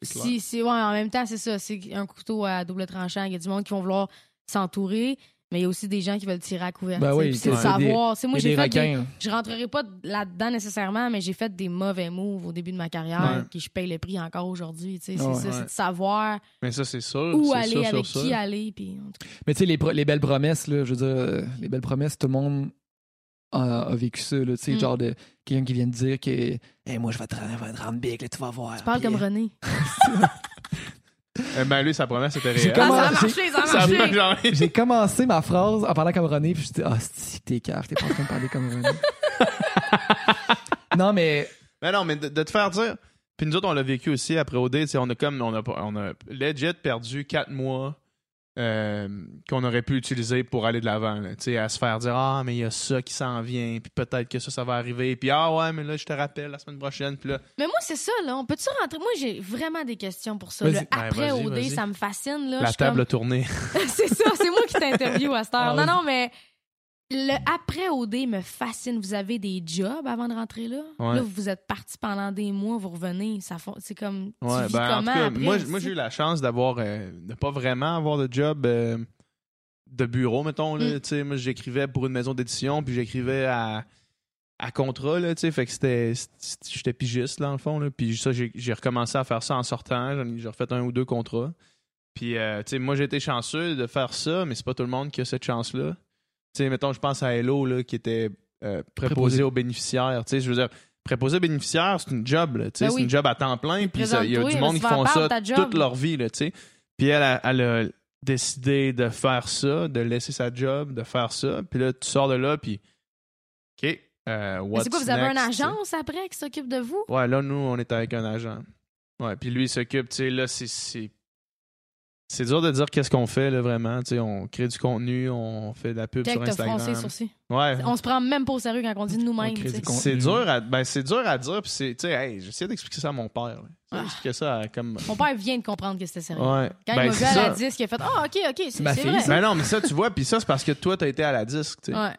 [SPEAKER 1] c'est clair.
[SPEAKER 3] Si, si, ouais, en même temps, c'est ça. C'est un couteau à double tranchant. Il y a du monde qui vont vouloir s'entourer, mais il y a aussi des gens qui veulent tirer à couvert.
[SPEAKER 2] Ben
[SPEAKER 3] tu sais,
[SPEAKER 2] oui,
[SPEAKER 3] puis c'est
[SPEAKER 1] ouais.
[SPEAKER 3] de savoir. C'est moi,
[SPEAKER 2] Il y a
[SPEAKER 3] j'ai
[SPEAKER 2] des
[SPEAKER 3] fait des-
[SPEAKER 2] requins. hein.
[SPEAKER 3] Je rentrerai pas là-dedans nécessairement, mais j'ai fait des mauvais moves au début de ma
[SPEAKER 1] Ouais.
[SPEAKER 3] carrière, qui je paye le prix encore aujourd'hui. tu sais, C'est
[SPEAKER 2] Ouais.
[SPEAKER 3] ça,
[SPEAKER 1] Ouais.
[SPEAKER 3] c'est de savoir
[SPEAKER 1] Mais ça, c'est sûr.
[SPEAKER 3] où
[SPEAKER 1] c'est
[SPEAKER 3] aller,
[SPEAKER 1] sûr,
[SPEAKER 3] avec
[SPEAKER 1] sûr,
[SPEAKER 3] qui
[SPEAKER 1] sûr.
[SPEAKER 3] aller. Puis, en tout cas,
[SPEAKER 2] Mais tu sais, les, pro- les belles promesses, là, je veux dire, euh, les belles promesses, tout le monde a, a vécu ça. Là, tu sais,
[SPEAKER 3] Mm.
[SPEAKER 2] Genre de quelqu'un qui vient de dire que Hey, moi, je vais te, ra- je vais te rendre big, là, tu vas voir.
[SPEAKER 3] tu parles
[SPEAKER 2] Puis,
[SPEAKER 3] comme
[SPEAKER 2] euh,
[SPEAKER 3] René.
[SPEAKER 1] Eh ben lui, sa promesse était réelle.
[SPEAKER 2] J'ai Comment-
[SPEAKER 3] Ah, ça a marché, ça
[SPEAKER 1] Ça
[SPEAKER 3] a
[SPEAKER 1] a
[SPEAKER 3] marché.
[SPEAKER 1] pas genre-
[SPEAKER 2] J'ai commencé ma phrase en parlant comme René, puis je dis Ah, si t'es cave, t'es pas en train de parler comme René. non, mais.
[SPEAKER 1] Mais Ben non, mais de, de te faire dire. Puis nous autres, on l'a vécu aussi après OD. tu sais, On a comme. On a, pas- on a legit perdu quatre mois euh, qu'on aurait pu utiliser pour aller de l'avant. là. Tu sais, à se faire dire Ah, mais il y a ça qui s'en vient. Puis peut-être que ça, ça va arriver. Puis Ah, ouais, mais là, je te rappelle la semaine prochaine. Puis là.
[SPEAKER 3] Mais moi, c'est ça, là. On peut-tu rentrer? Moi, j'ai vraiment des questions pour ça.
[SPEAKER 2] Vas-y.
[SPEAKER 3] Le
[SPEAKER 2] Ouais,
[SPEAKER 3] après
[SPEAKER 1] vas-y,
[SPEAKER 3] OD,
[SPEAKER 1] vas-y.
[SPEAKER 3] ça me fascine, là. Je
[SPEAKER 1] la
[SPEAKER 3] suis comme-
[SPEAKER 1] table a tourné.
[SPEAKER 3] c'est ça, c'est moi qui t'interview à cette heure.
[SPEAKER 2] Ah,
[SPEAKER 3] Non,
[SPEAKER 2] vas-y.
[SPEAKER 3] non, mais le après OD me fascine. Vous avez des jobs avant de rentrer là.
[SPEAKER 1] Ouais.
[SPEAKER 3] Là, vous êtes parti pendant des mois, vous revenez. Ça fon- C'est comme. tu
[SPEAKER 1] Ouais,
[SPEAKER 3] vis
[SPEAKER 1] ben, en tout
[SPEAKER 3] comment
[SPEAKER 1] cas,
[SPEAKER 3] après,
[SPEAKER 1] moi, j-
[SPEAKER 3] aussi?
[SPEAKER 1] moi j'ai eu la chance d'avoir euh, de pas vraiment avoir de job euh, de bureau, mettons. là.
[SPEAKER 3] Mm.
[SPEAKER 1] Tu sais, Moi, j'écrivais pour une maison d'édition, puis j'écrivais à, à contrat, là, tu sais, fait que c'était. c'était- J'étais pigiste, là, en fond. Là, puis ça, j'ai j'ai recommencé à faire ça en sortant. J'en ai- J'ai refait un ou deux contrats. Puis, euh, tu sais, moi, j'ai été chanceux de faire ça, mais c'est pas tout le monde qui a cette chance-là. Tu sais, mettons, je pense à Hello, là, qui était euh, préposé,
[SPEAKER 2] Préposé.
[SPEAKER 1] aux bénéficiaires. Tu sais, je veux dire, préposé aux bénéficiaires, c'est une job, là, tu sais,
[SPEAKER 3] Ben
[SPEAKER 1] c'est
[SPEAKER 3] oui.
[SPEAKER 1] une job à temps plein. Puis, ça, il y a du
[SPEAKER 3] Présente-toi,
[SPEAKER 1] monde qui
[SPEAKER 3] tu vas
[SPEAKER 1] font
[SPEAKER 3] perdre
[SPEAKER 1] ça
[SPEAKER 3] ta job.
[SPEAKER 1] toute leur vie, là, tu sais. Puis, elle, a- elle a décidé de faire ça, de laisser sa job, de faire ça. Puis là, tu sors de là, puis OK, euh,
[SPEAKER 3] Mais
[SPEAKER 1] what's
[SPEAKER 3] c'est quoi, vous avez
[SPEAKER 1] next,
[SPEAKER 3] une
[SPEAKER 1] tu sais?
[SPEAKER 3] agence après qui s'occupe de vous?
[SPEAKER 1] Ouais, là, nous, on est avec un agent. Ouais, puis lui, il s'occupe, tu sais, là, c'est- c'est. C'est dur de dire qu'est-ce qu'on fait, là, vraiment. Tu sais, on crée du contenu, on fait de la pub
[SPEAKER 3] Peut-être
[SPEAKER 1] sur
[SPEAKER 3] que t'as
[SPEAKER 1] Instagram.
[SPEAKER 3] froncé les sourcils.
[SPEAKER 1] Ouais.
[SPEAKER 3] On se prend même pas au sérieux quand on dit nous-mêmes.
[SPEAKER 2] On crée
[SPEAKER 3] tu sais.
[SPEAKER 2] du contenu.
[SPEAKER 1] C'est dur, à, ben, c'est dur à dire, puis c'est. Tu sais, hey, j'essayais d'expliquer ça à mon père. là. J'essayais d'expliquer ça à, comme.
[SPEAKER 3] Mon père vient de comprendre que c'était sérieux.
[SPEAKER 1] Ouais.
[SPEAKER 3] Ah. Quand
[SPEAKER 1] ben,
[SPEAKER 3] il m'a vu
[SPEAKER 1] c'est
[SPEAKER 3] à la
[SPEAKER 1] ça.
[SPEAKER 3] disque, il a fait Ah, OK, OK, c'est c'est
[SPEAKER 2] Ma fille,
[SPEAKER 3] vrai.
[SPEAKER 1] Ben non, mais ça, tu vois, puis ça, c'est parce que toi, t'as été à la disque, tu sais.
[SPEAKER 3] Ouais.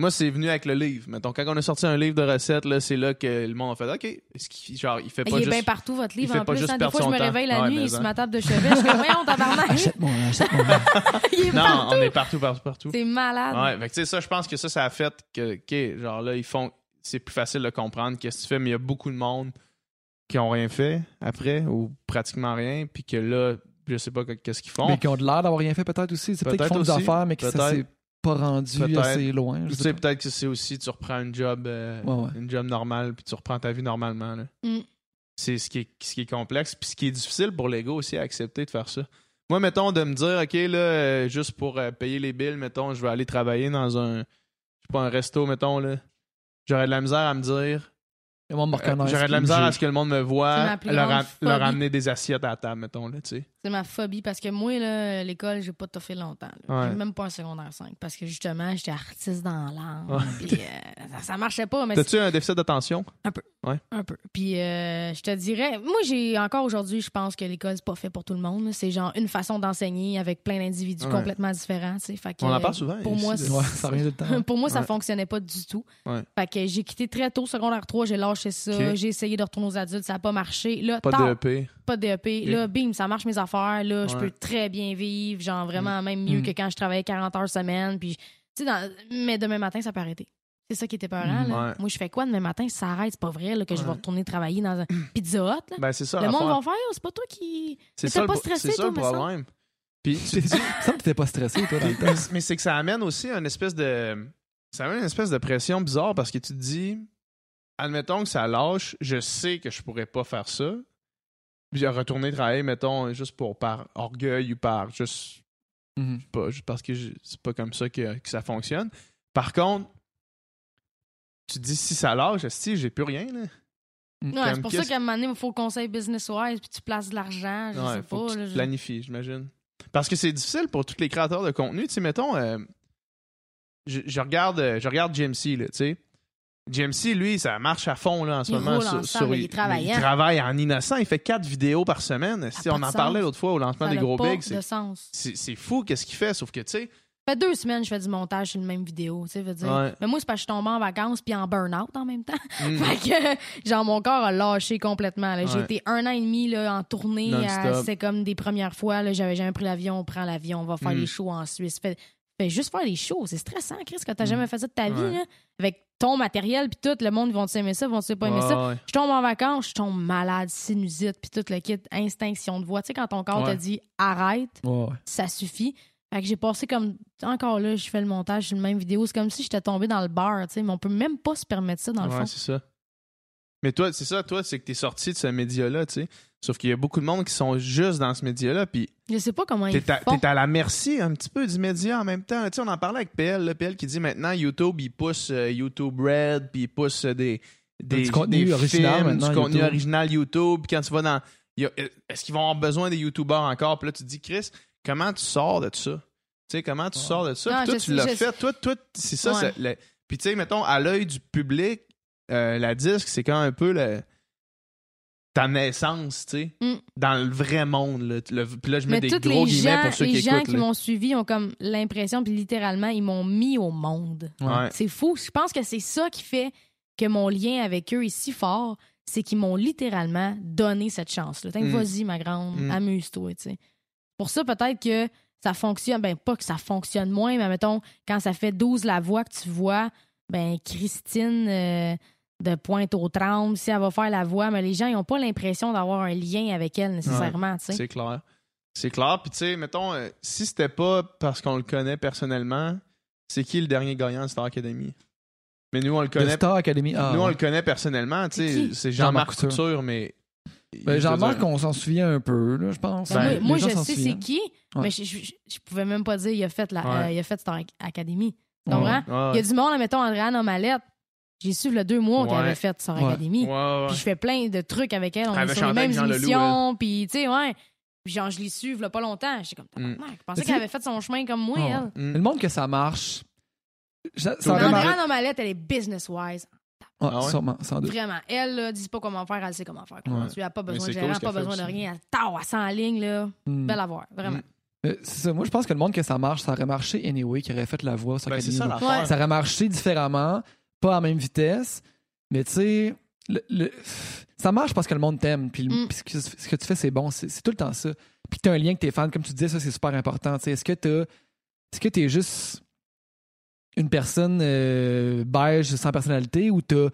[SPEAKER 1] Moi, c'est venu avec le livre. Mettons, quand on a sorti un livre de recettes, là, c'est là que le monde a fait OK. Est-ce qu'il- genre, il fait
[SPEAKER 3] Il
[SPEAKER 1] pas
[SPEAKER 3] est
[SPEAKER 1] juste.
[SPEAKER 3] bien partout, votre
[SPEAKER 1] il
[SPEAKER 3] livre.
[SPEAKER 1] fait
[SPEAKER 3] En
[SPEAKER 1] pas
[SPEAKER 3] plus,
[SPEAKER 1] juste
[SPEAKER 3] hein, des
[SPEAKER 1] perdre
[SPEAKER 3] fois, je
[SPEAKER 1] son
[SPEAKER 3] me
[SPEAKER 1] temps.
[SPEAKER 3] réveille la
[SPEAKER 1] Ouais,
[SPEAKER 3] nuit,
[SPEAKER 1] mais
[SPEAKER 3] il sur
[SPEAKER 1] hein.
[SPEAKER 3] ma table de chevet. Je suis comme, voyons, tabarnak.
[SPEAKER 2] Achète-moi,
[SPEAKER 1] Ah,
[SPEAKER 2] achète-moi.
[SPEAKER 3] Il est
[SPEAKER 1] non,
[SPEAKER 3] partout.
[SPEAKER 1] on est partout, partout, partout.
[SPEAKER 3] C'est malade.
[SPEAKER 1] Ouais, fait que tu sais, ça, je pense que ça, ça a fait que, OK, genre là, ils font. C'est plus facile de comprendre qu'est-ce que tu fais, mais il y a beaucoup de monde qui ont rien fait après, ou pratiquement rien, puis que là, je sais pas que- qu'est-ce qu'ils font.
[SPEAKER 2] mais qui ont de l'air d'avoir rien fait peut-être aussi. C'est peut-être qu'ils
[SPEAKER 1] Peut-être
[SPEAKER 2] font des
[SPEAKER 1] aussi.
[SPEAKER 2] affaires, mais que ça
[SPEAKER 1] Peut-être.
[SPEAKER 2] s'est pas rendu
[SPEAKER 1] Peut-être.
[SPEAKER 2] assez loin. je
[SPEAKER 1] Tu
[SPEAKER 2] sais
[SPEAKER 1] sais,
[SPEAKER 2] pas.
[SPEAKER 1] peut-être que c'est aussi, tu reprends une job, euh,
[SPEAKER 2] Ouais, ouais.
[SPEAKER 1] une job normale, puis tu reprends ta vie normalement. là.
[SPEAKER 3] Mm.
[SPEAKER 1] C'est ce qui, est, ce qui est complexe, puis ce qui est difficile pour l'ego aussi à accepter de faire ça. Moi, mettons, de me dire, OK, là, euh, juste pour euh, payer les billes, mettons, je vais aller travailler dans un. Je sais pas, un resto, mettons, là. J'aurais de la misère à me dire.
[SPEAKER 2] Le monde me
[SPEAKER 1] euh,
[SPEAKER 2] reconnaît,
[SPEAKER 1] J'aurais de la
[SPEAKER 2] me
[SPEAKER 1] misère à
[SPEAKER 2] juge.
[SPEAKER 1] ce que le monde me
[SPEAKER 3] C'est ma
[SPEAKER 1] voit,
[SPEAKER 3] plus
[SPEAKER 1] leur,
[SPEAKER 3] grande
[SPEAKER 1] am- leur
[SPEAKER 3] phobie.
[SPEAKER 1] amener des assiettes à la table, mettons, là, tu sais.
[SPEAKER 3] C'est ma phobie parce que moi, là, l'école, j'ai pas toffé longtemps. là.
[SPEAKER 1] Ouais.
[SPEAKER 3] J'ai même pas un secondaire 5 parce que justement, j'étais artiste dans l'art.
[SPEAKER 1] Ouais.
[SPEAKER 3] Puis euh, ça, ça marchait pas, mais
[SPEAKER 1] T'as-tu un déficit d'attention?
[SPEAKER 3] Un peu. Puis euh, je te dirais, moi j'ai encore aujourd'hui, je pense que l'école c'est pas fait pour tout le monde. là. C'est genre une façon d'enseigner avec plein d'individus
[SPEAKER 1] Ouais.
[SPEAKER 3] complètement différents. tu sais. Fait que, euh,
[SPEAKER 1] On en parle souvent.
[SPEAKER 3] pour
[SPEAKER 1] ici,
[SPEAKER 3] moi,
[SPEAKER 1] de-
[SPEAKER 3] c'est-
[SPEAKER 2] Ouais, ça revient tout le temps.
[SPEAKER 3] pour moi, ça
[SPEAKER 1] Ouais.
[SPEAKER 3] fonctionnait pas du tout.
[SPEAKER 1] Ouais.
[SPEAKER 3] Fait que j'ai quitté très tôt, secondaire 3, j'ai lâché ça.
[SPEAKER 1] Ok.
[SPEAKER 3] J'ai essayé de retourner aux adultes, ça a pas marché. Là,
[SPEAKER 1] Pas
[SPEAKER 3] tard,
[SPEAKER 1] de E EP.
[SPEAKER 3] pas de DEP. Là, bim, ça marche mes affaires. Là, je
[SPEAKER 1] Ouais.
[SPEAKER 3] peux très bien vivre, genre vraiment même mieux
[SPEAKER 2] Mm.
[SPEAKER 3] que quand je travaillais 40 heures semaine. Puis, tu sais, dans- mais demain matin, ça peut arrêter. C'est ça qui était peurant.
[SPEAKER 2] Mm.
[SPEAKER 3] là.
[SPEAKER 1] Ouais.
[SPEAKER 3] Moi, je fais quoi demain matin? Ça arrête, c'est pas vrai là, que je vais
[SPEAKER 1] Ouais.
[SPEAKER 3] retourner travailler dans un pizza hut. là.
[SPEAKER 1] Ben, c'est ça.
[SPEAKER 3] Le
[SPEAKER 1] l'affaire.
[SPEAKER 3] monde va faire, c'est pas toi qui.
[SPEAKER 1] C'est
[SPEAKER 3] Mais
[SPEAKER 1] ça,
[SPEAKER 3] t'as
[SPEAKER 1] le
[SPEAKER 3] pas
[SPEAKER 1] pro-
[SPEAKER 3] stressé,
[SPEAKER 1] c'est ça le
[SPEAKER 3] toi, me semble.
[SPEAKER 1] problème. Puis,
[SPEAKER 2] Il me semble que t'étais pas stressé, toi, dans le temps.
[SPEAKER 1] mais, mais c'est que ça amène aussi une espèce de. Ça amène une espèce de pression bizarre parce que tu te dis, admettons que ça lâche, je sais que je pourrais pas faire ça. Puis à retourner travailler, mettons, juste pour par orgueil ou par juste
[SPEAKER 2] Mhm.
[SPEAKER 1] pas, juste parce que je- c'est pas comme ça que, que ça fonctionne. Par contre, tu te dis si ça lâche, si j'ai plus rien là.
[SPEAKER 3] Ouais,
[SPEAKER 1] Comme
[SPEAKER 3] c'est pour ça
[SPEAKER 1] qu'est-ce-
[SPEAKER 3] qu'à un moment donné, il faut conseil business-wise, puis tu places de l'argent, je
[SPEAKER 1] Ouais,
[SPEAKER 3] sais
[SPEAKER 1] faut
[SPEAKER 3] pas.
[SPEAKER 1] que tu
[SPEAKER 3] là,
[SPEAKER 1] te
[SPEAKER 3] je-
[SPEAKER 1] planifies, j'imagine. Parce que c'est difficile pour tous les créateurs de contenu. Tu sais, mettons, euh, je, je regarde, euh, je regarde JMC, là, tu sais. JMC, lui, ça marche à fond là, en ce
[SPEAKER 3] Il
[SPEAKER 1] moment.
[SPEAKER 3] roule en sable, il est
[SPEAKER 1] il
[SPEAKER 3] travaillant.
[SPEAKER 1] travaille en innocent. Il fait quatre vidéos par semaine. Si
[SPEAKER 3] pas
[SPEAKER 1] on
[SPEAKER 3] de
[SPEAKER 1] en
[SPEAKER 3] sens.
[SPEAKER 1] parlait l'autre fois au lancement
[SPEAKER 3] Ça
[SPEAKER 1] des
[SPEAKER 3] a
[SPEAKER 1] gros
[SPEAKER 3] pas
[SPEAKER 1] bigs. c'est-
[SPEAKER 3] de sens.
[SPEAKER 1] C'est c'est fou qu'est-ce qu'il fait, sauf que, tu sais,
[SPEAKER 3] Ça fait deux semaines que je fais du montage sur une même vidéo, tu sais, veux dire.
[SPEAKER 1] Ouais.
[SPEAKER 3] Mais moi, c'est parce que je suis tombée en vacances puis en burn-out en même temps.
[SPEAKER 1] mm,
[SPEAKER 3] Fait que, genre, mon corps a lâché complètement. là. J'ai
[SPEAKER 1] Ouais.
[SPEAKER 3] été un an et demi là, en tournée.
[SPEAKER 1] Non-stop.
[SPEAKER 3] à- C'était comme des premières fois. là, J'avais jamais pris l'avion. On prend l'avion. On va faire
[SPEAKER 1] Mm.
[SPEAKER 3] les shows en Suisse. Fais, fais juste faire les shows. C'est stressant, Chris, quand t'as jamais fait ça de ta vie.
[SPEAKER 1] Mm. Ouais.
[SPEAKER 3] là. Avec ton matériel, puis tout, le monde, vont aimer ça, vont-tu pas aimer ça?
[SPEAKER 1] ouais, ouais.
[SPEAKER 3] Je tombe en vacances, je tombe malade, sinusite, puis tout le kit, instinction de voix. Tu sais, quand ton corps
[SPEAKER 1] Ouais.
[SPEAKER 3] te dit arrête,
[SPEAKER 2] Mhm. Ouais, ouais.
[SPEAKER 3] ça suffit. Fait que j'ai passé comme. Encore là, je fais le montage sur une même vidéo. C'est comme si j'étais tombée dans le bar, tu sais, mais on peut même pas se permettre ça, dans le
[SPEAKER 1] Ouais,
[SPEAKER 3] fond.
[SPEAKER 1] c'est ça. Mais toi, c'est ça, toi, c'est que t'es sorti de ce média-là, tu sais. Sauf qu'il y a beaucoup de monde qui sont juste dans ce média-là, puis
[SPEAKER 3] Je sais pas comment ils
[SPEAKER 1] T'es à,
[SPEAKER 3] font.
[SPEAKER 1] t'es à la merci un petit peu du média en même temps. Tu sais, on en parlait avec PL, là, PL qui dit maintenant YouTube, il pousse euh, YouTube Red, puis il pousse euh, des, des,
[SPEAKER 2] Du contenu
[SPEAKER 1] des
[SPEAKER 2] original
[SPEAKER 1] films,
[SPEAKER 2] maintenant,
[SPEAKER 1] du contenu
[SPEAKER 2] YouTube.
[SPEAKER 1] original YouTube. Puis quand tu vas dans. il y a- euh, Est-ce qu'ils vont avoir besoin des YouTubers encore? Puis là, tu te dis, Chris, comment tu sors de ça? Tu sais, comment tu
[SPEAKER 2] Ouais.
[SPEAKER 1] sors de ça?
[SPEAKER 3] Non,
[SPEAKER 1] Puis toi,
[SPEAKER 3] je
[SPEAKER 1] tu
[SPEAKER 3] sais,
[SPEAKER 1] l'as
[SPEAKER 3] je
[SPEAKER 1] fait. Toi, toi, c'est ça.
[SPEAKER 3] Ouais.
[SPEAKER 1] c'est le- Puis tu sais, mettons, à l'œil du public, euh, la disque, c'est quand même un peu le- ta naissance, tu sais,
[SPEAKER 3] Mm.
[SPEAKER 1] dans le vrai monde. Là. Le- Puis là, je mets
[SPEAKER 3] Mais
[SPEAKER 1] des
[SPEAKER 3] toutes
[SPEAKER 1] gros
[SPEAKER 3] les
[SPEAKER 1] guillemets
[SPEAKER 3] gens,
[SPEAKER 1] pour ceux
[SPEAKER 3] les
[SPEAKER 1] qui
[SPEAKER 3] gens
[SPEAKER 1] écoutent.
[SPEAKER 3] qui
[SPEAKER 1] là.
[SPEAKER 3] m'ont suivi ont comme l'impression, puis littéralement, ils m'ont mis au monde.
[SPEAKER 1] Ouais.
[SPEAKER 3] C'est fou. Je pense que c'est ça qui fait que mon lien avec eux est si fort, c'est qu'ils m'ont littéralement donné cette chance-là. T'as dit,
[SPEAKER 1] Mm.
[SPEAKER 3] Vas-y, ma grande,
[SPEAKER 1] Mm.
[SPEAKER 3] amuse-toi. tu sais. Pour ça, peut-être que ça fonctionne. Ben, pas que ça fonctionne moins, mais mettons, quand ça fait 12 la voix que tu vois, ben, Christine. euh, de pointe aux trembles, si elle va faire la voix, mais les gens, ils n'ont pas l'impression d'avoir un lien avec elle nécessairement. tu sais.
[SPEAKER 1] C'est clair. C'est clair. Puis tu sais, mettons, euh, si c'était pas parce qu'on le connaît personnellement, c'est qui le dernier gagnant de Star Academy? Mais nous, on le
[SPEAKER 2] The
[SPEAKER 1] connaît.
[SPEAKER 2] Star Academy. Ah,
[SPEAKER 1] nous, on
[SPEAKER 2] ouais.
[SPEAKER 1] le connaît personnellement.
[SPEAKER 3] C'est
[SPEAKER 1] tu sais,
[SPEAKER 3] qui?
[SPEAKER 1] C'est
[SPEAKER 2] Jean-Marc
[SPEAKER 1] Jean-Marc Couture, mais.
[SPEAKER 2] Ben,
[SPEAKER 1] Je
[SPEAKER 2] Jean-Marc,
[SPEAKER 1] veux dire,
[SPEAKER 2] on s'en souvient un peu, là, je pense.
[SPEAKER 1] Ben,
[SPEAKER 3] moi,
[SPEAKER 2] Les
[SPEAKER 3] moi,
[SPEAKER 2] gens
[SPEAKER 3] je
[SPEAKER 2] s'en
[SPEAKER 3] sais c'est
[SPEAKER 2] souviennent.
[SPEAKER 3] qui,
[SPEAKER 2] Ouais.
[SPEAKER 3] mais je, je, je- je pouvais même pas dire il a fait, la,
[SPEAKER 1] Ouais.
[SPEAKER 3] euh, il a fait Star Academy. Tu
[SPEAKER 2] Ouais.
[SPEAKER 3] comprends?
[SPEAKER 1] ouais,
[SPEAKER 3] Il y a du monde, mettons Andréane Omalette. J'ai su le deux mois qu'elle
[SPEAKER 1] Ouais.
[SPEAKER 3] avait fait Star
[SPEAKER 2] Ouais.
[SPEAKER 1] ouais,
[SPEAKER 3] Academy.
[SPEAKER 1] ouais.
[SPEAKER 3] Puis je fais plein de trucs avec elle. On
[SPEAKER 1] Elle avait
[SPEAKER 3] est sur les
[SPEAKER 1] chanté avec
[SPEAKER 3] mêmes
[SPEAKER 1] Jean Leloup,
[SPEAKER 3] émissions. Puis, tu sais, ouais. Puis, genre, je l'ai su, il pas longtemps. J'étais comme,
[SPEAKER 1] Mm.
[SPEAKER 3] tabarnak, je pensais
[SPEAKER 2] Mais
[SPEAKER 3] qu'elle
[SPEAKER 2] tu-
[SPEAKER 3] avait fait son chemin comme moi,
[SPEAKER 2] Ah ouais.
[SPEAKER 3] elle.
[SPEAKER 1] Mm.
[SPEAKER 2] Mais Le monde que ça marche. Ça, ça
[SPEAKER 1] Claude
[SPEAKER 3] Mais
[SPEAKER 2] aurait
[SPEAKER 1] Demar-
[SPEAKER 2] marché-
[SPEAKER 3] Andréane Omalette, elle est business-wise.
[SPEAKER 2] Ouais,
[SPEAKER 1] Ah ouais?
[SPEAKER 2] sûrement, sans doute.
[SPEAKER 3] Vraiment. Elle, là, dis pas comment faire, elle sait comment faire.
[SPEAKER 2] Ouais.
[SPEAKER 3] Tu n'as pas besoin
[SPEAKER 1] c'est
[SPEAKER 3] de
[SPEAKER 1] cool
[SPEAKER 3] gérant,
[SPEAKER 1] ce qu'elle
[SPEAKER 3] pas
[SPEAKER 1] fait
[SPEAKER 3] besoin de
[SPEAKER 1] aussi.
[SPEAKER 3] rien. Elle tard, elle s'enligne, là.
[SPEAKER 2] Hmm.
[SPEAKER 3] Belle à voir, vraiment.
[SPEAKER 1] Mm.
[SPEAKER 3] Ben,
[SPEAKER 2] Euh, c'est ça. Moi, je pense que le monde que ça marche, ça aurait marché anyway, qui aurait fait la voix sur
[SPEAKER 1] Ben, c'est
[SPEAKER 2] Academy.
[SPEAKER 1] ça
[SPEAKER 2] là.
[SPEAKER 1] l'affaire.
[SPEAKER 3] Ouais.
[SPEAKER 2] Ça aurait marché différemment, pas à la même vitesse, mais tu sais, le- le- ça marche parce que le monde t'aime, puis, le-
[SPEAKER 3] Mm.
[SPEAKER 2] puis ce, que, ce que tu fais, c'est bon, c'est c'est tout le temps ça. Puis que t'as un lien avec tes fans, comme tu disais, ça, c'est super important. tu sais. Est-ce que t'as- est-ce que t'es juste une personne euh, beige, sans personnalité, ou t'as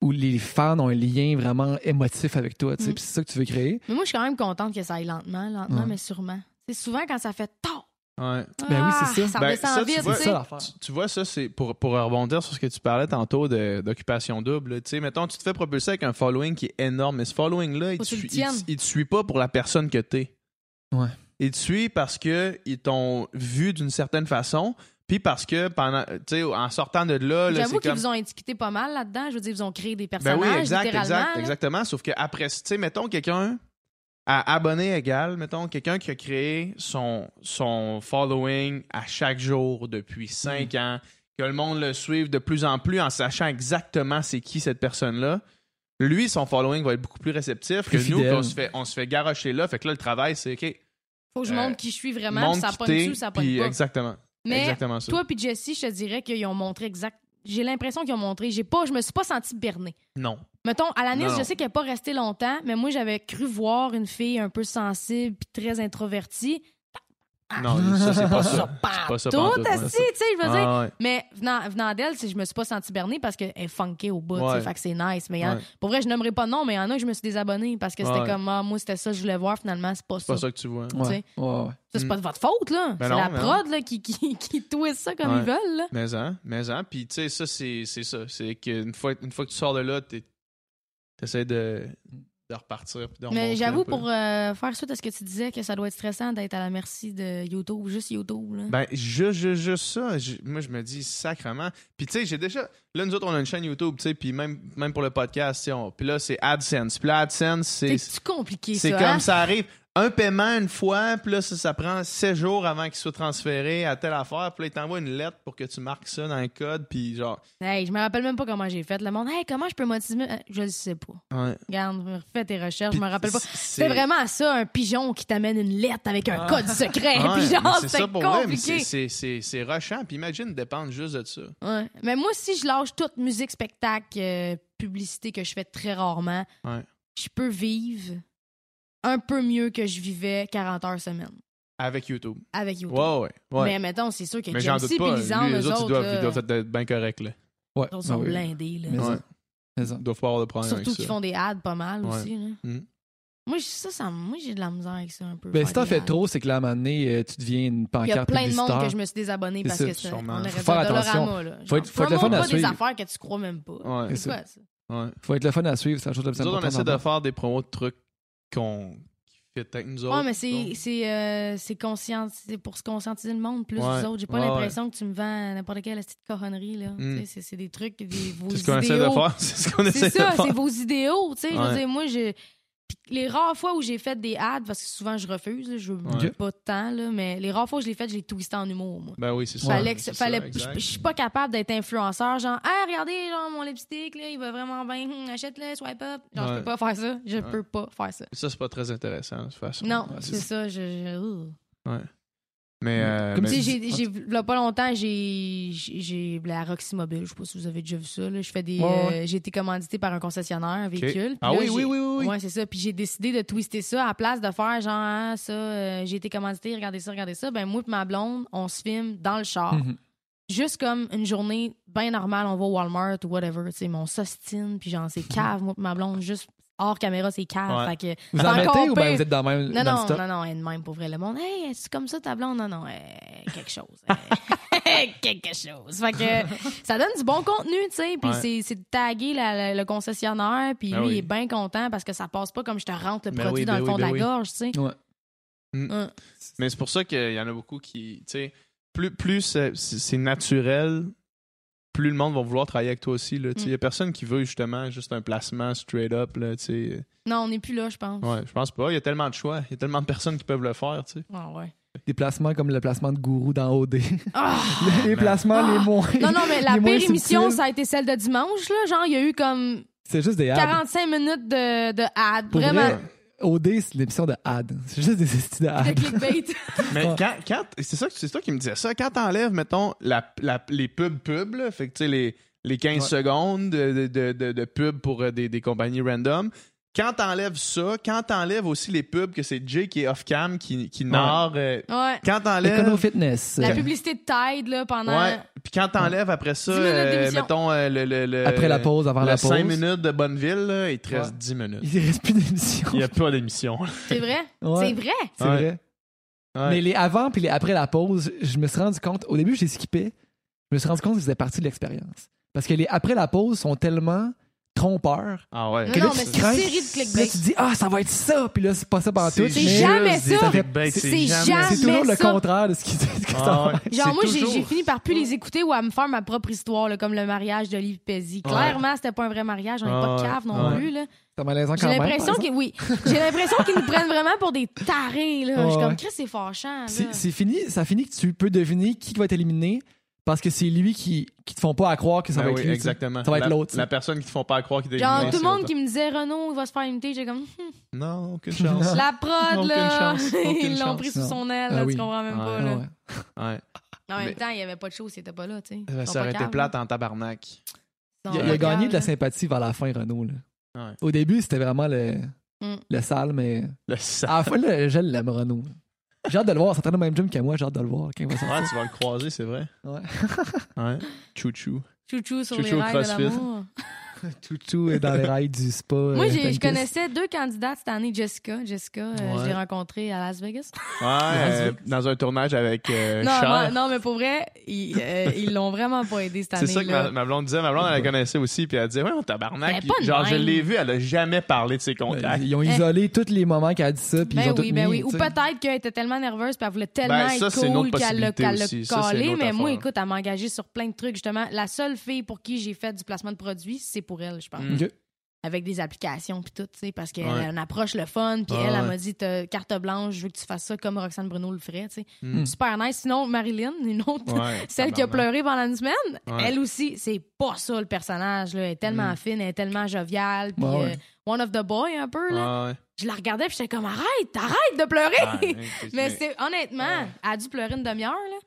[SPEAKER 2] où les fans ont un lien vraiment émotif avec toi, tu sais,
[SPEAKER 3] Mm.
[SPEAKER 2] puis c'est ça que tu veux créer.
[SPEAKER 3] Mais moi, je suis quand même contente que ça aille lentement, lentement,
[SPEAKER 2] Ouais.
[SPEAKER 3] mais sûrement. C'est souvent quand ça fait tard.
[SPEAKER 1] Ouais.
[SPEAKER 2] Ben oui, c'est ça.
[SPEAKER 3] Ça
[SPEAKER 1] Ben,
[SPEAKER 3] redescend
[SPEAKER 1] ça, tu
[SPEAKER 3] vite,
[SPEAKER 1] vois-
[SPEAKER 3] tu
[SPEAKER 2] C'est ça
[SPEAKER 3] sais.
[SPEAKER 2] l'affaire.
[SPEAKER 1] Tu, tu vois, ça, c'est pour, pour rebondir sur ce que tu parlais tantôt de- d'occupation double. là, Tu sais, mettons, tu te fais propulser avec un following qui est énorme, mais ce following-là, il,
[SPEAKER 3] Faut
[SPEAKER 1] te
[SPEAKER 3] que tu
[SPEAKER 1] suit-
[SPEAKER 3] le
[SPEAKER 1] il te-
[SPEAKER 3] tiennes.
[SPEAKER 1] il te suit pas pour la personne que t'es.
[SPEAKER 2] Ouais.
[SPEAKER 1] Ils te suivent parce que ils t'ont vu d'une certaine façon, puis parce que pendant, tu sais, en sortant de là, là
[SPEAKER 3] J'avoue
[SPEAKER 1] c'est
[SPEAKER 3] qu'ils
[SPEAKER 1] comme.
[SPEAKER 3] vous ont étiqueté pas mal là-dedans. Je veux dire, ils vous ont créé des
[SPEAKER 1] Ben
[SPEAKER 3] personnages,
[SPEAKER 1] oui, exact,
[SPEAKER 3] littéralement.
[SPEAKER 1] exact,
[SPEAKER 3] là.
[SPEAKER 1] exactement. Sauf que après, tu sais, mettons quelqu'un à abonné égal, mettons quelqu'un qui a créé son, son following à chaque jour depuis cinq
[SPEAKER 3] Mm.
[SPEAKER 1] ans, que le monde le suive de plus en plus en sachant exactement c'est qui cette personne-là. Lui, son following va être beaucoup plus réceptif
[SPEAKER 2] Plus
[SPEAKER 1] que
[SPEAKER 2] fidèle.
[SPEAKER 1] nous, qu'on se fait, on se fait garocher là. Fait que là, le travail, c'est OK,
[SPEAKER 3] Faut que je
[SPEAKER 1] Euh,
[SPEAKER 3] montre qui je suis vraiment, puis
[SPEAKER 1] monde
[SPEAKER 3] ça
[SPEAKER 1] qui
[SPEAKER 3] pogne
[SPEAKER 1] t'es,
[SPEAKER 3] tout, ça pogne
[SPEAKER 1] puis
[SPEAKER 3] pas.
[SPEAKER 1] exactement.
[SPEAKER 3] Mais
[SPEAKER 1] exactement ça.
[SPEAKER 3] toi puis Jessie, je te dirais qu'ils ont montré exact. J'ai l'impression qu'ils ont montré. J'ai pas, je me suis pas sentie bernée.
[SPEAKER 1] Non.
[SPEAKER 3] Mettons, Alanis,
[SPEAKER 1] Non, non.
[SPEAKER 3] je sais qu'elle n'est pas restée longtemps, mais moi, j'avais cru voir une fille un peu sensible puis très introvertie.
[SPEAKER 1] Non, ça, Ah, c'est pas ça.
[SPEAKER 3] Pas
[SPEAKER 1] pas ça,
[SPEAKER 3] tout
[SPEAKER 1] pantoute, ouais.
[SPEAKER 3] assis, tu sais, je veux dire.
[SPEAKER 1] Ah ouais.
[SPEAKER 3] Mais venant, venant d'elle, c'est- je me suis pas sentie bernée parce qu'elle est funkée au bout, tu sais,
[SPEAKER 1] Ouais.
[SPEAKER 3] fait que c'est nice. Mais il y en-
[SPEAKER 1] Ouais.
[SPEAKER 3] pour vrai, je nommerai pas de nom, mais il y en a que je me suis désabonnée parce que c'était
[SPEAKER 1] Ouais.
[SPEAKER 3] comme, ah, moi, c'était ça, je voulais voir, finalement, c'est pas
[SPEAKER 1] C'est
[SPEAKER 3] ça.
[SPEAKER 1] pas
[SPEAKER 3] Ça,
[SPEAKER 1] ça que tu vois.
[SPEAKER 2] Ouais,
[SPEAKER 3] Tu sais.
[SPEAKER 2] ouais, ouais.
[SPEAKER 3] c'est pas de votre faute, là.
[SPEAKER 1] Ben
[SPEAKER 3] c'est
[SPEAKER 1] non,
[SPEAKER 3] la
[SPEAKER 1] ben
[SPEAKER 3] prod, là, qui, qui, qui twist ça comme
[SPEAKER 1] Ouais.
[SPEAKER 3] ils veulent, là.
[SPEAKER 1] Mais en, mais en. Puis, tu sais, ça, c'est c'est ça. C'est qu'une fois, une fois que tu sors de là, t'es- t'essaies de, de repartir. puis de remonter
[SPEAKER 3] Mais
[SPEAKER 1] un
[SPEAKER 3] j'avoue,
[SPEAKER 1] peu.
[SPEAKER 3] pour euh, faire suite à ce que tu disais, que ça doit être stressant d'être à la merci de YouTube, juste YouTube, là.
[SPEAKER 1] Ben, juste, juste, juste ça. je- moi, je me dis sacrement. Puis, tu sais, j'ai déjà. Là, nous autres, on a une chaîne YouTube, tu sais, puis même, même pour le podcast, tu sais, on- puis là, c'est AdSense. Puis là, AdSense, c'est.
[SPEAKER 3] C'est compliqué, ça.
[SPEAKER 1] C'est comme
[SPEAKER 3] hein?
[SPEAKER 1] ça arrive. Un paiement une fois, puis là, ça, ça prend 7 jours avant qu'il soit transféré à telle affaire. Puis là, il t'envoie une lettre pour que tu marques ça dans le code, puis genre.
[SPEAKER 3] Hey, je me rappelle même pas comment j'ai fait. Le monde, hey, comment je peux motiver? Euh, Je le sais pas.
[SPEAKER 1] Ouais.
[SPEAKER 3] Regarde, refais tes recherches, je me
[SPEAKER 1] Puis
[SPEAKER 3] rappelle pas.
[SPEAKER 1] c'est- Ah.
[SPEAKER 3] C'est vraiment ça, un pigeon qui t'amène une lettre avec un code secret.
[SPEAKER 1] Ouais,
[SPEAKER 3] puis genre,
[SPEAKER 1] mais c'est
[SPEAKER 3] c'est
[SPEAKER 1] ça pour vrai, mais
[SPEAKER 3] compliqué.
[SPEAKER 1] c'est- c'est- C'est c'est rushant. Puis imagine dépendre juste de ça.
[SPEAKER 3] Ouais. Mais moi, si je lâche toute musique, spectacle, euh, publicité que je fais très rarement,
[SPEAKER 1] Ouais.
[SPEAKER 3] je peux vivre un peu mieux que je vivais 40 heures semaine
[SPEAKER 1] Avec YouTube.
[SPEAKER 3] avec YouTube.
[SPEAKER 1] Ouais, ouais. ouais.
[SPEAKER 3] Mm. Mais mettons, c'est sûr que
[SPEAKER 1] Mais j'en
[SPEAKER 3] James
[SPEAKER 1] doute
[SPEAKER 3] C.
[SPEAKER 1] pas.
[SPEAKER 3] puis Lisandre,
[SPEAKER 1] Lui, les
[SPEAKER 3] eux euh,
[SPEAKER 1] autres, ils doivent,
[SPEAKER 3] là,
[SPEAKER 1] ils doivent être- être bien corrects. Là.
[SPEAKER 2] Ouais.
[SPEAKER 3] ils
[SPEAKER 2] Ah
[SPEAKER 3] sont
[SPEAKER 2] oui.
[SPEAKER 3] blindés. Là.
[SPEAKER 2] Mais
[SPEAKER 1] Ouais.
[SPEAKER 2] ça. Mais ça.
[SPEAKER 1] Ils doivent pas avoir de problème
[SPEAKER 3] Surtout
[SPEAKER 1] avec
[SPEAKER 3] qu'ils
[SPEAKER 1] ça.
[SPEAKER 3] font des ads pas mal
[SPEAKER 1] Ouais.
[SPEAKER 3] aussi. là.
[SPEAKER 1] Mhm.
[SPEAKER 3] Moi, je- ça, ça- moi, j'ai de la misère avec ça un peu.
[SPEAKER 2] Ben,
[SPEAKER 3] faire
[SPEAKER 2] si t'en
[SPEAKER 3] des
[SPEAKER 2] fais
[SPEAKER 3] ads.
[SPEAKER 2] trop, c'est que là, à un moment donné, euh, tu deviens une
[SPEAKER 3] Il y a
[SPEAKER 2] pancarte
[SPEAKER 3] plein de monde que
[SPEAKER 2] publicitaire.
[SPEAKER 3] je me suis désabonné
[SPEAKER 2] C'est
[SPEAKER 3] parce
[SPEAKER 2] ça,
[SPEAKER 3] que ça, on
[SPEAKER 1] sûrement.
[SPEAKER 3] aurait
[SPEAKER 2] Faut faire attention.
[SPEAKER 3] Dolorama, là.
[SPEAKER 2] Faut être-
[SPEAKER 3] Genre,
[SPEAKER 2] faut être le fun
[SPEAKER 3] promote
[SPEAKER 2] à
[SPEAKER 3] pas des
[SPEAKER 2] suivre.
[SPEAKER 3] affaires que tu crois même pas.
[SPEAKER 1] Ouais.
[SPEAKER 2] C'est
[SPEAKER 3] C'est quoi ça?
[SPEAKER 1] ouais.
[SPEAKER 2] Faut être le fun à suivre, c'est la chose la plus
[SPEAKER 1] Nous autres,
[SPEAKER 2] importante.
[SPEAKER 1] on essaie de
[SPEAKER 2] dans-
[SPEAKER 1] faire des promos de trucs qu'on qui fit avec nous autres.
[SPEAKER 3] Ouais, mais c'est
[SPEAKER 1] donc.
[SPEAKER 3] c'est euh, c'est conscient, c'est pour se conscientiser le monde plus
[SPEAKER 1] Ouais.
[SPEAKER 3] aux autres. J'ai pas
[SPEAKER 1] Ouais,
[SPEAKER 3] l'impression que tu me vends n'importe quelle petite cochonnerie là.
[SPEAKER 1] Mm.
[SPEAKER 3] Tu sais, C'est c'est des trucs, des vos
[SPEAKER 1] C'est ce qu'on essaie de
[SPEAKER 3] idéaux.
[SPEAKER 1] faire. C'est ce qu'on essaie
[SPEAKER 3] C'est
[SPEAKER 1] de
[SPEAKER 3] ça,
[SPEAKER 1] faire.
[SPEAKER 3] c'est vos idéaux, tu sais. Je veux
[SPEAKER 1] Ouais.
[SPEAKER 3] dire, moi, j'ai. Puis les rares fois où j'ai fait des ads, parce que souvent je refuse, là, je veux
[SPEAKER 1] Ouais.
[SPEAKER 3] pas de temps, là, mais les rares fois où je l'ai fait, je l'ai twisté en humour, moi.
[SPEAKER 1] Ben oui, c'est ça.
[SPEAKER 3] Fallait que-
[SPEAKER 1] c'est ça,
[SPEAKER 3] fallait,
[SPEAKER 1] exact.
[SPEAKER 3] je je suis pas capable d'être influenceur, genre, ah, regardez, genre, mon lipstick, là, il va vraiment bien, Hum, achète-le, swipe up. Genre, je
[SPEAKER 1] Ouais.
[SPEAKER 3] peux pas faire ça, je
[SPEAKER 1] Ouais.
[SPEAKER 3] peux pas faire ça.
[SPEAKER 1] Ça, c'est pas très intéressant, de toute façon.
[SPEAKER 3] Non,
[SPEAKER 1] Ouais,
[SPEAKER 3] c'est ça, je. je- ouh.
[SPEAKER 1] Mais. euh,
[SPEAKER 2] Comme
[SPEAKER 1] mais-
[SPEAKER 3] Tu sais,
[SPEAKER 2] si
[SPEAKER 3] j'ai, j'ai, il y a pas longtemps, j'ai, j'ai- j'ai la Roxymobile, je sais pas si vous avez déjà vu ça, là. Je fais des,
[SPEAKER 1] Ouais, ouais.
[SPEAKER 3] euh, j'ai été commandité par un concessionnaire, un
[SPEAKER 1] Ok.
[SPEAKER 3] véhicule. Puis
[SPEAKER 1] Ah
[SPEAKER 3] là,
[SPEAKER 1] oui,
[SPEAKER 3] j'ai-
[SPEAKER 1] oui, oui, oui. oui.
[SPEAKER 3] Ouais, c'est ça. Puis j'ai décidé de twister ça à la place de faire genre Ah, ça, euh, j'ai été commandité, regardez ça, regardez ça. Ben moi et ma blonde, on se filme dans le char.
[SPEAKER 2] Mhm.
[SPEAKER 3] Juste comme une journée bien normale, on va au Walmart ou whatever, tu sais, mais on s'ostine, puis genre c'est cave, moi et ma blonde, juste hors caméra, c'est cave.
[SPEAKER 1] Ouais.
[SPEAKER 3] Fait que
[SPEAKER 2] Vous
[SPEAKER 3] c'est
[SPEAKER 2] en
[SPEAKER 3] encore
[SPEAKER 2] mettez ou ben
[SPEAKER 3] pire.
[SPEAKER 2] vous êtes dans le même
[SPEAKER 3] Non, non,
[SPEAKER 2] non-stop?
[SPEAKER 3] non, non, elle est de même pour vrai. Le monde, hey, est-ce comme ça ta blonde? Non, non, euh, quelque chose. euh, quelque chose. Fait que ça donne du bon contenu, tu sais. Puis
[SPEAKER 1] Ouais.
[SPEAKER 3] c'est- c'est de taguer la- la- le concessionnaire, puis
[SPEAKER 1] Ben
[SPEAKER 3] lui,
[SPEAKER 1] oui.
[SPEAKER 3] il est bien content parce que ça passe pas comme je te rentre le
[SPEAKER 1] Ben
[SPEAKER 3] produit
[SPEAKER 1] oui,
[SPEAKER 3] dans
[SPEAKER 1] ben
[SPEAKER 3] le
[SPEAKER 1] oui,
[SPEAKER 3] fond de
[SPEAKER 1] ben
[SPEAKER 3] la
[SPEAKER 1] oui.
[SPEAKER 3] gorge, tu sais.
[SPEAKER 2] Ouais.
[SPEAKER 1] Mm.
[SPEAKER 3] Hein.
[SPEAKER 1] Mais c'est pour ça qu'il y en a beaucoup qui, tu sais, plus, plus c'est- c'est naturel, plus le monde va vouloir travailler avec toi aussi. là. Tu sais, Il n'y a personne qui veut justement juste un placement straight up. Là, tu sais.
[SPEAKER 3] Non, on n'est plus là, je pense.
[SPEAKER 1] ouais, je pense pas. Il y a tellement de choix. Il y a tellement de personnes qui peuvent le faire. tu sais.
[SPEAKER 3] Ah, ouais.
[SPEAKER 2] Des placements comme le placement de gourou dans OD.
[SPEAKER 3] Ah!
[SPEAKER 2] les placements les moins.
[SPEAKER 3] Non, non, mais la
[SPEAKER 2] les moins
[SPEAKER 3] pire émission,
[SPEAKER 2] subtils.
[SPEAKER 3] ça a été celle de dimanche, là. Genre, il y a eu comme
[SPEAKER 2] C'est juste des ads.
[SPEAKER 3] 45 minutes de, de ad.
[SPEAKER 2] Pour
[SPEAKER 3] vraiment.
[SPEAKER 2] vrai, OD, c'est l'émission de ad. C'est juste des estis de
[SPEAKER 3] De
[SPEAKER 2] ad.
[SPEAKER 3] clickbait.
[SPEAKER 1] Mais
[SPEAKER 2] Ouais.
[SPEAKER 1] quand, quand c'est ça, que- c'est toi qui me disais ça. Quand t'enlèves, mettons, la, la- les pubs pubs, là, fait que tu sais, les, les 15
[SPEAKER 2] Ouais.
[SPEAKER 1] secondes de, de, de, de pub pour euh, des, des compagnies random. Quand t'enlèves ça, quand t'enlèves aussi les pubs que c'est Jay qui est off-cam, qui, qui narre, euh,
[SPEAKER 3] ouais.
[SPEAKER 1] Quand
[SPEAKER 2] Econo
[SPEAKER 1] t'enlèves.
[SPEAKER 2] Fitness.
[SPEAKER 3] La
[SPEAKER 2] Euh,
[SPEAKER 3] publicité de Tide, là, pendant.
[SPEAKER 1] Ouais. Puis quand t'enlèves après ça,
[SPEAKER 3] 10 minutes
[SPEAKER 1] euh,
[SPEAKER 3] d'émission.
[SPEAKER 1] mettons euh, le, le- le-
[SPEAKER 2] Après la pause, avant
[SPEAKER 1] le
[SPEAKER 2] la pause.
[SPEAKER 1] 5 Euh, minutes de Bonneville, là, il te reste
[SPEAKER 2] Ouais.
[SPEAKER 1] 10 minutes.
[SPEAKER 2] Il reste plus d'émission.
[SPEAKER 1] Il n'y a pas d'émission.
[SPEAKER 3] C'est vrai?
[SPEAKER 2] Ouais.
[SPEAKER 3] C'est vrai?
[SPEAKER 2] C'est
[SPEAKER 1] Ouais.
[SPEAKER 2] vrai.
[SPEAKER 1] Ouais.
[SPEAKER 2] Mais les avant puis les après la pause, je me suis rendu compte, au début, j'ai skippé. Je me suis rendu compte que ça faisait partie de l'expérience. Parce que les après la pause sont tellement trompeur.
[SPEAKER 1] Ah ouais.
[SPEAKER 3] Non,
[SPEAKER 2] Que là,
[SPEAKER 3] non,
[SPEAKER 2] tu
[SPEAKER 3] mais
[SPEAKER 2] te
[SPEAKER 3] c'est une
[SPEAKER 2] crains,
[SPEAKER 3] série de
[SPEAKER 2] Puis là,
[SPEAKER 3] clickbait.
[SPEAKER 2] tu dis, ah, ça va être ça. Puis là, c'est pas ça pendant tout.
[SPEAKER 1] C'est Ben,
[SPEAKER 3] C'est
[SPEAKER 1] juste
[SPEAKER 3] jamais
[SPEAKER 1] des
[SPEAKER 3] ça.
[SPEAKER 1] clickbait,
[SPEAKER 3] C'est
[SPEAKER 2] C'est toujours le
[SPEAKER 3] jamais ça.
[SPEAKER 2] contraire de ce qui que ça
[SPEAKER 1] Ah
[SPEAKER 2] va.
[SPEAKER 1] ouais.
[SPEAKER 3] Genre,
[SPEAKER 1] C'est
[SPEAKER 3] moi, j'ai-
[SPEAKER 1] toujours- Ben
[SPEAKER 3] j'ai fini par plus les écouter ou à me faire ma propre histoire, là, comme le mariage d'Olive Pezzi.
[SPEAKER 1] Ouais.
[SPEAKER 3] Clairement, c'était pas un vrai mariage. On n'est pas de cave non
[SPEAKER 1] Ouais.
[SPEAKER 3] plus. là.
[SPEAKER 2] C'est malaisant quand
[SPEAKER 3] J'ai
[SPEAKER 2] même.
[SPEAKER 3] l'impression
[SPEAKER 2] par exemple.
[SPEAKER 3] qu'ils oui, J'ai l'impression qu'ils nous prennent vraiment pour des tarés. Là. Je suis
[SPEAKER 2] Ouais.
[SPEAKER 3] comme, Chris, c'est fâchant. là.
[SPEAKER 2] C'est c'est fini, ça finit que tu peux deviner qui va être éliminé parce que c'est lui qui, qui te font pas à croire que ça
[SPEAKER 1] Ben
[SPEAKER 2] va être
[SPEAKER 1] oui,
[SPEAKER 2] lui. tu sais.
[SPEAKER 1] exactement.
[SPEAKER 2] Ça va être
[SPEAKER 1] La-
[SPEAKER 2] l'autre, ça.
[SPEAKER 1] La personne qui te font pas croire qu'il est
[SPEAKER 3] Genre,
[SPEAKER 1] éliminé,
[SPEAKER 3] tout le
[SPEAKER 1] c'est
[SPEAKER 3] monde
[SPEAKER 1] l'autre.
[SPEAKER 3] qui me disait Renaud, il va se faire imiter. J'ai comme,
[SPEAKER 1] Non, aucune chance.
[SPEAKER 3] la prod,
[SPEAKER 1] Aucune
[SPEAKER 3] là.
[SPEAKER 1] chance, aucune
[SPEAKER 3] Ils l'ont
[SPEAKER 1] chance,
[SPEAKER 3] pris sous
[SPEAKER 2] non.
[SPEAKER 3] son aile.
[SPEAKER 2] Ah
[SPEAKER 3] là,
[SPEAKER 2] oui.
[SPEAKER 3] Tu comprends même
[SPEAKER 1] Ouais.
[SPEAKER 3] pas.
[SPEAKER 2] Ah
[SPEAKER 3] là.
[SPEAKER 2] ouais.
[SPEAKER 1] Ouais.
[SPEAKER 3] En même
[SPEAKER 1] Mais-
[SPEAKER 3] temps, il n'y avait pas de show, c'était pas là. tu sais. Ils
[SPEAKER 1] Ça
[SPEAKER 3] sont pas
[SPEAKER 1] aurait été
[SPEAKER 3] caves,
[SPEAKER 1] plate en tabarnak.
[SPEAKER 3] là. Ils
[SPEAKER 2] Il,
[SPEAKER 3] sont
[SPEAKER 2] a- il a gagné
[SPEAKER 3] pas caves,
[SPEAKER 2] de la
[SPEAKER 3] là.
[SPEAKER 2] sympathie vers la fin, Renaud. là.
[SPEAKER 1] Ouais.
[SPEAKER 2] Au début, c'était vraiment le,
[SPEAKER 3] Mm.
[SPEAKER 2] le sale, mais
[SPEAKER 1] Le sac.
[SPEAKER 2] à la fin, là, je l'aime, Renaud. J'ai hâte de le voir. Ça traîne dans le même gym que moi. J'ai hâte de le voir. quand il va sortir.
[SPEAKER 1] Ouais, tu vas le croiser, c'est vrai.
[SPEAKER 2] Ah. Ouais.
[SPEAKER 1] Ouais. Chouchou.
[SPEAKER 3] Chouchou sur
[SPEAKER 1] Chouchou
[SPEAKER 3] les
[SPEAKER 1] au
[SPEAKER 3] rails de
[SPEAKER 1] CrossFit.
[SPEAKER 3] l'amour.
[SPEAKER 2] Toutou est dans les rails du spa. euh,
[SPEAKER 3] Moi, j'ai- je
[SPEAKER 2] Pentest.
[SPEAKER 3] connaissais deux candidates cette année, Jessica. Jessica, euh, je l'ai
[SPEAKER 1] Ouais.
[SPEAKER 3] rencontrée à Las Vegas.
[SPEAKER 1] Ouais, euh, dans un tournage avec euh,
[SPEAKER 3] non,
[SPEAKER 1] Cher.
[SPEAKER 3] moi- non, mais pour vrai, ils euh, ils l'ont vraiment pas aidée cette année.
[SPEAKER 1] C'est ça que ma, ma blonde disait. Ma blonde, elle la connaissait aussi. Puis elle disait, ouais, on
[SPEAKER 3] Mais
[SPEAKER 1] tabarnak.
[SPEAKER 3] pas de
[SPEAKER 1] Genre, je
[SPEAKER 3] même.
[SPEAKER 1] l'ai vu, elle a jamais parlé de ses contacts.
[SPEAKER 2] Euh, Ils ont isolé tous les moments qu'elle a dit ça. Puis ils
[SPEAKER 3] Eh. Ben
[SPEAKER 2] ont
[SPEAKER 3] oui,
[SPEAKER 2] tout
[SPEAKER 3] ben
[SPEAKER 2] mis,
[SPEAKER 3] oui. Ou
[SPEAKER 2] tu sais.
[SPEAKER 3] peut-être qu'elle était tellement nerveuse puis elle voulait tellement
[SPEAKER 1] Ben, ça,
[SPEAKER 3] être
[SPEAKER 1] c'est une
[SPEAKER 3] cool
[SPEAKER 1] autre
[SPEAKER 3] qu'elle l'a
[SPEAKER 1] possibilité
[SPEAKER 3] qu'elle l'a
[SPEAKER 1] aussi. Ça, c'est une
[SPEAKER 3] collé.
[SPEAKER 1] autre
[SPEAKER 3] Mais moi,
[SPEAKER 1] affaire.
[SPEAKER 3] écoute, elle m'a engagée sur plein de trucs. Justement, la seule fille pour qui j'ai fait du placement de produits, c'est pour elle, je pense.
[SPEAKER 1] Mm.
[SPEAKER 2] Ok.
[SPEAKER 3] Avec des applications puis tout, tu sais, parce qu'elle
[SPEAKER 1] Ouais.
[SPEAKER 3] a une approche le fun. Puis
[SPEAKER 1] Ouais,
[SPEAKER 3] elle, elle
[SPEAKER 1] ouais.
[SPEAKER 3] m'a dit, T'as carte blanche, je veux que tu fasses ça comme Roxane Bruno le ferait, tu sais.
[SPEAKER 1] Mm.
[SPEAKER 3] Super nice. Sinon, Marilyn, une autre
[SPEAKER 1] Ouais,
[SPEAKER 3] Celle qui a
[SPEAKER 1] tabarnak.
[SPEAKER 3] pleuré pendant une semaine,
[SPEAKER 1] Ouais.
[SPEAKER 3] elle aussi, c'est pas ça le personnage. Là. Elle est tellement fine, elle est tellement joviale, puis
[SPEAKER 2] Ouais, ouais.
[SPEAKER 3] euh, one of the boy un peu. Là.
[SPEAKER 1] Ouais, ouais.
[SPEAKER 3] Je la regardais, puis j'étais comme arrête, arrête de pleurer.
[SPEAKER 1] Ah, hein, c'est-
[SPEAKER 3] mais c'est honnêtement, elle a dû pleurer une demi-heure. là.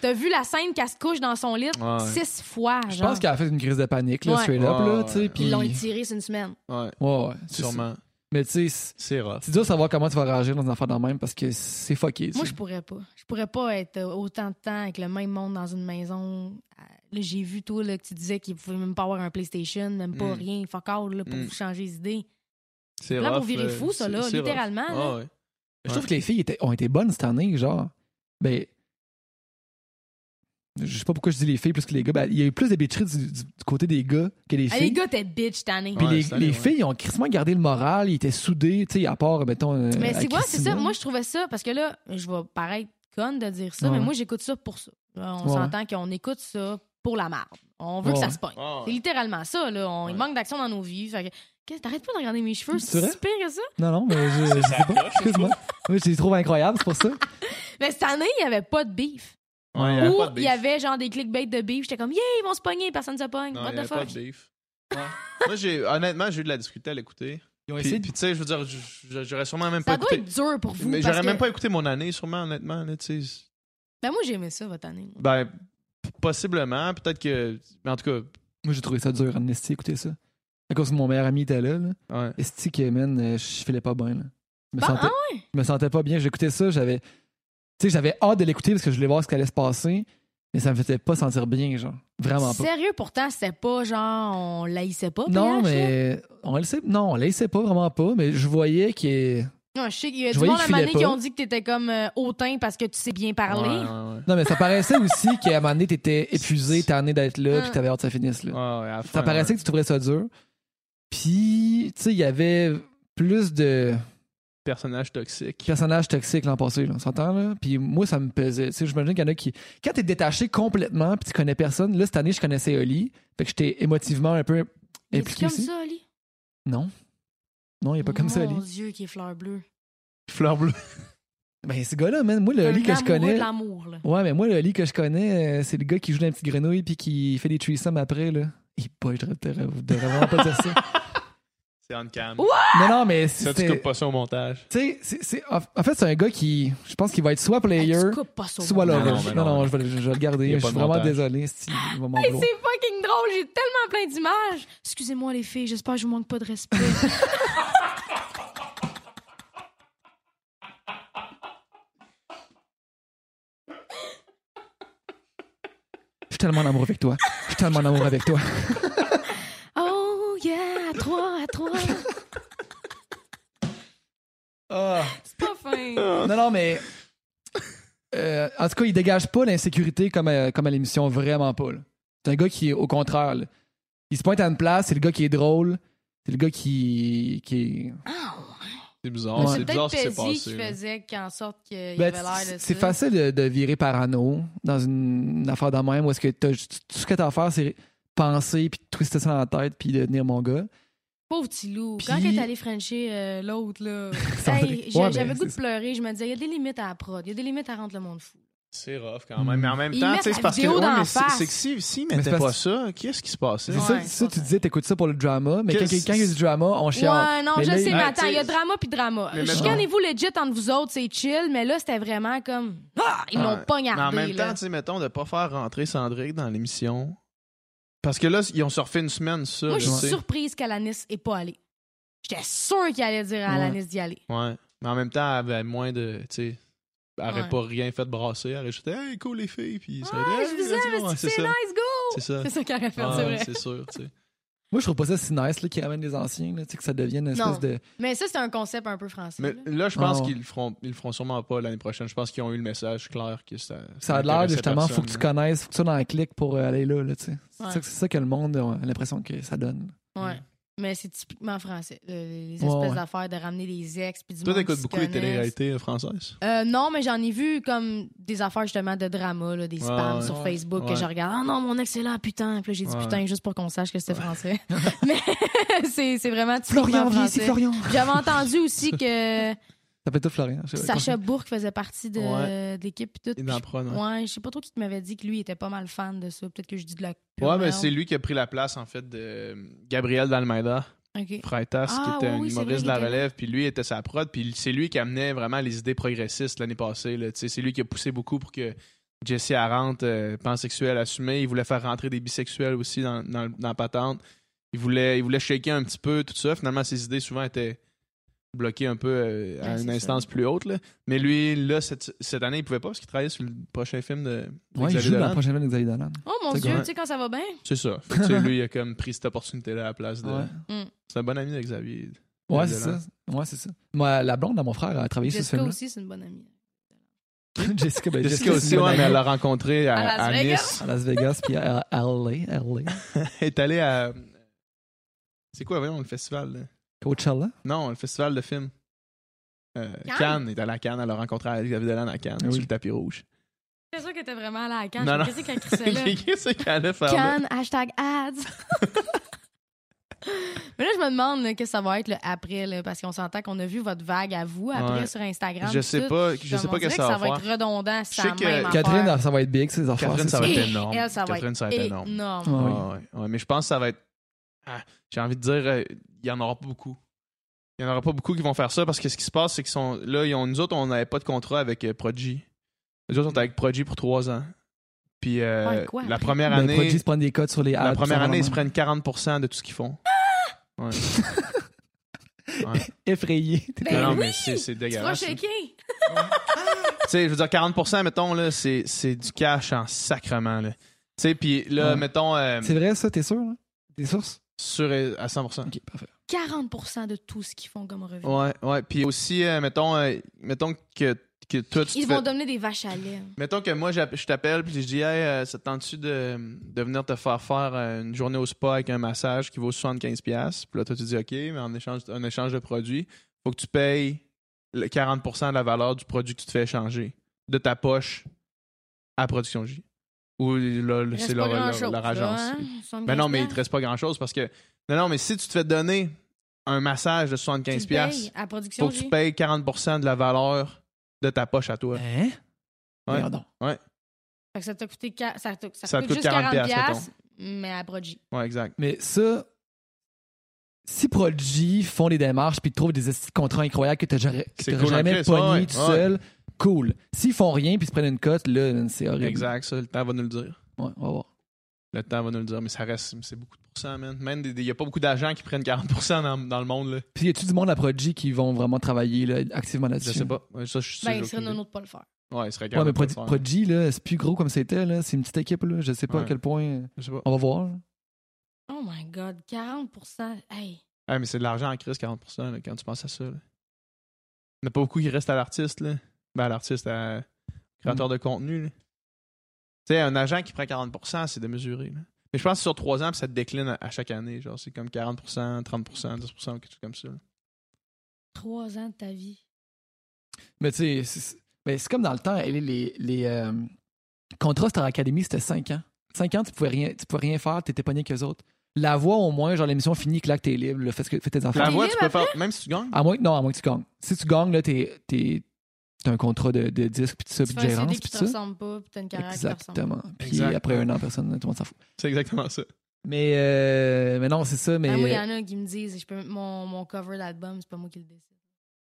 [SPEAKER 3] T'as vu la scène qu'elle se couche dans son lit
[SPEAKER 1] Ouais.
[SPEAKER 3] six fois, genre.
[SPEAKER 2] Je pense qu'elle a fait une crise de panique, là,
[SPEAKER 3] Ouais.
[SPEAKER 2] straight up. Là,
[SPEAKER 1] Ouais.
[SPEAKER 2] tu sais,
[SPEAKER 3] Puis ils
[SPEAKER 2] puis...
[SPEAKER 3] l'ont
[SPEAKER 2] Ouais,
[SPEAKER 3] étirée sur une semaine.
[SPEAKER 1] Ouais,
[SPEAKER 2] ouais. c'est ça.
[SPEAKER 1] sûrement.
[SPEAKER 2] Mais tu sais, c'est-
[SPEAKER 1] C'est rough.
[SPEAKER 2] c'est dur de savoir comment tu vas réagir dans une affaire de même parce que c'est fucké. tu
[SPEAKER 3] Moi,
[SPEAKER 2] sais.
[SPEAKER 3] je pourrais pas. Je pourrais pas être euh, autant de temps avec le même monde dans une maison. Euh, Là, j'ai vu, toi, là, que tu disais qu'il pouvait même pas avoir un PlayStation, même pas
[SPEAKER 1] Mm.
[SPEAKER 3] rien, fuck all, là, pour
[SPEAKER 1] Mm.
[SPEAKER 3] vous changer les idées.
[SPEAKER 1] C'est rough.
[SPEAKER 3] Là,
[SPEAKER 1] euh,
[SPEAKER 3] pour virer fou, ça,
[SPEAKER 1] c'est-
[SPEAKER 3] là,
[SPEAKER 1] c'est rough.
[SPEAKER 3] littéralement, là.
[SPEAKER 1] Ah, ouais.
[SPEAKER 2] Je trouve que les filles étaient- ont été bonnes cette année, genre. Ben. Je sais pas pourquoi je dis les filles plus que les gars. Ben, il y a eu plus de bitcheries du, du- du côté des gars que des
[SPEAKER 3] Ah,
[SPEAKER 2] filles.
[SPEAKER 3] les gars, t'es bitch tanné.
[SPEAKER 2] Puis
[SPEAKER 1] Ouais,
[SPEAKER 2] les,
[SPEAKER 1] cette année,
[SPEAKER 2] les
[SPEAKER 1] ouais.
[SPEAKER 2] filles ont crissement gardé le moral, ils étaient soudés, tu sais, à part, mettons. euh,
[SPEAKER 3] Mais c'est
[SPEAKER 2] à
[SPEAKER 3] quoi, c'est ça?
[SPEAKER 2] Christina.
[SPEAKER 3] Moi, je trouvais ça, parce que là, je vais paraître conne de dire ça,
[SPEAKER 2] Ouais.
[SPEAKER 3] mais moi, j'écoute ça pour ça. Là, on
[SPEAKER 2] Ouais.
[SPEAKER 3] s'entend qu'on écoute ça pour la marde. On veut que
[SPEAKER 2] Ouais.
[SPEAKER 3] ça se pogne.
[SPEAKER 1] Ah, ouais.
[SPEAKER 3] C'est littéralement ça, là. On- Il
[SPEAKER 1] Ouais.
[SPEAKER 3] manque d'action dans nos vies. Fait que, Qu'est-ce- T'arrêtes pas de regarder mes cheveux,
[SPEAKER 2] C'est
[SPEAKER 3] c'est
[SPEAKER 2] vrai?
[SPEAKER 3] si pire que ça.
[SPEAKER 2] Non, non, mais je. je sais pas, excuse-moi. Moi, je les trouve incroyables, c'est pour ça.
[SPEAKER 3] Mais cette année, il y avait pas de beef.
[SPEAKER 1] Ouais,
[SPEAKER 3] Ou
[SPEAKER 1] pas de
[SPEAKER 3] il
[SPEAKER 1] beef.
[SPEAKER 3] y avait genre des clickbait de beef. J'étais comme, yeah, ils vont se pogner, personne se pogne.
[SPEAKER 1] Non,
[SPEAKER 3] What
[SPEAKER 1] il y
[SPEAKER 3] the
[SPEAKER 1] avait pas
[SPEAKER 3] fuck?
[SPEAKER 1] de beef. Moi, j'ai, honnêtement, j'ai eu de la difficulté à l'écouter.
[SPEAKER 2] Ils ont
[SPEAKER 1] Puis, puis, tu sais, je veux dire, je- je- j'aurais sûrement même pas
[SPEAKER 3] Ça doit
[SPEAKER 1] écouté.
[SPEAKER 3] être dur pour vous.
[SPEAKER 1] Mais
[SPEAKER 3] parce
[SPEAKER 1] j'aurais
[SPEAKER 3] que-
[SPEAKER 1] même pas écouté mon année, sûrement, honnêtement. Là, tu sais.
[SPEAKER 3] Ben, moi, j'aimais ça, votre année.
[SPEAKER 1] ben, p- possiblement. Peut-être que. Mais en tout cas,
[SPEAKER 2] Moi, j'ai trouvé ça dur, Amnesty, écoutez ça. À cause que mon meilleur ami était là, là.
[SPEAKER 1] ouais.
[SPEAKER 2] Esti que, man, euh, je filais pas bien, là. Je me,
[SPEAKER 3] Bon,
[SPEAKER 2] sentais, je me sentais pas bien. J'écoutais ça, j'avais. Tu sais, j'avais hâte de l'écouter parce que je voulais voir ce qui allait se passer, mais ça me faisait pas sentir bien, genre. Vraiment pas.
[SPEAKER 3] Sérieux, pourtant, c'était pas genre, on laissait pas.
[SPEAKER 2] Non,
[SPEAKER 3] PH, là.
[SPEAKER 2] mais. On le sait. Non, on le sait pas, vraiment pas, mais je voyais que.
[SPEAKER 3] Non, je sais qu'il y a
[SPEAKER 2] Je
[SPEAKER 3] du
[SPEAKER 2] voyais
[SPEAKER 3] monde à un
[SPEAKER 2] qu'il
[SPEAKER 3] moment
[SPEAKER 2] filait
[SPEAKER 3] donné qui
[SPEAKER 2] pas.
[SPEAKER 3] ont dit que t'étais comme euh, hautain parce que tu sais bien
[SPEAKER 1] Ouais,
[SPEAKER 3] parler.
[SPEAKER 1] ouais, ouais.
[SPEAKER 2] Non, mais ça paraissait aussi qu'à un moment donné, t'étais épuisé, tanné d'être là,
[SPEAKER 3] Hein.
[SPEAKER 2] puis t'avais hâte que ça finisse, là.
[SPEAKER 1] Ouais, ouais, à la fin,
[SPEAKER 2] Ça paraissait
[SPEAKER 1] ouais.
[SPEAKER 2] que tu trouverais ça dur. Puis, tu sais, il y avait plus de
[SPEAKER 1] Personnage toxique.
[SPEAKER 2] personnages toxiques l'an passé, là, on s'entend, là? Puis moi, ça me pesait. Tu sais, j'imagine qu'il y en a qui... Quand t'es détaché complètement, puis tu connais personne... Là, cette année, je connaissais Oli, fait que j'étais émotivement un peu
[SPEAKER 3] Il est
[SPEAKER 2] impliqué
[SPEAKER 3] comme
[SPEAKER 2] aussi.
[SPEAKER 3] ça, Ali. Oh,
[SPEAKER 2] Non. Non, il est pas comme ça, Oli.
[SPEAKER 3] Mon Dieu, qui est fleur bleue.
[SPEAKER 1] Fleur bleue.
[SPEAKER 2] Ben, ce gars-là, man, moi, le
[SPEAKER 3] Un
[SPEAKER 2] Oli que je
[SPEAKER 3] amoureux
[SPEAKER 2] connais...
[SPEAKER 3] de l'amour, là.
[SPEAKER 2] Ouais, mais moi, le Oli que je connais, euh, c'est le gars qui joue dans la petite grenouille puis qui fait des threesomes après, là. Et boy, je devrais je devrais vraiment pas dire ça.
[SPEAKER 1] C'est on cam.
[SPEAKER 2] Non, non, mais
[SPEAKER 1] Ça, tu
[SPEAKER 2] c'était...
[SPEAKER 1] coupes pas ça au montage.
[SPEAKER 2] Tu sais, c'est- c'est- en en fait, c'est un gars qui. Je pense qu'il va être soit
[SPEAKER 3] Hey,
[SPEAKER 2] player,
[SPEAKER 3] tu coupes pas ça. au
[SPEAKER 2] soit
[SPEAKER 3] monde.
[SPEAKER 1] là.
[SPEAKER 2] lover.
[SPEAKER 1] Non, mais
[SPEAKER 2] Non, non,
[SPEAKER 1] non.
[SPEAKER 2] je, vais, je vais le garder.
[SPEAKER 1] Il y
[SPEAKER 2] Je
[SPEAKER 1] a pas
[SPEAKER 2] suis
[SPEAKER 1] de
[SPEAKER 2] vraiment
[SPEAKER 1] montage.
[SPEAKER 2] désolé. c'est- Il va m'en
[SPEAKER 3] Hey,
[SPEAKER 2] vouloir.
[SPEAKER 3] c'est fucking drôle, j'ai tellement plein d'images. Excusez-moi, les filles, j'espère que je vous manque pas de respect.
[SPEAKER 2] Je suis tellement en amour avec toi. Je suis tellement en amour avec toi.
[SPEAKER 3] oh yeah, à trois, à trois.
[SPEAKER 1] Ah.
[SPEAKER 3] C'est pas fin.
[SPEAKER 2] Non, non, mais. euh, en tout cas, il euh, dégage pas l'insécurité comme, à- comme à l'émission, vraiment pas. là. C'est un gars qui, au contraire, là, Il se pointe à une place, c'est le gars qui est drôle, c'est le gars qui, qui est.
[SPEAKER 1] C'est bizarre,
[SPEAKER 2] Ouais.
[SPEAKER 1] c'est
[SPEAKER 3] Ah,
[SPEAKER 1] bizarre
[SPEAKER 3] C'est
[SPEAKER 1] ce qui s'est
[SPEAKER 3] peut-être Pezzi
[SPEAKER 1] passé.
[SPEAKER 3] qui
[SPEAKER 1] là.
[SPEAKER 3] faisait qu'en sorte qu'il y
[SPEAKER 2] Ben,
[SPEAKER 3] avait l'air de
[SPEAKER 2] c'est c'est
[SPEAKER 3] ça.
[SPEAKER 2] facile de, de virer parano dans une, une affaire de même où est-ce que t'as juste- tout ce que t'as à faire, c'est penser, puis te twister ça dans la tête, puis devenir mon gars.
[SPEAKER 3] Pauvre petit loup.
[SPEAKER 2] Puis-
[SPEAKER 3] Quand elle est allée Frencher euh, l'autre, là,
[SPEAKER 2] Ça
[SPEAKER 3] hey,
[SPEAKER 2] aurait-
[SPEAKER 3] j'ai-
[SPEAKER 2] Ouais,
[SPEAKER 3] j'avais
[SPEAKER 2] ben,
[SPEAKER 3] le goût de
[SPEAKER 2] c'est-
[SPEAKER 3] pleurer. Je me disais, il y a des limites à la prod. Il y a des limites à rendre le monde fou.
[SPEAKER 1] C'est rough quand même. Mais en même
[SPEAKER 3] Ils
[SPEAKER 1] temps,
[SPEAKER 3] mettent
[SPEAKER 1] tu sais,
[SPEAKER 3] la
[SPEAKER 1] c'est parce que.
[SPEAKER 3] vidéo dans
[SPEAKER 1] mais
[SPEAKER 3] la
[SPEAKER 1] c'est
[SPEAKER 3] face.
[SPEAKER 1] c'est que s'ils si,
[SPEAKER 2] Mais c'est
[SPEAKER 1] mettaient pas
[SPEAKER 2] parce-
[SPEAKER 1] ça, qu'est-ce qui se passait?
[SPEAKER 2] C'est
[SPEAKER 3] Ouais,
[SPEAKER 2] ça,
[SPEAKER 3] c'est
[SPEAKER 2] ça, tu
[SPEAKER 3] ça.
[SPEAKER 2] disais, t'écoutes ça pour le drama, mais quand
[SPEAKER 1] Qu'est-ce-
[SPEAKER 2] quelqu'un qui a du drama, on chiale.
[SPEAKER 3] Ouais, non,
[SPEAKER 2] Mais
[SPEAKER 3] je
[SPEAKER 2] là,
[SPEAKER 3] sais,
[SPEAKER 2] il-
[SPEAKER 3] mais
[SPEAKER 1] Ah,
[SPEAKER 3] attends, il y a
[SPEAKER 1] t'sais,
[SPEAKER 3] drama puis drama.
[SPEAKER 1] mais mettons-
[SPEAKER 3] Chicanez-vous legit entre vous autres, c'est chill, mais là, c'était vraiment comme. Ah, ils l'ont
[SPEAKER 1] Ouais.
[SPEAKER 3] pas
[SPEAKER 1] Mais en
[SPEAKER 3] gardé.
[SPEAKER 1] même temps, tu sais, mettons, de pas faire rentrer Cendrick dans l'émission. Parce que là, ils ont surfé une semaine, ça.
[SPEAKER 3] Moi, je
[SPEAKER 1] là,
[SPEAKER 3] suis
[SPEAKER 1] tu sais.
[SPEAKER 3] surprise qu'Alanis ait pas allé. J'étais sûre qu'il allait dire à
[SPEAKER 2] Ouais.
[SPEAKER 3] Alanis d'y aller.
[SPEAKER 1] Ouais. Mais en même temps, elle avait moins de. Tu sais, elle aurait
[SPEAKER 3] Ouais.
[SPEAKER 1] pas rien fait de brasser. Elle aurait juste dit, hey, cool les filles. Puis ça
[SPEAKER 3] Ouais,
[SPEAKER 1] aurait dit,
[SPEAKER 3] Ah, je vous
[SPEAKER 1] Hey,
[SPEAKER 3] aime,
[SPEAKER 1] vas-y, ouais,
[SPEAKER 3] c'est
[SPEAKER 1] c'est ça.
[SPEAKER 3] nice, go!
[SPEAKER 1] C'est ça.
[SPEAKER 3] C'est ça qu'elle aurait fait,
[SPEAKER 1] Ouais,
[SPEAKER 3] c'est vrai.
[SPEAKER 1] c'est sûr, tu sais.
[SPEAKER 2] Moi, je trouve pas ça si nice là, qui ramène des anciens, là, tu sais, que ça devienne une espèce
[SPEAKER 3] Non.
[SPEAKER 2] de.
[SPEAKER 3] Mais ça, c'est un concept un peu français.
[SPEAKER 1] Mais
[SPEAKER 3] là.
[SPEAKER 1] là, je pense
[SPEAKER 2] Ah ouais.
[SPEAKER 1] qu'ils le feront, ils le feront sûrement pas l'année prochaine. Je pense qu'ils ont eu le message clair que ça.
[SPEAKER 2] Ça a l'air,
[SPEAKER 1] intéressait
[SPEAKER 2] justement, faut
[SPEAKER 1] personne,
[SPEAKER 2] que tu
[SPEAKER 1] là.
[SPEAKER 2] connaisses, faut que tu sois dans la clique pour euh, aller là, là, tu sais. C'est
[SPEAKER 3] Ouais.
[SPEAKER 2] ça que- c'est ça que le monde a l'impression que ça donne.
[SPEAKER 1] euh,
[SPEAKER 3] Ouais. Mais c'est typiquement français. euh, les
[SPEAKER 2] Ouais,
[SPEAKER 3] espèces
[SPEAKER 2] ouais.
[SPEAKER 3] d'affaires de ramener des ex puis du
[SPEAKER 1] Toi,
[SPEAKER 3] monde
[SPEAKER 1] t'écoutes
[SPEAKER 3] qui se
[SPEAKER 1] beaucoup les
[SPEAKER 3] connaissent.
[SPEAKER 1] téléréalités euh, françaises.
[SPEAKER 3] Euh, non, mais j'en ai vu comme des affaires justement de drama, là, des
[SPEAKER 1] Ouais,
[SPEAKER 3] spams
[SPEAKER 1] ouais.
[SPEAKER 3] sur Facebook
[SPEAKER 1] Ouais.
[SPEAKER 3] que je regarde. Ah non, mon ex est là, putain. Puis là, j'ai dit
[SPEAKER 1] Ouais.
[SPEAKER 3] putain juste pour qu'on sache que c'était français. mais c'est c'est vraiment typiquement
[SPEAKER 2] Florian, viens ici,
[SPEAKER 3] français.
[SPEAKER 2] Florian!
[SPEAKER 3] J'avais entendu aussi que
[SPEAKER 2] Ça fait tout Florian. je sais pas.
[SPEAKER 3] Sacha Bourque faisait partie de,
[SPEAKER 1] Ouais.
[SPEAKER 3] de l'équipe. puis tout.
[SPEAKER 1] Et dans
[SPEAKER 3] Puis
[SPEAKER 1] le prod, ouais.
[SPEAKER 3] Ouais, je sais pas trop qui m'avait dit que lui était pas mal fan de ça. Peut-être que je dis de la. pure
[SPEAKER 1] Ouais, mais
[SPEAKER 3] merde.
[SPEAKER 1] c'est lui qui a pris la place, en fait, de Gabriel d'Almeida,
[SPEAKER 3] Ok.
[SPEAKER 1] Freitas,
[SPEAKER 3] Ah,
[SPEAKER 1] qui était
[SPEAKER 3] oui,
[SPEAKER 1] un
[SPEAKER 3] oui, c'est vrai,
[SPEAKER 1] humoriste de la
[SPEAKER 3] il était là.
[SPEAKER 1] relève, puis lui était sa prod, puis c'est lui qui amenait vraiment les idées progressistes l'année passée. là. Tu sais, C'est lui qui a poussé beaucoup pour que Jesse Arendt, euh, pansexuel assumé, il voulait faire rentrer des bisexuels aussi dans, dans, dans la patente. Il voulait, il voulait shaker un petit peu, tout ça. Finalement, ses idées souvent étaient bloquées un peu euh, à
[SPEAKER 3] Ouais,
[SPEAKER 1] une
[SPEAKER 3] Ben, c'est
[SPEAKER 1] instance plus haute. là. Mais lui, là, cette, cette année, il pouvait pas parce qu'il travaillait sur le prochain film de, de
[SPEAKER 2] Ouais, il
[SPEAKER 1] Xavier
[SPEAKER 2] joue dans
[SPEAKER 1] Dolan.
[SPEAKER 2] la prochaine semaine de Xavier Dolan.
[SPEAKER 3] Oh mon
[SPEAKER 2] C'est
[SPEAKER 3] dieu,
[SPEAKER 1] correct.
[SPEAKER 3] tu sais quand ça va bien.
[SPEAKER 1] C'est ça. Fait que, tu sais, lui, il a comme pris cette opportunité-là à la place de.
[SPEAKER 2] Ouais.
[SPEAKER 1] C'est un bon ami de Xavier.
[SPEAKER 2] Ouais,
[SPEAKER 1] Xavier
[SPEAKER 2] c'est
[SPEAKER 1] Dolan.
[SPEAKER 2] ça. Ouais, c'est ça. Moi, la blonde à mon frère a travaillé sur ce
[SPEAKER 3] Jessica
[SPEAKER 2] film-là.
[SPEAKER 3] aussi, c'est une bonne amie.
[SPEAKER 2] Jessica, ben,
[SPEAKER 1] Jessica aussi,
[SPEAKER 2] c'est une
[SPEAKER 1] ouais, mais elle
[SPEAKER 2] amie
[SPEAKER 1] l'a rencontré à,
[SPEAKER 3] À Las
[SPEAKER 1] à
[SPEAKER 3] Vegas.
[SPEAKER 1] Nice.
[SPEAKER 2] À Las Vegas, puis à à LA, LA.
[SPEAKER 1] Elle est allée à. C'est quoi, voyons, le festival? là?
[SPEAKER 2] Coachella.
[SPEAKER 1] Non, le festival de films. Euh,
[SPEAKER 3] Cannes.
[SPEAKER 1] Cannes. Elle est allée à Cannes. Elle l'a rencontré à Xavier Dolan à Cannes,
[SPEAKER 2] Ah oui.
[SPEAKER 1] sur le tapis rouge.
[SPEAKER 3] C'est sûr que t'es vraiment là à Cannes.
[SPEAKER 1] Non, non.
[SPEAKER 3] Qu'est-ce qu'elle crissait là?
[SPEAKER 1] Qu'est-ce qu'elle a fait? là?
[SPEAKER 3] Cannes, hashtag ads. Mais là, je me demande là, que ça va être le après, là, parce qu'on s'entend qu'on a vu votre vague à vous après
[SPEAKER 1] Ouais.
[SPEAKER 3] sur Instagram.
[SPEAKER 1] Je
[SPEAKER 3] tout
[SPEAKER 1] sais
[SPEAKER 3] ça.
[SPEAKER 1] pas,
[SPEAKER 3] Puis
[SPEAKER 1] je sais
[SPEAKER 3] comme
[SPEAKER 1] pas
[SPEAKER 3] on
[SPEAKER 1] que
[SPEAKER 3] dirait
[SPEAKER 1] ça va faire.
[SPEAKER 3] être redondant,
[SPEAKER 1] Je sais
[SPEAKER 3] ça
[SPEAKER 1] que
[SPEAKER 2] Catherine,
[SPEAKER 3] affaire.
[SPEAKER 2] elle, ça va être big, ses affaires.
[SPEAKER 1] Catherine,
[SPEAKER 2] c'est
[SPEAKER 1] ça va
[SPEAKER 2] sûr.
[SPEAKER 1] être énorme.
[SPEAKER 3] Elle, ça va
[SPEAKER 1] Catherine, ça va être énorme.
[SPEAKER 3] énorme.
[SPEAKER 2] Ouais.
[SPEAKER 1] Ah ouais, ouais, mais je pense que ça va être. ah, J'ai envie de dire, euh, il y en aura pas beaucoup. Il y en aura pas beaucoup qui vont faire ça parce que ce qui se passe, c'est qu'ils sont. Là, ils ont, nous autres, on n'avait pas de contrat avec euh, Prodigy. Nous autres, on était avec Prodigy pour trois ans. Puis euh,
[SPEAKER 3] Ouais, quoi,
[SPEAKER 1] la
[SPEAKER 3] après?
[SPEAKER 1] première
[SPEAKER 2] Ben,
[SPEAKER 1] année,
[SPEAKER 2] Prodigy se prend des codes sur les ads.
[SPEAKER 1] la première
[SPEAKER 2] ça va
[SPEAKER 1] année, ils se
[SPEAKER 2] vraiment
[SPEAKER 1] prennent 40% de tout ce qu'ils font. Ouais.
[SPEAKER 2] Effrayé. T'es-
[SPEAKER 1] Non,
[SPEAKER 3] Ben
[SPEAKER 1] non,
[SPEAKER 3] oui,
[SPEAKER 1] mais c'est c'est
[SPEAKER 3] Tu vas
[SPEAKER 1] dégueulasse. Tu
[SPEAKER 3] shaker.
[SPEAKER 1] sais, je veux dire, 40%, mettons, là, c'est c'est du cash en sacrement. là. Tu sais, puis là,
[SPEAKER 2] Ouais.
[SPEAKER 1] mettons, euh,
[SPEAKER 2] C'est vrai, ça, t'es sûr? hein? T'es source?
[SPEAKER 1] sur euh, à 100%.
[SPEAKER 2] Ok, parfait.
[SPEAKER 3] 40 de tout ce qu'ils font comme revue.
[SPEAKER 1] Ouais, ouais. Puis aussi, euh, mettons, euh, mettons que, que toi, tu te
[SPEAKER 3] Ils vont
[SPEAKER 1] fais-
[SPEAKER 3] donner des vaches à lait.
[SPEAKER 1] Mettons que moi, j'app- je t'appelle puis je dis, hey, euh, ça te tente-tu de, de venir te faire faire euh, une journée au spa avec un massage qui vaut 75$? Puis là, toi, tu dis, OK, mais en échange, un échange de produits, faut que tu payes le 40% de la valeur du produit que tu te fais échanger de ta poche à Production J. Ou là,
[SPEAKER 3] Il
[SPEAKER 1] c'est
[SPEAKER 3] reste
[SPEAKER 1] leur,
[SPEAKER 3] pas
[SPEAKER 1] leur-
[SPEAKER 3] grand-chose,
[SPEAKER 1] leur
[SPEAKER 3] là,
[SPEAKER 1] agence.
[SPEAKER 3] hein?
[SPEAKER 1] Ben non, mais il te
[SPEAKER 3] 75
[SPEAKER 1] reste pas grand-chose parce que. Non, non, mais si tu te fais donner un massage de 75$,
[SPEAKER 3] Tu le payes à production
[SPEAKER 1] faut que
[SPEAKER 3] J.
[SPEAKER 1] tu payes 40 de la valeur de ta poche à toi.
[SPEAKER 2] Hein?
[SPEAKER 1] Ouais.
[SPEAKER 2] Regardons.
[SPEAKER 3] Fait que ça t'a coûté qua- ça t'a- ça
[SPEAKER 1] Ça te
[SPEAKER 3] coûte
[SPEAKER 1] coûte
[SPEAKER 3] juste 40
[SPEAKER 1] 40
[SPEAKER 3] piastres, mais à Prodigy.
[SPEAKER 1] Ouais, exact.
[SPEAKER 2] Mais ça, si Prodigy font des démarches puis trouvent des esti de contrats incroyables que t'as jamais- que
[SPEAKER 1] C'est
[SPEAKER 2] t'aurais
[SPEAKER 1] cool en
[SPEAKER 2] jamais
[SPEAKER 1] Christ,
[SPEAKER 2] pogné
[SPEAKER 1] ouais,
[SPEAKER 2] tout
[SPEAKER 1] ouais.
[SPEAKER 2] seul, cool. S'ils font rien puis se prennent une cote, là, c'est horrible.
[SPEAKER 1] Exact, ça, le temps va nous le dire.
[SPEAKER 2] Ouais, on va voir.
[SPEAKER 1] Le temps va nous le dire, mais ça reste, c'est beaucoup de pourcents, man. Même, il n'y a pas beaucoup d'agents qui prennent 40% dans, dans le monde, là.
[SPEAKER 2] Puis y a-tu du monde à Prodigy qui vont vraiment travailler là, activement
[SPEAKER 1] Je
[SPEAKER 2] là-dessus?
[SPEAKER 1] sais pas. Ouais, Ça, je suis sûr,
[SPEAKER 3] Ben,
[SPEAKER 1] j'ai
[SPEAKER 3] il serait
[SPEAKER 1] aucune idée.
[SPEAKER 3] nono de pas le faire.
[SPEAKER 1] Ouais, il serait
[SPEAKER 2] Ouais,
[SPEAKER 1] capable
[SPEAKER 2] mais
[SPEAKER 1] de
[SPEAKER 2] Prodigy,
[SPEAKER 1] le faire.
[SPEAKER 2] Prodigy, là, c'est plus gros comme c'était, là. C'est une petite équipe, là. Je sais pas
[SPEAKER 1] Ouais.
[SPEAKER 2] à quel point.
[SPEAKER 1] Je sais pas.
[SPEAKER 2] On va voir.
[SPEAKER 3] Oh my God, 40 Hey,
[SPEAKER 1] Ouais, mais c'est de l'argent en crise, 40%, là, quand tu penses à ça, là. Il n'y en a pas beaucoup qui restent à l'artiste, là. Ben, à l'artiste, à créateur de contenu, là. Tu sais, un agent qui prend 40%, c'est démesuré, là. Mais je pense que sur trois ans, puis ça te décline à, à chaque année. Genre, c'est comme 40%, 30%, 10%, quelque chose comme ça.
[SPEAKER 3] Trois ans de ta vie.
[SPEAKER 2] Mais tu sais, c'est- c'est ben, c'est comme dans le temps, les, les, les, euh, contrats Star Academy, c'était 5 ans. 5 ans, tu pouvais rien, tu pouvais rien faire, t'étais pogné avec eux autres. La voix, au moins, genre l'émission finie, claque, t'es libre, là, fais, ce que- fais Ah. tes affaires.
[SPEAKER 1] La
[SPEAKER 3] T'es
[SPEAKER 1] voix, tu
[SPEAKER 3] libre
[SPEAKER 1] peux faire. Même si tu gagnes,
[SPEAKER 2] À moins, que- non, à moins que tu gagnes. Si tu gagnes, là, t'es, t'es, t'as un contrat de, de disque, puis tout ça, puis
[SPEAKER 3] Tu
[SPEAKER 2] de
[SPEAKER 3] fais un
[SPEAKER 2] gérance,
[SPEAKER 3] CD
[SPEAKER 2] puis
[SPEAKER 3] qui te
[SPEAKER 2] tout ça.
[SPEAKER 3] ressemble pas, puis t'as une carrière qui te ressemble.
[SPEAKER 2] Exactement. Puis
[SPEAKER 1] Exact.
[SPEAKER 2] après un an, personne, tout le monde s'en fout.
[SPEAKER 1] c'est exactement ça.
[SPEAKER 2] Mais, euh, mais non, c'est ça, mais. euh,
[SPEAKER 3] Ah, moi, il y en a qui me disent je peux, mon, mon cover d'album, c'est pas moi qui le décide.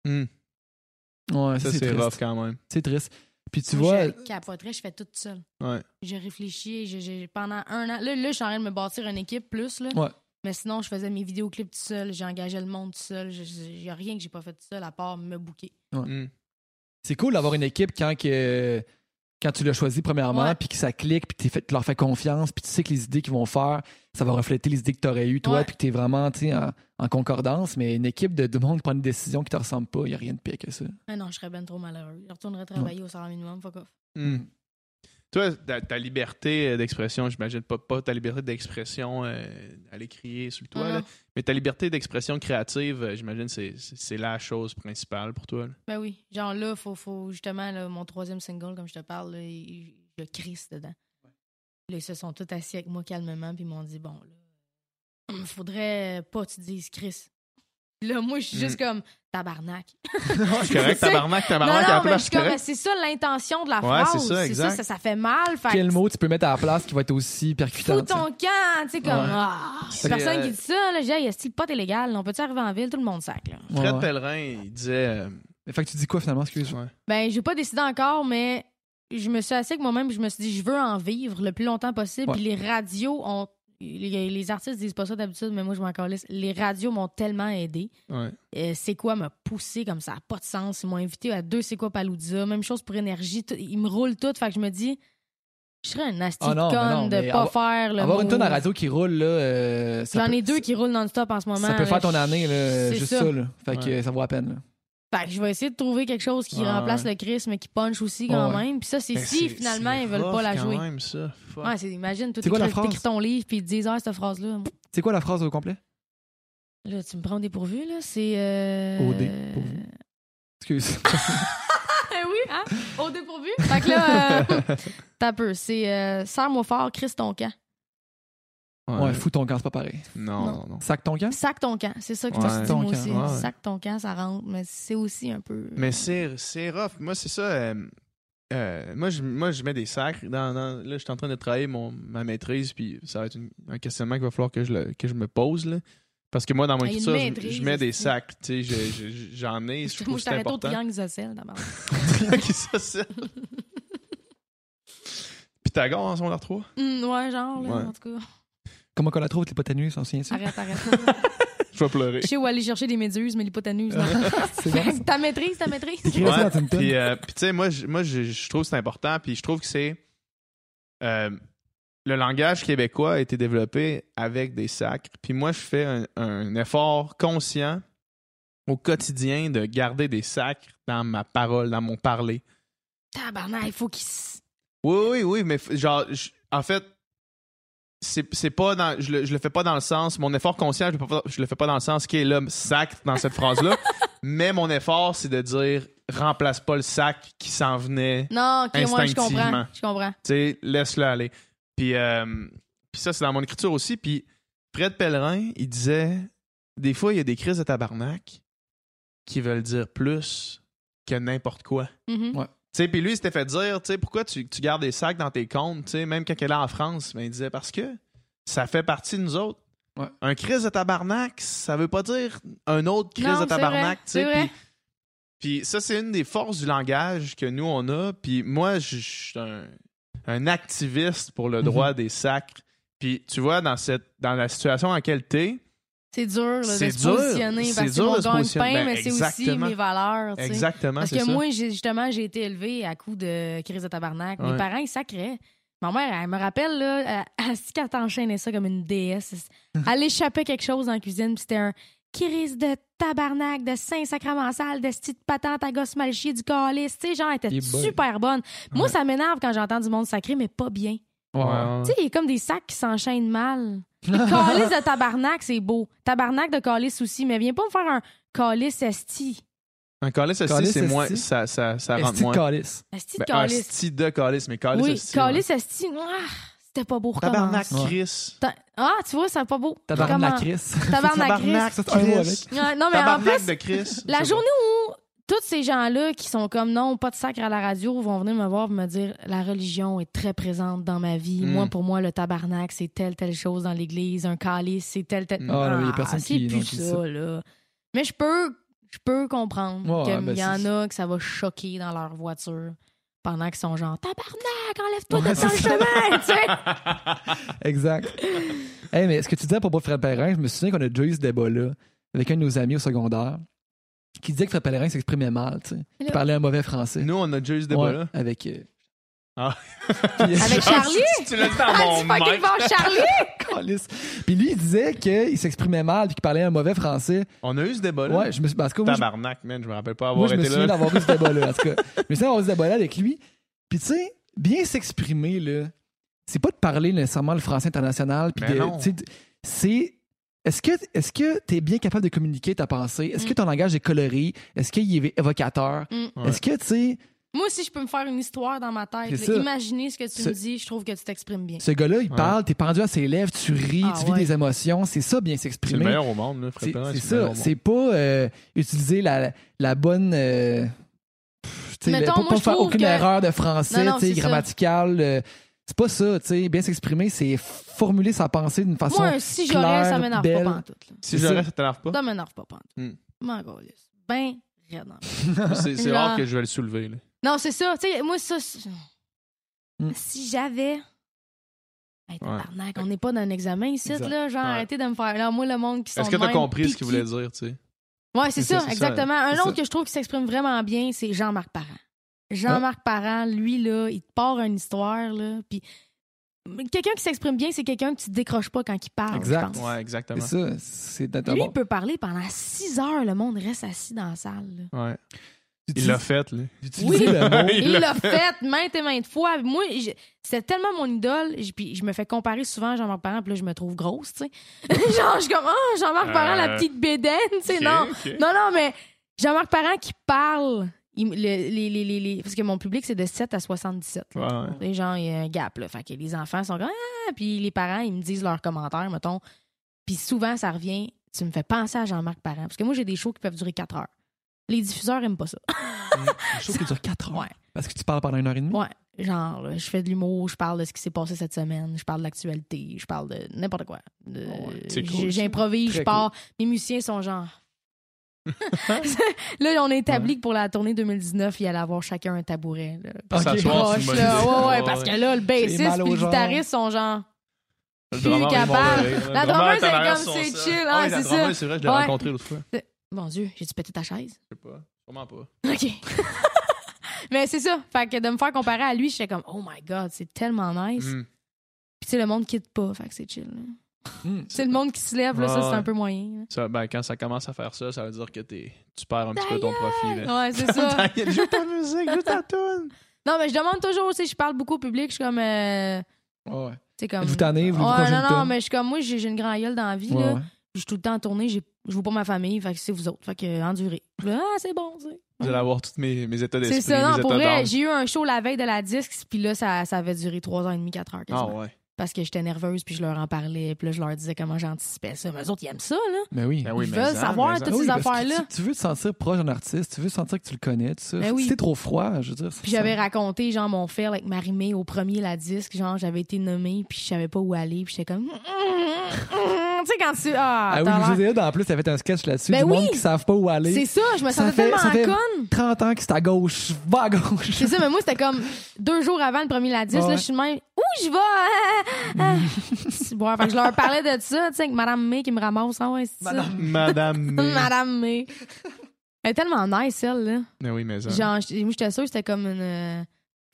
[SPEAKER 1] Hum,
[SPEAKER 2] ouais,
[SPEAKER 1] ça,
[SPEAKER 2] ça,
[SPEAKER 1] c'est
[SPEAKER 2] triste.
[SPEAKER 1] rough quand même.
[SPEAKER 2] C'est triste. Puis tu
[SPEAKER 3] Moi,
[SPEAKER 2] vois. euh,
[SPEAKER 3] Je capoterais, je fais tout seul.
[SPEAKER 1] Ouais.
[SPEAKER 3] J'ai réfléchi, j'ai- j'ai- pendant un an. Là, là, je suis en train de me bâtir une équipe plus. Là.
[SPEAKER 2] Ouais.
[SPEAKER 3] Mais sinon, je faisais mes vidéoclips tout seul, j'ai engagé le monde tout seul. Il n'y a rien que j'ai pas fait tout seul à part me bouquer.
[SPEAKER 1] Hum.
[SPEAKER 2] C'est cool d'avoir une équipe quand, que, quand tu l'as choisi premièrement,
[SPEAKER 3] Ouais.
[SPEAKER 2] puis que ça clique, puis t'es fait- tu leur fais confiance, puis tu sais que les idées qu'ils vont faire, ça va refléter les idées que tu aurais eues, toi,
[SPEAKER 3] Ouais.
[SPEAKER 2] puis que tu es vraiment tu sais, en, en concordance. Mais une équipe de deux monde qui prend une décision qui te ressemble pas, il n'y a rien de pire que ça.
[SPEAKER 3] Ah non, je serais ben trop malheureux. Je retournerais travailler au salaire minimum, fuck off.
[SPEAKER 1] Hum. Toi, ta, ta liberté euh, d'expression, j'imagine pas, pas ta liberté d'expression euh, à l'écrire sur le toit,
[SPEAKER 3] Ah
[SPEAKER 1] là,
[SPEAKER 3] non.
[SPEAKER 1] mais ta liberté d'expression créative, euh, j'imagine c'est c'est c'est la chose principale pour toi. là.
[SPEAKER 3] Ben oui. Genre là, faut, faut justement, là, mon troisième single, comme je te parle, là, il- je crisse dedans. Là, ils se sont tous assis avec moi calmement, puis ils m'ont dit, bon, là, faudrait pas que tu dises Chris. Là, moi, je suis juste comme tabarnak.
[SPEAKER 1] C'est correct,
[SPEAKER 3] C'est-
[SPEAKER 1] tabarnak, Hmm. tabarnak, à
[SPEAKER 3] non,
[SPEAKER 1] la
[SPEAKER 3] non, mais je
[SPEAKER 1] place,
[SPEAKER 3] suis
[SPEAKER 1] c'est
[SPEAKER 3] comme,
[SPEAKER 1] correct.
[SPEAKER 3] c'est ça l'intention de la
[SPEAKER 1] Ouais, c'est
[SPEAKER 3] phrase.
[SPEAKER 1] ça,
[SPEAKER 3] ça,
[SPEAKER 1] exact.
[SPEAKER 3] ça, ça fait mal. Fait
[SPEAKER 2] Quel
[SPEAKER 3] que
[SPEAKER 2] mot tu peux mettre à la place qui va être aussi percutant?
[SPEAKER 3] Fous ton camp, tu sais, comme,
[SPEAKER 2] Ouais.
[SPEAKER 3] ah,
[SPEAKER 2] C'est,
[SPEAKER 3] personne
[SPEAKER 2] euh,
[SPEAKER 3] qui dit ça, là, j'ai dit, Ah, il y a style pas illégal, on peut-tu arriver en ville, tout le monde sac, là.
[SPEAKER 2] tu sais? Ouais,
[SPEAKER 1] Fred
[SPEAKER 2] ouais.
[SPEAKER 1] Pellerin, il disait. euh,
[SPEAKER 2] Mais Fait que tu dis quoi finalement? Excuse-moi.
[SPEAKER 1] ouais.
[SPEAKER 3] Ben, j'ai pas décidé encore, mais je me suis assise avec moi-même et je me suis dit, je veux en vivre le plus longtemps possible.
[SPEAKER 2] Ouais.
[SPEAKER 3] Puis les radios ont. Les, les artistes disent pas ça d'habitude, mais moi, je m'en calisse. Les radios m'ont tellement aidé.
[SPEAKER 1] Ouais.
[SPEAKER 3] Euh, c'est quoi m'a poussé comme ça, a pas de sens. Ils m'ont invité à deux C'est quoi Paloudia. Même chose pour énergie. Tout- ils me roulent tout. Fait que je me dis, je serais une nasty
[SPEAKER 2] Ah non, mais non,
[SPEAKER 3] conne de
[SPEAKER 2] mais
[SPEAKER 3] pas
[SPEAKER 2] avoir-
[SPEAKER 3] faire le.
[SPEAKER 2] Avoir une
[SPEAKER 3] move.
[SPEAKER 2] tonne à radio qui roule, là. euh, ça
[SPEAKER 3] J'en
[SPEAKER 2] peut-
[SPEAKER 3] ai deux qui roulent non-stop en ce moment.
[SPEAKER 2] Ça peut
[SPEAKER 3] là.
[SPEAKER 2] faire ton année, là,
[SPEAKER 3] C'est
[SPEAKER 2] juste ça.
[SPEAKER 3] ça.
[SPEAKER 2] là. Fait que
[SPEAKER 1] Ouais.
[SPEAKER 2] euh, ça vaut la peine. là.
[SPEAKER 3] Fait que je vais essayer de trouver quelque chose qui
[SPEAKER 1] Ouais,
[SPEAKER 3] remplace le Chris, mais qui punch aussi quand
[SPEAKER 2] Ouais.
[SPEAKER 3] même. Puis ça, c'est
[SPEAKER 1] Ben,
[SPEAKER 3] si finalement
[SPEAKER 1] c'est
[SPEAKER 3] ils veulent
[SPEAKER 1] rough
[SPEAKER 3] pas la
[SPEAKER 1] quand
[SPEAKER 3] jouer.
[SPEAKER 1] même, ça. Fuck.
[SPEAKER 3] Ouais, c'est, imagine, toi,
[SPEAKER 2] C'est quoi la
[SPEAKER 3] t'écris
[SPEAKER 2] phrase?
[SPEAKER 3] t'écris ton livre, puis ils te disent, ah, cette phrase-là.
[SPEAKER 2] C'est quoi la phrase au complet?
[SPEAKER 3] Là, tu me prends au dépourvu, là. C'est. Euh...
[SPEAKER 2] OD, pourvu. Excuse.
[SPEAKER 3] Eh oui, hein? Au dépourvu. Fait que là, euh, t'as peu. C'est euh, Serre-moi fort, Chris ton camp.
[SPEAKER 2] ouais, fous ton camp, c'est pas pareil.
[SPEAKER 1] Non, non,
[SPEAKER 3] Non.
[SPEAKER 1] non.
[SPEAKER 2] Sac ton camp?
[SPEAKER 3] Sac ton camp. C'est ça que
[SPEAKER 1] Ouais.
[SPEAKER 3] tu me dis,
[SPEAKER 2] Ton
[SPEAKER 3] moi
[SPEAKER 2] camp,
[SPEAKER 3] aussi.
[SPEAKER 1] ouais, ouais.
[SPEAKER 3] Sac ton camp, ça rentre, mais c'est aussi un peu.
[SPEAKER 1] Mais c'est c'est rough. Moi, c'est ça. euh, euh, moi, je, moi, je mets des sacs. Dans, dans- là, je suis en train de travailler mon, ma maîtrise, puis ça va être une- un questionnement qu'il va falloir que je, le- que je me pose. là. Parce que moi, dans mon
[SPEAKER 3] Ah, une
[SPEAKER 1] écriture, je,
[SPEAKER 3] maîtrise,
[SPEAKER 1] je mets des
[SPEAKER 3] aussi.
[SPEAKER 1] sacs. tu sais, je- je- J'en ai. Je trouve
[SPEAKER 3] moi,
[SPEAKER 1] que
[SPEAKER 3] je
[SPEAKER 1] c'est
[SPEAKER 3] t'arrête au
[SPEAKER 1] important.
[SPEAKER 3] triangle isocèle d'abord.
[SPEAKER 1] Qui ça, c'est- Pythagore en secondaire 3?
[SPEAKER 3] Hum, ouais, genre, là,
[SPEAKER 1] Ouais.
[SPEAKER 3] en tout cas.
[SPEAKER 2] Comment qu'on la trouve, l'hypoténuse, on s'en souvient
[SPEAKER 3] Arrête, arrête.
[SPEAKER 1] Je vais pleurer.
[SPEAKER 3] Je sais où aller chercher des méduses, mais l'hypoténuse, non.
[SPEAKER 2] C'est bon, ça.
[SPEAKER 3] ta maîtrise, ta maîtrise.
[SPEAKER 2] T'écris ça
[SPEAKER 1] Ouais,
[SPEAKER 2] dans une tonne.
[SPEAKER 1] Puis, euh, puis tu sais, moi, je, moi, je, je trouve que c'est important. Puis je trouve que c'est. euh, le langage québécois a été développé avec des sacres. Puis moi, je fais un, un effort conscient au quotidien de garder des sacres dans ma parole, dans mon parler.
[SPEAKER 3] Tabarnak, il faut qu'il. s-
[SPEAKER 1] Oui, oui, oui, mais f- genre, je- en fait, c'est c'est pas dans. Je le, je le fais pas dans le sens. Mon effort conscient, je le, fais pas- je le fais pas dans le sens qui est là, sacre dans cette phrase-là. mais mon effort, c'est de dire remplace pas le sac qui s'en venait
[SPEAKER 3] Non, ok, moi, je comprends.
[SPEAKER 1] Instinctivement.
[SPEAKER 3] Je comprends.
[SPEAKER 1] tu sais, laisse-le aller. Puis, euh, puis ça, c'est dans mon écriture aussi. Puis Fred Pellerin, il disait des fois, il y a des crises de tabarnak qui veulent dire plus que n'importe quoi.
[SPEAKER 3] Mhm.
[SPEAKER 1] Tu sais, puis lui, il s'était fait dire, tu sais, pourquoi tu, tu gardes des sacs dans tes comptes, tu sais, même quand elle est en France. Ben, il disait, parce que ça fait partie de nous autres.
[SPEAKER 2] Ouais.
[SPEAKER 1] Un crise de tabarnak, ça veut pas dire un autre crise
[SPEAKER 3] Non,
[SPEAKER 1] de
[SPEAKER 3] c'est vrai,
[SPEAKER 1] tabarnak, tu sais.
[SPEAKER 3] c'est vrai.
[SPEAKER 1] Puis, puis ça, c'est une des forces du langage que nous, on a. Puis moi, je je suis un, un activiste pour
[SPEAKER 3] Mhm.
[SPEAKER 1] le droit des sacs. Puis tu vois, dans, cette, dans la situation dans laquelle t'es,
[SPEAKER 3] C'est dur là, de
[SPEAKER 1] C'est
[SPEAKER 3] se
[SPEAKER 1] dur.
[SPEAKER 3] positionner
[SPEAKER 1] C'est
[SPEAKER 3] parce
[SPEAKER 1] dur de
[SPEAKER 3] que
[SPEAKER 1] se
[SPEAKER 3] c'est mon
[SPEAKER 1] positionner.
[SPEAKER 3] pain,
[SPEAKER 1] Ben,
[SPEAKER 3] mais c'est aussi
[SPEAKER 1] exactement.
[SPEAKER 3] mes valeurs. tu sais.
[SPEAKER 1] exactement,
[SPEAKER 3] Parce
[SPEAKER 1] c'est
[SPEAKER 3] que
[SPEAKER 1] ça.
[SPEAKER 3] moi, j'ai- justement, j'ai été élevée à coup de crise de tabarnak.
[SPEAKER 1] Ouais.
[SPEAKER 3] Mes parents, ils sacraient. Ma mère, elle me rappelle, là, elle- elle- si qu'elle t'enchaînait ça comme une déesse, elle échappait quelque chose dans la cuisine, puis c'était un crise de tabarnak, de Saint-Sacramental, de style de patente à gosse mal chier du calice. Tu sais, genre, elle
[SPEAKER 2] Et
[SPEAKER 3] était
[SPEAKER 2] boy.
[SPEAKER 3] super bonne. Moi,
[SPEAKER 2] Ouais.
[SPEAKER 3] ça m'énerve quand j'entends du monde sacré, mais pas bien.
[SPEAKER 2] Ouais.
[SPEAKER 3] Tu sais, il y a comme des sacs qui s'enchaînent mal. calice de tabarnak, c'est beau. Tabarnak de calice aussi, mais viens pas me faire un calice esti.
[SPEAKER 1] Un calice esti,
[SPEAKER 2] Calice
[SPEAKER 1] c'est moins.
[SPEAKER 2] esti.
[SPEAKER 1] Ça, ça, ça rentre
[SPEAKER 2] Esti de
[SPEAKER 1] moins.
[SPEAKER 2] calice.
[SPEAKER 3] Esti de
[SPEAKER 1] Ben, un
[SPEAKER 3] calice.
[SPEAKER 1] esti de calice, mais calice
[SPEAKER 3] oui,
[SPEAKER 1] esti, Ah, ouais.
[SPEAKER 3] calice esti. Ah, c'était pas beau,
[SPEAKER 1] Tabarnak,
[SPEAKER 3] recommence.
[SPEAKER 2] Ouais.
[SPEAKER 1] Chris.
[SPEAKER 3] Ta- Ah, tu vois, c'est pas beau.
[SPEAKER 2] Tabarnak,
[SPEAKER 3] Recommence.
[SPEAKER 2] Chris.
[SPEAKER 3] Tabarnak, Chris.
[SPEAKER 1] Tabarnak,
[SPEAKER 2] Ça, c'est un mot
[SPEAKER 1] Chris.
[SPEAKER 3] Ouais, Non, mais en
[SPEAKER 1] Tabarnak
[SPEAKER 3] plus,
[SPEAKER 1] de Chris.
[SPEAKER 3] la journée où tous ces gens-là qui sont comme non, pas de sacre à la radio vont venir me voir et me dire la religion est très présente dans ma vie.
[SPEAKER 1] Mm.
[SPEAKER 3] Moi, pour moi, le tabarnak, c'est telle, telle chose dans l'église. Un calice, c'est telle, telle.
[SPEAKER 1] Mm.
[SPEAKER 2] Ah, là, il y a personne
[SPEAKER 3] c'est
[SPEAKER 2] qui- non,
[SPEAKER 3] plus
[SPEAKER 2] qui dit
[SPEAKER 3] ça,
[SPEAKER 2] ça.
[SPEAKER 3] là. Mais je peux, je peux comprendre
[SPEAKER 2] Ouais,
[SPEAKER 3] qu'il
[SPEAKER 2] ouais, ben,
[SPEAKER 3] y
[SPEAKER 2] c'est-
[SPEAKER 3] en a que ça va choquer dans leur voiture pendant qu'ils sont genre tabarnak, enlève-toi
[SPEAKER 2] Ouais,
[SPEAKER 3] de ton
[SPEAKER 2] c'est ça.
[SPEAKER 3] chemin, tu sais.
[SPEAKER 2] Exact. Hey, mais ce que tu disais à propos de Fred Perrin, je me souviens qu'on a déjà eu ce débat-là avec un de nos amis au secondaire qui disait que Fred Perrin s'exprimait mal, tu sais. Il
[SPEAKER 3] Là.
[SPEAKER 2] parlait un mauvais français.
[SPEAKER 1] Nous, on a déjà eu ce
[SPEAKER 2] Ouais,
[SPEAKER 1] débat-là.
[SPEAKER 2] avec. euh,
[SPEAKER 1] Ah.
[SPEAKER 2] Puis-
[SPEAKER 3] Avec Charlie?
[SPEAKER 1] Si tu l'as dit
[SPEAKER 3] Ah,
[SPEAKER 1] à mon
[SPEAKER 3] tu fucking
[SPEAKER 1] mic.
[SPEAKER 3] bon Charlie!
[SPEAKER 2] Calisse. Puis lui, il disait qu'il s'exprimait mal puis qu'il parlait un mauvais français.
[SPEAKER 1] On a eu ce débat-là.
[SPEAKER 2] Ouais, je me suis. Parce que moi, je,
[SPEAKER 1] Tabarnak, man, je me rappelle pas
[SPEAKER 2] moi,
[SPEAKER 1] avoir
[SPEAKER 2] je me
[SPEAKER 1] été
[SPEAKER 2] souviens
[SPEAKER 1] là.
[SPEAKER 2] d'avoir eu ce débat-là. En tout cas, je me souviens d'avoir eu ce débat-là avec lui. Puis tu sais, bien s'exprimer, là, c'est pas de parler nécessairement le français international. Puis
[SPEAKER 1] Mais
[SPEAKER 2] de-
[SPEAKER 1] Ben non.
[SPEAKER 2] tu sais, de- c'est. Est-ce que est-ce que t'es bien capable de communiquer ta pensée? Est-ce que ton langage est coloré? Est-ce qu'il est évocateur?
[SPEAKER 3] Mm.
[SPEAKER 1] Mm. Ouais.
[SPEAKER 2] Est-ce que, tu sais,
[SPEAKER 3] Moi aussi, je peux me faire une histoire dans ma tête.
[SPEAKER 2] C'est
[SPEAKER 3] là.
[SPEAKER 2] ça.
[SPEAKER 3] Imaginez ce que tu
[SPEAKER 2] Ce-
[SPEAKER 3] me dis, je trouve que tu t'exprimes bien.
[SPEAKER 2] ce gars-là, il
[SPEAKER 1] Ouais.
[SPEAKER 2] parle, t'es pendu à ses lèvres, tu ris,
[SPEAKER 3] Ah
[SPEAKER 2] tu vis
[SPEAKER 3] ouais.
[SPEAKER 2] des émotions, c'est ça bien
[SPEAKER 1] C'est le
[SPEAKER 2] s'exprimer.
[SPEAKER 1] meilleur au monde, là, Fred
[SPEAKER 2] C'est
[SPEAKER 1] Perrin,
[SPEAKER 2] c'est
[SPEAKER 1] le
[SPEAKER 2] ça,
[SPEAKER 1] meilleur au
[SPEAKER 2] c'est pas euh, utiliser la, la bonne. Euh, pff, tu sais,
[SPEAKER 3] Mettons,
[SPEAKER 2] pas,
[SPEAKER 3] moi,
[SPEAKER 2] pas
[SPEAKER 3] je
[SPEAKER 2] faire
[SPEAKER 3] trouve
[SPEAKER 2] aucune
[SPEAKER 3] que-
[SPEAKER 2] erreur de français,
[SPEAKER 3] Non, non,
[SPEAKER 2] tu sais,
[SPEAKER 3] c'est ça.
[SPEAKER 2] grammatical. euh, c'est pas ça, tu sais. Bien s'exprimer, c'est formuler sa pensée d'une façon.
[SPEAKER 3] Moi, un si j'aurais, ça
[SPEAKER 2] claire,
[SPEAKER 3] m'énerve
[SPEAKER 2] belle.
[SPEAKER 3] pas pantoute. là.
[SPEAKER 1] monde. Si
[SPEAKER 2] c'est
[SPEAKER 1] j'aurais,
[SPEAKER 2] ça.
[SPEAKER 1] ça t'énerve pas.
[SPEAKER 3] Ça m'énerve pas pantoute.
[SPEAKER 1] Mm.
[SPEAKER 3] M'en calisse. Ben, raide en fait.
[SPEAKER 1] C'est c'est
[SPEAKER 3] Genre-
[SPEAKER 1] rare que je vais le soulever. là.
[SPEAKER 3] Non, c'est ça. Tu sais, moi, ça. c'est-
[SPEAKER 1] Hmm.
[SPEAKER 2] Mm.
[SPEAKER 3] Si j'avais. Hey, tabarnak, on n'est pas dans un examen ici,
[SPEAKER 2] Exact.
[SPEAKER 3] là. Genre,
[SPEAKER 1] Ouais.
[SPEAKER 3] arrêtez de me faire. Là, moi, le monde qui sont.
[SPEAKER 1] Est-ce que
[SPEAKER 3] de
[SPEAKER 1] t'as
[SPEAKER 3] même,
[SPEAKER 1] compris ce qu'il
[SPEAKER 3] piqués.
[SPEAKER 1] voulait dire, tu sais?
[SPEAKER 3] Ouais, c'est
[SPEAKER 1] C'est ça,
[SPEAKER 3] ça,
[SPEAKER 1] c'est ça.
[SPEAKER 3] exactement. Un
[SPEAKER 2] C'est
[SPEAKER 3] autre
[SPEAKER 2] ça.
[SPEAKER 3] que je trouve qui s'exprime vraiment bien, c'est Jean-Marc Parent. Jean-Marc Parent, lui, là, il te part une histoire, là, puis... Quelqu'un qui s'exprime bien, c'est quelqu'un que tu te décroches pas quand il parle,
[SPEAKER 2] Exact.
[SPEAKER 3] je pense.
[SPEAKER 1] Ouais,
[SPEAKER 2] C'est
[SPEAKER 1] exactement.
[SPEAKER 2] ça, c'est d'être
[SPEAKER 3] Lui,
[SPEAKER 2] bon.
[SPEAKER 3] il peut parler pendant six heures, le monde reste assis dans la salle. là.
[SPEAKER 1] Ouais. Il
[SPEAKER 2] D'utiliser-
[SPEAKER 1] l'a fait, là.
[SPEAKER 2] d'utiliser le mot.
[SPEAKER 1] Il
[SPEAKER 3] Et il
[SPEAKER 1] l'a
[SPEAKER 3] l'a fait maintes et maintes fois. Moi, je- c'était tellement mon idole, j- puis je me fais comparer souvent à Jean-Marc Parent, puis là, je me trouve grosse, tu sais. Genre, je suis comme, oh, Jean-Marc Parent, la
[SPEAKER 1] Euh,
[SPEAKER 3] petite bédaine, tu sais,
[SPEAKER 1] Ok,
[SPEAKER 3] non.
[SPEAKER 1] ok.
[SPEAKER 3] Non, non, mais Jean-Marc Parent qui parle. il- le- les, les- les- les- parce que mon public, c'est de 7 à 77.
[SPEAKER 1] Ouais, ouais.
[SPEAKER 3] Les gens, il y a un gap. Là. Fait que les enfants sont comme Ah! Puis les parents, ils me disent leurs commentaires, mettons. Puis souvent, ça revient. Tu me fais penser à Jean-Marc Parent. Parce que moi, j'ai des shows qui peuvent durer 4 heures. Les diffuseurs aiment pas ça.
[SPEAKER 2] Je trouve qu'il dure 4 heures.
[SPEAKER 3] Ouais.
[SPEAKER 2] Parce que tu parles pendant une heure et demie.
[SPEAKER 3] Ouais. Genre, là, je fais de l'humour, je parle de ce qui s'est passé cette semaine, je parle de l'actualité, je parle de n'importe quoi. De- euh,
[SPEAKER 2] Ouais.
[SPEAKER 1] C'est cool, ça.
[SPEAKER 3] J'improvise, je
[SPEAKER 2] Très
[SPEAKER 3] pars. Mes musiciens sont genre. là, on a établi que pour la tournée 2019, il allait avoir chacun un tabouret. Là.
[SPEAKER 1] Parce
[SPEAKER 2] Ok.
[SPEAKER 1] que ça,
[SPEAKER 2] Bon,
[SPEAKER 1] c'est
[SPEAKER 3] Proche,
[SPEAKER 1] une bonne
[SPEAKER 3] là.
[SPEAKER 1] idée.
[SPEAKER 3] Ouais, ouais,
[SPEAKER 1] Ouais,
[SPEAKER 3] parce
[SPEAKER 1] ouais.
[SPEAKER 3] que là, le
[SPEAKER 2] J'ai
[SPEAKER 3] bassiste
[SPEAKER 2] mal
[SPEAKER 3] puis
[SPEAKER 2] au
[SPEAKER 3] le
[SPEAKER 2] genre.
[SPEAKER 3] guitariste sont genre.
[SPEAKER 1] Le
[SPEAKER 3] Plus
[SPEAKER 1] drummer, ils vont
[SPEAKER 3] capable.
[SPEAKER 1] lever, là.
[SPEAKER 3] La
[SPEAKER 1] Le drummer,
[SPEAKER 3] drummer,
[SPEAKER 1] est en
[SPEAKER 3] c'est
[SPEAKER 1] arrière
[SPEAKER 3] comme,
[SPEAKER 1] son
[SPEAKER 3] c'est
[SPEAKER 1] sol.
[SPEAKER 3] chill,
[SPEAKER 1] Ah
[SPEAKER 3] hein,
[SPEAKER 1] ouais, la
[SPEAKER 3] c'est
[SPEAKER 1] drummer,
[SPEAKER 3] ça.
[SPEAKER 1] C'est vrai, je l'ai
[SPEAKER 3] Ouais.
[SPEAKER 1] rencontré l'autre fois.
[SPEAKER 3] Mon Dieu, j'ai-tu pété ta chaise?
[SPEAKER 1] Je sais pas. Sûrement pas.
[SPEAKER 3] OK. Mais c'est ça. Fait que de me faire comparer à lui, j'étais comme, oh my God, c'est tellement nice.
[SPEAKER 1] Hmm.
[SPEAKER 3] Puis tu sais, le monde quitte pas. Fait que c'est chill. là.
[SPEAKER 2] Hmm.
[SPEAKER 3] C'est le monde qui se lève, là, ça, c'est
[SPEAKER 1] Ouais.
[SPEAKER 3] un peu moyen.
[SPEAKER 1] Ça, ben, quand ça commence à faire ça, ça veut dire que t'es- tu perds un petit peu ton profit. là.
[SPEAKER 3] là. Ouais, c'est ça.
[SPEAKER 1] Ta gueule, Joue ta musique, joue ta tune.
[SPEAKER 3] Non, mais je demande toujours, tu sais, je parle beaucoup au public, je suis comme. Euh,
[SPEAKER 2] Ouais.
[SPEAKER 3] tu sais, comme...
[SPEAKER 2] Vous tannez, vous vous
[SPEAKER 3] Ouais,
[SPEAKER 2] projetez
[SPEAKER 3] non, non,
[SPEAKER 2] une
[SPEAKER 3] mais je suis comme, moi, j'ai j'ai une grande gueule dans la vie,
[SPEAKER 2] tonne.
[SPEAKER 3] là.
[SPEAKER 2] Ouais, ouais.
[SPEAKER 3] Je suis tout le temps en tournée, j'ai- je vois pas ma famille, fait que c'est vous autres. Fait que, euh, endurez. Ah, c'est bon, tu sais.
[SPEAKER 1] Vous allez avoir tous mes, mes états d'esprit,
[SPEAKER 3] C'est ça, non,
[SPEAKER 1] mes
[SPEAKER 3] pour
[SPEAKER 1] états
[SPEAKER 3] vrai,
[SPEAKER 1] d'âme.
[SPEAKER 3] j'ai eu un show la veille de la disque, puis là, ça, ça avait duré 3 heures et demie, 4 heures
[SPEAKER 1] Ah
[SPEAKER 3] quasiment.
[SPEAKER 1] ouais.
[SPEAKER 3] Parce que j'étais nerveuse, puis je leur en parlais, puis là, je leur disais comment j'anticipais ça. Mais eux autres, ils aiment ça, là.
[SPEAKER 2] Mais oui.
[SPEAKER 1] Ben oui,
[SPEAKER 3] Ils
[SPEAKER 1] mais
[SPEAKER 3] veulent
[SPEAKER 1] ça,
[SPEAKER 3] savoir
[SPEAKER 1] mais ça.
[SPEAKER 3] toutes ces
[SPEAKER 2] Oui, parce que
[SPEAKER 3] affaires-là.
[SPEAKER 2] Tu, tu veux te sentir proche d'un artiste, tu veux sentir que tu le connais, tout ça.
[SPEAKER 3] Ben oui.
[SPEAKER 2] Si t'es trop froid, je veux dire. c'est
[SPEAKER 3] Puis
[SPEAKER 2] ça.
[SPEAKER 3] j'avais raconté, genre, mon fail avec Marimé au premier la disque. Genre, j'avais été nommée, puis je savais pas où aller, puis j'étais comme. tu sais, quand tu. Ah,
[SPEAKER 2] Ah oui,
[SPEAKER 3] t'as l'air-
[SPEAKER 2] José Hood, en plus, elle fait un sketch là-dessus.
[SPEAKER 3] Ben
[SPEAKER 2] du monde
[SPEAKER 3] oui.
[SPEAKER 2] qui savent pas où aller.
[SPEAKER 3] c'est ça, je me
[SPEAKER 2] Ça
[SPEAKER 3] sentais
[SPEAKER 2] fait-
[SPEAKER 3] tellement
[SPEAKER 2] ça fait-
[SPEAKER 3] conne.
[SPEAKER 2] 30 ans que c'est à gauche, va à gauche.
[SPEAKER 3] C'est ça, mais moi, c'était comme deux jours avant le premier la disque. Là,
[SPEAKER 2] Ouais.
[SPEAKER 3] je suis de même. Où je vais? Ah, ah, ah. C'est bon, fait que je leur parlais de ça, tu sais, avec Madame May qui me ramasse. Ah ouais, c'est ça.
[SPEAKER 1] Madame. May.
[SPEAKER 3] Madame May. Elle est tellement nice, elle, là.
[SPEAKER 1] Ben oui, mais ça.
[SPEAKER 3] Genre, j'étais- moi, j'étais sûre que c'était comme une. euh,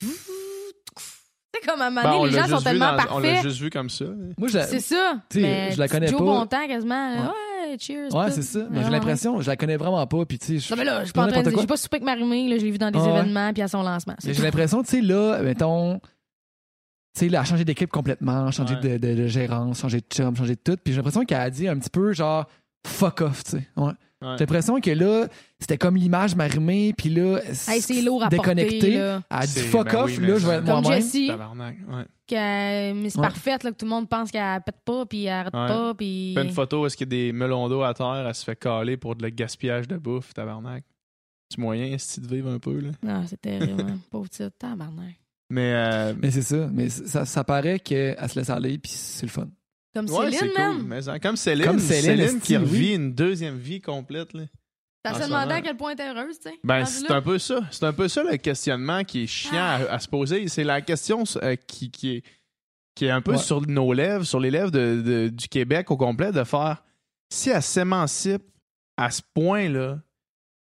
[SPEAKER 3] C'est comme à un moment
[SPEAKER 1] Ben,
[SPEAKER 3] donné,
[SPEAKER 1] on
[SPEAKER 3] les
[SPEAKER 1] l'a
[SPEAKER 3] gens sont
[SPEAKER 1] juste vu
[SPEAKER 3] tellement
[SPEAKER 1] dans- on l'a
[SPEAKER 3] parfaits.
[SPEAKER 1] juste vu comme ça.
[SPEAKER 2] Moi, j'ai-
[SPEAKER 3] C'est ça.
[SPEAKER 2] Euh, Tu sais,
[SPEAKER 3] Mais
[SPEAKER 2] je la connais
[SPEAKER 3] Joe
[SPEAKER 2] pas.
[SPEAKER 3] Bontemps, quasiment. là. Ouais, cheers.
[SPEAKER 2] Ouais,
[SPEAKER 3] pis
[SPEAKER 2] c'est
[SPEAKER 3] tout.
[SPEAKER 2] ça.
[SPEAKER 3] Ah Ouais,
[SPEAKER 2] Mais j'ai
[SPEAKER 3] ouais,
[SPEAKER 2] l'impression, je la connais vraiment pas. Puis, tu sais,
[SPEAKER 3] ouais.
[SPEAKER 2] je-
[SPEAKER 3] Non, mais là, je suis
[SPEAKER 2] je
[SPEAKER 3] pas en
[SPEAKER 2] dis
[SPEAKER 3] train
[SPEAKER 2] n'importe
[SPEAKER 3] de dire.
[SPEAKER 2] quoi.
[SPEAKER 3] J'ai pas soupé avec Marimé, là, je l'ai vu dans des
[SPEAKER 2] Ah ouais.
[SPEAKER 3] événements, puis à son lancement.
[SPEAKER 2] Mais
[SPEAKER 3] C'est
[SPEAKER 2] j'ai l'impression, tu sais, là, mettons, tu tu sais, elle a changé d'équipe complètement, changé
[SPEAKER 1] Ouais.
[SPEAKER 2] de, de- de gérance, changé de chum, changé de tout. Puis j'ai l'impression qu'elle a dit un petit peu genre fuck off, tu sais. Ouais.
[SPEAKER 1] Ouais.
[SPEAKER 2] J'ai l'impression que là, c'était comme l'image marimée, puis là,
[SPEAKER 3] Hey, c'est lourd à porter,
[SPEAKER 2] déconnecté.
[SPEAKER 3] là.
[SPEAKER 2] Elle a dit
[SPEAKER 1] C'est-
[SPEAKER 2] fuck
[SPEAKER 1] ben
[SPEAKER 2] off,
[SPEAKER 1] oui, mais
[SPEAKER 2] là, je vais
[SPEAKER 1] ça-
[SPEAKER 2] être
[SPEAKER 3] Comme
[SPEAKER 2] moi-même.
[SPEAKER 3] Jessie,
[SPEAKER 1] Tabarnak, ouais.
[SPEAKER 3] que, euh, mais c'est
[SPEAKER 2] Ouais.
[SPEAKER 3] parfaite, là, que tout le monde pense qu'elle pète pas, puis elle arrête
[SPEAKER 1] Ouais.
[SPEAKER 3] pas, puis...
[SPEAKER 1] Pas une photo, est-ce qu'il y a des melons d'eau à terre, elle se fait caler pour de le gaspillage de bouffe, tabarnak. C'est moyen, est-ce de vivre un peu, là?
[SPEAKER 3] Non, c'était vraiment hein, pauvre titre, tabarnak.
[SPEAKER 1] Mais, euh,
[SPEAKER 2] Mais c'est ça, mais c- ça, ça paraît qu'elle se laisse aller, puis c'est le fun.
[SPEAKER 3] Comme
[SPEAKER 1] ouais,
[SPEAKER 3] Céline,
[SPEAKER 1] c'est cool,
[SPEAKER 3] même.
[SPEAKER 1] mais ça- comme Céline,
[SPEAKER 2] Comme Céline,
[SPEAKER 1] Céline,
[SPEAKER 2] esti,
[SPEAKER 1] qui
[SPEAKER 2] oui.
[SPEAKER 1] revit une deuxième vie complète, là.
[SPEAKER 3] T'as
[SPEAKER 1] En
[SPEAKER 3] se
[SPEAKER 1] ce
[SPEAKER 3] demandé à
[SPEAKER 1] moment.
[SPEAKER 3] quel point t'es heureuse, tu sais.
[SPEAKER 1] Ben,
[SPEAKER 3] rendu
[SPEAKER 1] c'est
[SPEAKER 3] Ah, là. Ah.
[SPEAKER 1] un peu ça. C'est un peu ça le questionnement qui est chiant à, à se poser. C'est la question euh, qui, qui, est, qui est un peu
[SPEAKER 2] Ouais.
[SPEAKER 1] sur nos lèvres, sur les lèvres de- de- du Québec au complet, de faire si elle s'émancipe à ce point-là,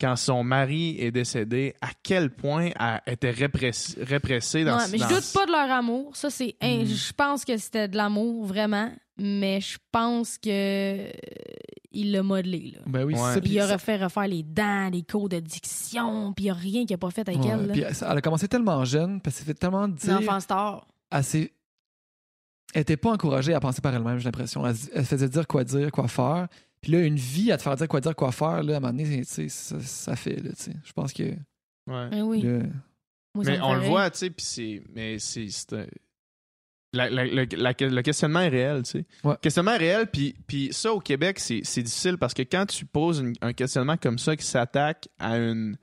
[SPEAKER 1] quand son mari est décédé, à quel point elle était répress- répressée dans
[SPEAKER 3] Ouais,
[SPEAKER 1] ce-
[SPEAKER 3] mais je
[SPEAKER 1] dans
[SPEAKER 3] doute
[SPEAKER 1] ce-
[SPEAKER 3] pas de leur amour. Ça, c'est. hein,
[SPEAKER 2] Mm.
[SPEAKER 3] Je pense que c'était de l'amour, vraiment. Mais je pense que. euh, Il l'a modelé, là.
[SPEAKER 2] Ben oui,
[SPEAKER 1] Ouais.
[SPEAKER 2] c'est ça.
[SPEAKER 3] Puis
[SPEAKER 2] puis
[SPEAKER 3] il
[SPEAKER 2] ça-
[SPEAKER 3] aurait fait refaire les dents, les cours de diction, puis il n'y a rien qu'il n'a pas fait avec
[SPEAKER 2] Ouais,
[SPEAKER 3] elle. là.
[SPEAKER 2] puis elle, elle a commencé tellement jeune, parce qu'elle s'est fait tellement
[SPEAKER 3] Une
[SPEAKER 2] dire.
[SPEAKER 3] enfant star.
[SPEAKER 2] Elle s'est- elle était pas encouragée à penser par elle-même, j'ai l'impression. Elle, se- elle se faisait dire quoi dire, quoi faire. Puis là, une vie à te faire dire quoi dire, quoi faire, là, à un moment donné, tu sais, ça, ça fait, là, tu sais. Je pense que.
[SPEAKER 1] Ouais.
[SPEAKER 3] Ben oui.
[SPEAKER 2] là,
[SPEAKER 3] Moi, ça
[SPEAKER 1] Mais
[SPEAKER 3] me
[SPEAKER 1] on le
[SPEAKER 3] ferait.
[SPEAKER 1] voit, tu sais, puis c'est. Mais c'est. c'est un- la- la- le, la- le questionnement est réel, tu sais.
[SPEAKER 2] Ouais.
[SPEAKER 1] Le questionnement est réel, puis puis ça, au Québec, c'est c'est difficile parce que quand tu poses une- un questionnement comme ça qui s'attaque à une.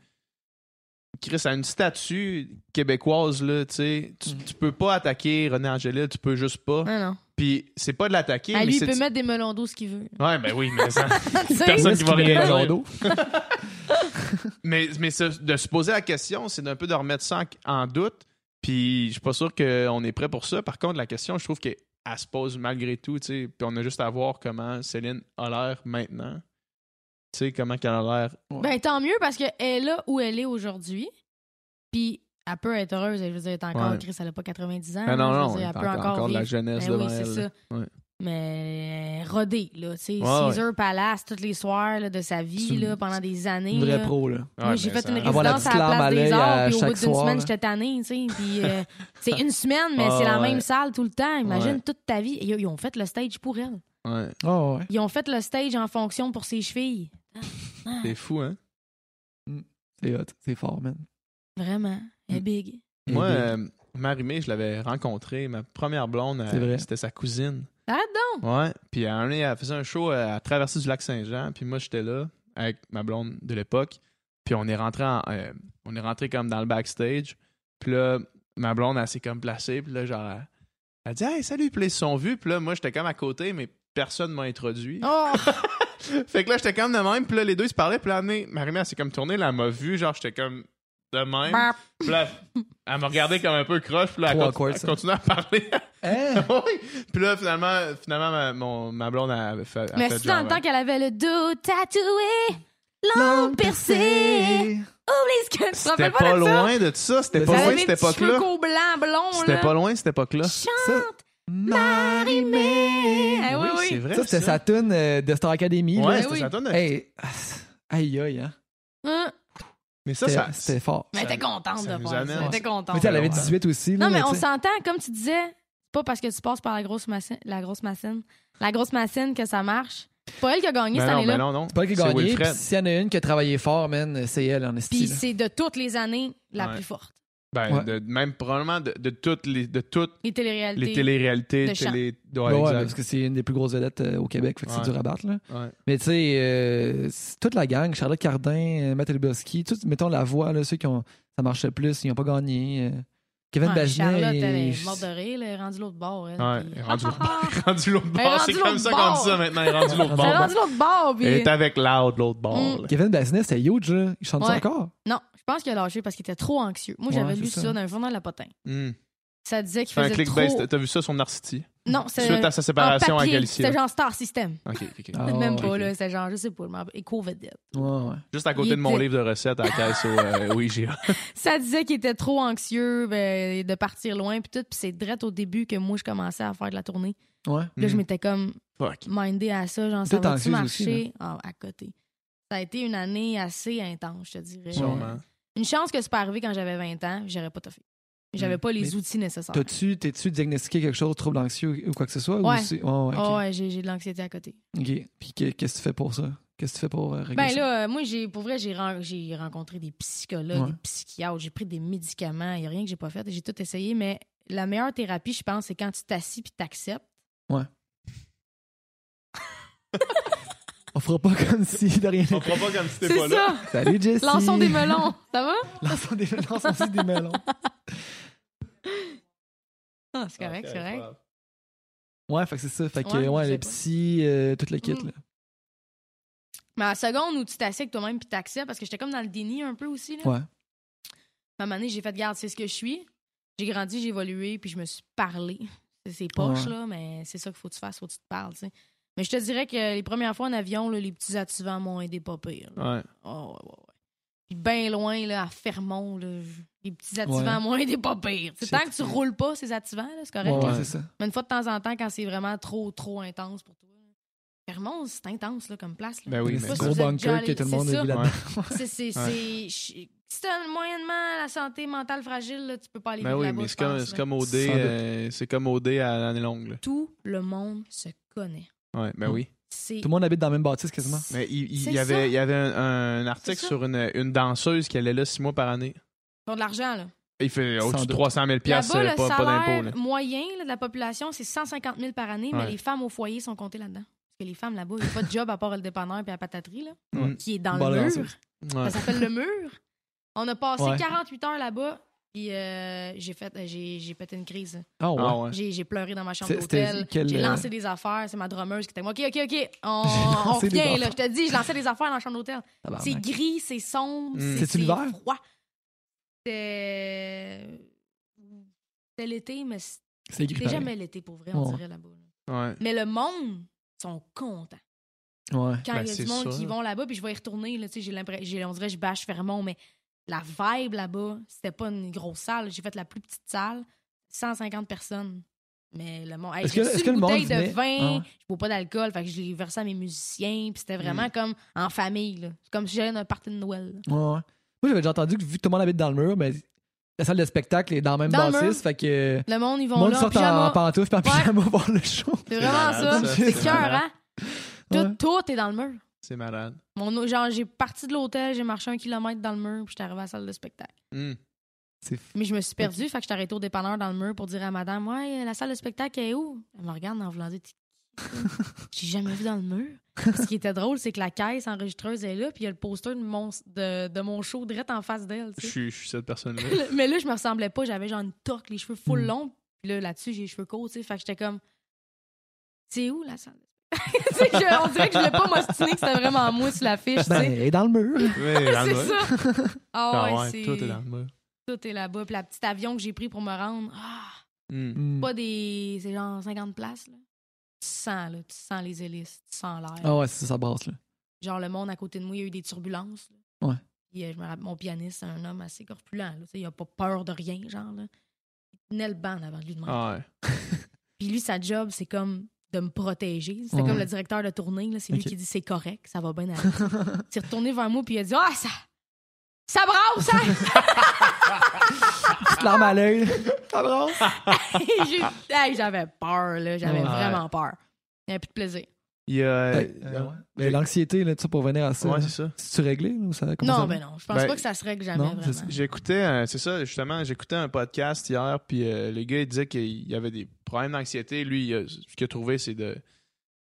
[SPEAKER 1] Chris, à une statue québécoise, là, tu sais, tu,
[SPEAKER 2] Mm.
[SPEAKER 1] tu peux pas attaquer René Angélil, tu peux juste pas.
[SPEAKER 3] Non, non.
[SPEAKER 1] Puis c'est pas de l'attaquer,
[SPEAKER 3] Ah,
[SPEAKER 1] mais
[SPEAKER 3] lui, il
[SPEAKER 1] c'est.
[SPEAKER 3] peut mettre des melons d'eau ce qu'il veut.
[SPEAKER 1] Ouais, ben oui, mais ça.
[SPEAKER 3] Tu sais?
[SPEAKER 1] Personne qui va
[SPEAKER 2] Est-ce qu'il
[SPEAKER 1] rien
[SPEAKER 2] met
[SPEAKER 1] dire.
[SPEAKER 2] dans l'eau?
[SPEAKER 1] Mais, mais se- de se poser la question, c'est d'un peu de remettre ça en, en doute. Puis je suis pas sûr qu'on est prêt pour ça. Par contre, la question, je trouve qu'elle se pose malgré tout. tu sais. Puis on a juste à voir comment Céline a l'air maintenant. Tu sais, comment qu'elle a l'air.
[SPEAKER 3] Ben tant mieux parce qu'elle est là où elle est aujourd'hui. Puis elle peut être heureuse. Je veux dire, elle est encore
[SPEAKER 1] Ouais.
[SPEAKER 3] Chris, elle n'a pas 90 ans.
[SPEAKER 1] Ah
[SPEAKER 3] là,
[SPEAKER 1] non,
[SPEAKER 3] je veux
[SPEAKER 1] non,
[SPEAKER 3] dire,
[SPEAKER 1] elle
[SPEAKER 3] elle
[SPEAKER 1] est
[SPEAKER 3] peut
[SPEAKER 1] encore, encore de la
[SPEAKER 3] vivre.
[SPEAKER 1] jeunesse
[SPEAKER 3] Ben oui,
[SPEAKER 1] devant
[SPEAKER 3] c'est
[SPEAKER 1] elle.
[SPEAKER 3] ça.
[SPEAKER 1] Ouais.
[SPEAKER 3] Mais euh, rodée, là. tu sais,
[SPEAKER 1] Ouais,
[SPEAKER 3] Caesar Palace tous les soirs là, de sa
[SPEAKER 2] C'est
[SPEAKER 3] vie
[SPEAKER 2] une-
[SPEAKER 3] là, pendant des années.
[SPEAKER 2] Une vraie
[SPEAKER 3] là.
[SPEAKER 2] pro, là.
[SPEAKER 1] Ouais,
[SPEAKER 3] Moi, j'ai
[SPEAKER 1] Ah, mais
[SPEAKER 3] fait une
[SPEAKER 1] ça-
[SPEAKER 2] Avoir la
[SPEAKER 3] résidence à
[SPEAKER 2] petite
[SPEAKER 3] la
[SPEAKER 2] larme à
[SPEAKER 3] place des
[SPEAKER 2] l'œil
[SPEAKER 3] arts,
[SPEAKER 2] à
[SPEAKER 3] puis au bout
[SPEAKER 2] chaque
[SPEAKER 3] d'une
[SPEAKER 2] soir,
[SPEAKER 3] semaine,
[SPEAKER 2] là.
[SPEAKER 3] j'étais tannée, tu sais. Puis euh, c'est une semaine, mais
[SPEAKER 1] Ah,
[SPEAKER 3] c'est la
[SPEAKER 1] ouais.
[SPEAKER 3] même salle tout le temps. Imagine
[SPEAKER 1] Ouais.
[SPEAKER 3] toute ta vie. Ils, ils ont fait le stage pour elle.
[SPEAKER 1] Ouais,
[SPEAKER 2] Oh, ouais.
[SPEAKER 3] Ils ont fait le stage en fonction pour ses chevilles.
[SPEAKER 1] c'est fou, hein?
[SPEAKER 2] C'est hot. C'est fort, man.
[SPEAKER 3] Vraiment. Elle est
[SPEAKER 1] Mm.
[SPEAKER 3] big.
[SPEAKER 1] Moi,
[SPEAKER 2] Et-
[SPEAKER 1] euh, Marie-Mé, je l'avais rencontrée. Ma première blonde,
[SPEAKER 2] C'est
[SPEAKER 1] elle-
[SPEAKER 2] vrai.
[SPEAKER 1] c'était sa cousine.
[SPEAKER 3] Arrête donc!
[SPEAKER 1] Ouais. Puis elle, elle faisait un show euh, à traverser du lac Saint-Jean. Puis moi, j'étais là avec ma blonde de l'époque. Puis on est rentré en- euh, on est rentré comme dans le backstage. Puis là, ma blonde, elle s'est comme placée. Puis là, genre, elle, elle dit Hey, salut. Puis là, ils se sont vus. Puis là, moi, j'étais comme à côté, mais personne m'a introduit.
[SPEAKER 2] Ah.
[SPEAKER 3] Oh!
[SPEAKER 1] Fait que là, j'étais comme de même. Puis là, les deux, ils se parlaient. Puis là, marie Marimé, elle s'est comme tournée. Là, elle m'a vu. Genre, j'étais comme de même.
[SPEAKER 3] Barp.
[SPEAKER 1] Puis là, elle m'a regardé comme un peu croche. Puis là, elle,
[SPEAKER 2] Bah. Trop
[SPEAKER 1] continue-
[SPEAKER 2] awkward,
[SPEAKER 1] elle
[SPEAKER 2] ça.
[SPEAKER 1] continuait à parler.
[SPEAKER 2] Hein?
[SPEAKER 1] oui. Puis là, finalement, finalement ma, mon- ma blonde a fait. a
[SPEAKER 3] Mais
[SPEAKER 1] fait
[SPEAKER 3] si dans le
[SPEAKER 1] genre,
[SPEAKER 3] temps qu'elle avait le dos tatoué, long percé, oublie ce que tu te
[SPEAKER 1] C'était
[SPEAKER 3] rappelles
[SPEAKER 1] pas,
[SPEAKER 3] pas, de ça?
[SPEAKER 1] loin de ça. C'était
[SPEAKER 2] Mais
[SPEAKER 1] pas
[SPEAKER 2] ça
[SPEAKER 1] loin
[SPEAKER 2] avait
[SPEAKER 1] de cette
[SPEAKER 3] Vous avez des petits cheveux
[SPEAKER 1] époque-là.
[SPEAKER 3] courts blancs, blonds, là.
[SPEAKER 1] C'était pas loin de cette époque-là.
[SPEAKER 3] Chante!
[SPEAKER 2] Ça, Marimé.
[SPEAKER 3] Eh oui, oui.
[SPEAKER 1] c'est vrai.
[SPEAKER 2] Ça, c'était sa tune euh, de Star Academy.
[SPEAKER 1] Ouais,
[SPEAKER 2] là.
[SPEAKER 1] c'était
[SPEAKER 3] oui.
[SPEAKER 1] sa toune.
[SPEAKER 2] Hey, ah, aïe, aïe, hein.
[SPEAKER 3] Hein?
[SPEAKER 1] Mais ça, ça.
[SPEAKER 2] C'était c'était fort.
[SPEAKER 3] Mais
[SPEAKER 1] Ça-
[SPEAKER 3] t'es contente
[SPEAKER 1] ça
[SPEAKER 3] de
[SPEAKER 1] nous
[SPEAKER 3] faire
[SPEAKER 1] amène-
[SPEAKER 3] ça. T'es contente.
[SPEAKER 2] Mais tu sais, elle avait
[SPEAKER 1] Ouais.
[SPEAKER 2] 18 aussi. là,
[SPEAKER 3] Non, mais
[SPEAKER 2] tu
[SPEAKER 3] on
[SPEAKER 2] sais.
[SPEAKER 3] s'entend, comme tu disais, c'est pas parce que tu passes par la grosse machine, la grosse machine, la grosse machine que ça marche. C'est pas elle qui a gagné
[SPEAKER 1] Mais
[SPEAKER 3] cette
[SPEAKER 1] Ben non, mais
[SPEAKER 3] année-là.
[SPEAKER 1] non, non.
[SPEAKER 2] C'est pas elle qui a
[SPEAKER 1] C'est
[SPEAKER 2] gagné.
[SPEAKER 1] Wilfred.
[SPEAKER 2] puis S'il y en a une qui a travaillé fort, man, c'est elle en
[SPEAKER 3] Puis
[SPEAKER 2] estime.
[SPEAKER 3] c'est de toutes les années la
[SPEAKER 1] Ouais.
[SPEAKER 3] plus forte.
[SPEAKER 1] Ben,
[SPEAKER 2] Ouais.
[SPEAKER 1] de- même probablement de, de toutes les, de toutes
[SPEAKER 3] Les téléréalités.
[SPEAKER 1] les téléréalités.
[SPEAKER 3] de chant.
[SPEAKER 1] Télé... Ouais,
[SPEAKER 2] Ouais, ouais,
[SPEAKER 1] exact.
[SPEAKER 2] parce que c'est une des plus grosses vedettes euh, au Québec, fait que
[SPEAKER 1] Ouais.
[SPEAKER 2] c'est dur à battre. Là.
[SPEAKER 1] Ouais.
[SPEAKER 2] Mais tu sais, euh, c'est toute la gang, Charlotte Cardin, euh, Matt Elbowski, tous, mettons la voix, là, ceux qui ont ça marchait plus, ils n'ont pas gagné. euh, Kevin
[SPEAKER 3] Ouais,
[SPEAKER 2] Bagenet.
[SPEAKER 3] Charlotte,
[SPEAKER 2] il-
[SPEAKER 3] elle est morte de rire, elle est rendue l'autre bord. Elle,
[SPEAKER 1] Ben, Ouais,
[SPEAKER 3] puis-
[SPEAKER 1] elle est rendue l'autre
[SPEAKER 3] Ah, ah, ah.
[SPEAKER 1] Rendu l'autre
[SPEAKER 3] Mais
[SPEAKER 1] bord. C'est
[SPEAKER 3] rendu
[SPEAKER 1] comme
[SPEAKER 3] l'autre
[SPEAKER 1] ça qu'on
[SPEAKER 3] bord.
[SPEAKER 1] dit ça maintenant. Elle est rendue l'autre
[SPEAKER 3] Elle est
[SPEAKER 1] bord.
[SPEAKER 3] rendue l'autre bord. puis-
[SPEAKER 1] Elle est avec Loud, l'autre bord.
[SPEAKER 3] Mm.
[SPEAKER 1] là.
[SPEAKER 2] Kevin Bagenet, c'était huge, là. Il chante ça
[SPEAKER 3] Ouais.
[SPEAKER 2] encore.
[SPEAKER 3] Non, je pense qu'il a lâché parce qu'il était trop anxieux. Moi,
[SPEAKER 2] Ouais,
[SPEAKER 3] j'avais
[SPEAKER 2] c'est
[SPEAKER 3] lu
[SPEAKER 2] ça.
[SPEAKER 3] ça. dans un journal lapotin.
[SPEAKER 1] Mm.
[SPEAKER 3] Ça disait qu'il
[SPEAKER 1] C'est un
[SPEAKER 3] faisait
[SPEAKER 1] clickbait.
[SPEAKER 3] trop...
[SPEAKER 1] t'as- T'as vu ça sur Narcity?
[SPEAKER 3] Non, c'est
[SPEAKER 1] Suite à sa
[SPEAKER 3] en
[SPEAKER 1] séparation avec
[SPEAKER 3] papier.
[SPEAKER 1] Alicia.
[SPEAKER 3] C'était genre Star System.
[SPEAKER 1] Ok, ok, ok.
[SPEAKER 2] Ah,
[SPEAKER 3] Même
[SPEAKER 2] ouais,
[SPEAKER 3] pas,
[SPEAKER 2] ok.
[SPEAKER 3] là. C'était genre, je sais pas, je m'en rappelle, éco-vedette.
[SPEAKER 2] Ouais, ouais.
[SPEAKER 1] Juste à
[SPEAKER 3] Il
[SPEAKER 1] côté de mon
[SPEAKER 3] était-
[SPEAKER 1] livre de recettes à la caisse au, euh, au IGA.
[SPEAKER 3] Ça disait qu'il était trop anxieux ben, de partir loin, puis tout. Puis c'est direct au début que moi, je commençais à faire de la tournée.
[SPEAKER 2] Ouais.
[SPEAKER 3] Puis Là, je
[SPEAKER 1] Mm.
[SPEAKER 3] m'étais comme
[SPEAKER 1] Fuck.
[SPEAKER 3] mindée à ça, genre, ça
[SPEAKER 2] T'es
[SPEAKER 3] va-tu
[SPEAKER 2] Mhm. anxieuse
[SPEAKER 3] marcher? Ah, à côté. Ça a été une année assez intense, je te dirais.
[SPEAKER 2] Sûrement.
[SPEAKER 3] Une chance que c'est pas arrivé quand j'avais 20 ans, j'aurais pas tout fait. mais j'avais pas les
[SPEAKER 2] Mhm. Mais
[SPEAKER 3] outils nécessaires.
[SPEAKER 2] T'as-tu, t'es-tu diagnostiqué quelque chose, trouble anxieux ou quoi que ce soit? ou
[SPEAKER 3] Ouais.
[SPEAKER 2] c'est- ouais, ouais, ok.
[SPEAKER 3] Ah ouais, j'ai j'ai de l'anxiété à côté.
[SPEAKER 2] Ok. Puis que- qu'est-ce que tu fais pour ça? Qu'est-ce que tu fais pour euh, régler
[SPEAKER 3] Ben
[SPEAKER 2] ça?
[SPEAKER 3] là, euh, moi, j'ai pour vrai, j'ai ren- j'ai rencontré des psychologues,
[SPEAKER 2] Ouais.
[SPEAKER 3] des psychiatres, j'ai pris des médicaments, il n'y a rien que j'ai pas fait, j'ai tout essayé, mais la meilleure thérapie, je pense, c'est quand tu t'assis puis t'acceptes.
[SPEAKER 2] On fera pas comme si de rien
[SPEAKER 1] On
[SPEAKER 2] n'était.
[SPEAKER 1] fera pas comme si t'étais pas
[SPEAKER 3] C'est
[SPEAKER 1] là.
[SPEAKER 3] ça!
[SPEAKER 2] Salut, Jessie!
[SPEAKER 3] Lançons des melons, ça va?
[SPEAKER 2] Lançons des melons. Lançons aussi des melons.
[SPEAKER 3] Ah, c'est correct, c'est correct.
[SPEAKER 2] Ouais, fait que c'est ça. Fait que,
[SPEAKER 3] Ouais,
[SPEAKER 2] ouais,
[SPEAKER 3] je
[SPEAKER 2] le
[SPEAKER 3] sais pas.
[SPEAKER 2] psy, euh, tout le kit,
[SPEAKER 3] Mm.
[SPEAKER 2] là.
[SPEAKER 3] Mais à la seconde où tu t'assieds avec toi-même puis t'acceptes, parce que j'étais comme dans le déni un peu aussi. Là.
[SPEAKER 2] Ouais.
[SPEAKER 3] À un moment donné, j'ai fait garde, c'est ce que je suis. J'ai grandi, j'ai évolué, puis je me suis parlé. C'est- C'est poche,
[SPEAKER 2] Ouais.
[SPEAKER 3] là, mais c'est ça qu'il faut que tu fasses, faut que tu te parles, tu sais. Mais je te dirais que les premières fois en avion, là, les petits attivants m'ont aidé pas pire. là.
[SPEAKER 1] Ouais.
[SPEAKER 3] Ah, ouais, ouais, ouais. Puis bien loin, là, à Fermont, là, je- les petits attivants
[SPEAKER 2] Ouais.
[SPEAKER 3] m'ont aidé pas pire. C'est
[SPEAKER 2] C'est-
[SPEAKER 3] tant que tu roules pas ces attivants, là, c'est correct.
[SPEAKER 2] Ouais, ouais,
[SPEAKER 3] là.
[SPEAKER 2] c'est ça.
[SPEAKER 3] Mais une fois de temps en temps, quand c'est vraiment trop, trop intense pour toi. là. Fermont, c'est intense là, comme place. là.
[SPEAKER 1] Ben oui,
[SPEAKER 2] C'est
[SPEAKER 1] mais-
[SPEAKER 2] un
[SPEAKER 1] Parce
[SPEAKER 3] que
[SPEAKER 2] gros
[SPEAKER 3] vous êtes déjà
[SPEAKER 2] bunker que
[SPEAKER 3] allé-
[SPEAKER 2] tout le monde
[SPEAKER 3] c'est
[SPEAKER 2] a vu
[SPEAKER 3] ça.
[SPEAKER 2] là-dedans.
[SPEAKER 3] C'est, c'est,
[SPEAKER 1] Ouais.
[SPEAKER 3] c'est- je- Si t'as moyennement la santé mentale fragile, là, tu peux pas aller
[SPEAKER 1] Ben
[SPEAKER 3] vivre
[SPEAKER 1] oui,
[SPEAKER 3] là-bas,
[SPEAKER 1] mais
[SPEAKER 3] je
[SPEAKER 1] c'est comme,
[SPEAKER 3] pense,
[SPEAKER 1] c'est
[SPEAKER 3] là.
[SPEAKER 1] comme OD,
[SPEAKER 2] Sans doute.
[SPEAKER 1] euh, c'est comme OD à l'année longue. là.
[SPEAKER 3] Tout le monde se connaît.
[SPEAKER 1] Ouais, ben
[SPEAKER 2] Mm.
[SPEAKER 1] oui.
[SPEAKER 3] C'est...
[SPEAKER 2] Tout le monde habite dans la même bâtisse quasiment.
[SPEAKER 1] Mais il, il
[SPEAKER 3] Hmm. C'est
[SPEAKER 1] y,
[SPEAKER 3] ça.
[SPEAKER 1] avait, il y avait un, un article
[SPEAKER 3] C'est ça.
[SPEAKER 1] sur une, une danseuse qui allait là six mois par année.
[SPEAKER 3] Ils ont de l'argent, là.
[SPEAKER 1] Il fait oh,
[SPEAKER 2] Sans
[SPEAKER 1] au-dessus de
[SPEAKER 2] doute.
[SPEAKER 1] 300 000 piastres,
[SPEAKER 3] Là-bas,
[SPEAKER 1] euh,
[SPEAKER 3] le
[SPEAKER 1] pas, pas
[SPEAKER 3] salaire
[SPEAKER 1] d'impôt. là.
[SPEAKER 3] moyen là, de la population, c'est 150 000 par année, mais
[SPEAKER 1] Ouais.
[SPEAKER 3] les femmes au foyer sont comptées là-dedans. Parce que les femmes là-bas, il n'y a pas de job à part le dépanneur et la pataterie, là,
[SPEAKER 1] Mm.
[SPEAKER 3] qui est dans
[SPEAKER 2] Bon,
[SPEAKER 3] le
[SPEAKER 2] là,
[SPEAKER 3] mur.
[SPEAKER 2] ça-
[SPEAKER 1] Ouais.
[SPEAKER 3] Ça s'appelle le mur. On a passé
[SPEAKER 2] Ouais.
[SPEAKER 3] 48 heures là-bas, puis euh, j'ai fait, euh, j'ai, j'ai pété une crise.
[SPEAKER 2] Ah ouais.
[SPEAKER 1] Ah ouais.
[SPEAKER 3] J'ai, j'ai pleuré dans ma chambre
[SPEAKER 2] C'est- c'était
[SPEAKER 3] d'hôtel.
[SPEAKER 2] quel,
[SPEAKER 3] J'ai
[SPEAKER 2] euh,
[SPEAKER 3] lancé des affaires. C'est ma drummeuse qui était. Ok, ok, ok. On,
[SPEAKER 2] J'ai
[SPEAKER 3] on
[SPEAKER 2] lancé des
[SPEAKER 3] revient, là.
[SPEAKER 2] affaires.
[SPEAKER 3] Je te dis, je lançais des affaires dans la chambre d'hôtel.
[SPEAKER 2] Tabarnak.
[SPEAKER 3] C'est gris, c'est sombre.
[SPEAKER 1] Mm.
[SPEAKER 3] C'est,
[SPEAKER 2] C'est-tu l'hiver?
[SPEAKER 3] froid. C'était. C'était l'été, mais c'était
[SPEAKER 2] C'est gris. pareil.
[SPEAKER 3] jamais l'été pour vrai, on
[SPEAKER 2] Ouais.
[SPEAKER 3] dirait là-bas. là.
[SPEAKER 1] Ouais.
[SPEAKER 3] Mais le monde sont contents.
[SPEAKER 2] Ouais.
[SPEAKER 3] Quand il
[SPEAKER 1] Ben,
[SPEAKER 3] y a
[SPEAKER 1] c'est
[SPEAKER 3] du monde
[SPEAKER 1] ça.
[SPEAKER 3] qui vont là-bas, puis je vais y retourner, là, tu sais, j'ai l'impression. j'ai- On dirait que je bâche Fermont, mais la vibe là-bas, c'était pas une grosse salle. J'ai fait la plus petite salle, 150 personnes. Mais le monde. Hey,
[SPEAKER 2] Est-ce
[SPEAKER 3] j'ai
[SPEAKER 2] que-
[SPEAKER 3] reçu
[SPEAKER 2] est-ce que
[SPEAKER 3] une
[SPEAKER 2] le monde
[SPEAKER 3] bouteille de
[SPEAKER 2] venait?
[SPEAKER 3] vin,
[SPEAKER 2] Ah ouais.
[SPEAKER 3] je bois pas d'alcool, fait que je l'ai versé à mes musiciens, puis c'était
[SPEAKER 2] Hmm.
[SPEAKER 3] vraiment comme en famille, là. C'est comme si j'allais à un party de Noël. là.
[SPEAKER 2] Ouais, ouais. Moi, j'avais déjà entendu que vu que tout le monde habite dans le mur, mais la salle de spectacle est dans la même
[SPEAKER 3] Dans le
[SPEAKER 2] bâtisse, fait que
[SPEAKER 3] Le monde, ils
[SPEAKER 2] le
[SPEAKER 3] vont
[SPEAKER 2] monde
[SPEAKER 3] là en
[SPEAKER 2] sort en,
[SPEAKER 3] pyjama.
[SPEAKER 2] en pantoufles puis en
[SPEAKER 3] Ouais.
[SPEAKER 2] pyjama voir le show.
[SPEAKER 3] C'est vraiment
[SPEAKER 1] C'est
[SPEAKER 3] ça.
[SPEAKER 1] malade, ça.
[SPEAKER 3] C'est
[SPEAKER 1] C'est
[SPEAKER 3] cœur,
[SPEAKER 1] malade.
[SPEAKER 3] hein? Tout,
[SPEAKER 2] Ouais.
[SPEAKER 3] tout est dans le mur.
[SPEAKER 1] C'est malade.
[SPEAKER 3] Mon, au- genre, j'ai parti de l'hôtel, j'ai marché un kilomètre dans le mur, puis j'étais arrivé à la salle de spectacle.
[SPEAKER 1] Mm.
[SPEAKER 2] C'est fou.
[SPEAKER 3] Mais je me suis perdue, fait que je suis arrêtée au dépanneur dans le mur pour dire à madame Ouais, euh, la salle de spectacle est où Elle me regarde en voulant dire T'es qui, toi? J'ai jamais vu dans le mur. Ce qui était drôle, c'est que la caisse enregistreuse est là, puis il y a le poster de mon, de, de mon show direct en face d'elle.
[SPEAKER 1] Je
[SPEAKER 3] tu sais.
[SPEAKER 1] suis je suis Hmm. cette personne-là.
[SPEAKER 3] Mais là, je me ressemblais pas, j'avais genre une toque, les cheveux full
[SPEAKER 2] Mm.
[SPEAKER 3] longs, puis là, là-dessus, j'ai les cheveux courts, tu sais. Fait que j'étais comme C'est où la salle de spectacle? Tu sais, je- On dirait que je voulais pas m'ostiner que c'était vraiment moi sur l'affiche, tu
[SPEAKER 2] Ben,
[SPEAKER 3] sais.
[SPEAKER 2] elle est dans le mur.
[SPEAKER 1] Ouais, dans le mur.
[SPEAKER 3] C'est ça. Ah
[SPEAKER 1] Ah
[SPEAKER 3] ouais,
[SPEAKER 1] ouais,
[SPEAKER 3] c'est-
[SPEAKER 1] tout est dans le mur.
[SPEAKER 3] tout est là-bas. Puis la petite avion que j'ai pris pour me rendre, ah,
[SPEAKER 1] Mm.
[SPEAKER 2] Mm.
[SPEAKER 3] pas des. C'est genre 50 places, là. Tu sens, là. Tu sens les hélices. Tu sens l'air.
[SPEAKER 2] Ah ouais, c'est ça, ça brasse, là.
[SPEAKER 3] Genre, le monde à côté de moi, il y a eu des turbulences. là.
[SPEAKER 2] Ouais.
[SPEAKER 3] Puis, euh, je me rappelle, mon pianiste, c'est un homme assez corpulent, là. Tu sais, Il a pas peur de rien, genre, là. Il tenait le banc avant de lui demander.
[SPEAKER 1] Ah ouais.
[SPEAKER 3] Puis lui, sa job, c'est comme de me protéger. C'est
[SPEAKER 2] Ouais.
[SPEAKER 3] comme le directeur de tournée, là. C'est lui
[SPEAKER 2] Ok.
[SPEAKER 3] qui dit c'est correct, ça va bien aller. Il s'est retourné vers moi, puis il a dit Ah, ça. Ça brasse, hein!
[SPEAKER 2] Petite larme à l'œil. Ça brasse.
[SPEAKER 3] J'ai- hey, j'avais peur, là. J'avais
[SPEAKER 2] Ouais.
[SPEAKER 3] vraiment peur. Il n'y avait plus de plaisir.
[SPEAKER 1] Il y a. euh,
[SPEAKER 2] Ben, euh, ouais. Mais l'anxiété, là, tout ça, pour venir à ça.
[SPEAKER 1] Ouais,
[SPEAKER 2] là.
[SPEAKER 1] c'est ça.
[SPEAKER 2] C'est-tu réglé, là, ou ça comment
[SPEAKER 3] Non,
[SPEAKER 2] ça va?
[SPEAKER 3] ben non. Je pense
[SPEAKER 1] Ben,
[SPEAKER 3] pas que ça se règle jamais,
[SPEAKER 2] non, c'est
[SPEAKER 3] vraiment.
[SPEAKER 2] ça.
[SPEAKER 1] J'écoutais, euh, c'est ça, justement, j'écoutais un podcast hier, puis euh, le gars, il disait qu'il y avait des problèmes d'anxiété. Lui, il a- ce qu'il a trouvé, c'est de,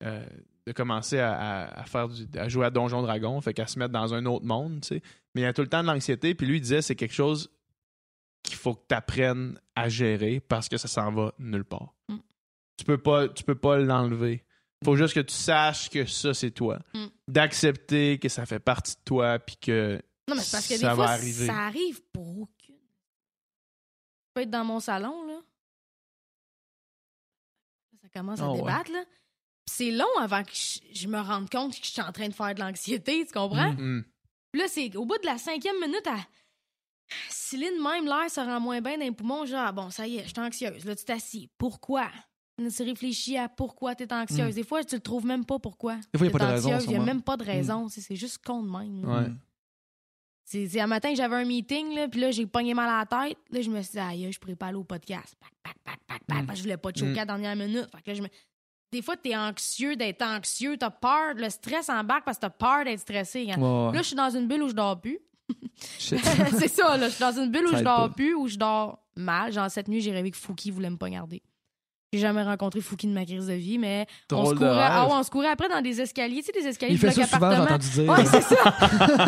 [SPEAKER 1] euh, de commencer à, à- à faire du- à jouer à Donjon Dragon, fait qu'à se mettre dans un autre monde, tu sais. Mais il y a tout le temps de l'anxiété, puis lui, il disait c'est quelque chose qu'il faut que tu apprennes à gérer parce que ça s'en va nulle part.
[SPEAKER 3] Mm.
[SPEAKER 1] Tu peux pas, tu peux pas l'enlever. Faut juste que tu saches que ça, c'est toi.
[SPEAKER 3] Mm.
[SPEAKER 1] D'accepter que ça fait partie de toi, puis que.
[SPEAKER 3] Non, mais c'est parce que
[SPEAKER 1] Ça
[SPEAKER 3] des
[SPEAKER 1] va
[SPEAKER 3] fois,
[SPEAKER 1] arriver.
[SPEAKER 3] ça arrive pour aucune. Je peux être dans mon salon, là. Ça commence à
[SPEAKER 2] Ah ouais.
[SPEAKER 3] débattre, là. Puis c'est long avant que je, je me rende compte que je suis en train de faire de l'anxiété, tu comprends?
[SPEAKER 1] Hmm.
[SPEAKER 3] Puis là, c'est au bout de la cinquième minute, à... Céline, même l'air se rend moins bien dans les poumons. Genre, ah, bon, ça y est, je suis anxieuse. Là, tu t'assis. Pourquoi? Tu réfléchis à pourquoi tu es anxieuse. Des fois, tu le trouves même pas pourquoi.
[SPEAKER 2] Hmm. Des fois, il n'y a pas
[SPEAKER 3] t'es
[SPEAKER 2] de raison.
[SPEAKER 3] anxieuse. Il n'y a
[SPEAKER 2] sûrement.
[SPEAKER 3] même pas de raison. tu sais, C'est juste con de même. là.
[SPEAKER 1] Ouais.
[SPEAKER 3] C'est c'est un matin, j'avais un meeting, là, puis là, j'ai pogné mal à la tête. Là, je me suis dit, aïe, je pourrais pas aller au podcast. Pac, pac, pac, pac, pac, parce que je voulais pas te choquer
[SPEAKER 1] Mm.
[SPEAKER 3] à la dernière minute. Fait que là, je me- Des fois, t'es anxieux d'être anxieux, t'as peur, le stress embarque parce que t'as peur d'être stressé. hein.
[SPEAKER 2] Ouais, ouais.
[SPEAKER 3] Là, je suis dans une bulle où je dors plus.
[SPEAKER 2] Shit.
[SPEAKER 3] c'est ça, là. Je suis dans une bulle où
[SPEAKER 2] Ça
[SPEAKER 3] je
[SPEAKER 2] aide
[SPEAKER 3] dors
[SPEAKER 2] pas.
[SPEAKER 3] plus, où je dors mal. Genre, cette nuit, j'ai rêvé que Fouki voulait me poignarder. J'ai jamais rencontré Fouki de ma crise de vie, mais on se,
[SPEAKER 1] Drôle de
[SPEAKER 3] courait,
[SPEAKER 1] rêve.
[SPEAKER 3] ah ouais, on se courait après dans des escaliers, tu sais, des escaliers
[SPEAKER 2] Il
[SPEAKER 3] de
[SPEAKER 2] fait
[SPEAKER 3] bloc
[SPEAKER 2] ça souvent, j'ai
[SPEAKER 3] appartement.
[SPEAKER 2] entendu dire.
[SPEAKER 3] Ouais, c'est ça.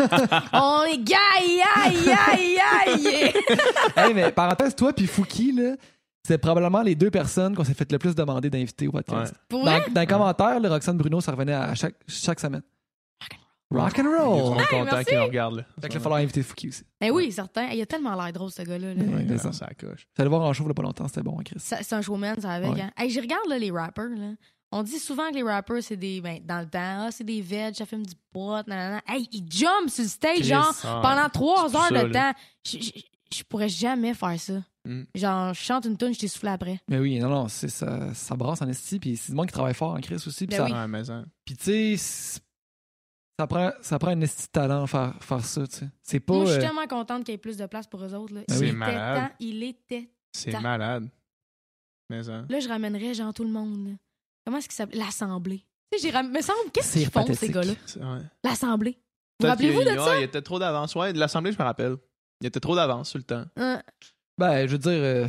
[SPEAKER 3] on est gars, aïe, aïe, aïe, aïe.
[SPEAKER 2] Hey, mais parenthèse, toi puis Fouki, là, c'est probablement les deux personnes qu'on s'est fait le plus demander d'inviter au podcast.
[SPEAKER 3] Pour
[SPEAKER 2] Dans,
[SPEAKER 3] vrai?
[SPEAKER 2] dans les commentaires, le Roxane Bruno, ça revenait à chaque, chaque semaine. Rock
[SPEAKER 1] Il
[SPEAKER 2] and
[SPEAKER 1] y a du
[SPEAKER 2] roll.
[SPEAKER 1] monde content
[SPEAKER 3] merci.
[SPEAKER 1] qui nous regarde. Là.
[SPEAKER 2] Fait qu'il va falloir inviter Fouki aussi.
[SPEAKER 3] Eh oui, certain. Eh, Il a tellement l'air drôle, ce gars-là. là.
[SPEAKER 2] Ouais,
[SPEAKER 1] Ouais,
[SPEAKER 2] ça.
[SPEAKER 1] ça coche.
[SPEAKER 2] J'allais voir en show il y a pas longtemps, c'était bon, hein, Chris.
[SPEAKER 3] Ça- C'est un showman, ça, avec.
[SPEAKER 2] Ouais.
[SPEAKER 3] hein. Hey, je regarde, là, les rappers, là. On dit souvent que les rappers, c'est des. Ben, dans le temps, ah, c'est des veg, ça fume du pot, nanana. Hey, ils jumpent sur le stage,
[SPEAKER 2] Chris.
[SPEAKER 3] genre,
[SPEAKER 1] Ah,
[SPEAKER 3] pendant trois
[SPEAKER 1] c'est
[SPEAKER 3] heures
[SPEAKER 1] ça,
[SPEAKER 3] de
[SPEAKER 1] là.
[SPEAKER 3] temps. Je, je- je pourrais jamais faire ça.
[SPEAKER 1] Mm.
[SPEAKER 3] Genre, je chante une tune, je t'ai soufflé après.
[SPEAKER 2] Mais oui, non, non, c'est ça, ça brasse en esti, puis c'est du monde qui travaille fort en Chris aussi. Puis
[SPEAKER 3] Ben
[SPEAKER 2] ça-
[SPEAKER 3] oui.
[SPEAKER 1] Ouais, mais ça.
[SPEAKER 2] puis tu sais, c'est- ça prend, ça prend un esti de talent faire, faire ça, tu sais. C'est pas.
[SPEAKER 3] Moi, je suis
[SPEAKER 2] euh,
[SPEAKER 3] tellement contente qu'il y ait plus de place pour eux autres. là.
[SPEAKER 2] Ben
[SPEAKER 3] il
[SPEAKER 2] oui.
[SPEAKER 3] était
[SPEAKER 1] Malade.
[SPEAKER 3] temps, il était.
[SPEAKER 1] C'est
[SPEAKER 3] Ça-
[SPEAKER 1] malade. Mais ça.
[SPEAKER 3] Là, je ramènerais, genre, tout le monde. là. Comment est-ce qu'il s'appelle L'Assemblée. Tu sais, j'ai ram- me semble, qu'est-ce
[SPEAKER 2] C'est
[SPEAKER 3] qu'ils font, ces
[SPEAKER 2] pathétique.
[SPEAKER 3] gars-là
[SPEAKER 1] C'est- ouais.
[SPEAKER 3] L'Assemblée. Vous
[SPEAKER 1] Peut-être
[SPEAKER 3] rappelez-vous
[SPEAKER 1] qu'il
[SPEAKER 3] de
[SPEAKER 1] y a-
[SPEAKER 3] ça
[SPEAKER 1] Il était trop d'avance. Ouais, de l'Assemblée, je me rappelle. Il était trop d'avance sur le temps.
[SPEAKER 3] Hein?
[SPEAKER 2] Ben, je veux dire, euh,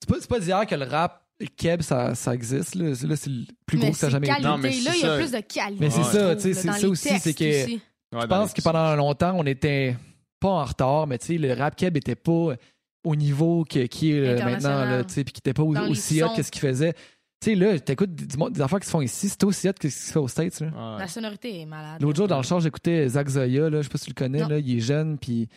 [SPEAKER 2] c'est pas, c'est pas d'hier que le rap keb, ça, ça existe. Là, C'est- là, c'est le plus gros
[SPEAKER 3] Mais
[SPEAKER 2] que ça
[SPEAKER 3] c'est
[SPEAKER 2] a jamais été.
[SPEAKER 1] Non, mais
[SPEAKER 3] qualité. Là,
[SPEAKER 1] c'est
[SPEAKER 3] il y a
[SPEAKER 1] ça.
[SPEAKER 3] plus de qualité.
[SPEAKER 2] Mais
[SPEAKER 1] c'est
[SPEAKER 3] je
[SPEAKER 1] ça,
[SPEAKER 3] trouve,
[SPEAKER 2] tu sais,
[SPEAKER 3] là,
[SPEAKER 2] c'est
[SPEAKER 3] dans
[SPEAKER 2] ça
[SPEAKER 3] les
[SPEAKER 2] aussi, c'est
[SPEAKER 3] textes
[SPEAKER 2] que-
[SPEAKER 3] aussi.
[SPEAKER 1] Ouais,
[SPEAKER 2] Je
[SPEAKER 1] dans
[SPEAKER 2] pense
[SPEAKER 1] les-
[SPEAKER 2] que pendant longtemps, on était pas en retard, mais tu sais, le rap keb était pas au niveau que, qui est euh, maintenant,
[SPEAKER 3] International.
[SPEAKER 2] là, tu sais, puis qui était pas au-
[SPEAKER 3] Dans les
[SPEAKER 2] aussi hot
[SPEAKER 3] sons.
[SPEAKER 2] que ce qu'il faisait. Tu sais, là, t'écoutes du monde- des affaires qui se font ici, c'est aussi hot que ce qui se fait aux States. là.
[SPEAKER 1] Ouais.
[SPEAKER 3] La sonorité est malade.
[SPEAKER 2] L'autre jour, dans le char, j'écoutais Zach Zoya, là, je sais pas si tu le connais,
[SPEAKER 3] Non.
[SPEAKER 2] là, il est jeune, puis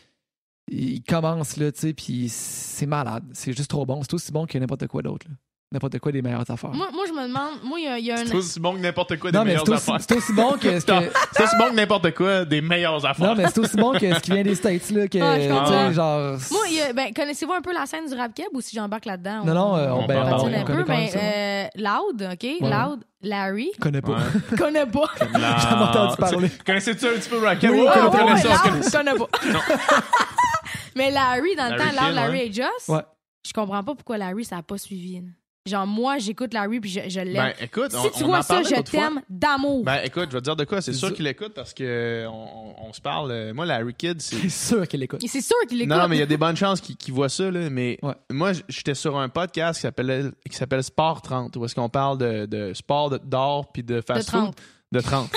[SPEAKER 2] il commence, là, tu sais, puis c'est malade. C'est juste trop bon. C'est aussi bon que n'importe quoi d'autre. là. N'importe quoi des meilleures affaires.
[SPEAKER 3] Moi, moi, je me demande, moi, il y a, il y a
[SPEAKER 1] C'est
[SPEAKER 3] un.
[SPEAKER 1] aussi bon que n'importe quoi des
[SPEAKER 2] non, mais
[SPEAKER 1] meilleures
[SPEAKER 2] c'est aussi,
[SPEAKER 1] affaires.
[SPEAKER 2] c'est aussi bon que ce que.
[SPEAKER 1] C'est aussi bon que n'importe quoi des meilleures
[SPEAKER 2] non,
[SPEAKER 1] affaires.
[SPEAKER 2] mais c'est aussi bon que ce qui vient des States, là, que.
[SPEAKER 3] Ah, je comprends.
[SPEAKER 2] tu sais, genre.
[SPEAKER 3] Moi, il y a- ben, connaissez-vous un peu la scène du rap keb ou si j'embarque là-dedans?
[SPEAKER 2] Non, non, euh, on,
[SPEAKER 1] On
[SPEAKER 2] ben,
[SPEAKER 1] va en
[SPEAKER 2] on-
[SPEAKER 1] parler.
[SPEAKER 2] on
[SPEAKER 3] un
[SPEAKER 2] connaît
[SPEAKER 3] peu,
[SPEAKER 2] quand même
[SPEAKER 3] mais
[SPEAKER 2] ça.
[SPEAKER 3] euh, Loud, OK?
[SPEAKER 2] ouais.
[SPEAKER 3] Loud, Larry.
[SPEAKER 2] Je connais pas.
[SPEAKER 1] Ouais.
[SPEAKER 3] Connais pas.
[SPEAKER 2] J'en ai entendu parler.
[SPEAKER 1] Connaissez-tu un petit peu Racket?
[SPEAKER 2] Oui,
[SPEAKER 1] Ouais,
[SPEAKER 2] connais
[SPEAKER 1] on
[SPEAKER 3] Ah, ouais,
[SPEAKER 2] pas,
[SPEAKER 1] connaît
[SPEAKER 3] ouais,
[SPEAKER 1] ça, on
[SPEAKER 3] Loud,
[SPEAKER 1] connaît-
[SPEAKER 3] je connais pas. Mais Larry, dans le
[SPEAKER 1] Larry
[SPEAKER 3] temps, Loud,
[SPEAKER 1] King,
[SPEAKER 3] Larry
[SPEAKER 1] ouais.
[SPEAKER 3] et Just,
[SPEAKER 2] Ouais.
[SPEAKER 3] je comprends pas pourquoi Larry, ça a pas suivi. là. Genre, moi, j'écoute Larry puis je, je l'aime.
[SPEAKER 1] Ben, écoute, on,
[SPEAKER 3] si tu
[SPEAKER 1] on
[SPEAKER 3] vois
[SPEAKER 1] en
[SPEAKER 3] ça,
[SPEAKER 1] parlait
[SPEAKER 3] je
[SPEAKER 1] l'autre fois.
[SPEAKER 3] t'aime d'amour.
[SPEAKER 1] Ben, écoute, je vais te dire de quoi. C'est
[SPEAKER 2] C'est
[SPEAKER 1] sûr
[SPEAKER 2] ça.
[SPEAKER 1] qu'il écoute parce que euh, on, on- on se parle. euh, Moi, Larry Kidd, c'est.
[SPEAKER 2] C'est sûr qu'il écoute.
[SPEAKER 3] Et c'est sûr qu'il écoute.
[SPEAKER 1] Non, non, mais il y a des bonnes chances qu'il qu'il voit ça, là. Mais
[SPEAKER 2] Ouais.
[SPEAKER 1] moi, j- j'étais sur un podcast qui s'appelait- qui s'appelle Sport 30, où est-ce qu'on parle de, de sport de- d'or puis de
[SPEAKER 3] de
[SPEAKER 1] fast-food.
[SPEAKER 3] 30.
[SPEAKER 1] De 30.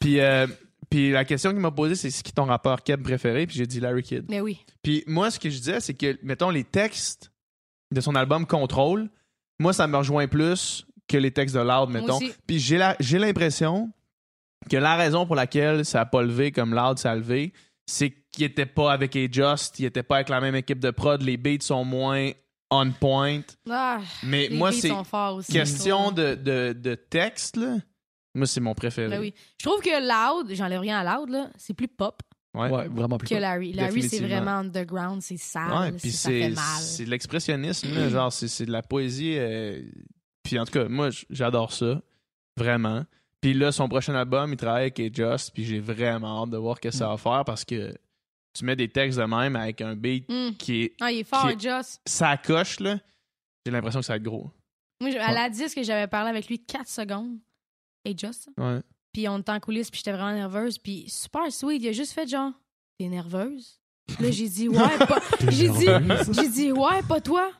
[SPEAKER 1] puis, euh, puis la question qu'il m'a posée, c'est ce qui est ton rapport Keb préféré? Puis j'ai dit Larry Kidd.
[SPEAKER 3] Mais oui.
[SPEAKER 1] Puis moi, ce que je disais, c'est que, mettons, les textes de son album Contrôle, moi, ça me rejoint plus que les textes de Loud,
[SPEAKER 3] Moi
[SPEAKER 1] mettons.
[SPEAKER 3] aussi.
[SPEAKER 1] Puis j'ai la- j'ai l'impression que la raison pour laquelle ça a pas levé comme Loud, ça a levé, c'est qu'il était pas avec A-Just, il était pas avec la même équipe de prod, les beats sont moins on point.
[SPEAKER 3] Ah,
[SPEAKER 1] Mais
[SPEAKER 3] les
[SPEAKER 1] moi,
[SPEAKER 3] beats
[SPEAKER 1] c'est
[SPEAKER 3] sont forts aussi.
[SPEAKER 1] question de, de, de texte, là. Moi, c'est mon préféré.
[SPEAKER 3] Ben oui. Je trouve que Loud, j'enlève rien à Loud, là, c'est plus pop
[SPEAKER 1] Ouais.
[SPEAKER 2] Ouais, vraiment plus.
[SPEAKER 3] que Larry. Larry, c'est
[SPEAKER 1] Définitivement.
[SPEAKER 3] vraiment underground, c'est
[SPEAKER 1] Ouais,
[SPEAKER 3] sale,
[SPEAKER 1] puis
[SPEAKER 3] c'est- Ah, ça fait
[SPEAKER 1] c'est
[SPEAKER 3] mal. Mm.
[SPEAKER 1] c'est de l'expressionnisme, là, genre c'est c'est de la poésie. euh, Puis en tout cas, moi j- j'adore ça, vraiment. Puis là, son prochain album, il travaille avec A-Just, puis j'ai vraiment hâte de voir ce que ça
[SPEAKER 3] Mm.
[SPEAKER 1] va faire parce que tu mets des textes de même avec un beat
[SPEAKER 3] Hum.
[SPEAKER 1] qui est
[SPEAKER 3] Ah, il est fort,
[SPEAKER 1] Qui-
[SPEAKER 3] Joss.
[SPEAKER 1] ça coche là. J'ai l'impression que ça va être gros.
[SPEAKER 3] Moi, je- à la disque, j'avais parlé avec lui 4 secondes. Et Joss.
[SPEAKER 1] Ouais.
[SPEAKER 3] Puis on était en coulisses, puis j'étais vraiment nerveuse. Puis super sweet, il a juste fait genre, t'es nerveuse? Là, j'ai dit, ouais, pas. J'ai dit, j'ai dit, ouais, pas toi.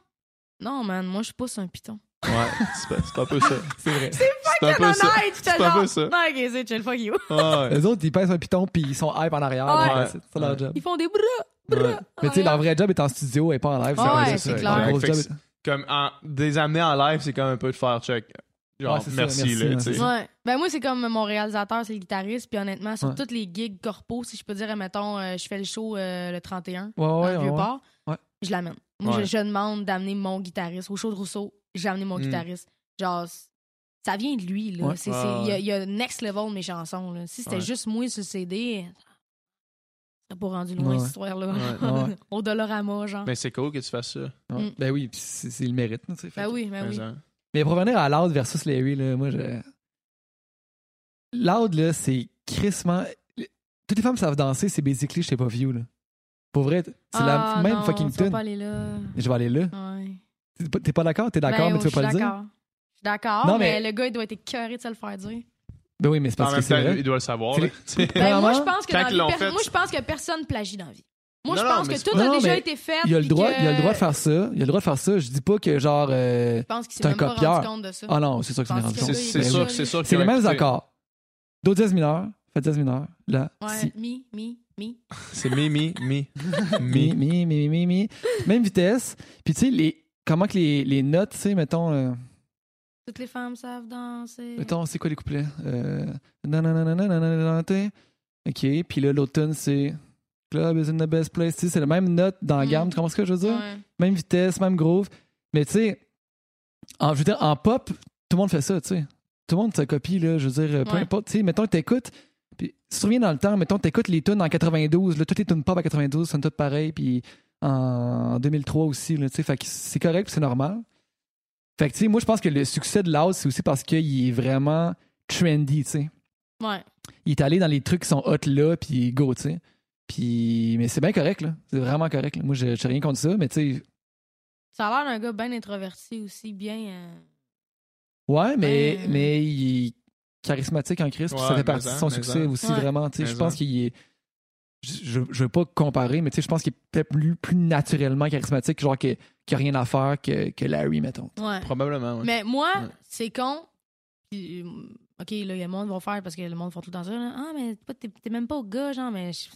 [SPEAKER 3] Non, man, moi, je pousse un piton.
[SPEAKER 1] Ouais, c'est pas- c'est un peu ça.
[SPEAKER 2] C'est vrai.
[SPEAKER 1] C'est un peu ça.
[SPEAKER 3] honnête, j'étais
[SPEAKER 1] C'est un
[SPEAKER 3] genre.
[SPEAKER 1] peu ça.
[SPEAKER 3] Non, ok, c'est chill, fuck you.
[SPEAKER 1] Ouais,
[SPEAKER 2] Eux autres, ils pèsent un piton puis ils sont hype en arrière.
[SPEAKER 3] Ouais.
[SPEAKER 2] puis that's it. C'est leur
[SPEAKER 1] Ouais.
[SPEAKER 2] job.
[SPEAKER 3] Ils font des bras.
[SPEAKER 1] ouais.
[SPEAKER 2] Mais tu sais, leur vrai job est en studio et pas en live.
[SPEAKER 3] Ah ouais,
[SPEAKER 2] leur-
[SPEAKER 3] c'est
[SPEAKER 2] leur
[SPEAKER 3] clair.
[SPEAKER 2] gros
[SPEAKER 1] Fait
[SPEAKER 2] job
[SPEAKER 1] que
[SPEAKER 2] est-
[SPEAKER 1] c'est- Comme en, des amener en live, c'est comme un peu de faire check. Genre,
[SPEAKER 2] Ouais, c'est ça,
[SPEAKER 1] merci,
[SPEAKER 2] merci,
[SPEAKER 1] là,
[SPEAKER 2] ouais,
[SPEAKER 1] tu sais.
[SPEAKER 2] c'est
[SPEAKER 3] Ouais. Ben moi, c'est comme mon réalisateur, c'est le guitariste. Puis honnêtement, sur
[SPEAKER 2] Ouais.
[SPEAKER 3] toutes les gigs corpo, si je peux dire, mettons, je fais le show euh, le 31
[SPEAKER 2] Ouais,
[SPEAKER 3] dans
[SPEAKER 2] ouais,
[SPEAKER 3] le
[SPEAKER 2] ouais, ouais.
[SPEAKER 3] Vieux-Port,
[SPEAKER 2] Ouais.
[SPEAKER 3] je l'amène. Moi,
[SPEAKER 1] Ouais.
[SPEAKER 3] je, je demande d'amener mon guitariste. Au show de Rousseau, j'ai amené mon
[SPEAKER 1] Mm.
[SPEAKER 3] guitariste. Genre, c- ça vient de lui. là.
[SPEAKER 2] Ouais.
[SPEAKER 3] C'est-
[SPEAKER 1] Ouais,
[SPEAKER 3] c'est- Il y a-
[SPEAKER 1] ouais.
[SPEAKER 3] il y, a next level de mes chansons. là. Si c'était
[SPEAKER 1] Ouais.
[SPEAKER 3] juste moi sur le CD, ça pas rendu loin,
[SPEAKER 2] Ouais.
[SPEAKER 3] cette histoire-là.
[SPEAKER 2] Ouais, Ben, ouais.
[SPEAKER 3] Au Dolorama, genre.
[SPEAKER 1] Mais c'est cool que tu fasses ça.
[SPEAKER 2] Ouais.
[SPEAKER 3] Mm.
[SPEAKER 2] Ben oui, puis c'est c'est le mérite. tu sais, fait
[SPEAKER 3] Ben
[SPEAKER 2] que-
[SPEAKER 3] oui, ben oui.
[SPEAKER 1] Mais, hein.
[SPEAKER 2] Mais pour revenir à Loud versus Larry, là, moi, je... Loud, là, c'est crissement... toutes les femmes savent danser, c'est basically, je sais pas, view, là. Pour vrai, c'est la même
[SPEAKER 3] Ah, non,
[SPEAKER 2] fucking
[SPEAKER 3] tu vas
[SPEAKER 2] tune.
[SPEAKER 3] pas aller là.
[SPEAKER 2] Je vais aller là.
[SPEAKER 3] Ouais.
[SPEAKER 2] T'es pas- T'es pas d'accord? T'es d'accord,
[SPEAKER 3] Ben,
[SPEAKER 2] mais
[SPEAKER 3] oh,
[SPEAKER 2] tu veux pas
[SPEAKER 3] je
[SPEAKER 2] le
[SPEAKER 3] suis
[SPEAKER 2] dire?
[SPEAKER 3] d'accord. Je suis d'accord,
[SPEAKER 2] Non,
[SPEAKER 3] mais...
[SPEAKER 2] mais-
[SPEAKER 3] le gars, il doit être écœuré de se le faire dire.
[SPEAKER 2] Ben oui, mais c'est parce
[SPEAKER 1] en
[SPEAKER 2] que
[SPEAKER 1] même
[SPEAKER 2] c'est
[SPEAKER 1] temps, lui,
[SPEAKER 2] vrai.
[SPEAKER 1] il doit le savoir.
[SPEAKER 2] C'est
[SPEAKER 1] là,
[SPEAKER 2] les-
[SPEAKER 1] tu sais.
[SPEAKER 3] Ben, moi,
[SPEAKER 2] Vraiment?
[SPEAKER 3] je pense que
[SPEAKER 1] Quand
[SPEAKER 3] dans la
[SPEAKER 1] ils
[SPEAKER 3] vie
[SPEAKER 1] l'ont
[SPEAKER 3] per-
[SPEAKER 1] fait,
[SPEAKER 3] moi, je pense que personne plagie dans la vie. Moi,
[SPEAKER 1] Non,
[SPEAKER 3] je
[SPEAKER 1] non,
[SPEAKER 3] pense
[SPEAKER 1] mais
[SPEAKER 3] que
[SPEAKER 1] c'est
[SPEAKER 3] tout
[SPEAKER 2] pas-
[SPEAKER 3] a
[SPEAKER 2] Non,
[SPEAKER 3] déjà
[SPEAKER 2] mais
[SPEAKER 3] été fait.
[SPEAKER 2] Il a le
[SPEAKER 3] puis
[SPEAKER 2] droit,
[SPEAKER 3] que-
[SPEAKER 2] il a le droit de faire ça. Il a le droit de faire ça. Je dis pas que genre. euh,
[SPEAKER 3] Je pense qu'il s'est
[SPEAKER 2] C'est un
[SPEAKER 3] même pas
[SPEAKER 2] copieur.
[SPEAKER 3] rendu compte de ça.
[SPEAKER 2] Ah non, c'est sûr que c'est
[SPEAKER 3] Parce
[SPEAKER 2] rendu
[SPEAKER 3] que
[SPEAKER 1] C'est
[SPEAKER 2] compte.
[SPEAKER 3] oui,
[SPEAKER 1] c'est
[SPEAKER 2] Ben
[SPEAKER 1] sûr,
[SPEAKER 2] oui.
[SPEAKER 1] que c'est sûr.
[SPEAKER 2] C'est
[SPEAKER 1] qu'ils
[SPEAKER 2] les
[SPEAKER 1] ont
[SPEAKER 2] mêmes
[SPEAKER 1] écouté.
[SPEAKER 2] accords. Do dièse mineur, fa dièse mineur, là,
[SPEAKER 3] Ouais,
[SPEAKER 2] si,
[SPEAKER 3] mi, mi, mi.
[SPEAKER 1] C'est mi, mi, mi.
[SPEAKER 2] mi,
[SPEAKER 1] mi.
[SPEAKER 2] mi, mi, mi, mi, même vitesse. Puis tu sais, les, comment que les, les notes, tu sais, mettons, euh,
[SPEAKER 3] Toutes les femmes savent danser.
[SPEAKER 2] mettons, c'est quoi les couplets? Euh, nananana, nananana, tu sais. ok, puis là, l'automne, c'est Club is in the best place. Tu sais, c'est la même note dans la
[SPEAKER 3] Mm.
[SPEAKER 2] gamme, tu comprends ce que je veux dire?
[SPEAKER 3] Ouais.
[SPEAKER 2] Même vitesse, même groove. Mais tu sais, en, je veux dire, en pop, tout le monde fait ça, tu sais. Tout le monde se copie, là, je veux dire, peu
[SPEAKER 3] Ouais.
[SPEAKER 2] importe. Tu sais, mettons, t'écoutes, puis si tu reviens dans le temps, mettons, t'écoutes les tunes en 92, là, toutes les tunes pop à 92 sont toutes pareilles, puis en 2003 aussi, là, tu sais, fait que c'est correct, puis c'est normal. Fait que, tu sais, moi, je pense que le succès de Loud, c'est aussi parce qu'il est vraiment trendy, tu sais
[SPEAKER 3] Ouais.
[SPEAKER 2] il est allé dans les trucs qui sont hot là, puis go, tu sais. Puis, mais c'est bien correct, là. C'est vraiment correct. là. Moi, j'ai j'ai rien contre ça, mais tu sais,
[SPEAKER 3] Ça a l'air d'un gars bien introverti aussi, bien. euh,
[SPEAKER 2] ouais, mais,
[SPEAKER 3] Ouais.
[SPEAKER 2] mais il est charismatique en Christ, puis
[SPEAKER 1] Ouais,
[SPEAKER 2] ça fait
[SPEAKER 1] mais
[SPEAKER 2] partie de
[SPEAKER 1] en,
[SPEAKER 2] son
[SPEAKER 1] mais
[SPEAKER 2] succès
[SPEAKER 1] en.
[SPEAKER 2] aussi,
[SPEAKER 3] Ouais.
[SPEAKER 2] vraiment. Tu sais, je
[SPEAKER 1] Mais
[SPEAKER 2] pense
[SPEAKER 1] en.
[SPEAKER 2] qu'il est. Je, je veux pas comparer, mais tu sais, je pense qu'il est peut-être plus, plus naturellement charismatique, genre que- qu'il n'y a rien à faire que, que Larry, mettons.
[SPEAKER 3] Ouais.
[SPEAKER 1] Probablement, ouais.
[SPEAKER 3] Mais moi,
[SPEAKER 1] Ouais.
[SPEAKER 3] c'est con. Puis, euh, OK, là, le monde va faire parce que le monde fait tout le temps ça. là. Ah, mais toi, t'es t'es même pas au gars, genre, mais. Je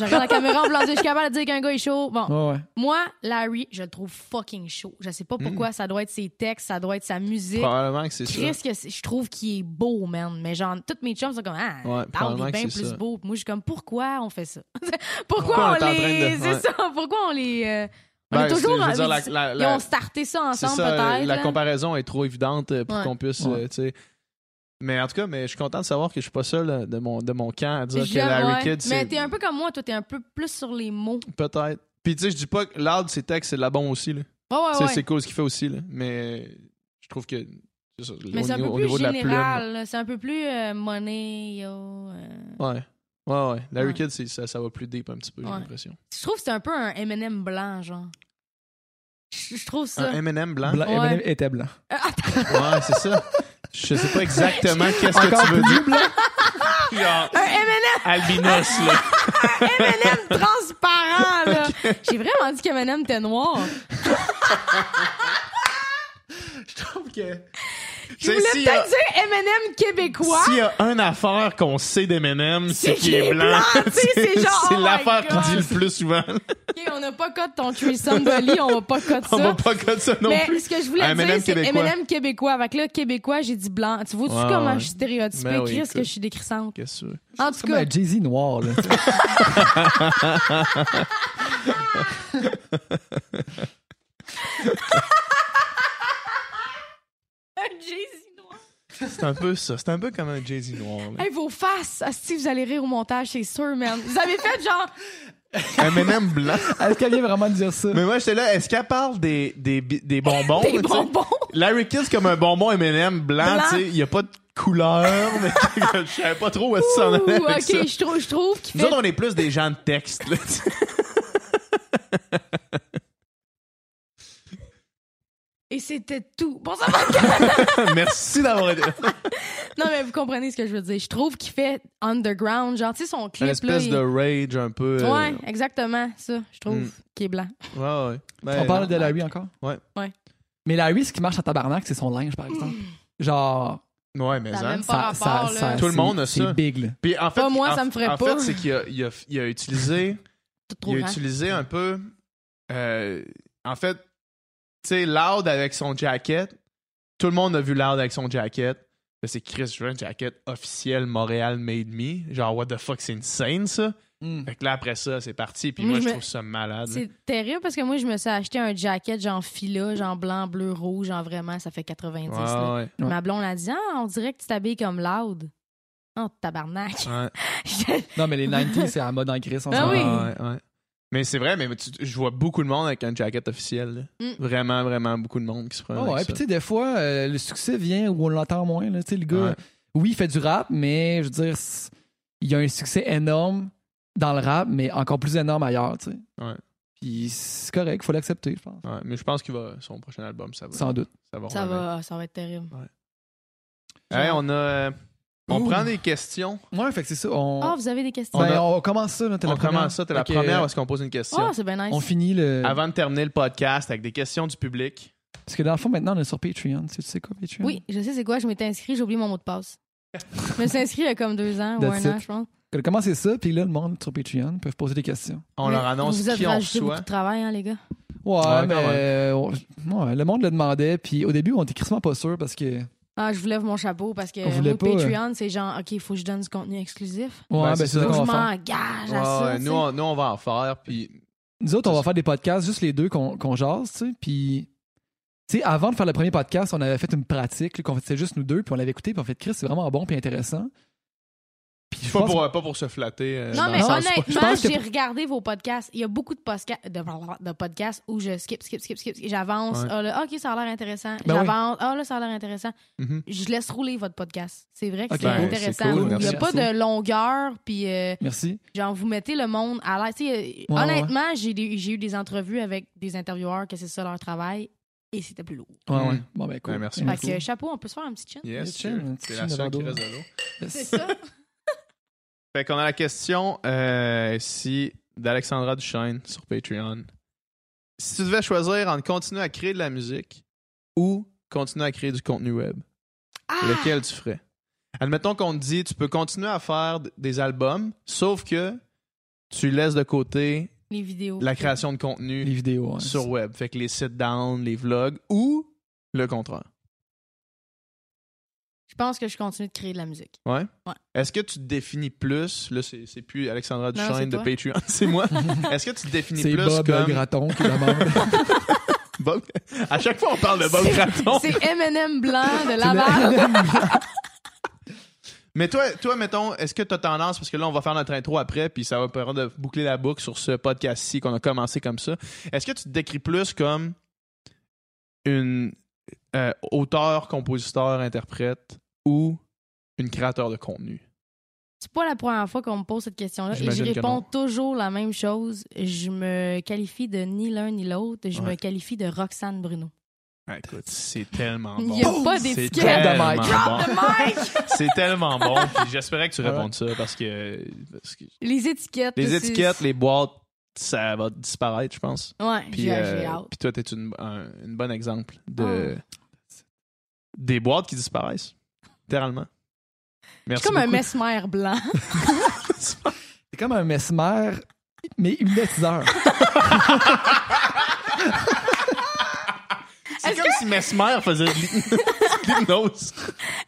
[SPEAKER 3] je regarde la caméra en voulant dire, je suis capable de dire qu'un gars est chaud.
[SPEAKER 1] Ah.
[SPEAKER 3] Bon,
[SPEAKER 2] Ouais, ouais.
[SPEAKER 3] moi, Larry, je le trouve fucking chaud. Je sais pas pourquoi. Ça doit être ses textes, ça doit être sa musique.
[SPEAKER 1] Mm. Probablement que c'est ça.
[SPEAKER 3] Chris, que c'est- je trouve qu'il est beau, man. Mais genre, toutes mes chums sont comme, ah,
[SPEAKER 1] Ouais,
[SPEAKER 3] Down
[SPEAKER 1] probablement
[SPEAKER 3] est
[SPEAKER 1] que
[SPEAKER 3] bien
[SPEAKER 1] c'est
[SPEAKER 3] plus
[SPEAKER 1] ça.
[SPEAKER 3] beau. Puis Moi, je suis comme, pourquoi on fait ça? pourquoi,
[SPEAKER 1] Pourquoi on
[SPEAKER 3] on,
[SPEAKER 1] est en train
[SPEAKER 3] les.
[SPEAKER 1] de-
[SPEAKER 3] C'est
[SPEAKER 1] ouais.
[SPEAKER 3] ça, pourquoi on les. euh, on
[SPEAKER 1] Ben,
[SPEAKER 3] est toujours.
[SPEAKER 1] c'est- je veux
[SPEAKER 3] en-
[SPEAKER 1] dire, la-
[SPEAKER 3] ils-
[SPEAKER 1] la-
[SPEAKER 3] ils
[SPEAKER 1] la-
[SPEAKER 3] ont starté ça
[SPEAKER 1] C'est
[SPEAKER 3] ensemble,
[SPEAKER 1] ça, euh,
[SPEAKER 3] peut-être.
[SPEAKER 1] La
[SPEAKER 3] là.
[SPEAKER 1] comparaison est trop évidente euh, pour
[SPEAKER 3] Ouais.
[SPEAKER 1] qu'on puisse,
[SPEAKER 2] Ouais.
[SPEAKER 1] euh, tu sais. Mais en tout cas, mais je suis content de savoir que je suis pas seul euh, de mon, de mon camp à dire
[SPEAKER 3] C'est
[SPEAKER 1] que
[SPEAKER 3] jeune,
[SPEAKER 1] Larry
[SPEAKER 3] ouais.
[SPEAKER 1] Kidd,
[SPEAKER 3] Mais
[SPEAKER 1] c'est
[SPEAKER 3] t'es un peu comme moi, toi, t'es un peu plus sur les mots.
[SPEAKER 1] peut-être. Puis tu sais, je dis pas que Loud, ses textes, c'est de la bombe aussi. Là.
[SPEAKER 3] Ouais,
[SPEAKER 1] Tu
[SPEAKER 3] ouais,
[SPEAKER 1] sais,
[SPEAKER 3] Ah ouais.
[SPEAKER 1] C'est cool ce qu'il fait aussi. Là. Mais je trouve que. c'est ça,
[SPEAKER 3] Mais
[SPEAKER 1] au,
[SPEAKER 3] c'est un
[SPEAKER 1] niveau,
[SPEAKER 3] peu
[SPEAKER 1] au
[SPEAKER 3] plus
[SPEAKER 1] niveau de la plume. là.
[SPEAKER 3] général. là. C'est un peu plus euh, money, yo. euh.
[SPEAKER 1] Ouais. Ouais, ouais. Larry
[SPEAKER 3] Ouais.
[SPEAKER 1] Kidd, c'est- ça, ça va plus deep un petit peu, j'ai
[SPEAKER 3] Ouais.
[SPEAKER 1] l'impression.
[SPEAKER 3] Je trouve que c'est un peu un M&M blanc, genre. Je je trouve ça.
[SPEAKER 1] Un M&M blanc.
[SPEAKER 2] Blanc,
[SPEAKER 3] Ouais.
[SPEAKER 2] Eminem était blanc.
[SPEAKER 3] Euh, attends,
[SPEAKER 1] Ouais, c'est ça. Je sais pas exactement qu'est-ce que
[SPEAKER 2] Encore
[SPEAKER 1] tu veux dire. Genre,
[SPEAKER 3] un M&M
[SPEAKER 1] albinos, là.
[SPEAKER 3] M&M transparent, là. J'ai vraiment dit que M&M était noir.
[SPEAKER 1] Je trouve que.
[SPEAKER 3] Je voulais
[SPEAKER 1] s'il y a-
[SPEAKER 3] peut-être dire M&M québécois.
[SPEAKER 1] S'il y a une affaire qu'on sait d'Eminem, c'est qu'il est blanc.
[SPEAKER 3] tu sais, c'est genre,
[SPEAKER 1] C'est
[SPEAKER 3] oh my
[SPEAKER 1] l'affaire
[SPEAKER 3] God.
[SPEAKER 1] qui dit le plus souvent.
[SPEAKER 3] OK, on n'a pas code ton threesome de lit, on va pas code ça.
[SPEAKER 1] On va pas code ça non
[SPEAKER 3] mais
[SPEAKER 1] plus.
[SPEAKER 3] ce que je voulais
[SPEAKER 1] Un
[SPEAKER 3] dire,
[SPEAKER 1] M&M
[SPEAKER 3] c'est
[SPEAKER 1] québécois.
[SPEAKER 3] M&M québécois. Avec là, québécois, j'ai dit blanc. Tu vois-tu
[SPEAKER 1] Ouais,
[SPEAKER 3] comment
[SPEAKER 1] ouais.
[SPEAKER 3] je suis stéréotypée?
[SPEAKER 1] Ben oui,
[SPEAKER 3] Chris,
[SPEAKER 1] écoute.
[SPEAKER 3] que je suis décrissante.
[SPEAKER 1] Qu'est-ce que
[SPEAKER 3] En tout
[SPEAKER 2] C'est comme
[SPEAKER 3] cas,
[SPEAKER 2] un Jay-Z noir, là.
[SPEAKER 3] un Jay-Z noir.
[SPEAKER 1] C'est un peu ça. C'est un peu comme un Jay-Z noir. là.
[SPEAKER 3] Hey, vos faces! Asti, vous allez rire au montage, c'est sûr, man. Vous avez fait genre.
[SPEAKER 1] M&M blanc.
[SPEAKER 2] Est-ce qu'elle vient vraiment de dire ça?
[SPEAKER 1] Mais moi, j'étais là, est-ce qu'elle parle des, des, bi- des bonbons?
[SPEAKER 3] Des
[SPEAKER 1] tu sais?
[SPEAKER 3] bonbons.
[SPEAKER 1] Larry Kidd, c'est comme un bonbon M&M blanc,
[SPEAKER 3] Blanc.
[SPEAKER 1] tu sais. Il y a pas de couleur, mais je savais pas trop où est-ce que ça en allait
[SPEAKER 3] Ouh,
[SPEAKER 1] avec ça.
[SPEAKER 3] ok, je trouve, je trouve qu'il
[SPEAKER 1] Nous
[SPEAKER 3] fait.
[SPEAKER 1] autres, on est plus des gens de texte, là, tu sais.
[SPEAKER 3] Et c'était tout. Bon, ça va.
[SPEAKER 1] Merci d'avoir été.
[SPEAKER 3] Non, mais vous comprenez ce que je veux dire. Je trouve qu'il fait underground. Genre, tu sais, son
[SPEAKER 1] Une
[SPEAKER 3] clip.
[SPEAKER 1] espèce
[SPEAKER 3] là,
[SPEAKER 1] de
[SPEAKER 3] il-
[SPEAKER 1] rage un peu. euh,
[SPEAKER 3] Ouais, exactement, ça, je trouve,
[SPEAKER 1] Mm.
[SPEAKER 3] qu'il est blanc.
[SPEAKER 1] Ouais, ouais. Ben,
[SPEAKER 2] On parle
[SPEAKER 1] non.
[SPEAKER 2] de Larry encore?
[SPEAKER 1] Ouais.
[SPEAKER 3] Ouais.
[SPEAKER 2] Mais Larry, ce qui marche à tabarnak, c'est son linge, par exemple. Genre,
[SPEAKER 1] Ouais, mais
[SPEAKER 3] Ça
[SPEAKER 1] hein.
[SPEAKER 3] même Pas rapport, là.
[SPEAKER 1] Tout le
[SPEAKER 2] c'est-
[SPEAKER 1] monde a ça.
[SPEAKER 2] C'est big, là.
[SPEAKER 1] Puis en fait,
[SPEAKER 3] Pas moi,
[SPEAKER 1] en-
[SPEAKER 3] ça me ferait
[SPEAKER 1] en
[SPEAKER 3] pas.
[SPEAKER 1] fait, c'est qu'il a, il a, il a utilisé,
[SPEAKER 3] Tout trop
[SPEAKER 1] il a
[SPEAKER 3] grand.
[SPEAKER 1] utilisé un peu, euh, en fait, tu sais, Loud avec son jacket. Tout le monde a vu Loud avec son jacket. Là, C'est Chris, je veux un jacket officiel Montréal Made Me. Genre, what the fuck, c'est insane, ça. Fait que là, après ça, c'est parti. Puis
[SPEAKER 3] Moi,
[SPEAKER 1] moi,
[SPEAKER 3] je
[SPEAKER 1] je
[SPEAKER 3] me-
[SPEAKER 1] trouve ça malade.
[SPEAKER 3] C'est terrible parce que moi, je me suis acheté un jacket genre fila, genre blanc, bleu, rouge, genre vraiment, ça fait 90.
[SPEAKER 1] Ouais,
[SPEAKER 3] là.
[SPEAKER 1] ouais,
[SPEAKER 2] Ouais.
[SPEAKER 3] Ma blonde a dit Ah, on dirait que tu t'habilles comme Loud. Oh, tabarnak.
[SPEAKER 1] ouais.
[SPEAKER 2] Non, mais les 90s, c'est à la mode en crise. en ce
[SPEAKER 3] Ah
[SPEAKER 2] moment.
[SPEAKER 3] oui.
[SPEAKER 1] Ouais, ouais. Mais c'est vrai, mais tu- je vois beaucoup de monde avec un jacket officiel. là.
[SPEAKER 3] Mm.
[SPEAKER 1] Vraiment, vraiment beaucoup de monde qui se prend.
[SPEAKER 2] Ah Ouais, ouais. Puis tu sais, des fois, euh, le succès vient où on l'entend moins. là. Tu sais, le gars,
[SPEAKER 1] Ouais.
[SPEAKER 2] oui, il fait du rap, mais je veux dire, c'est- il y a un succès énorme dans le rap, mais encore plus énorme ailleurs, tu sais.
[SPEAKER 1] Ouais.
[SPEAKER 2] Puis c'est correct, faut l'accepter, je pense.
[SPEAKER 1] Ouais, mais je pense que va, son prochain album, ça va.
[SPEAKER 2] Sans doute.
[SPEAKER 1] Ça va.
[SPEAKER 3] Ça
[SPEAKER 1] revenir.
[SPEAKER 3] va, ça va être terrible.
[SPEAKER 1] Hey, on a. euh, on
[SPEAKER 2] Ouh.
[SPEAKER 1] prend des questions.
[SPEAKER 2] Ouais, fait que c'est ça. On,
[SPEAKER 3] Ah, vous avez des questions?
[SPEAKER 1] On
[SPEAKER 2] ben,
[SPEAKER 1] a-
[SPEAKER 2] on commence ça, là, t'es
[SPEAKER 1] On
[SPEAKER 2] la première.
[SPEAKER 1] commence ça, t'es la
[SPEAKER 2] Ok,
[SPEAKER 1] première parce qu'on pose une question.
[SPEAKER 3] Ah, c'est bien nice.
[SPEAKER 2] On finit le.
[SPEAKER 1] Avant de terminer le podcast avec des questions du public.
[SPEAKER 2] Parce que dans le fond, maintenant, on est sur Patreon. Tu sais, tu sais quoi, Patreon?
[SPEAKER 3] Oui, je sais c'est quoi, je m'étais inscrit, j'ai oublié mon mot de passe. je me suis inscrit il y a comme deux ans ou
[SPEAKER 2] That's
[SPEAKER 3] un
[SPEAKER 2] it.
[SPEAKER 3] an, je pense.
[SPEAKER 2] On a commencé ça, puis là, le monde sur Patreon peuvent poser des questions.
[SPEAKER 1] On
[SPEAKER 3] Mais
[SPEAKER 1] leur annonce
[SPEAKER 3] Vous vous êtes
[SPEAKER 1] qui on
[SPEAKER 3] rajouté beaucoup
[SPEAKER 1] reçoit.
[SPEAKER 3] de travail, hein, les gars.
[SPEAKER 2] Ouais,
[SPEAKER 1] quand
[SPEAKER 2] mais.
[SPEAKER 1] même.
[SPEAKER 2] euh, on- ouais, le monde le demandait, puis au début, on était crissement pas sûr parce que.
[SPEAKER 3] Ah, je vous lève mon chapeau parce que
[SPEAKER 2] On voulait pas,
[SPEAKER 3] moi, Patreon, c'est genre, OK, il faut que je donne du contenu exclusif.
[SPEAKER 2] Ouais,
[SPEAKER 1] Ben,
[SPEAKER 2] ben,
[SPEAKER 1] c'est
[SPEAKER 2] c'est
[SPEAKER 1] ça.
[SPEAKER 2] ça
[SPEAKER 3] Faut que
[SPEAKER 2] qu'on
[SPEAKER 3] je
[SPEAKER 2] va faire.
[SPEAKER 3] m'engage
[SPEAKER 1] Ouais,
[SPEAKER 3] à ça.
[SPEAKER 1] ouais,
[SPEAKER 3] tu
[SPEAKER 1] nous,
[SPEAKER 3] sais.
[SPEAKER 1] on, nous, on va en faire. Puis
[SPEAKER 2] Nous autres, on va faire des podcasts, juste les deux qu'on qu'on jase, tu sais. Puis, tu sais, avant de faire le premier podcast, on avait fait une pratique, là, qu'on faisait juste nous deux, puis on l'avait écouté, puis on fait Chris, c'est vraiment bon, puis intéressant. Puis, je
[SPEAKER 1] pas
[SPEAKER 2] pense-
[SPEAKER 1] pour, euh, pas pour se flatter. euh, dans
[SPEAKER 3] Non,
[SPEAKER 1] le
[SPEAKER 3] mais
[SPEAKER 2] Non,
[SPEAKER 1] sens-
[SPEAKER 2] je
[SPEAKER 3] honnêtement,
[SPEAKER 2] pense que-
[SPEAKER 3] j'ai regardé vos podcasts. Il y a beaucoup de, posca- de, de podcasts où je skip, skip, skip, skip. J'avance.
[SPEAKER 1] Ouais.
[SPEAKER 3] Ah, là, OK, ça a l'air intéressant.
[SPEAKER 2] Ben oui.
[SPEAKER 3] J'avance. Ah, là, ça a l'air intéressant.
[SPEAKER 1] Mhm.
[SPEAKER 3] Je laisse rouler votre podcast. C'est vrai que
[SPEAKER 2] Ok,
[SPEAKER 3] c'est
[SPEAKER 2] ben,
[SPEAKER 1] c'est
[SPEAKER 3] intéressant.
[SPEAKER 1] cool,
[SPEAKER 3] Il n'y a
[SPEAKER 1] merci.
[SPEAKER 3] pas de longueur, puis euh,
[SPEAKER 2] Merci.
[SPEAKER 3] genre, vous mettez le monde à l'aise. Tu sais, euh,
[SPEAKER 2] Ouais,
[SPEAKER 3] honnêtement, j'ai des- j'ai eu des entrevues avec des intervieweurs que c'est ça leur travail, et c'était plus lourd.
[SPEAKER 2] Ouais,
[SPEAKER 1] Mm.
[SPEAKER 2] ouais. Bon, ben, cool.
[SPEAKER 1] Ouais, merci
[SPEAKER 2] Cool.
[SPEAKER 3] Fait que, euh, chapeau, on peut se faire un petit chin.
[SPEAKER 1] Yes,
[SPEAKER 2] Tiens,
[SPEAKER 1] sure.
[SPEAKER 2] un petit
[SPEAKER 1] C'est la
[SPEAKER 2] film de
[SPEAKER 1] seule qui
[SPEAKER 2] Bordeaux.
[SPEAKER 1] reste de l'eau.
[SPEAKER 3] C'est ça.
[SPEAKER 1] Fait qu'on a la question euh, si d'Alexandra Duchesne sur Patreon. Si tu devais choisir entre continuer à créer de la musique ou continuer à créer du contenu web,
[SPEAKER 3] Ah!
[SPEAKER 1] lequel tu ferais? Admettons qu'on te dit tu peux continuer à faire d- des albums, sauf que tu laisses de côté
[SPEAKER 3] Les vidéos.
[SPEAKER 1] la création de contenu
[SPEAKER 2] Les vidéos. hein.
[SPEAKER 1] sur web. Fait que les sit-down, les vlogs ou le contraire.
[SPEAKER 3] Je pense que je continue de créer de la musique.
[SPEAKER 1] Ouais?
[SPEAKER 3] Ouais.
[SPEAKER 1] Est-ce que tu te définis plus, là c'est c'est plus Alexandra
[SPEAKER 3] Non, c'est
[SPEAKER 1] Duchesne de
[SPEAKER 3] toi.
[SPEAKER 1] Patreon, c'est moi. Est-ce que tu te définis
[SPEAKER 2] C'est
[SPEAKER 1] plus
[SPEAKER 2] Bob le
[SPEAKER 1] comme...
[SPEAKER 2] Graton qui demande.
[SPEAKER 1] Bob- À chaque fois on parle de Bob
[SPEAKER 3] C'est-
[SPEAKER 1] Graton.
[SPEAKER 3] C'est M&M blanc de
[SPEAKER 2] C'est
[SPEAKER 3] Laval.
[SPEAKER 1] Mais toi, toi mettons, est-ce que tu as tendance, parce que là on va faire notre intro après, puis ça va permettre de boucler la boucle sur ce podcast-ci qu'on a commencé comme ça. Est-ce que tu te décris plus comme une euh, auteur, compositeur, interprète ou une créateur de contenu?
[SPEAKER 3] C'est pas la première fois qu'on me pose cette question-là et je
[SPEAKER 1] J'imagine que non.
[SPEAKER 3] réponds toujours la même chose. Je me qualifie de ni l'un ni l'autre. Je
[SPEAKER 1] Ouais.
[SPEAKER 3] me qualifie de Roxane Bruno.
[SPEAKER 1] Ah, écoute, c'est tellement Ah
[SPEAKER 3] Il
[SPEAKER 1] bon.
[SPEAKER 3] n'y a pas
[SPEAKER 1] C'est
[SPEAKER 3] d'étiquette.
[SPEAKER 1] tellement
[SPEAKER 2] Drop
[SPEAKER 1] bon.
[SPEAKER 3] De Mike!
[SPEAKER 1] C'est tellement bon. puis J'espérais que tu
[SPEAKER 2] Voilà.
[SPEAKER 1] répondes ça parce que, parce que
[SPEAKER 3] Les étiquettes.
[SPEAKER 1] les
[SPEAKER 3] c'est-
[SPEAKER 1] étiquettes, les boîtes, ça va disparaître, je pense.
[SPEAKER 3] Ouais,
[SPEAKER 1] Puis,
[SPEAKER 3] j'ai j'ai
[SPEAKER 1] euh,
[SPEAKER 3] hâte.
[SPEAKER 1] puis toi, t'es une, un une bonne exemple de
[SPEAKER 3] Ah.
[SPEAKER 1] des boîtes qui disparaissent, littéralement.
[SPEAKER 3] Je
[SPEAKER 1] Merci
[SPEAKER 3] suis comme un
[SPEAKER 1] beaucoup.
[SPEAKER 3] mesmer blanc.
[SPEAKER 2] C'est comme un mesmer, mais hypnotiseur.
[SPEAKER 1] C'est comme si Mesmer faisait de l'hy- de l'hypnose.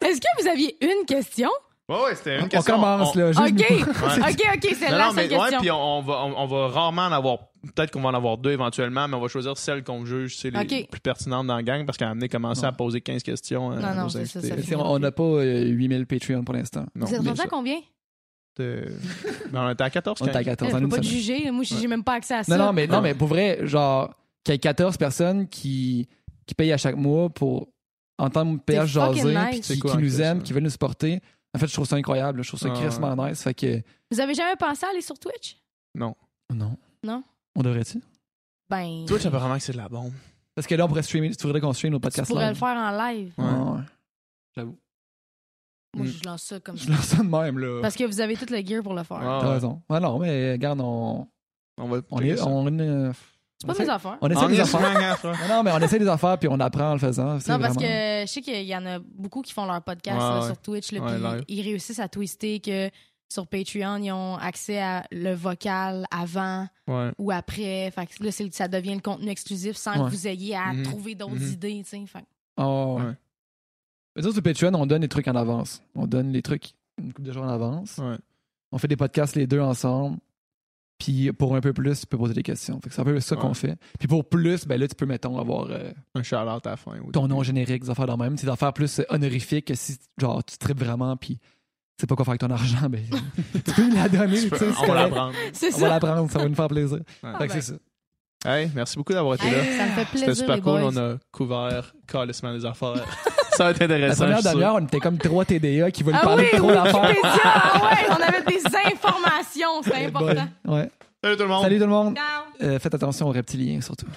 [SPEAKER 3] Est-ce que vous aviez une question?
[SPEAKER 1] Ouais, ouais, c'était une
[SPEAKER 2] On
[SPEAKER 1] question.
[SPEAKER 2] commence, là.
[SPEAKER 3] OK.
[SPEAKER 2] juge-nous pas.
[SPEAKER 3] OK, OK, c'est
[SPEAKER 1] Non,
[SPEAKER 3] la
[SPEAKER 1] non, mais
[SPEAKER 3] seule
[SPEAKER 1] ouais,
[SPEAKER 3] question.
[SPEAKER 1] puis on, on va, on, on va rarement en avoir. Peut-être qu'on va en avoir deux éventuellement, mais on va choisir celles qu'on juge c'est les
[SPEAKER 3] Ok.
[SPEAKER 1] plus pertinentes dans la gang parce qu'elle a amené commencé
[SPEAKER 2] Ouais.
[SPEAKER 1] à poser 15 questions hein, à
[SPEAKER 3] Non, non,
[SPEAKER 1] nos
[SPEAKER 3] c'est ça,
[SPEAKER 1] invités.
[SPEAKER 3] ça fait-
[SPEAKER 2] C'est- On n'a pas euh, 8000 Patreon pour l'instant.
[SPEAKER 1] Non,
[SPEAKER 3] vous êtes
[SPEAKER 1] mais
[SPEAKER 3] rendu à combien?
[SPEAKER 1] ça, euh, ben, on était à 14
[SPEAKER 2] On est à 14
[SPEAKER 3] Je
[SPEAKER 2] en
[SPEAKER 3] peux
[SPEAKER 2] une
[SPEAKER 3] pas te
[SPEAKER 2] semaine.
[SPEAKER 3] juger. Moi, j'ai j'ai même pas accès à ça.
[SPEAKER 2] Non, non, mais, non,
[SPEAKER 1] Ah Ouais.
[SPEAKER 2] mais pour vrai, genre, qu'il y ait 14 personnes qui, qui payent à chaque mois pour entendre PH
[SPEAKER 3] C'est fucking
[SPEAKER 2] jaser,
[SPEAKER 3] nice.
[SPEAKER 2] puis
[SPEAKER 1] C'est
[SPEAKER 2] qui,
[SPEAKER 1] cool,
[SPEAKER 2] qui
[SPEAKER 1] en
[SPEAKER 2] nous
[SPEAKER 1] plus,
[SPEAKER 2] aiment,
[SPEAKER 1] ouais.
[SPEAKER 2] qui veulent nous supporter. En fait, je trouve ça incroyable. Je trouve ça
[SPEAKER 1] Ah,
[SPEAKER 2] crissement nice. Fait que.
[SPEAKER 3] Vous avez jamais pensé à aller sur Twitch?
[SPEAKER 2] Non.
[SPEAKER 3] Non.
[SPEAKER 2] On devrait-tu?
[SPEAKER 3] Ben,
[SPEAKER 1] Twitch, apparemment que c'est de la bombe.
[SPEAKER 2] Parce que là, on pourrait streamer. Tu voudrais qu'on stream nos
[SPEAKER 3] tu
[SPEAKER 2] podcasts
[SPEAKER 3] pourrais le
[SPEAKER 2] live. Ah
[SPEAKER 3] faire en live.
[SPEAKER 1] Ouais.
[SPEAKER 2] Ouais, ouais.
[SPEAKER 3] Moi,
[SPEAKER 1] Mm.
[SPEAKER 3] je lance ça comme ça.
[SPEAKER 2] Je lance ça de même, là.
[SPEAKER 3] Parce que vous avez toute le gear pour le faire.
[SPEAKER 1] Ah,
[SPEAKER 2] T'as raison. Ouais, non, mais regarde, on,
[SPEAKER 1] On va
[SPEAKER 2] on est. On, euh,
[SPEAKER 3] C'est
[SPEAKER 2] on
[SPEAKER 3] pas
[SPEAKER 2] essaie-
[SPEAKER 3] mes affaires.
[SPEAKER 2] on essaie
[SPEAKER 1] On
[SPEAKER 2] des
[SPEAKER 1] est
[SPEAKER 2] affaires.
[SPEAKER 1] sur-
[SPEAKER 2] Non, non, mais on essaie des affaires, puis on apprend en le faisant. C'est
[SPEAKER 3] Non, parce que
[SPEAKER 2] vraiment-
[SPEAKER 3] je sais qu'il y en a beaucoup qui font leur podcast
[SPEAKER 1] Ouais,
[SPEAKER 3] là,
[SPEAKER 1] ouais.
[SPEAKER 3] sur Twitch, là,
[SPEAKER 1] Ouais,
[SPEAKER 3] puis
[SPEAKER 1] live.
[SPEAKER 3] ils réussissent à twister que sur Patreon, ils ont accès à le vocal avant
[SPEAKER 1] Ouais.
[SPEAKER 3] ou après. Fait que là, c'est- ça devient le contenu exclusif sans
[SPEAKER 2] Ouais.
[SPEAKER 3] que vous ayez à
[SPEAKER 1] Mhm.
[SPEAKER 3] trouver d'autres
[SPEAKER 1] Mhm.
[SPEAKER 3] idées. tu sais. Fait que-
[SPEAKER 2] Oh, ouais.
[SPEAKER 1] Ouais.
[SPEAKER 2] Mais sur Patreon, on donne les trucs en avance. On donne les trucs une couple de jours en avance.
[SPEAKER 1] Ouais.
[SPEAKER 2] On fait des podcasts les deux ensemble. Puis pour un peu plus, tu peux poser des questions. Fait que c'est un peu ça
[SPEAKER 1] Ouais.
[SPEAKER 2] qu'on fait. Puis pour plus, ben là, tu peux, mettons, avoir euh,
[SPEAKER 1] Un shout-out à la fin. oui.
[SPEAKER 2] ton nom générique, des affaires dans le même. C'est des affaires plus euh, honorifiques que si, genre, tu tripes vraiment, puis tu sais pas quoi faire avec ton argent, ben tu peux me la donner,
[SPEAKER 1] Tu
[SPEAKER 2] tu
[SPEAKER 1] peux-
[SPEAKER 2] sais,
[SPEAKER 1] on
[SPEAKER 2] c'est
[SPEAKER 1] va
[SPEAKER 2] correct.
[SPEAKER 1] l'apprendre.
[SPEAKER 3] C'est
[SPEAKER 2] On va
[SPEAKER 3] ça.
[SPEAKER 2] la prendre, ça va nous faire plaisir.
[SPEAKER 1] Ouais.
[SPEAKER 2] Fait que
[SPEAKER 3] ben.
[SPEAKER 2] c'est ça.
[SPEAKER 1] Hey, merci beaucoup d'avoir été là.
[SPEAKER 3] Hey, ça me fait
[SPEAKER 1] C'était
[SPEAKER 3] plaisir,
[SPEAKER 1] super
[SPEAKER 3] les
[SPEAKER 1] cool.
[SPEAKER 3] boys.
[SPEAKER 1] On a couvert calissement des affaires. Ça va être
[SPEAKER 2] La
[SPEAKER 1] intéressant.
[SPEAKER 2] première
[SPEAKER 1] je suis sûr.
[SPEAKER 2] demi-heure, on était comme trois TDA qui veulent
[SPEAKER 3] Ah
[SPEAKER 2] parler
[SPEAKER 3] oui,
[SPEAKER 2] de trop d'affaires.
[SPEAKER 3] C'est ça, ah ouais, on avait des informations, c'est important.
[SPEAKER 2] Ouais.
[SPEAKER 1] Salut tout le monde.
[SPEAKER 2] Salut tout le monde.
[SPEAKER 3] Ciao.
[SPEAKER 2] Euh, faites attention aux reptiliens surtout.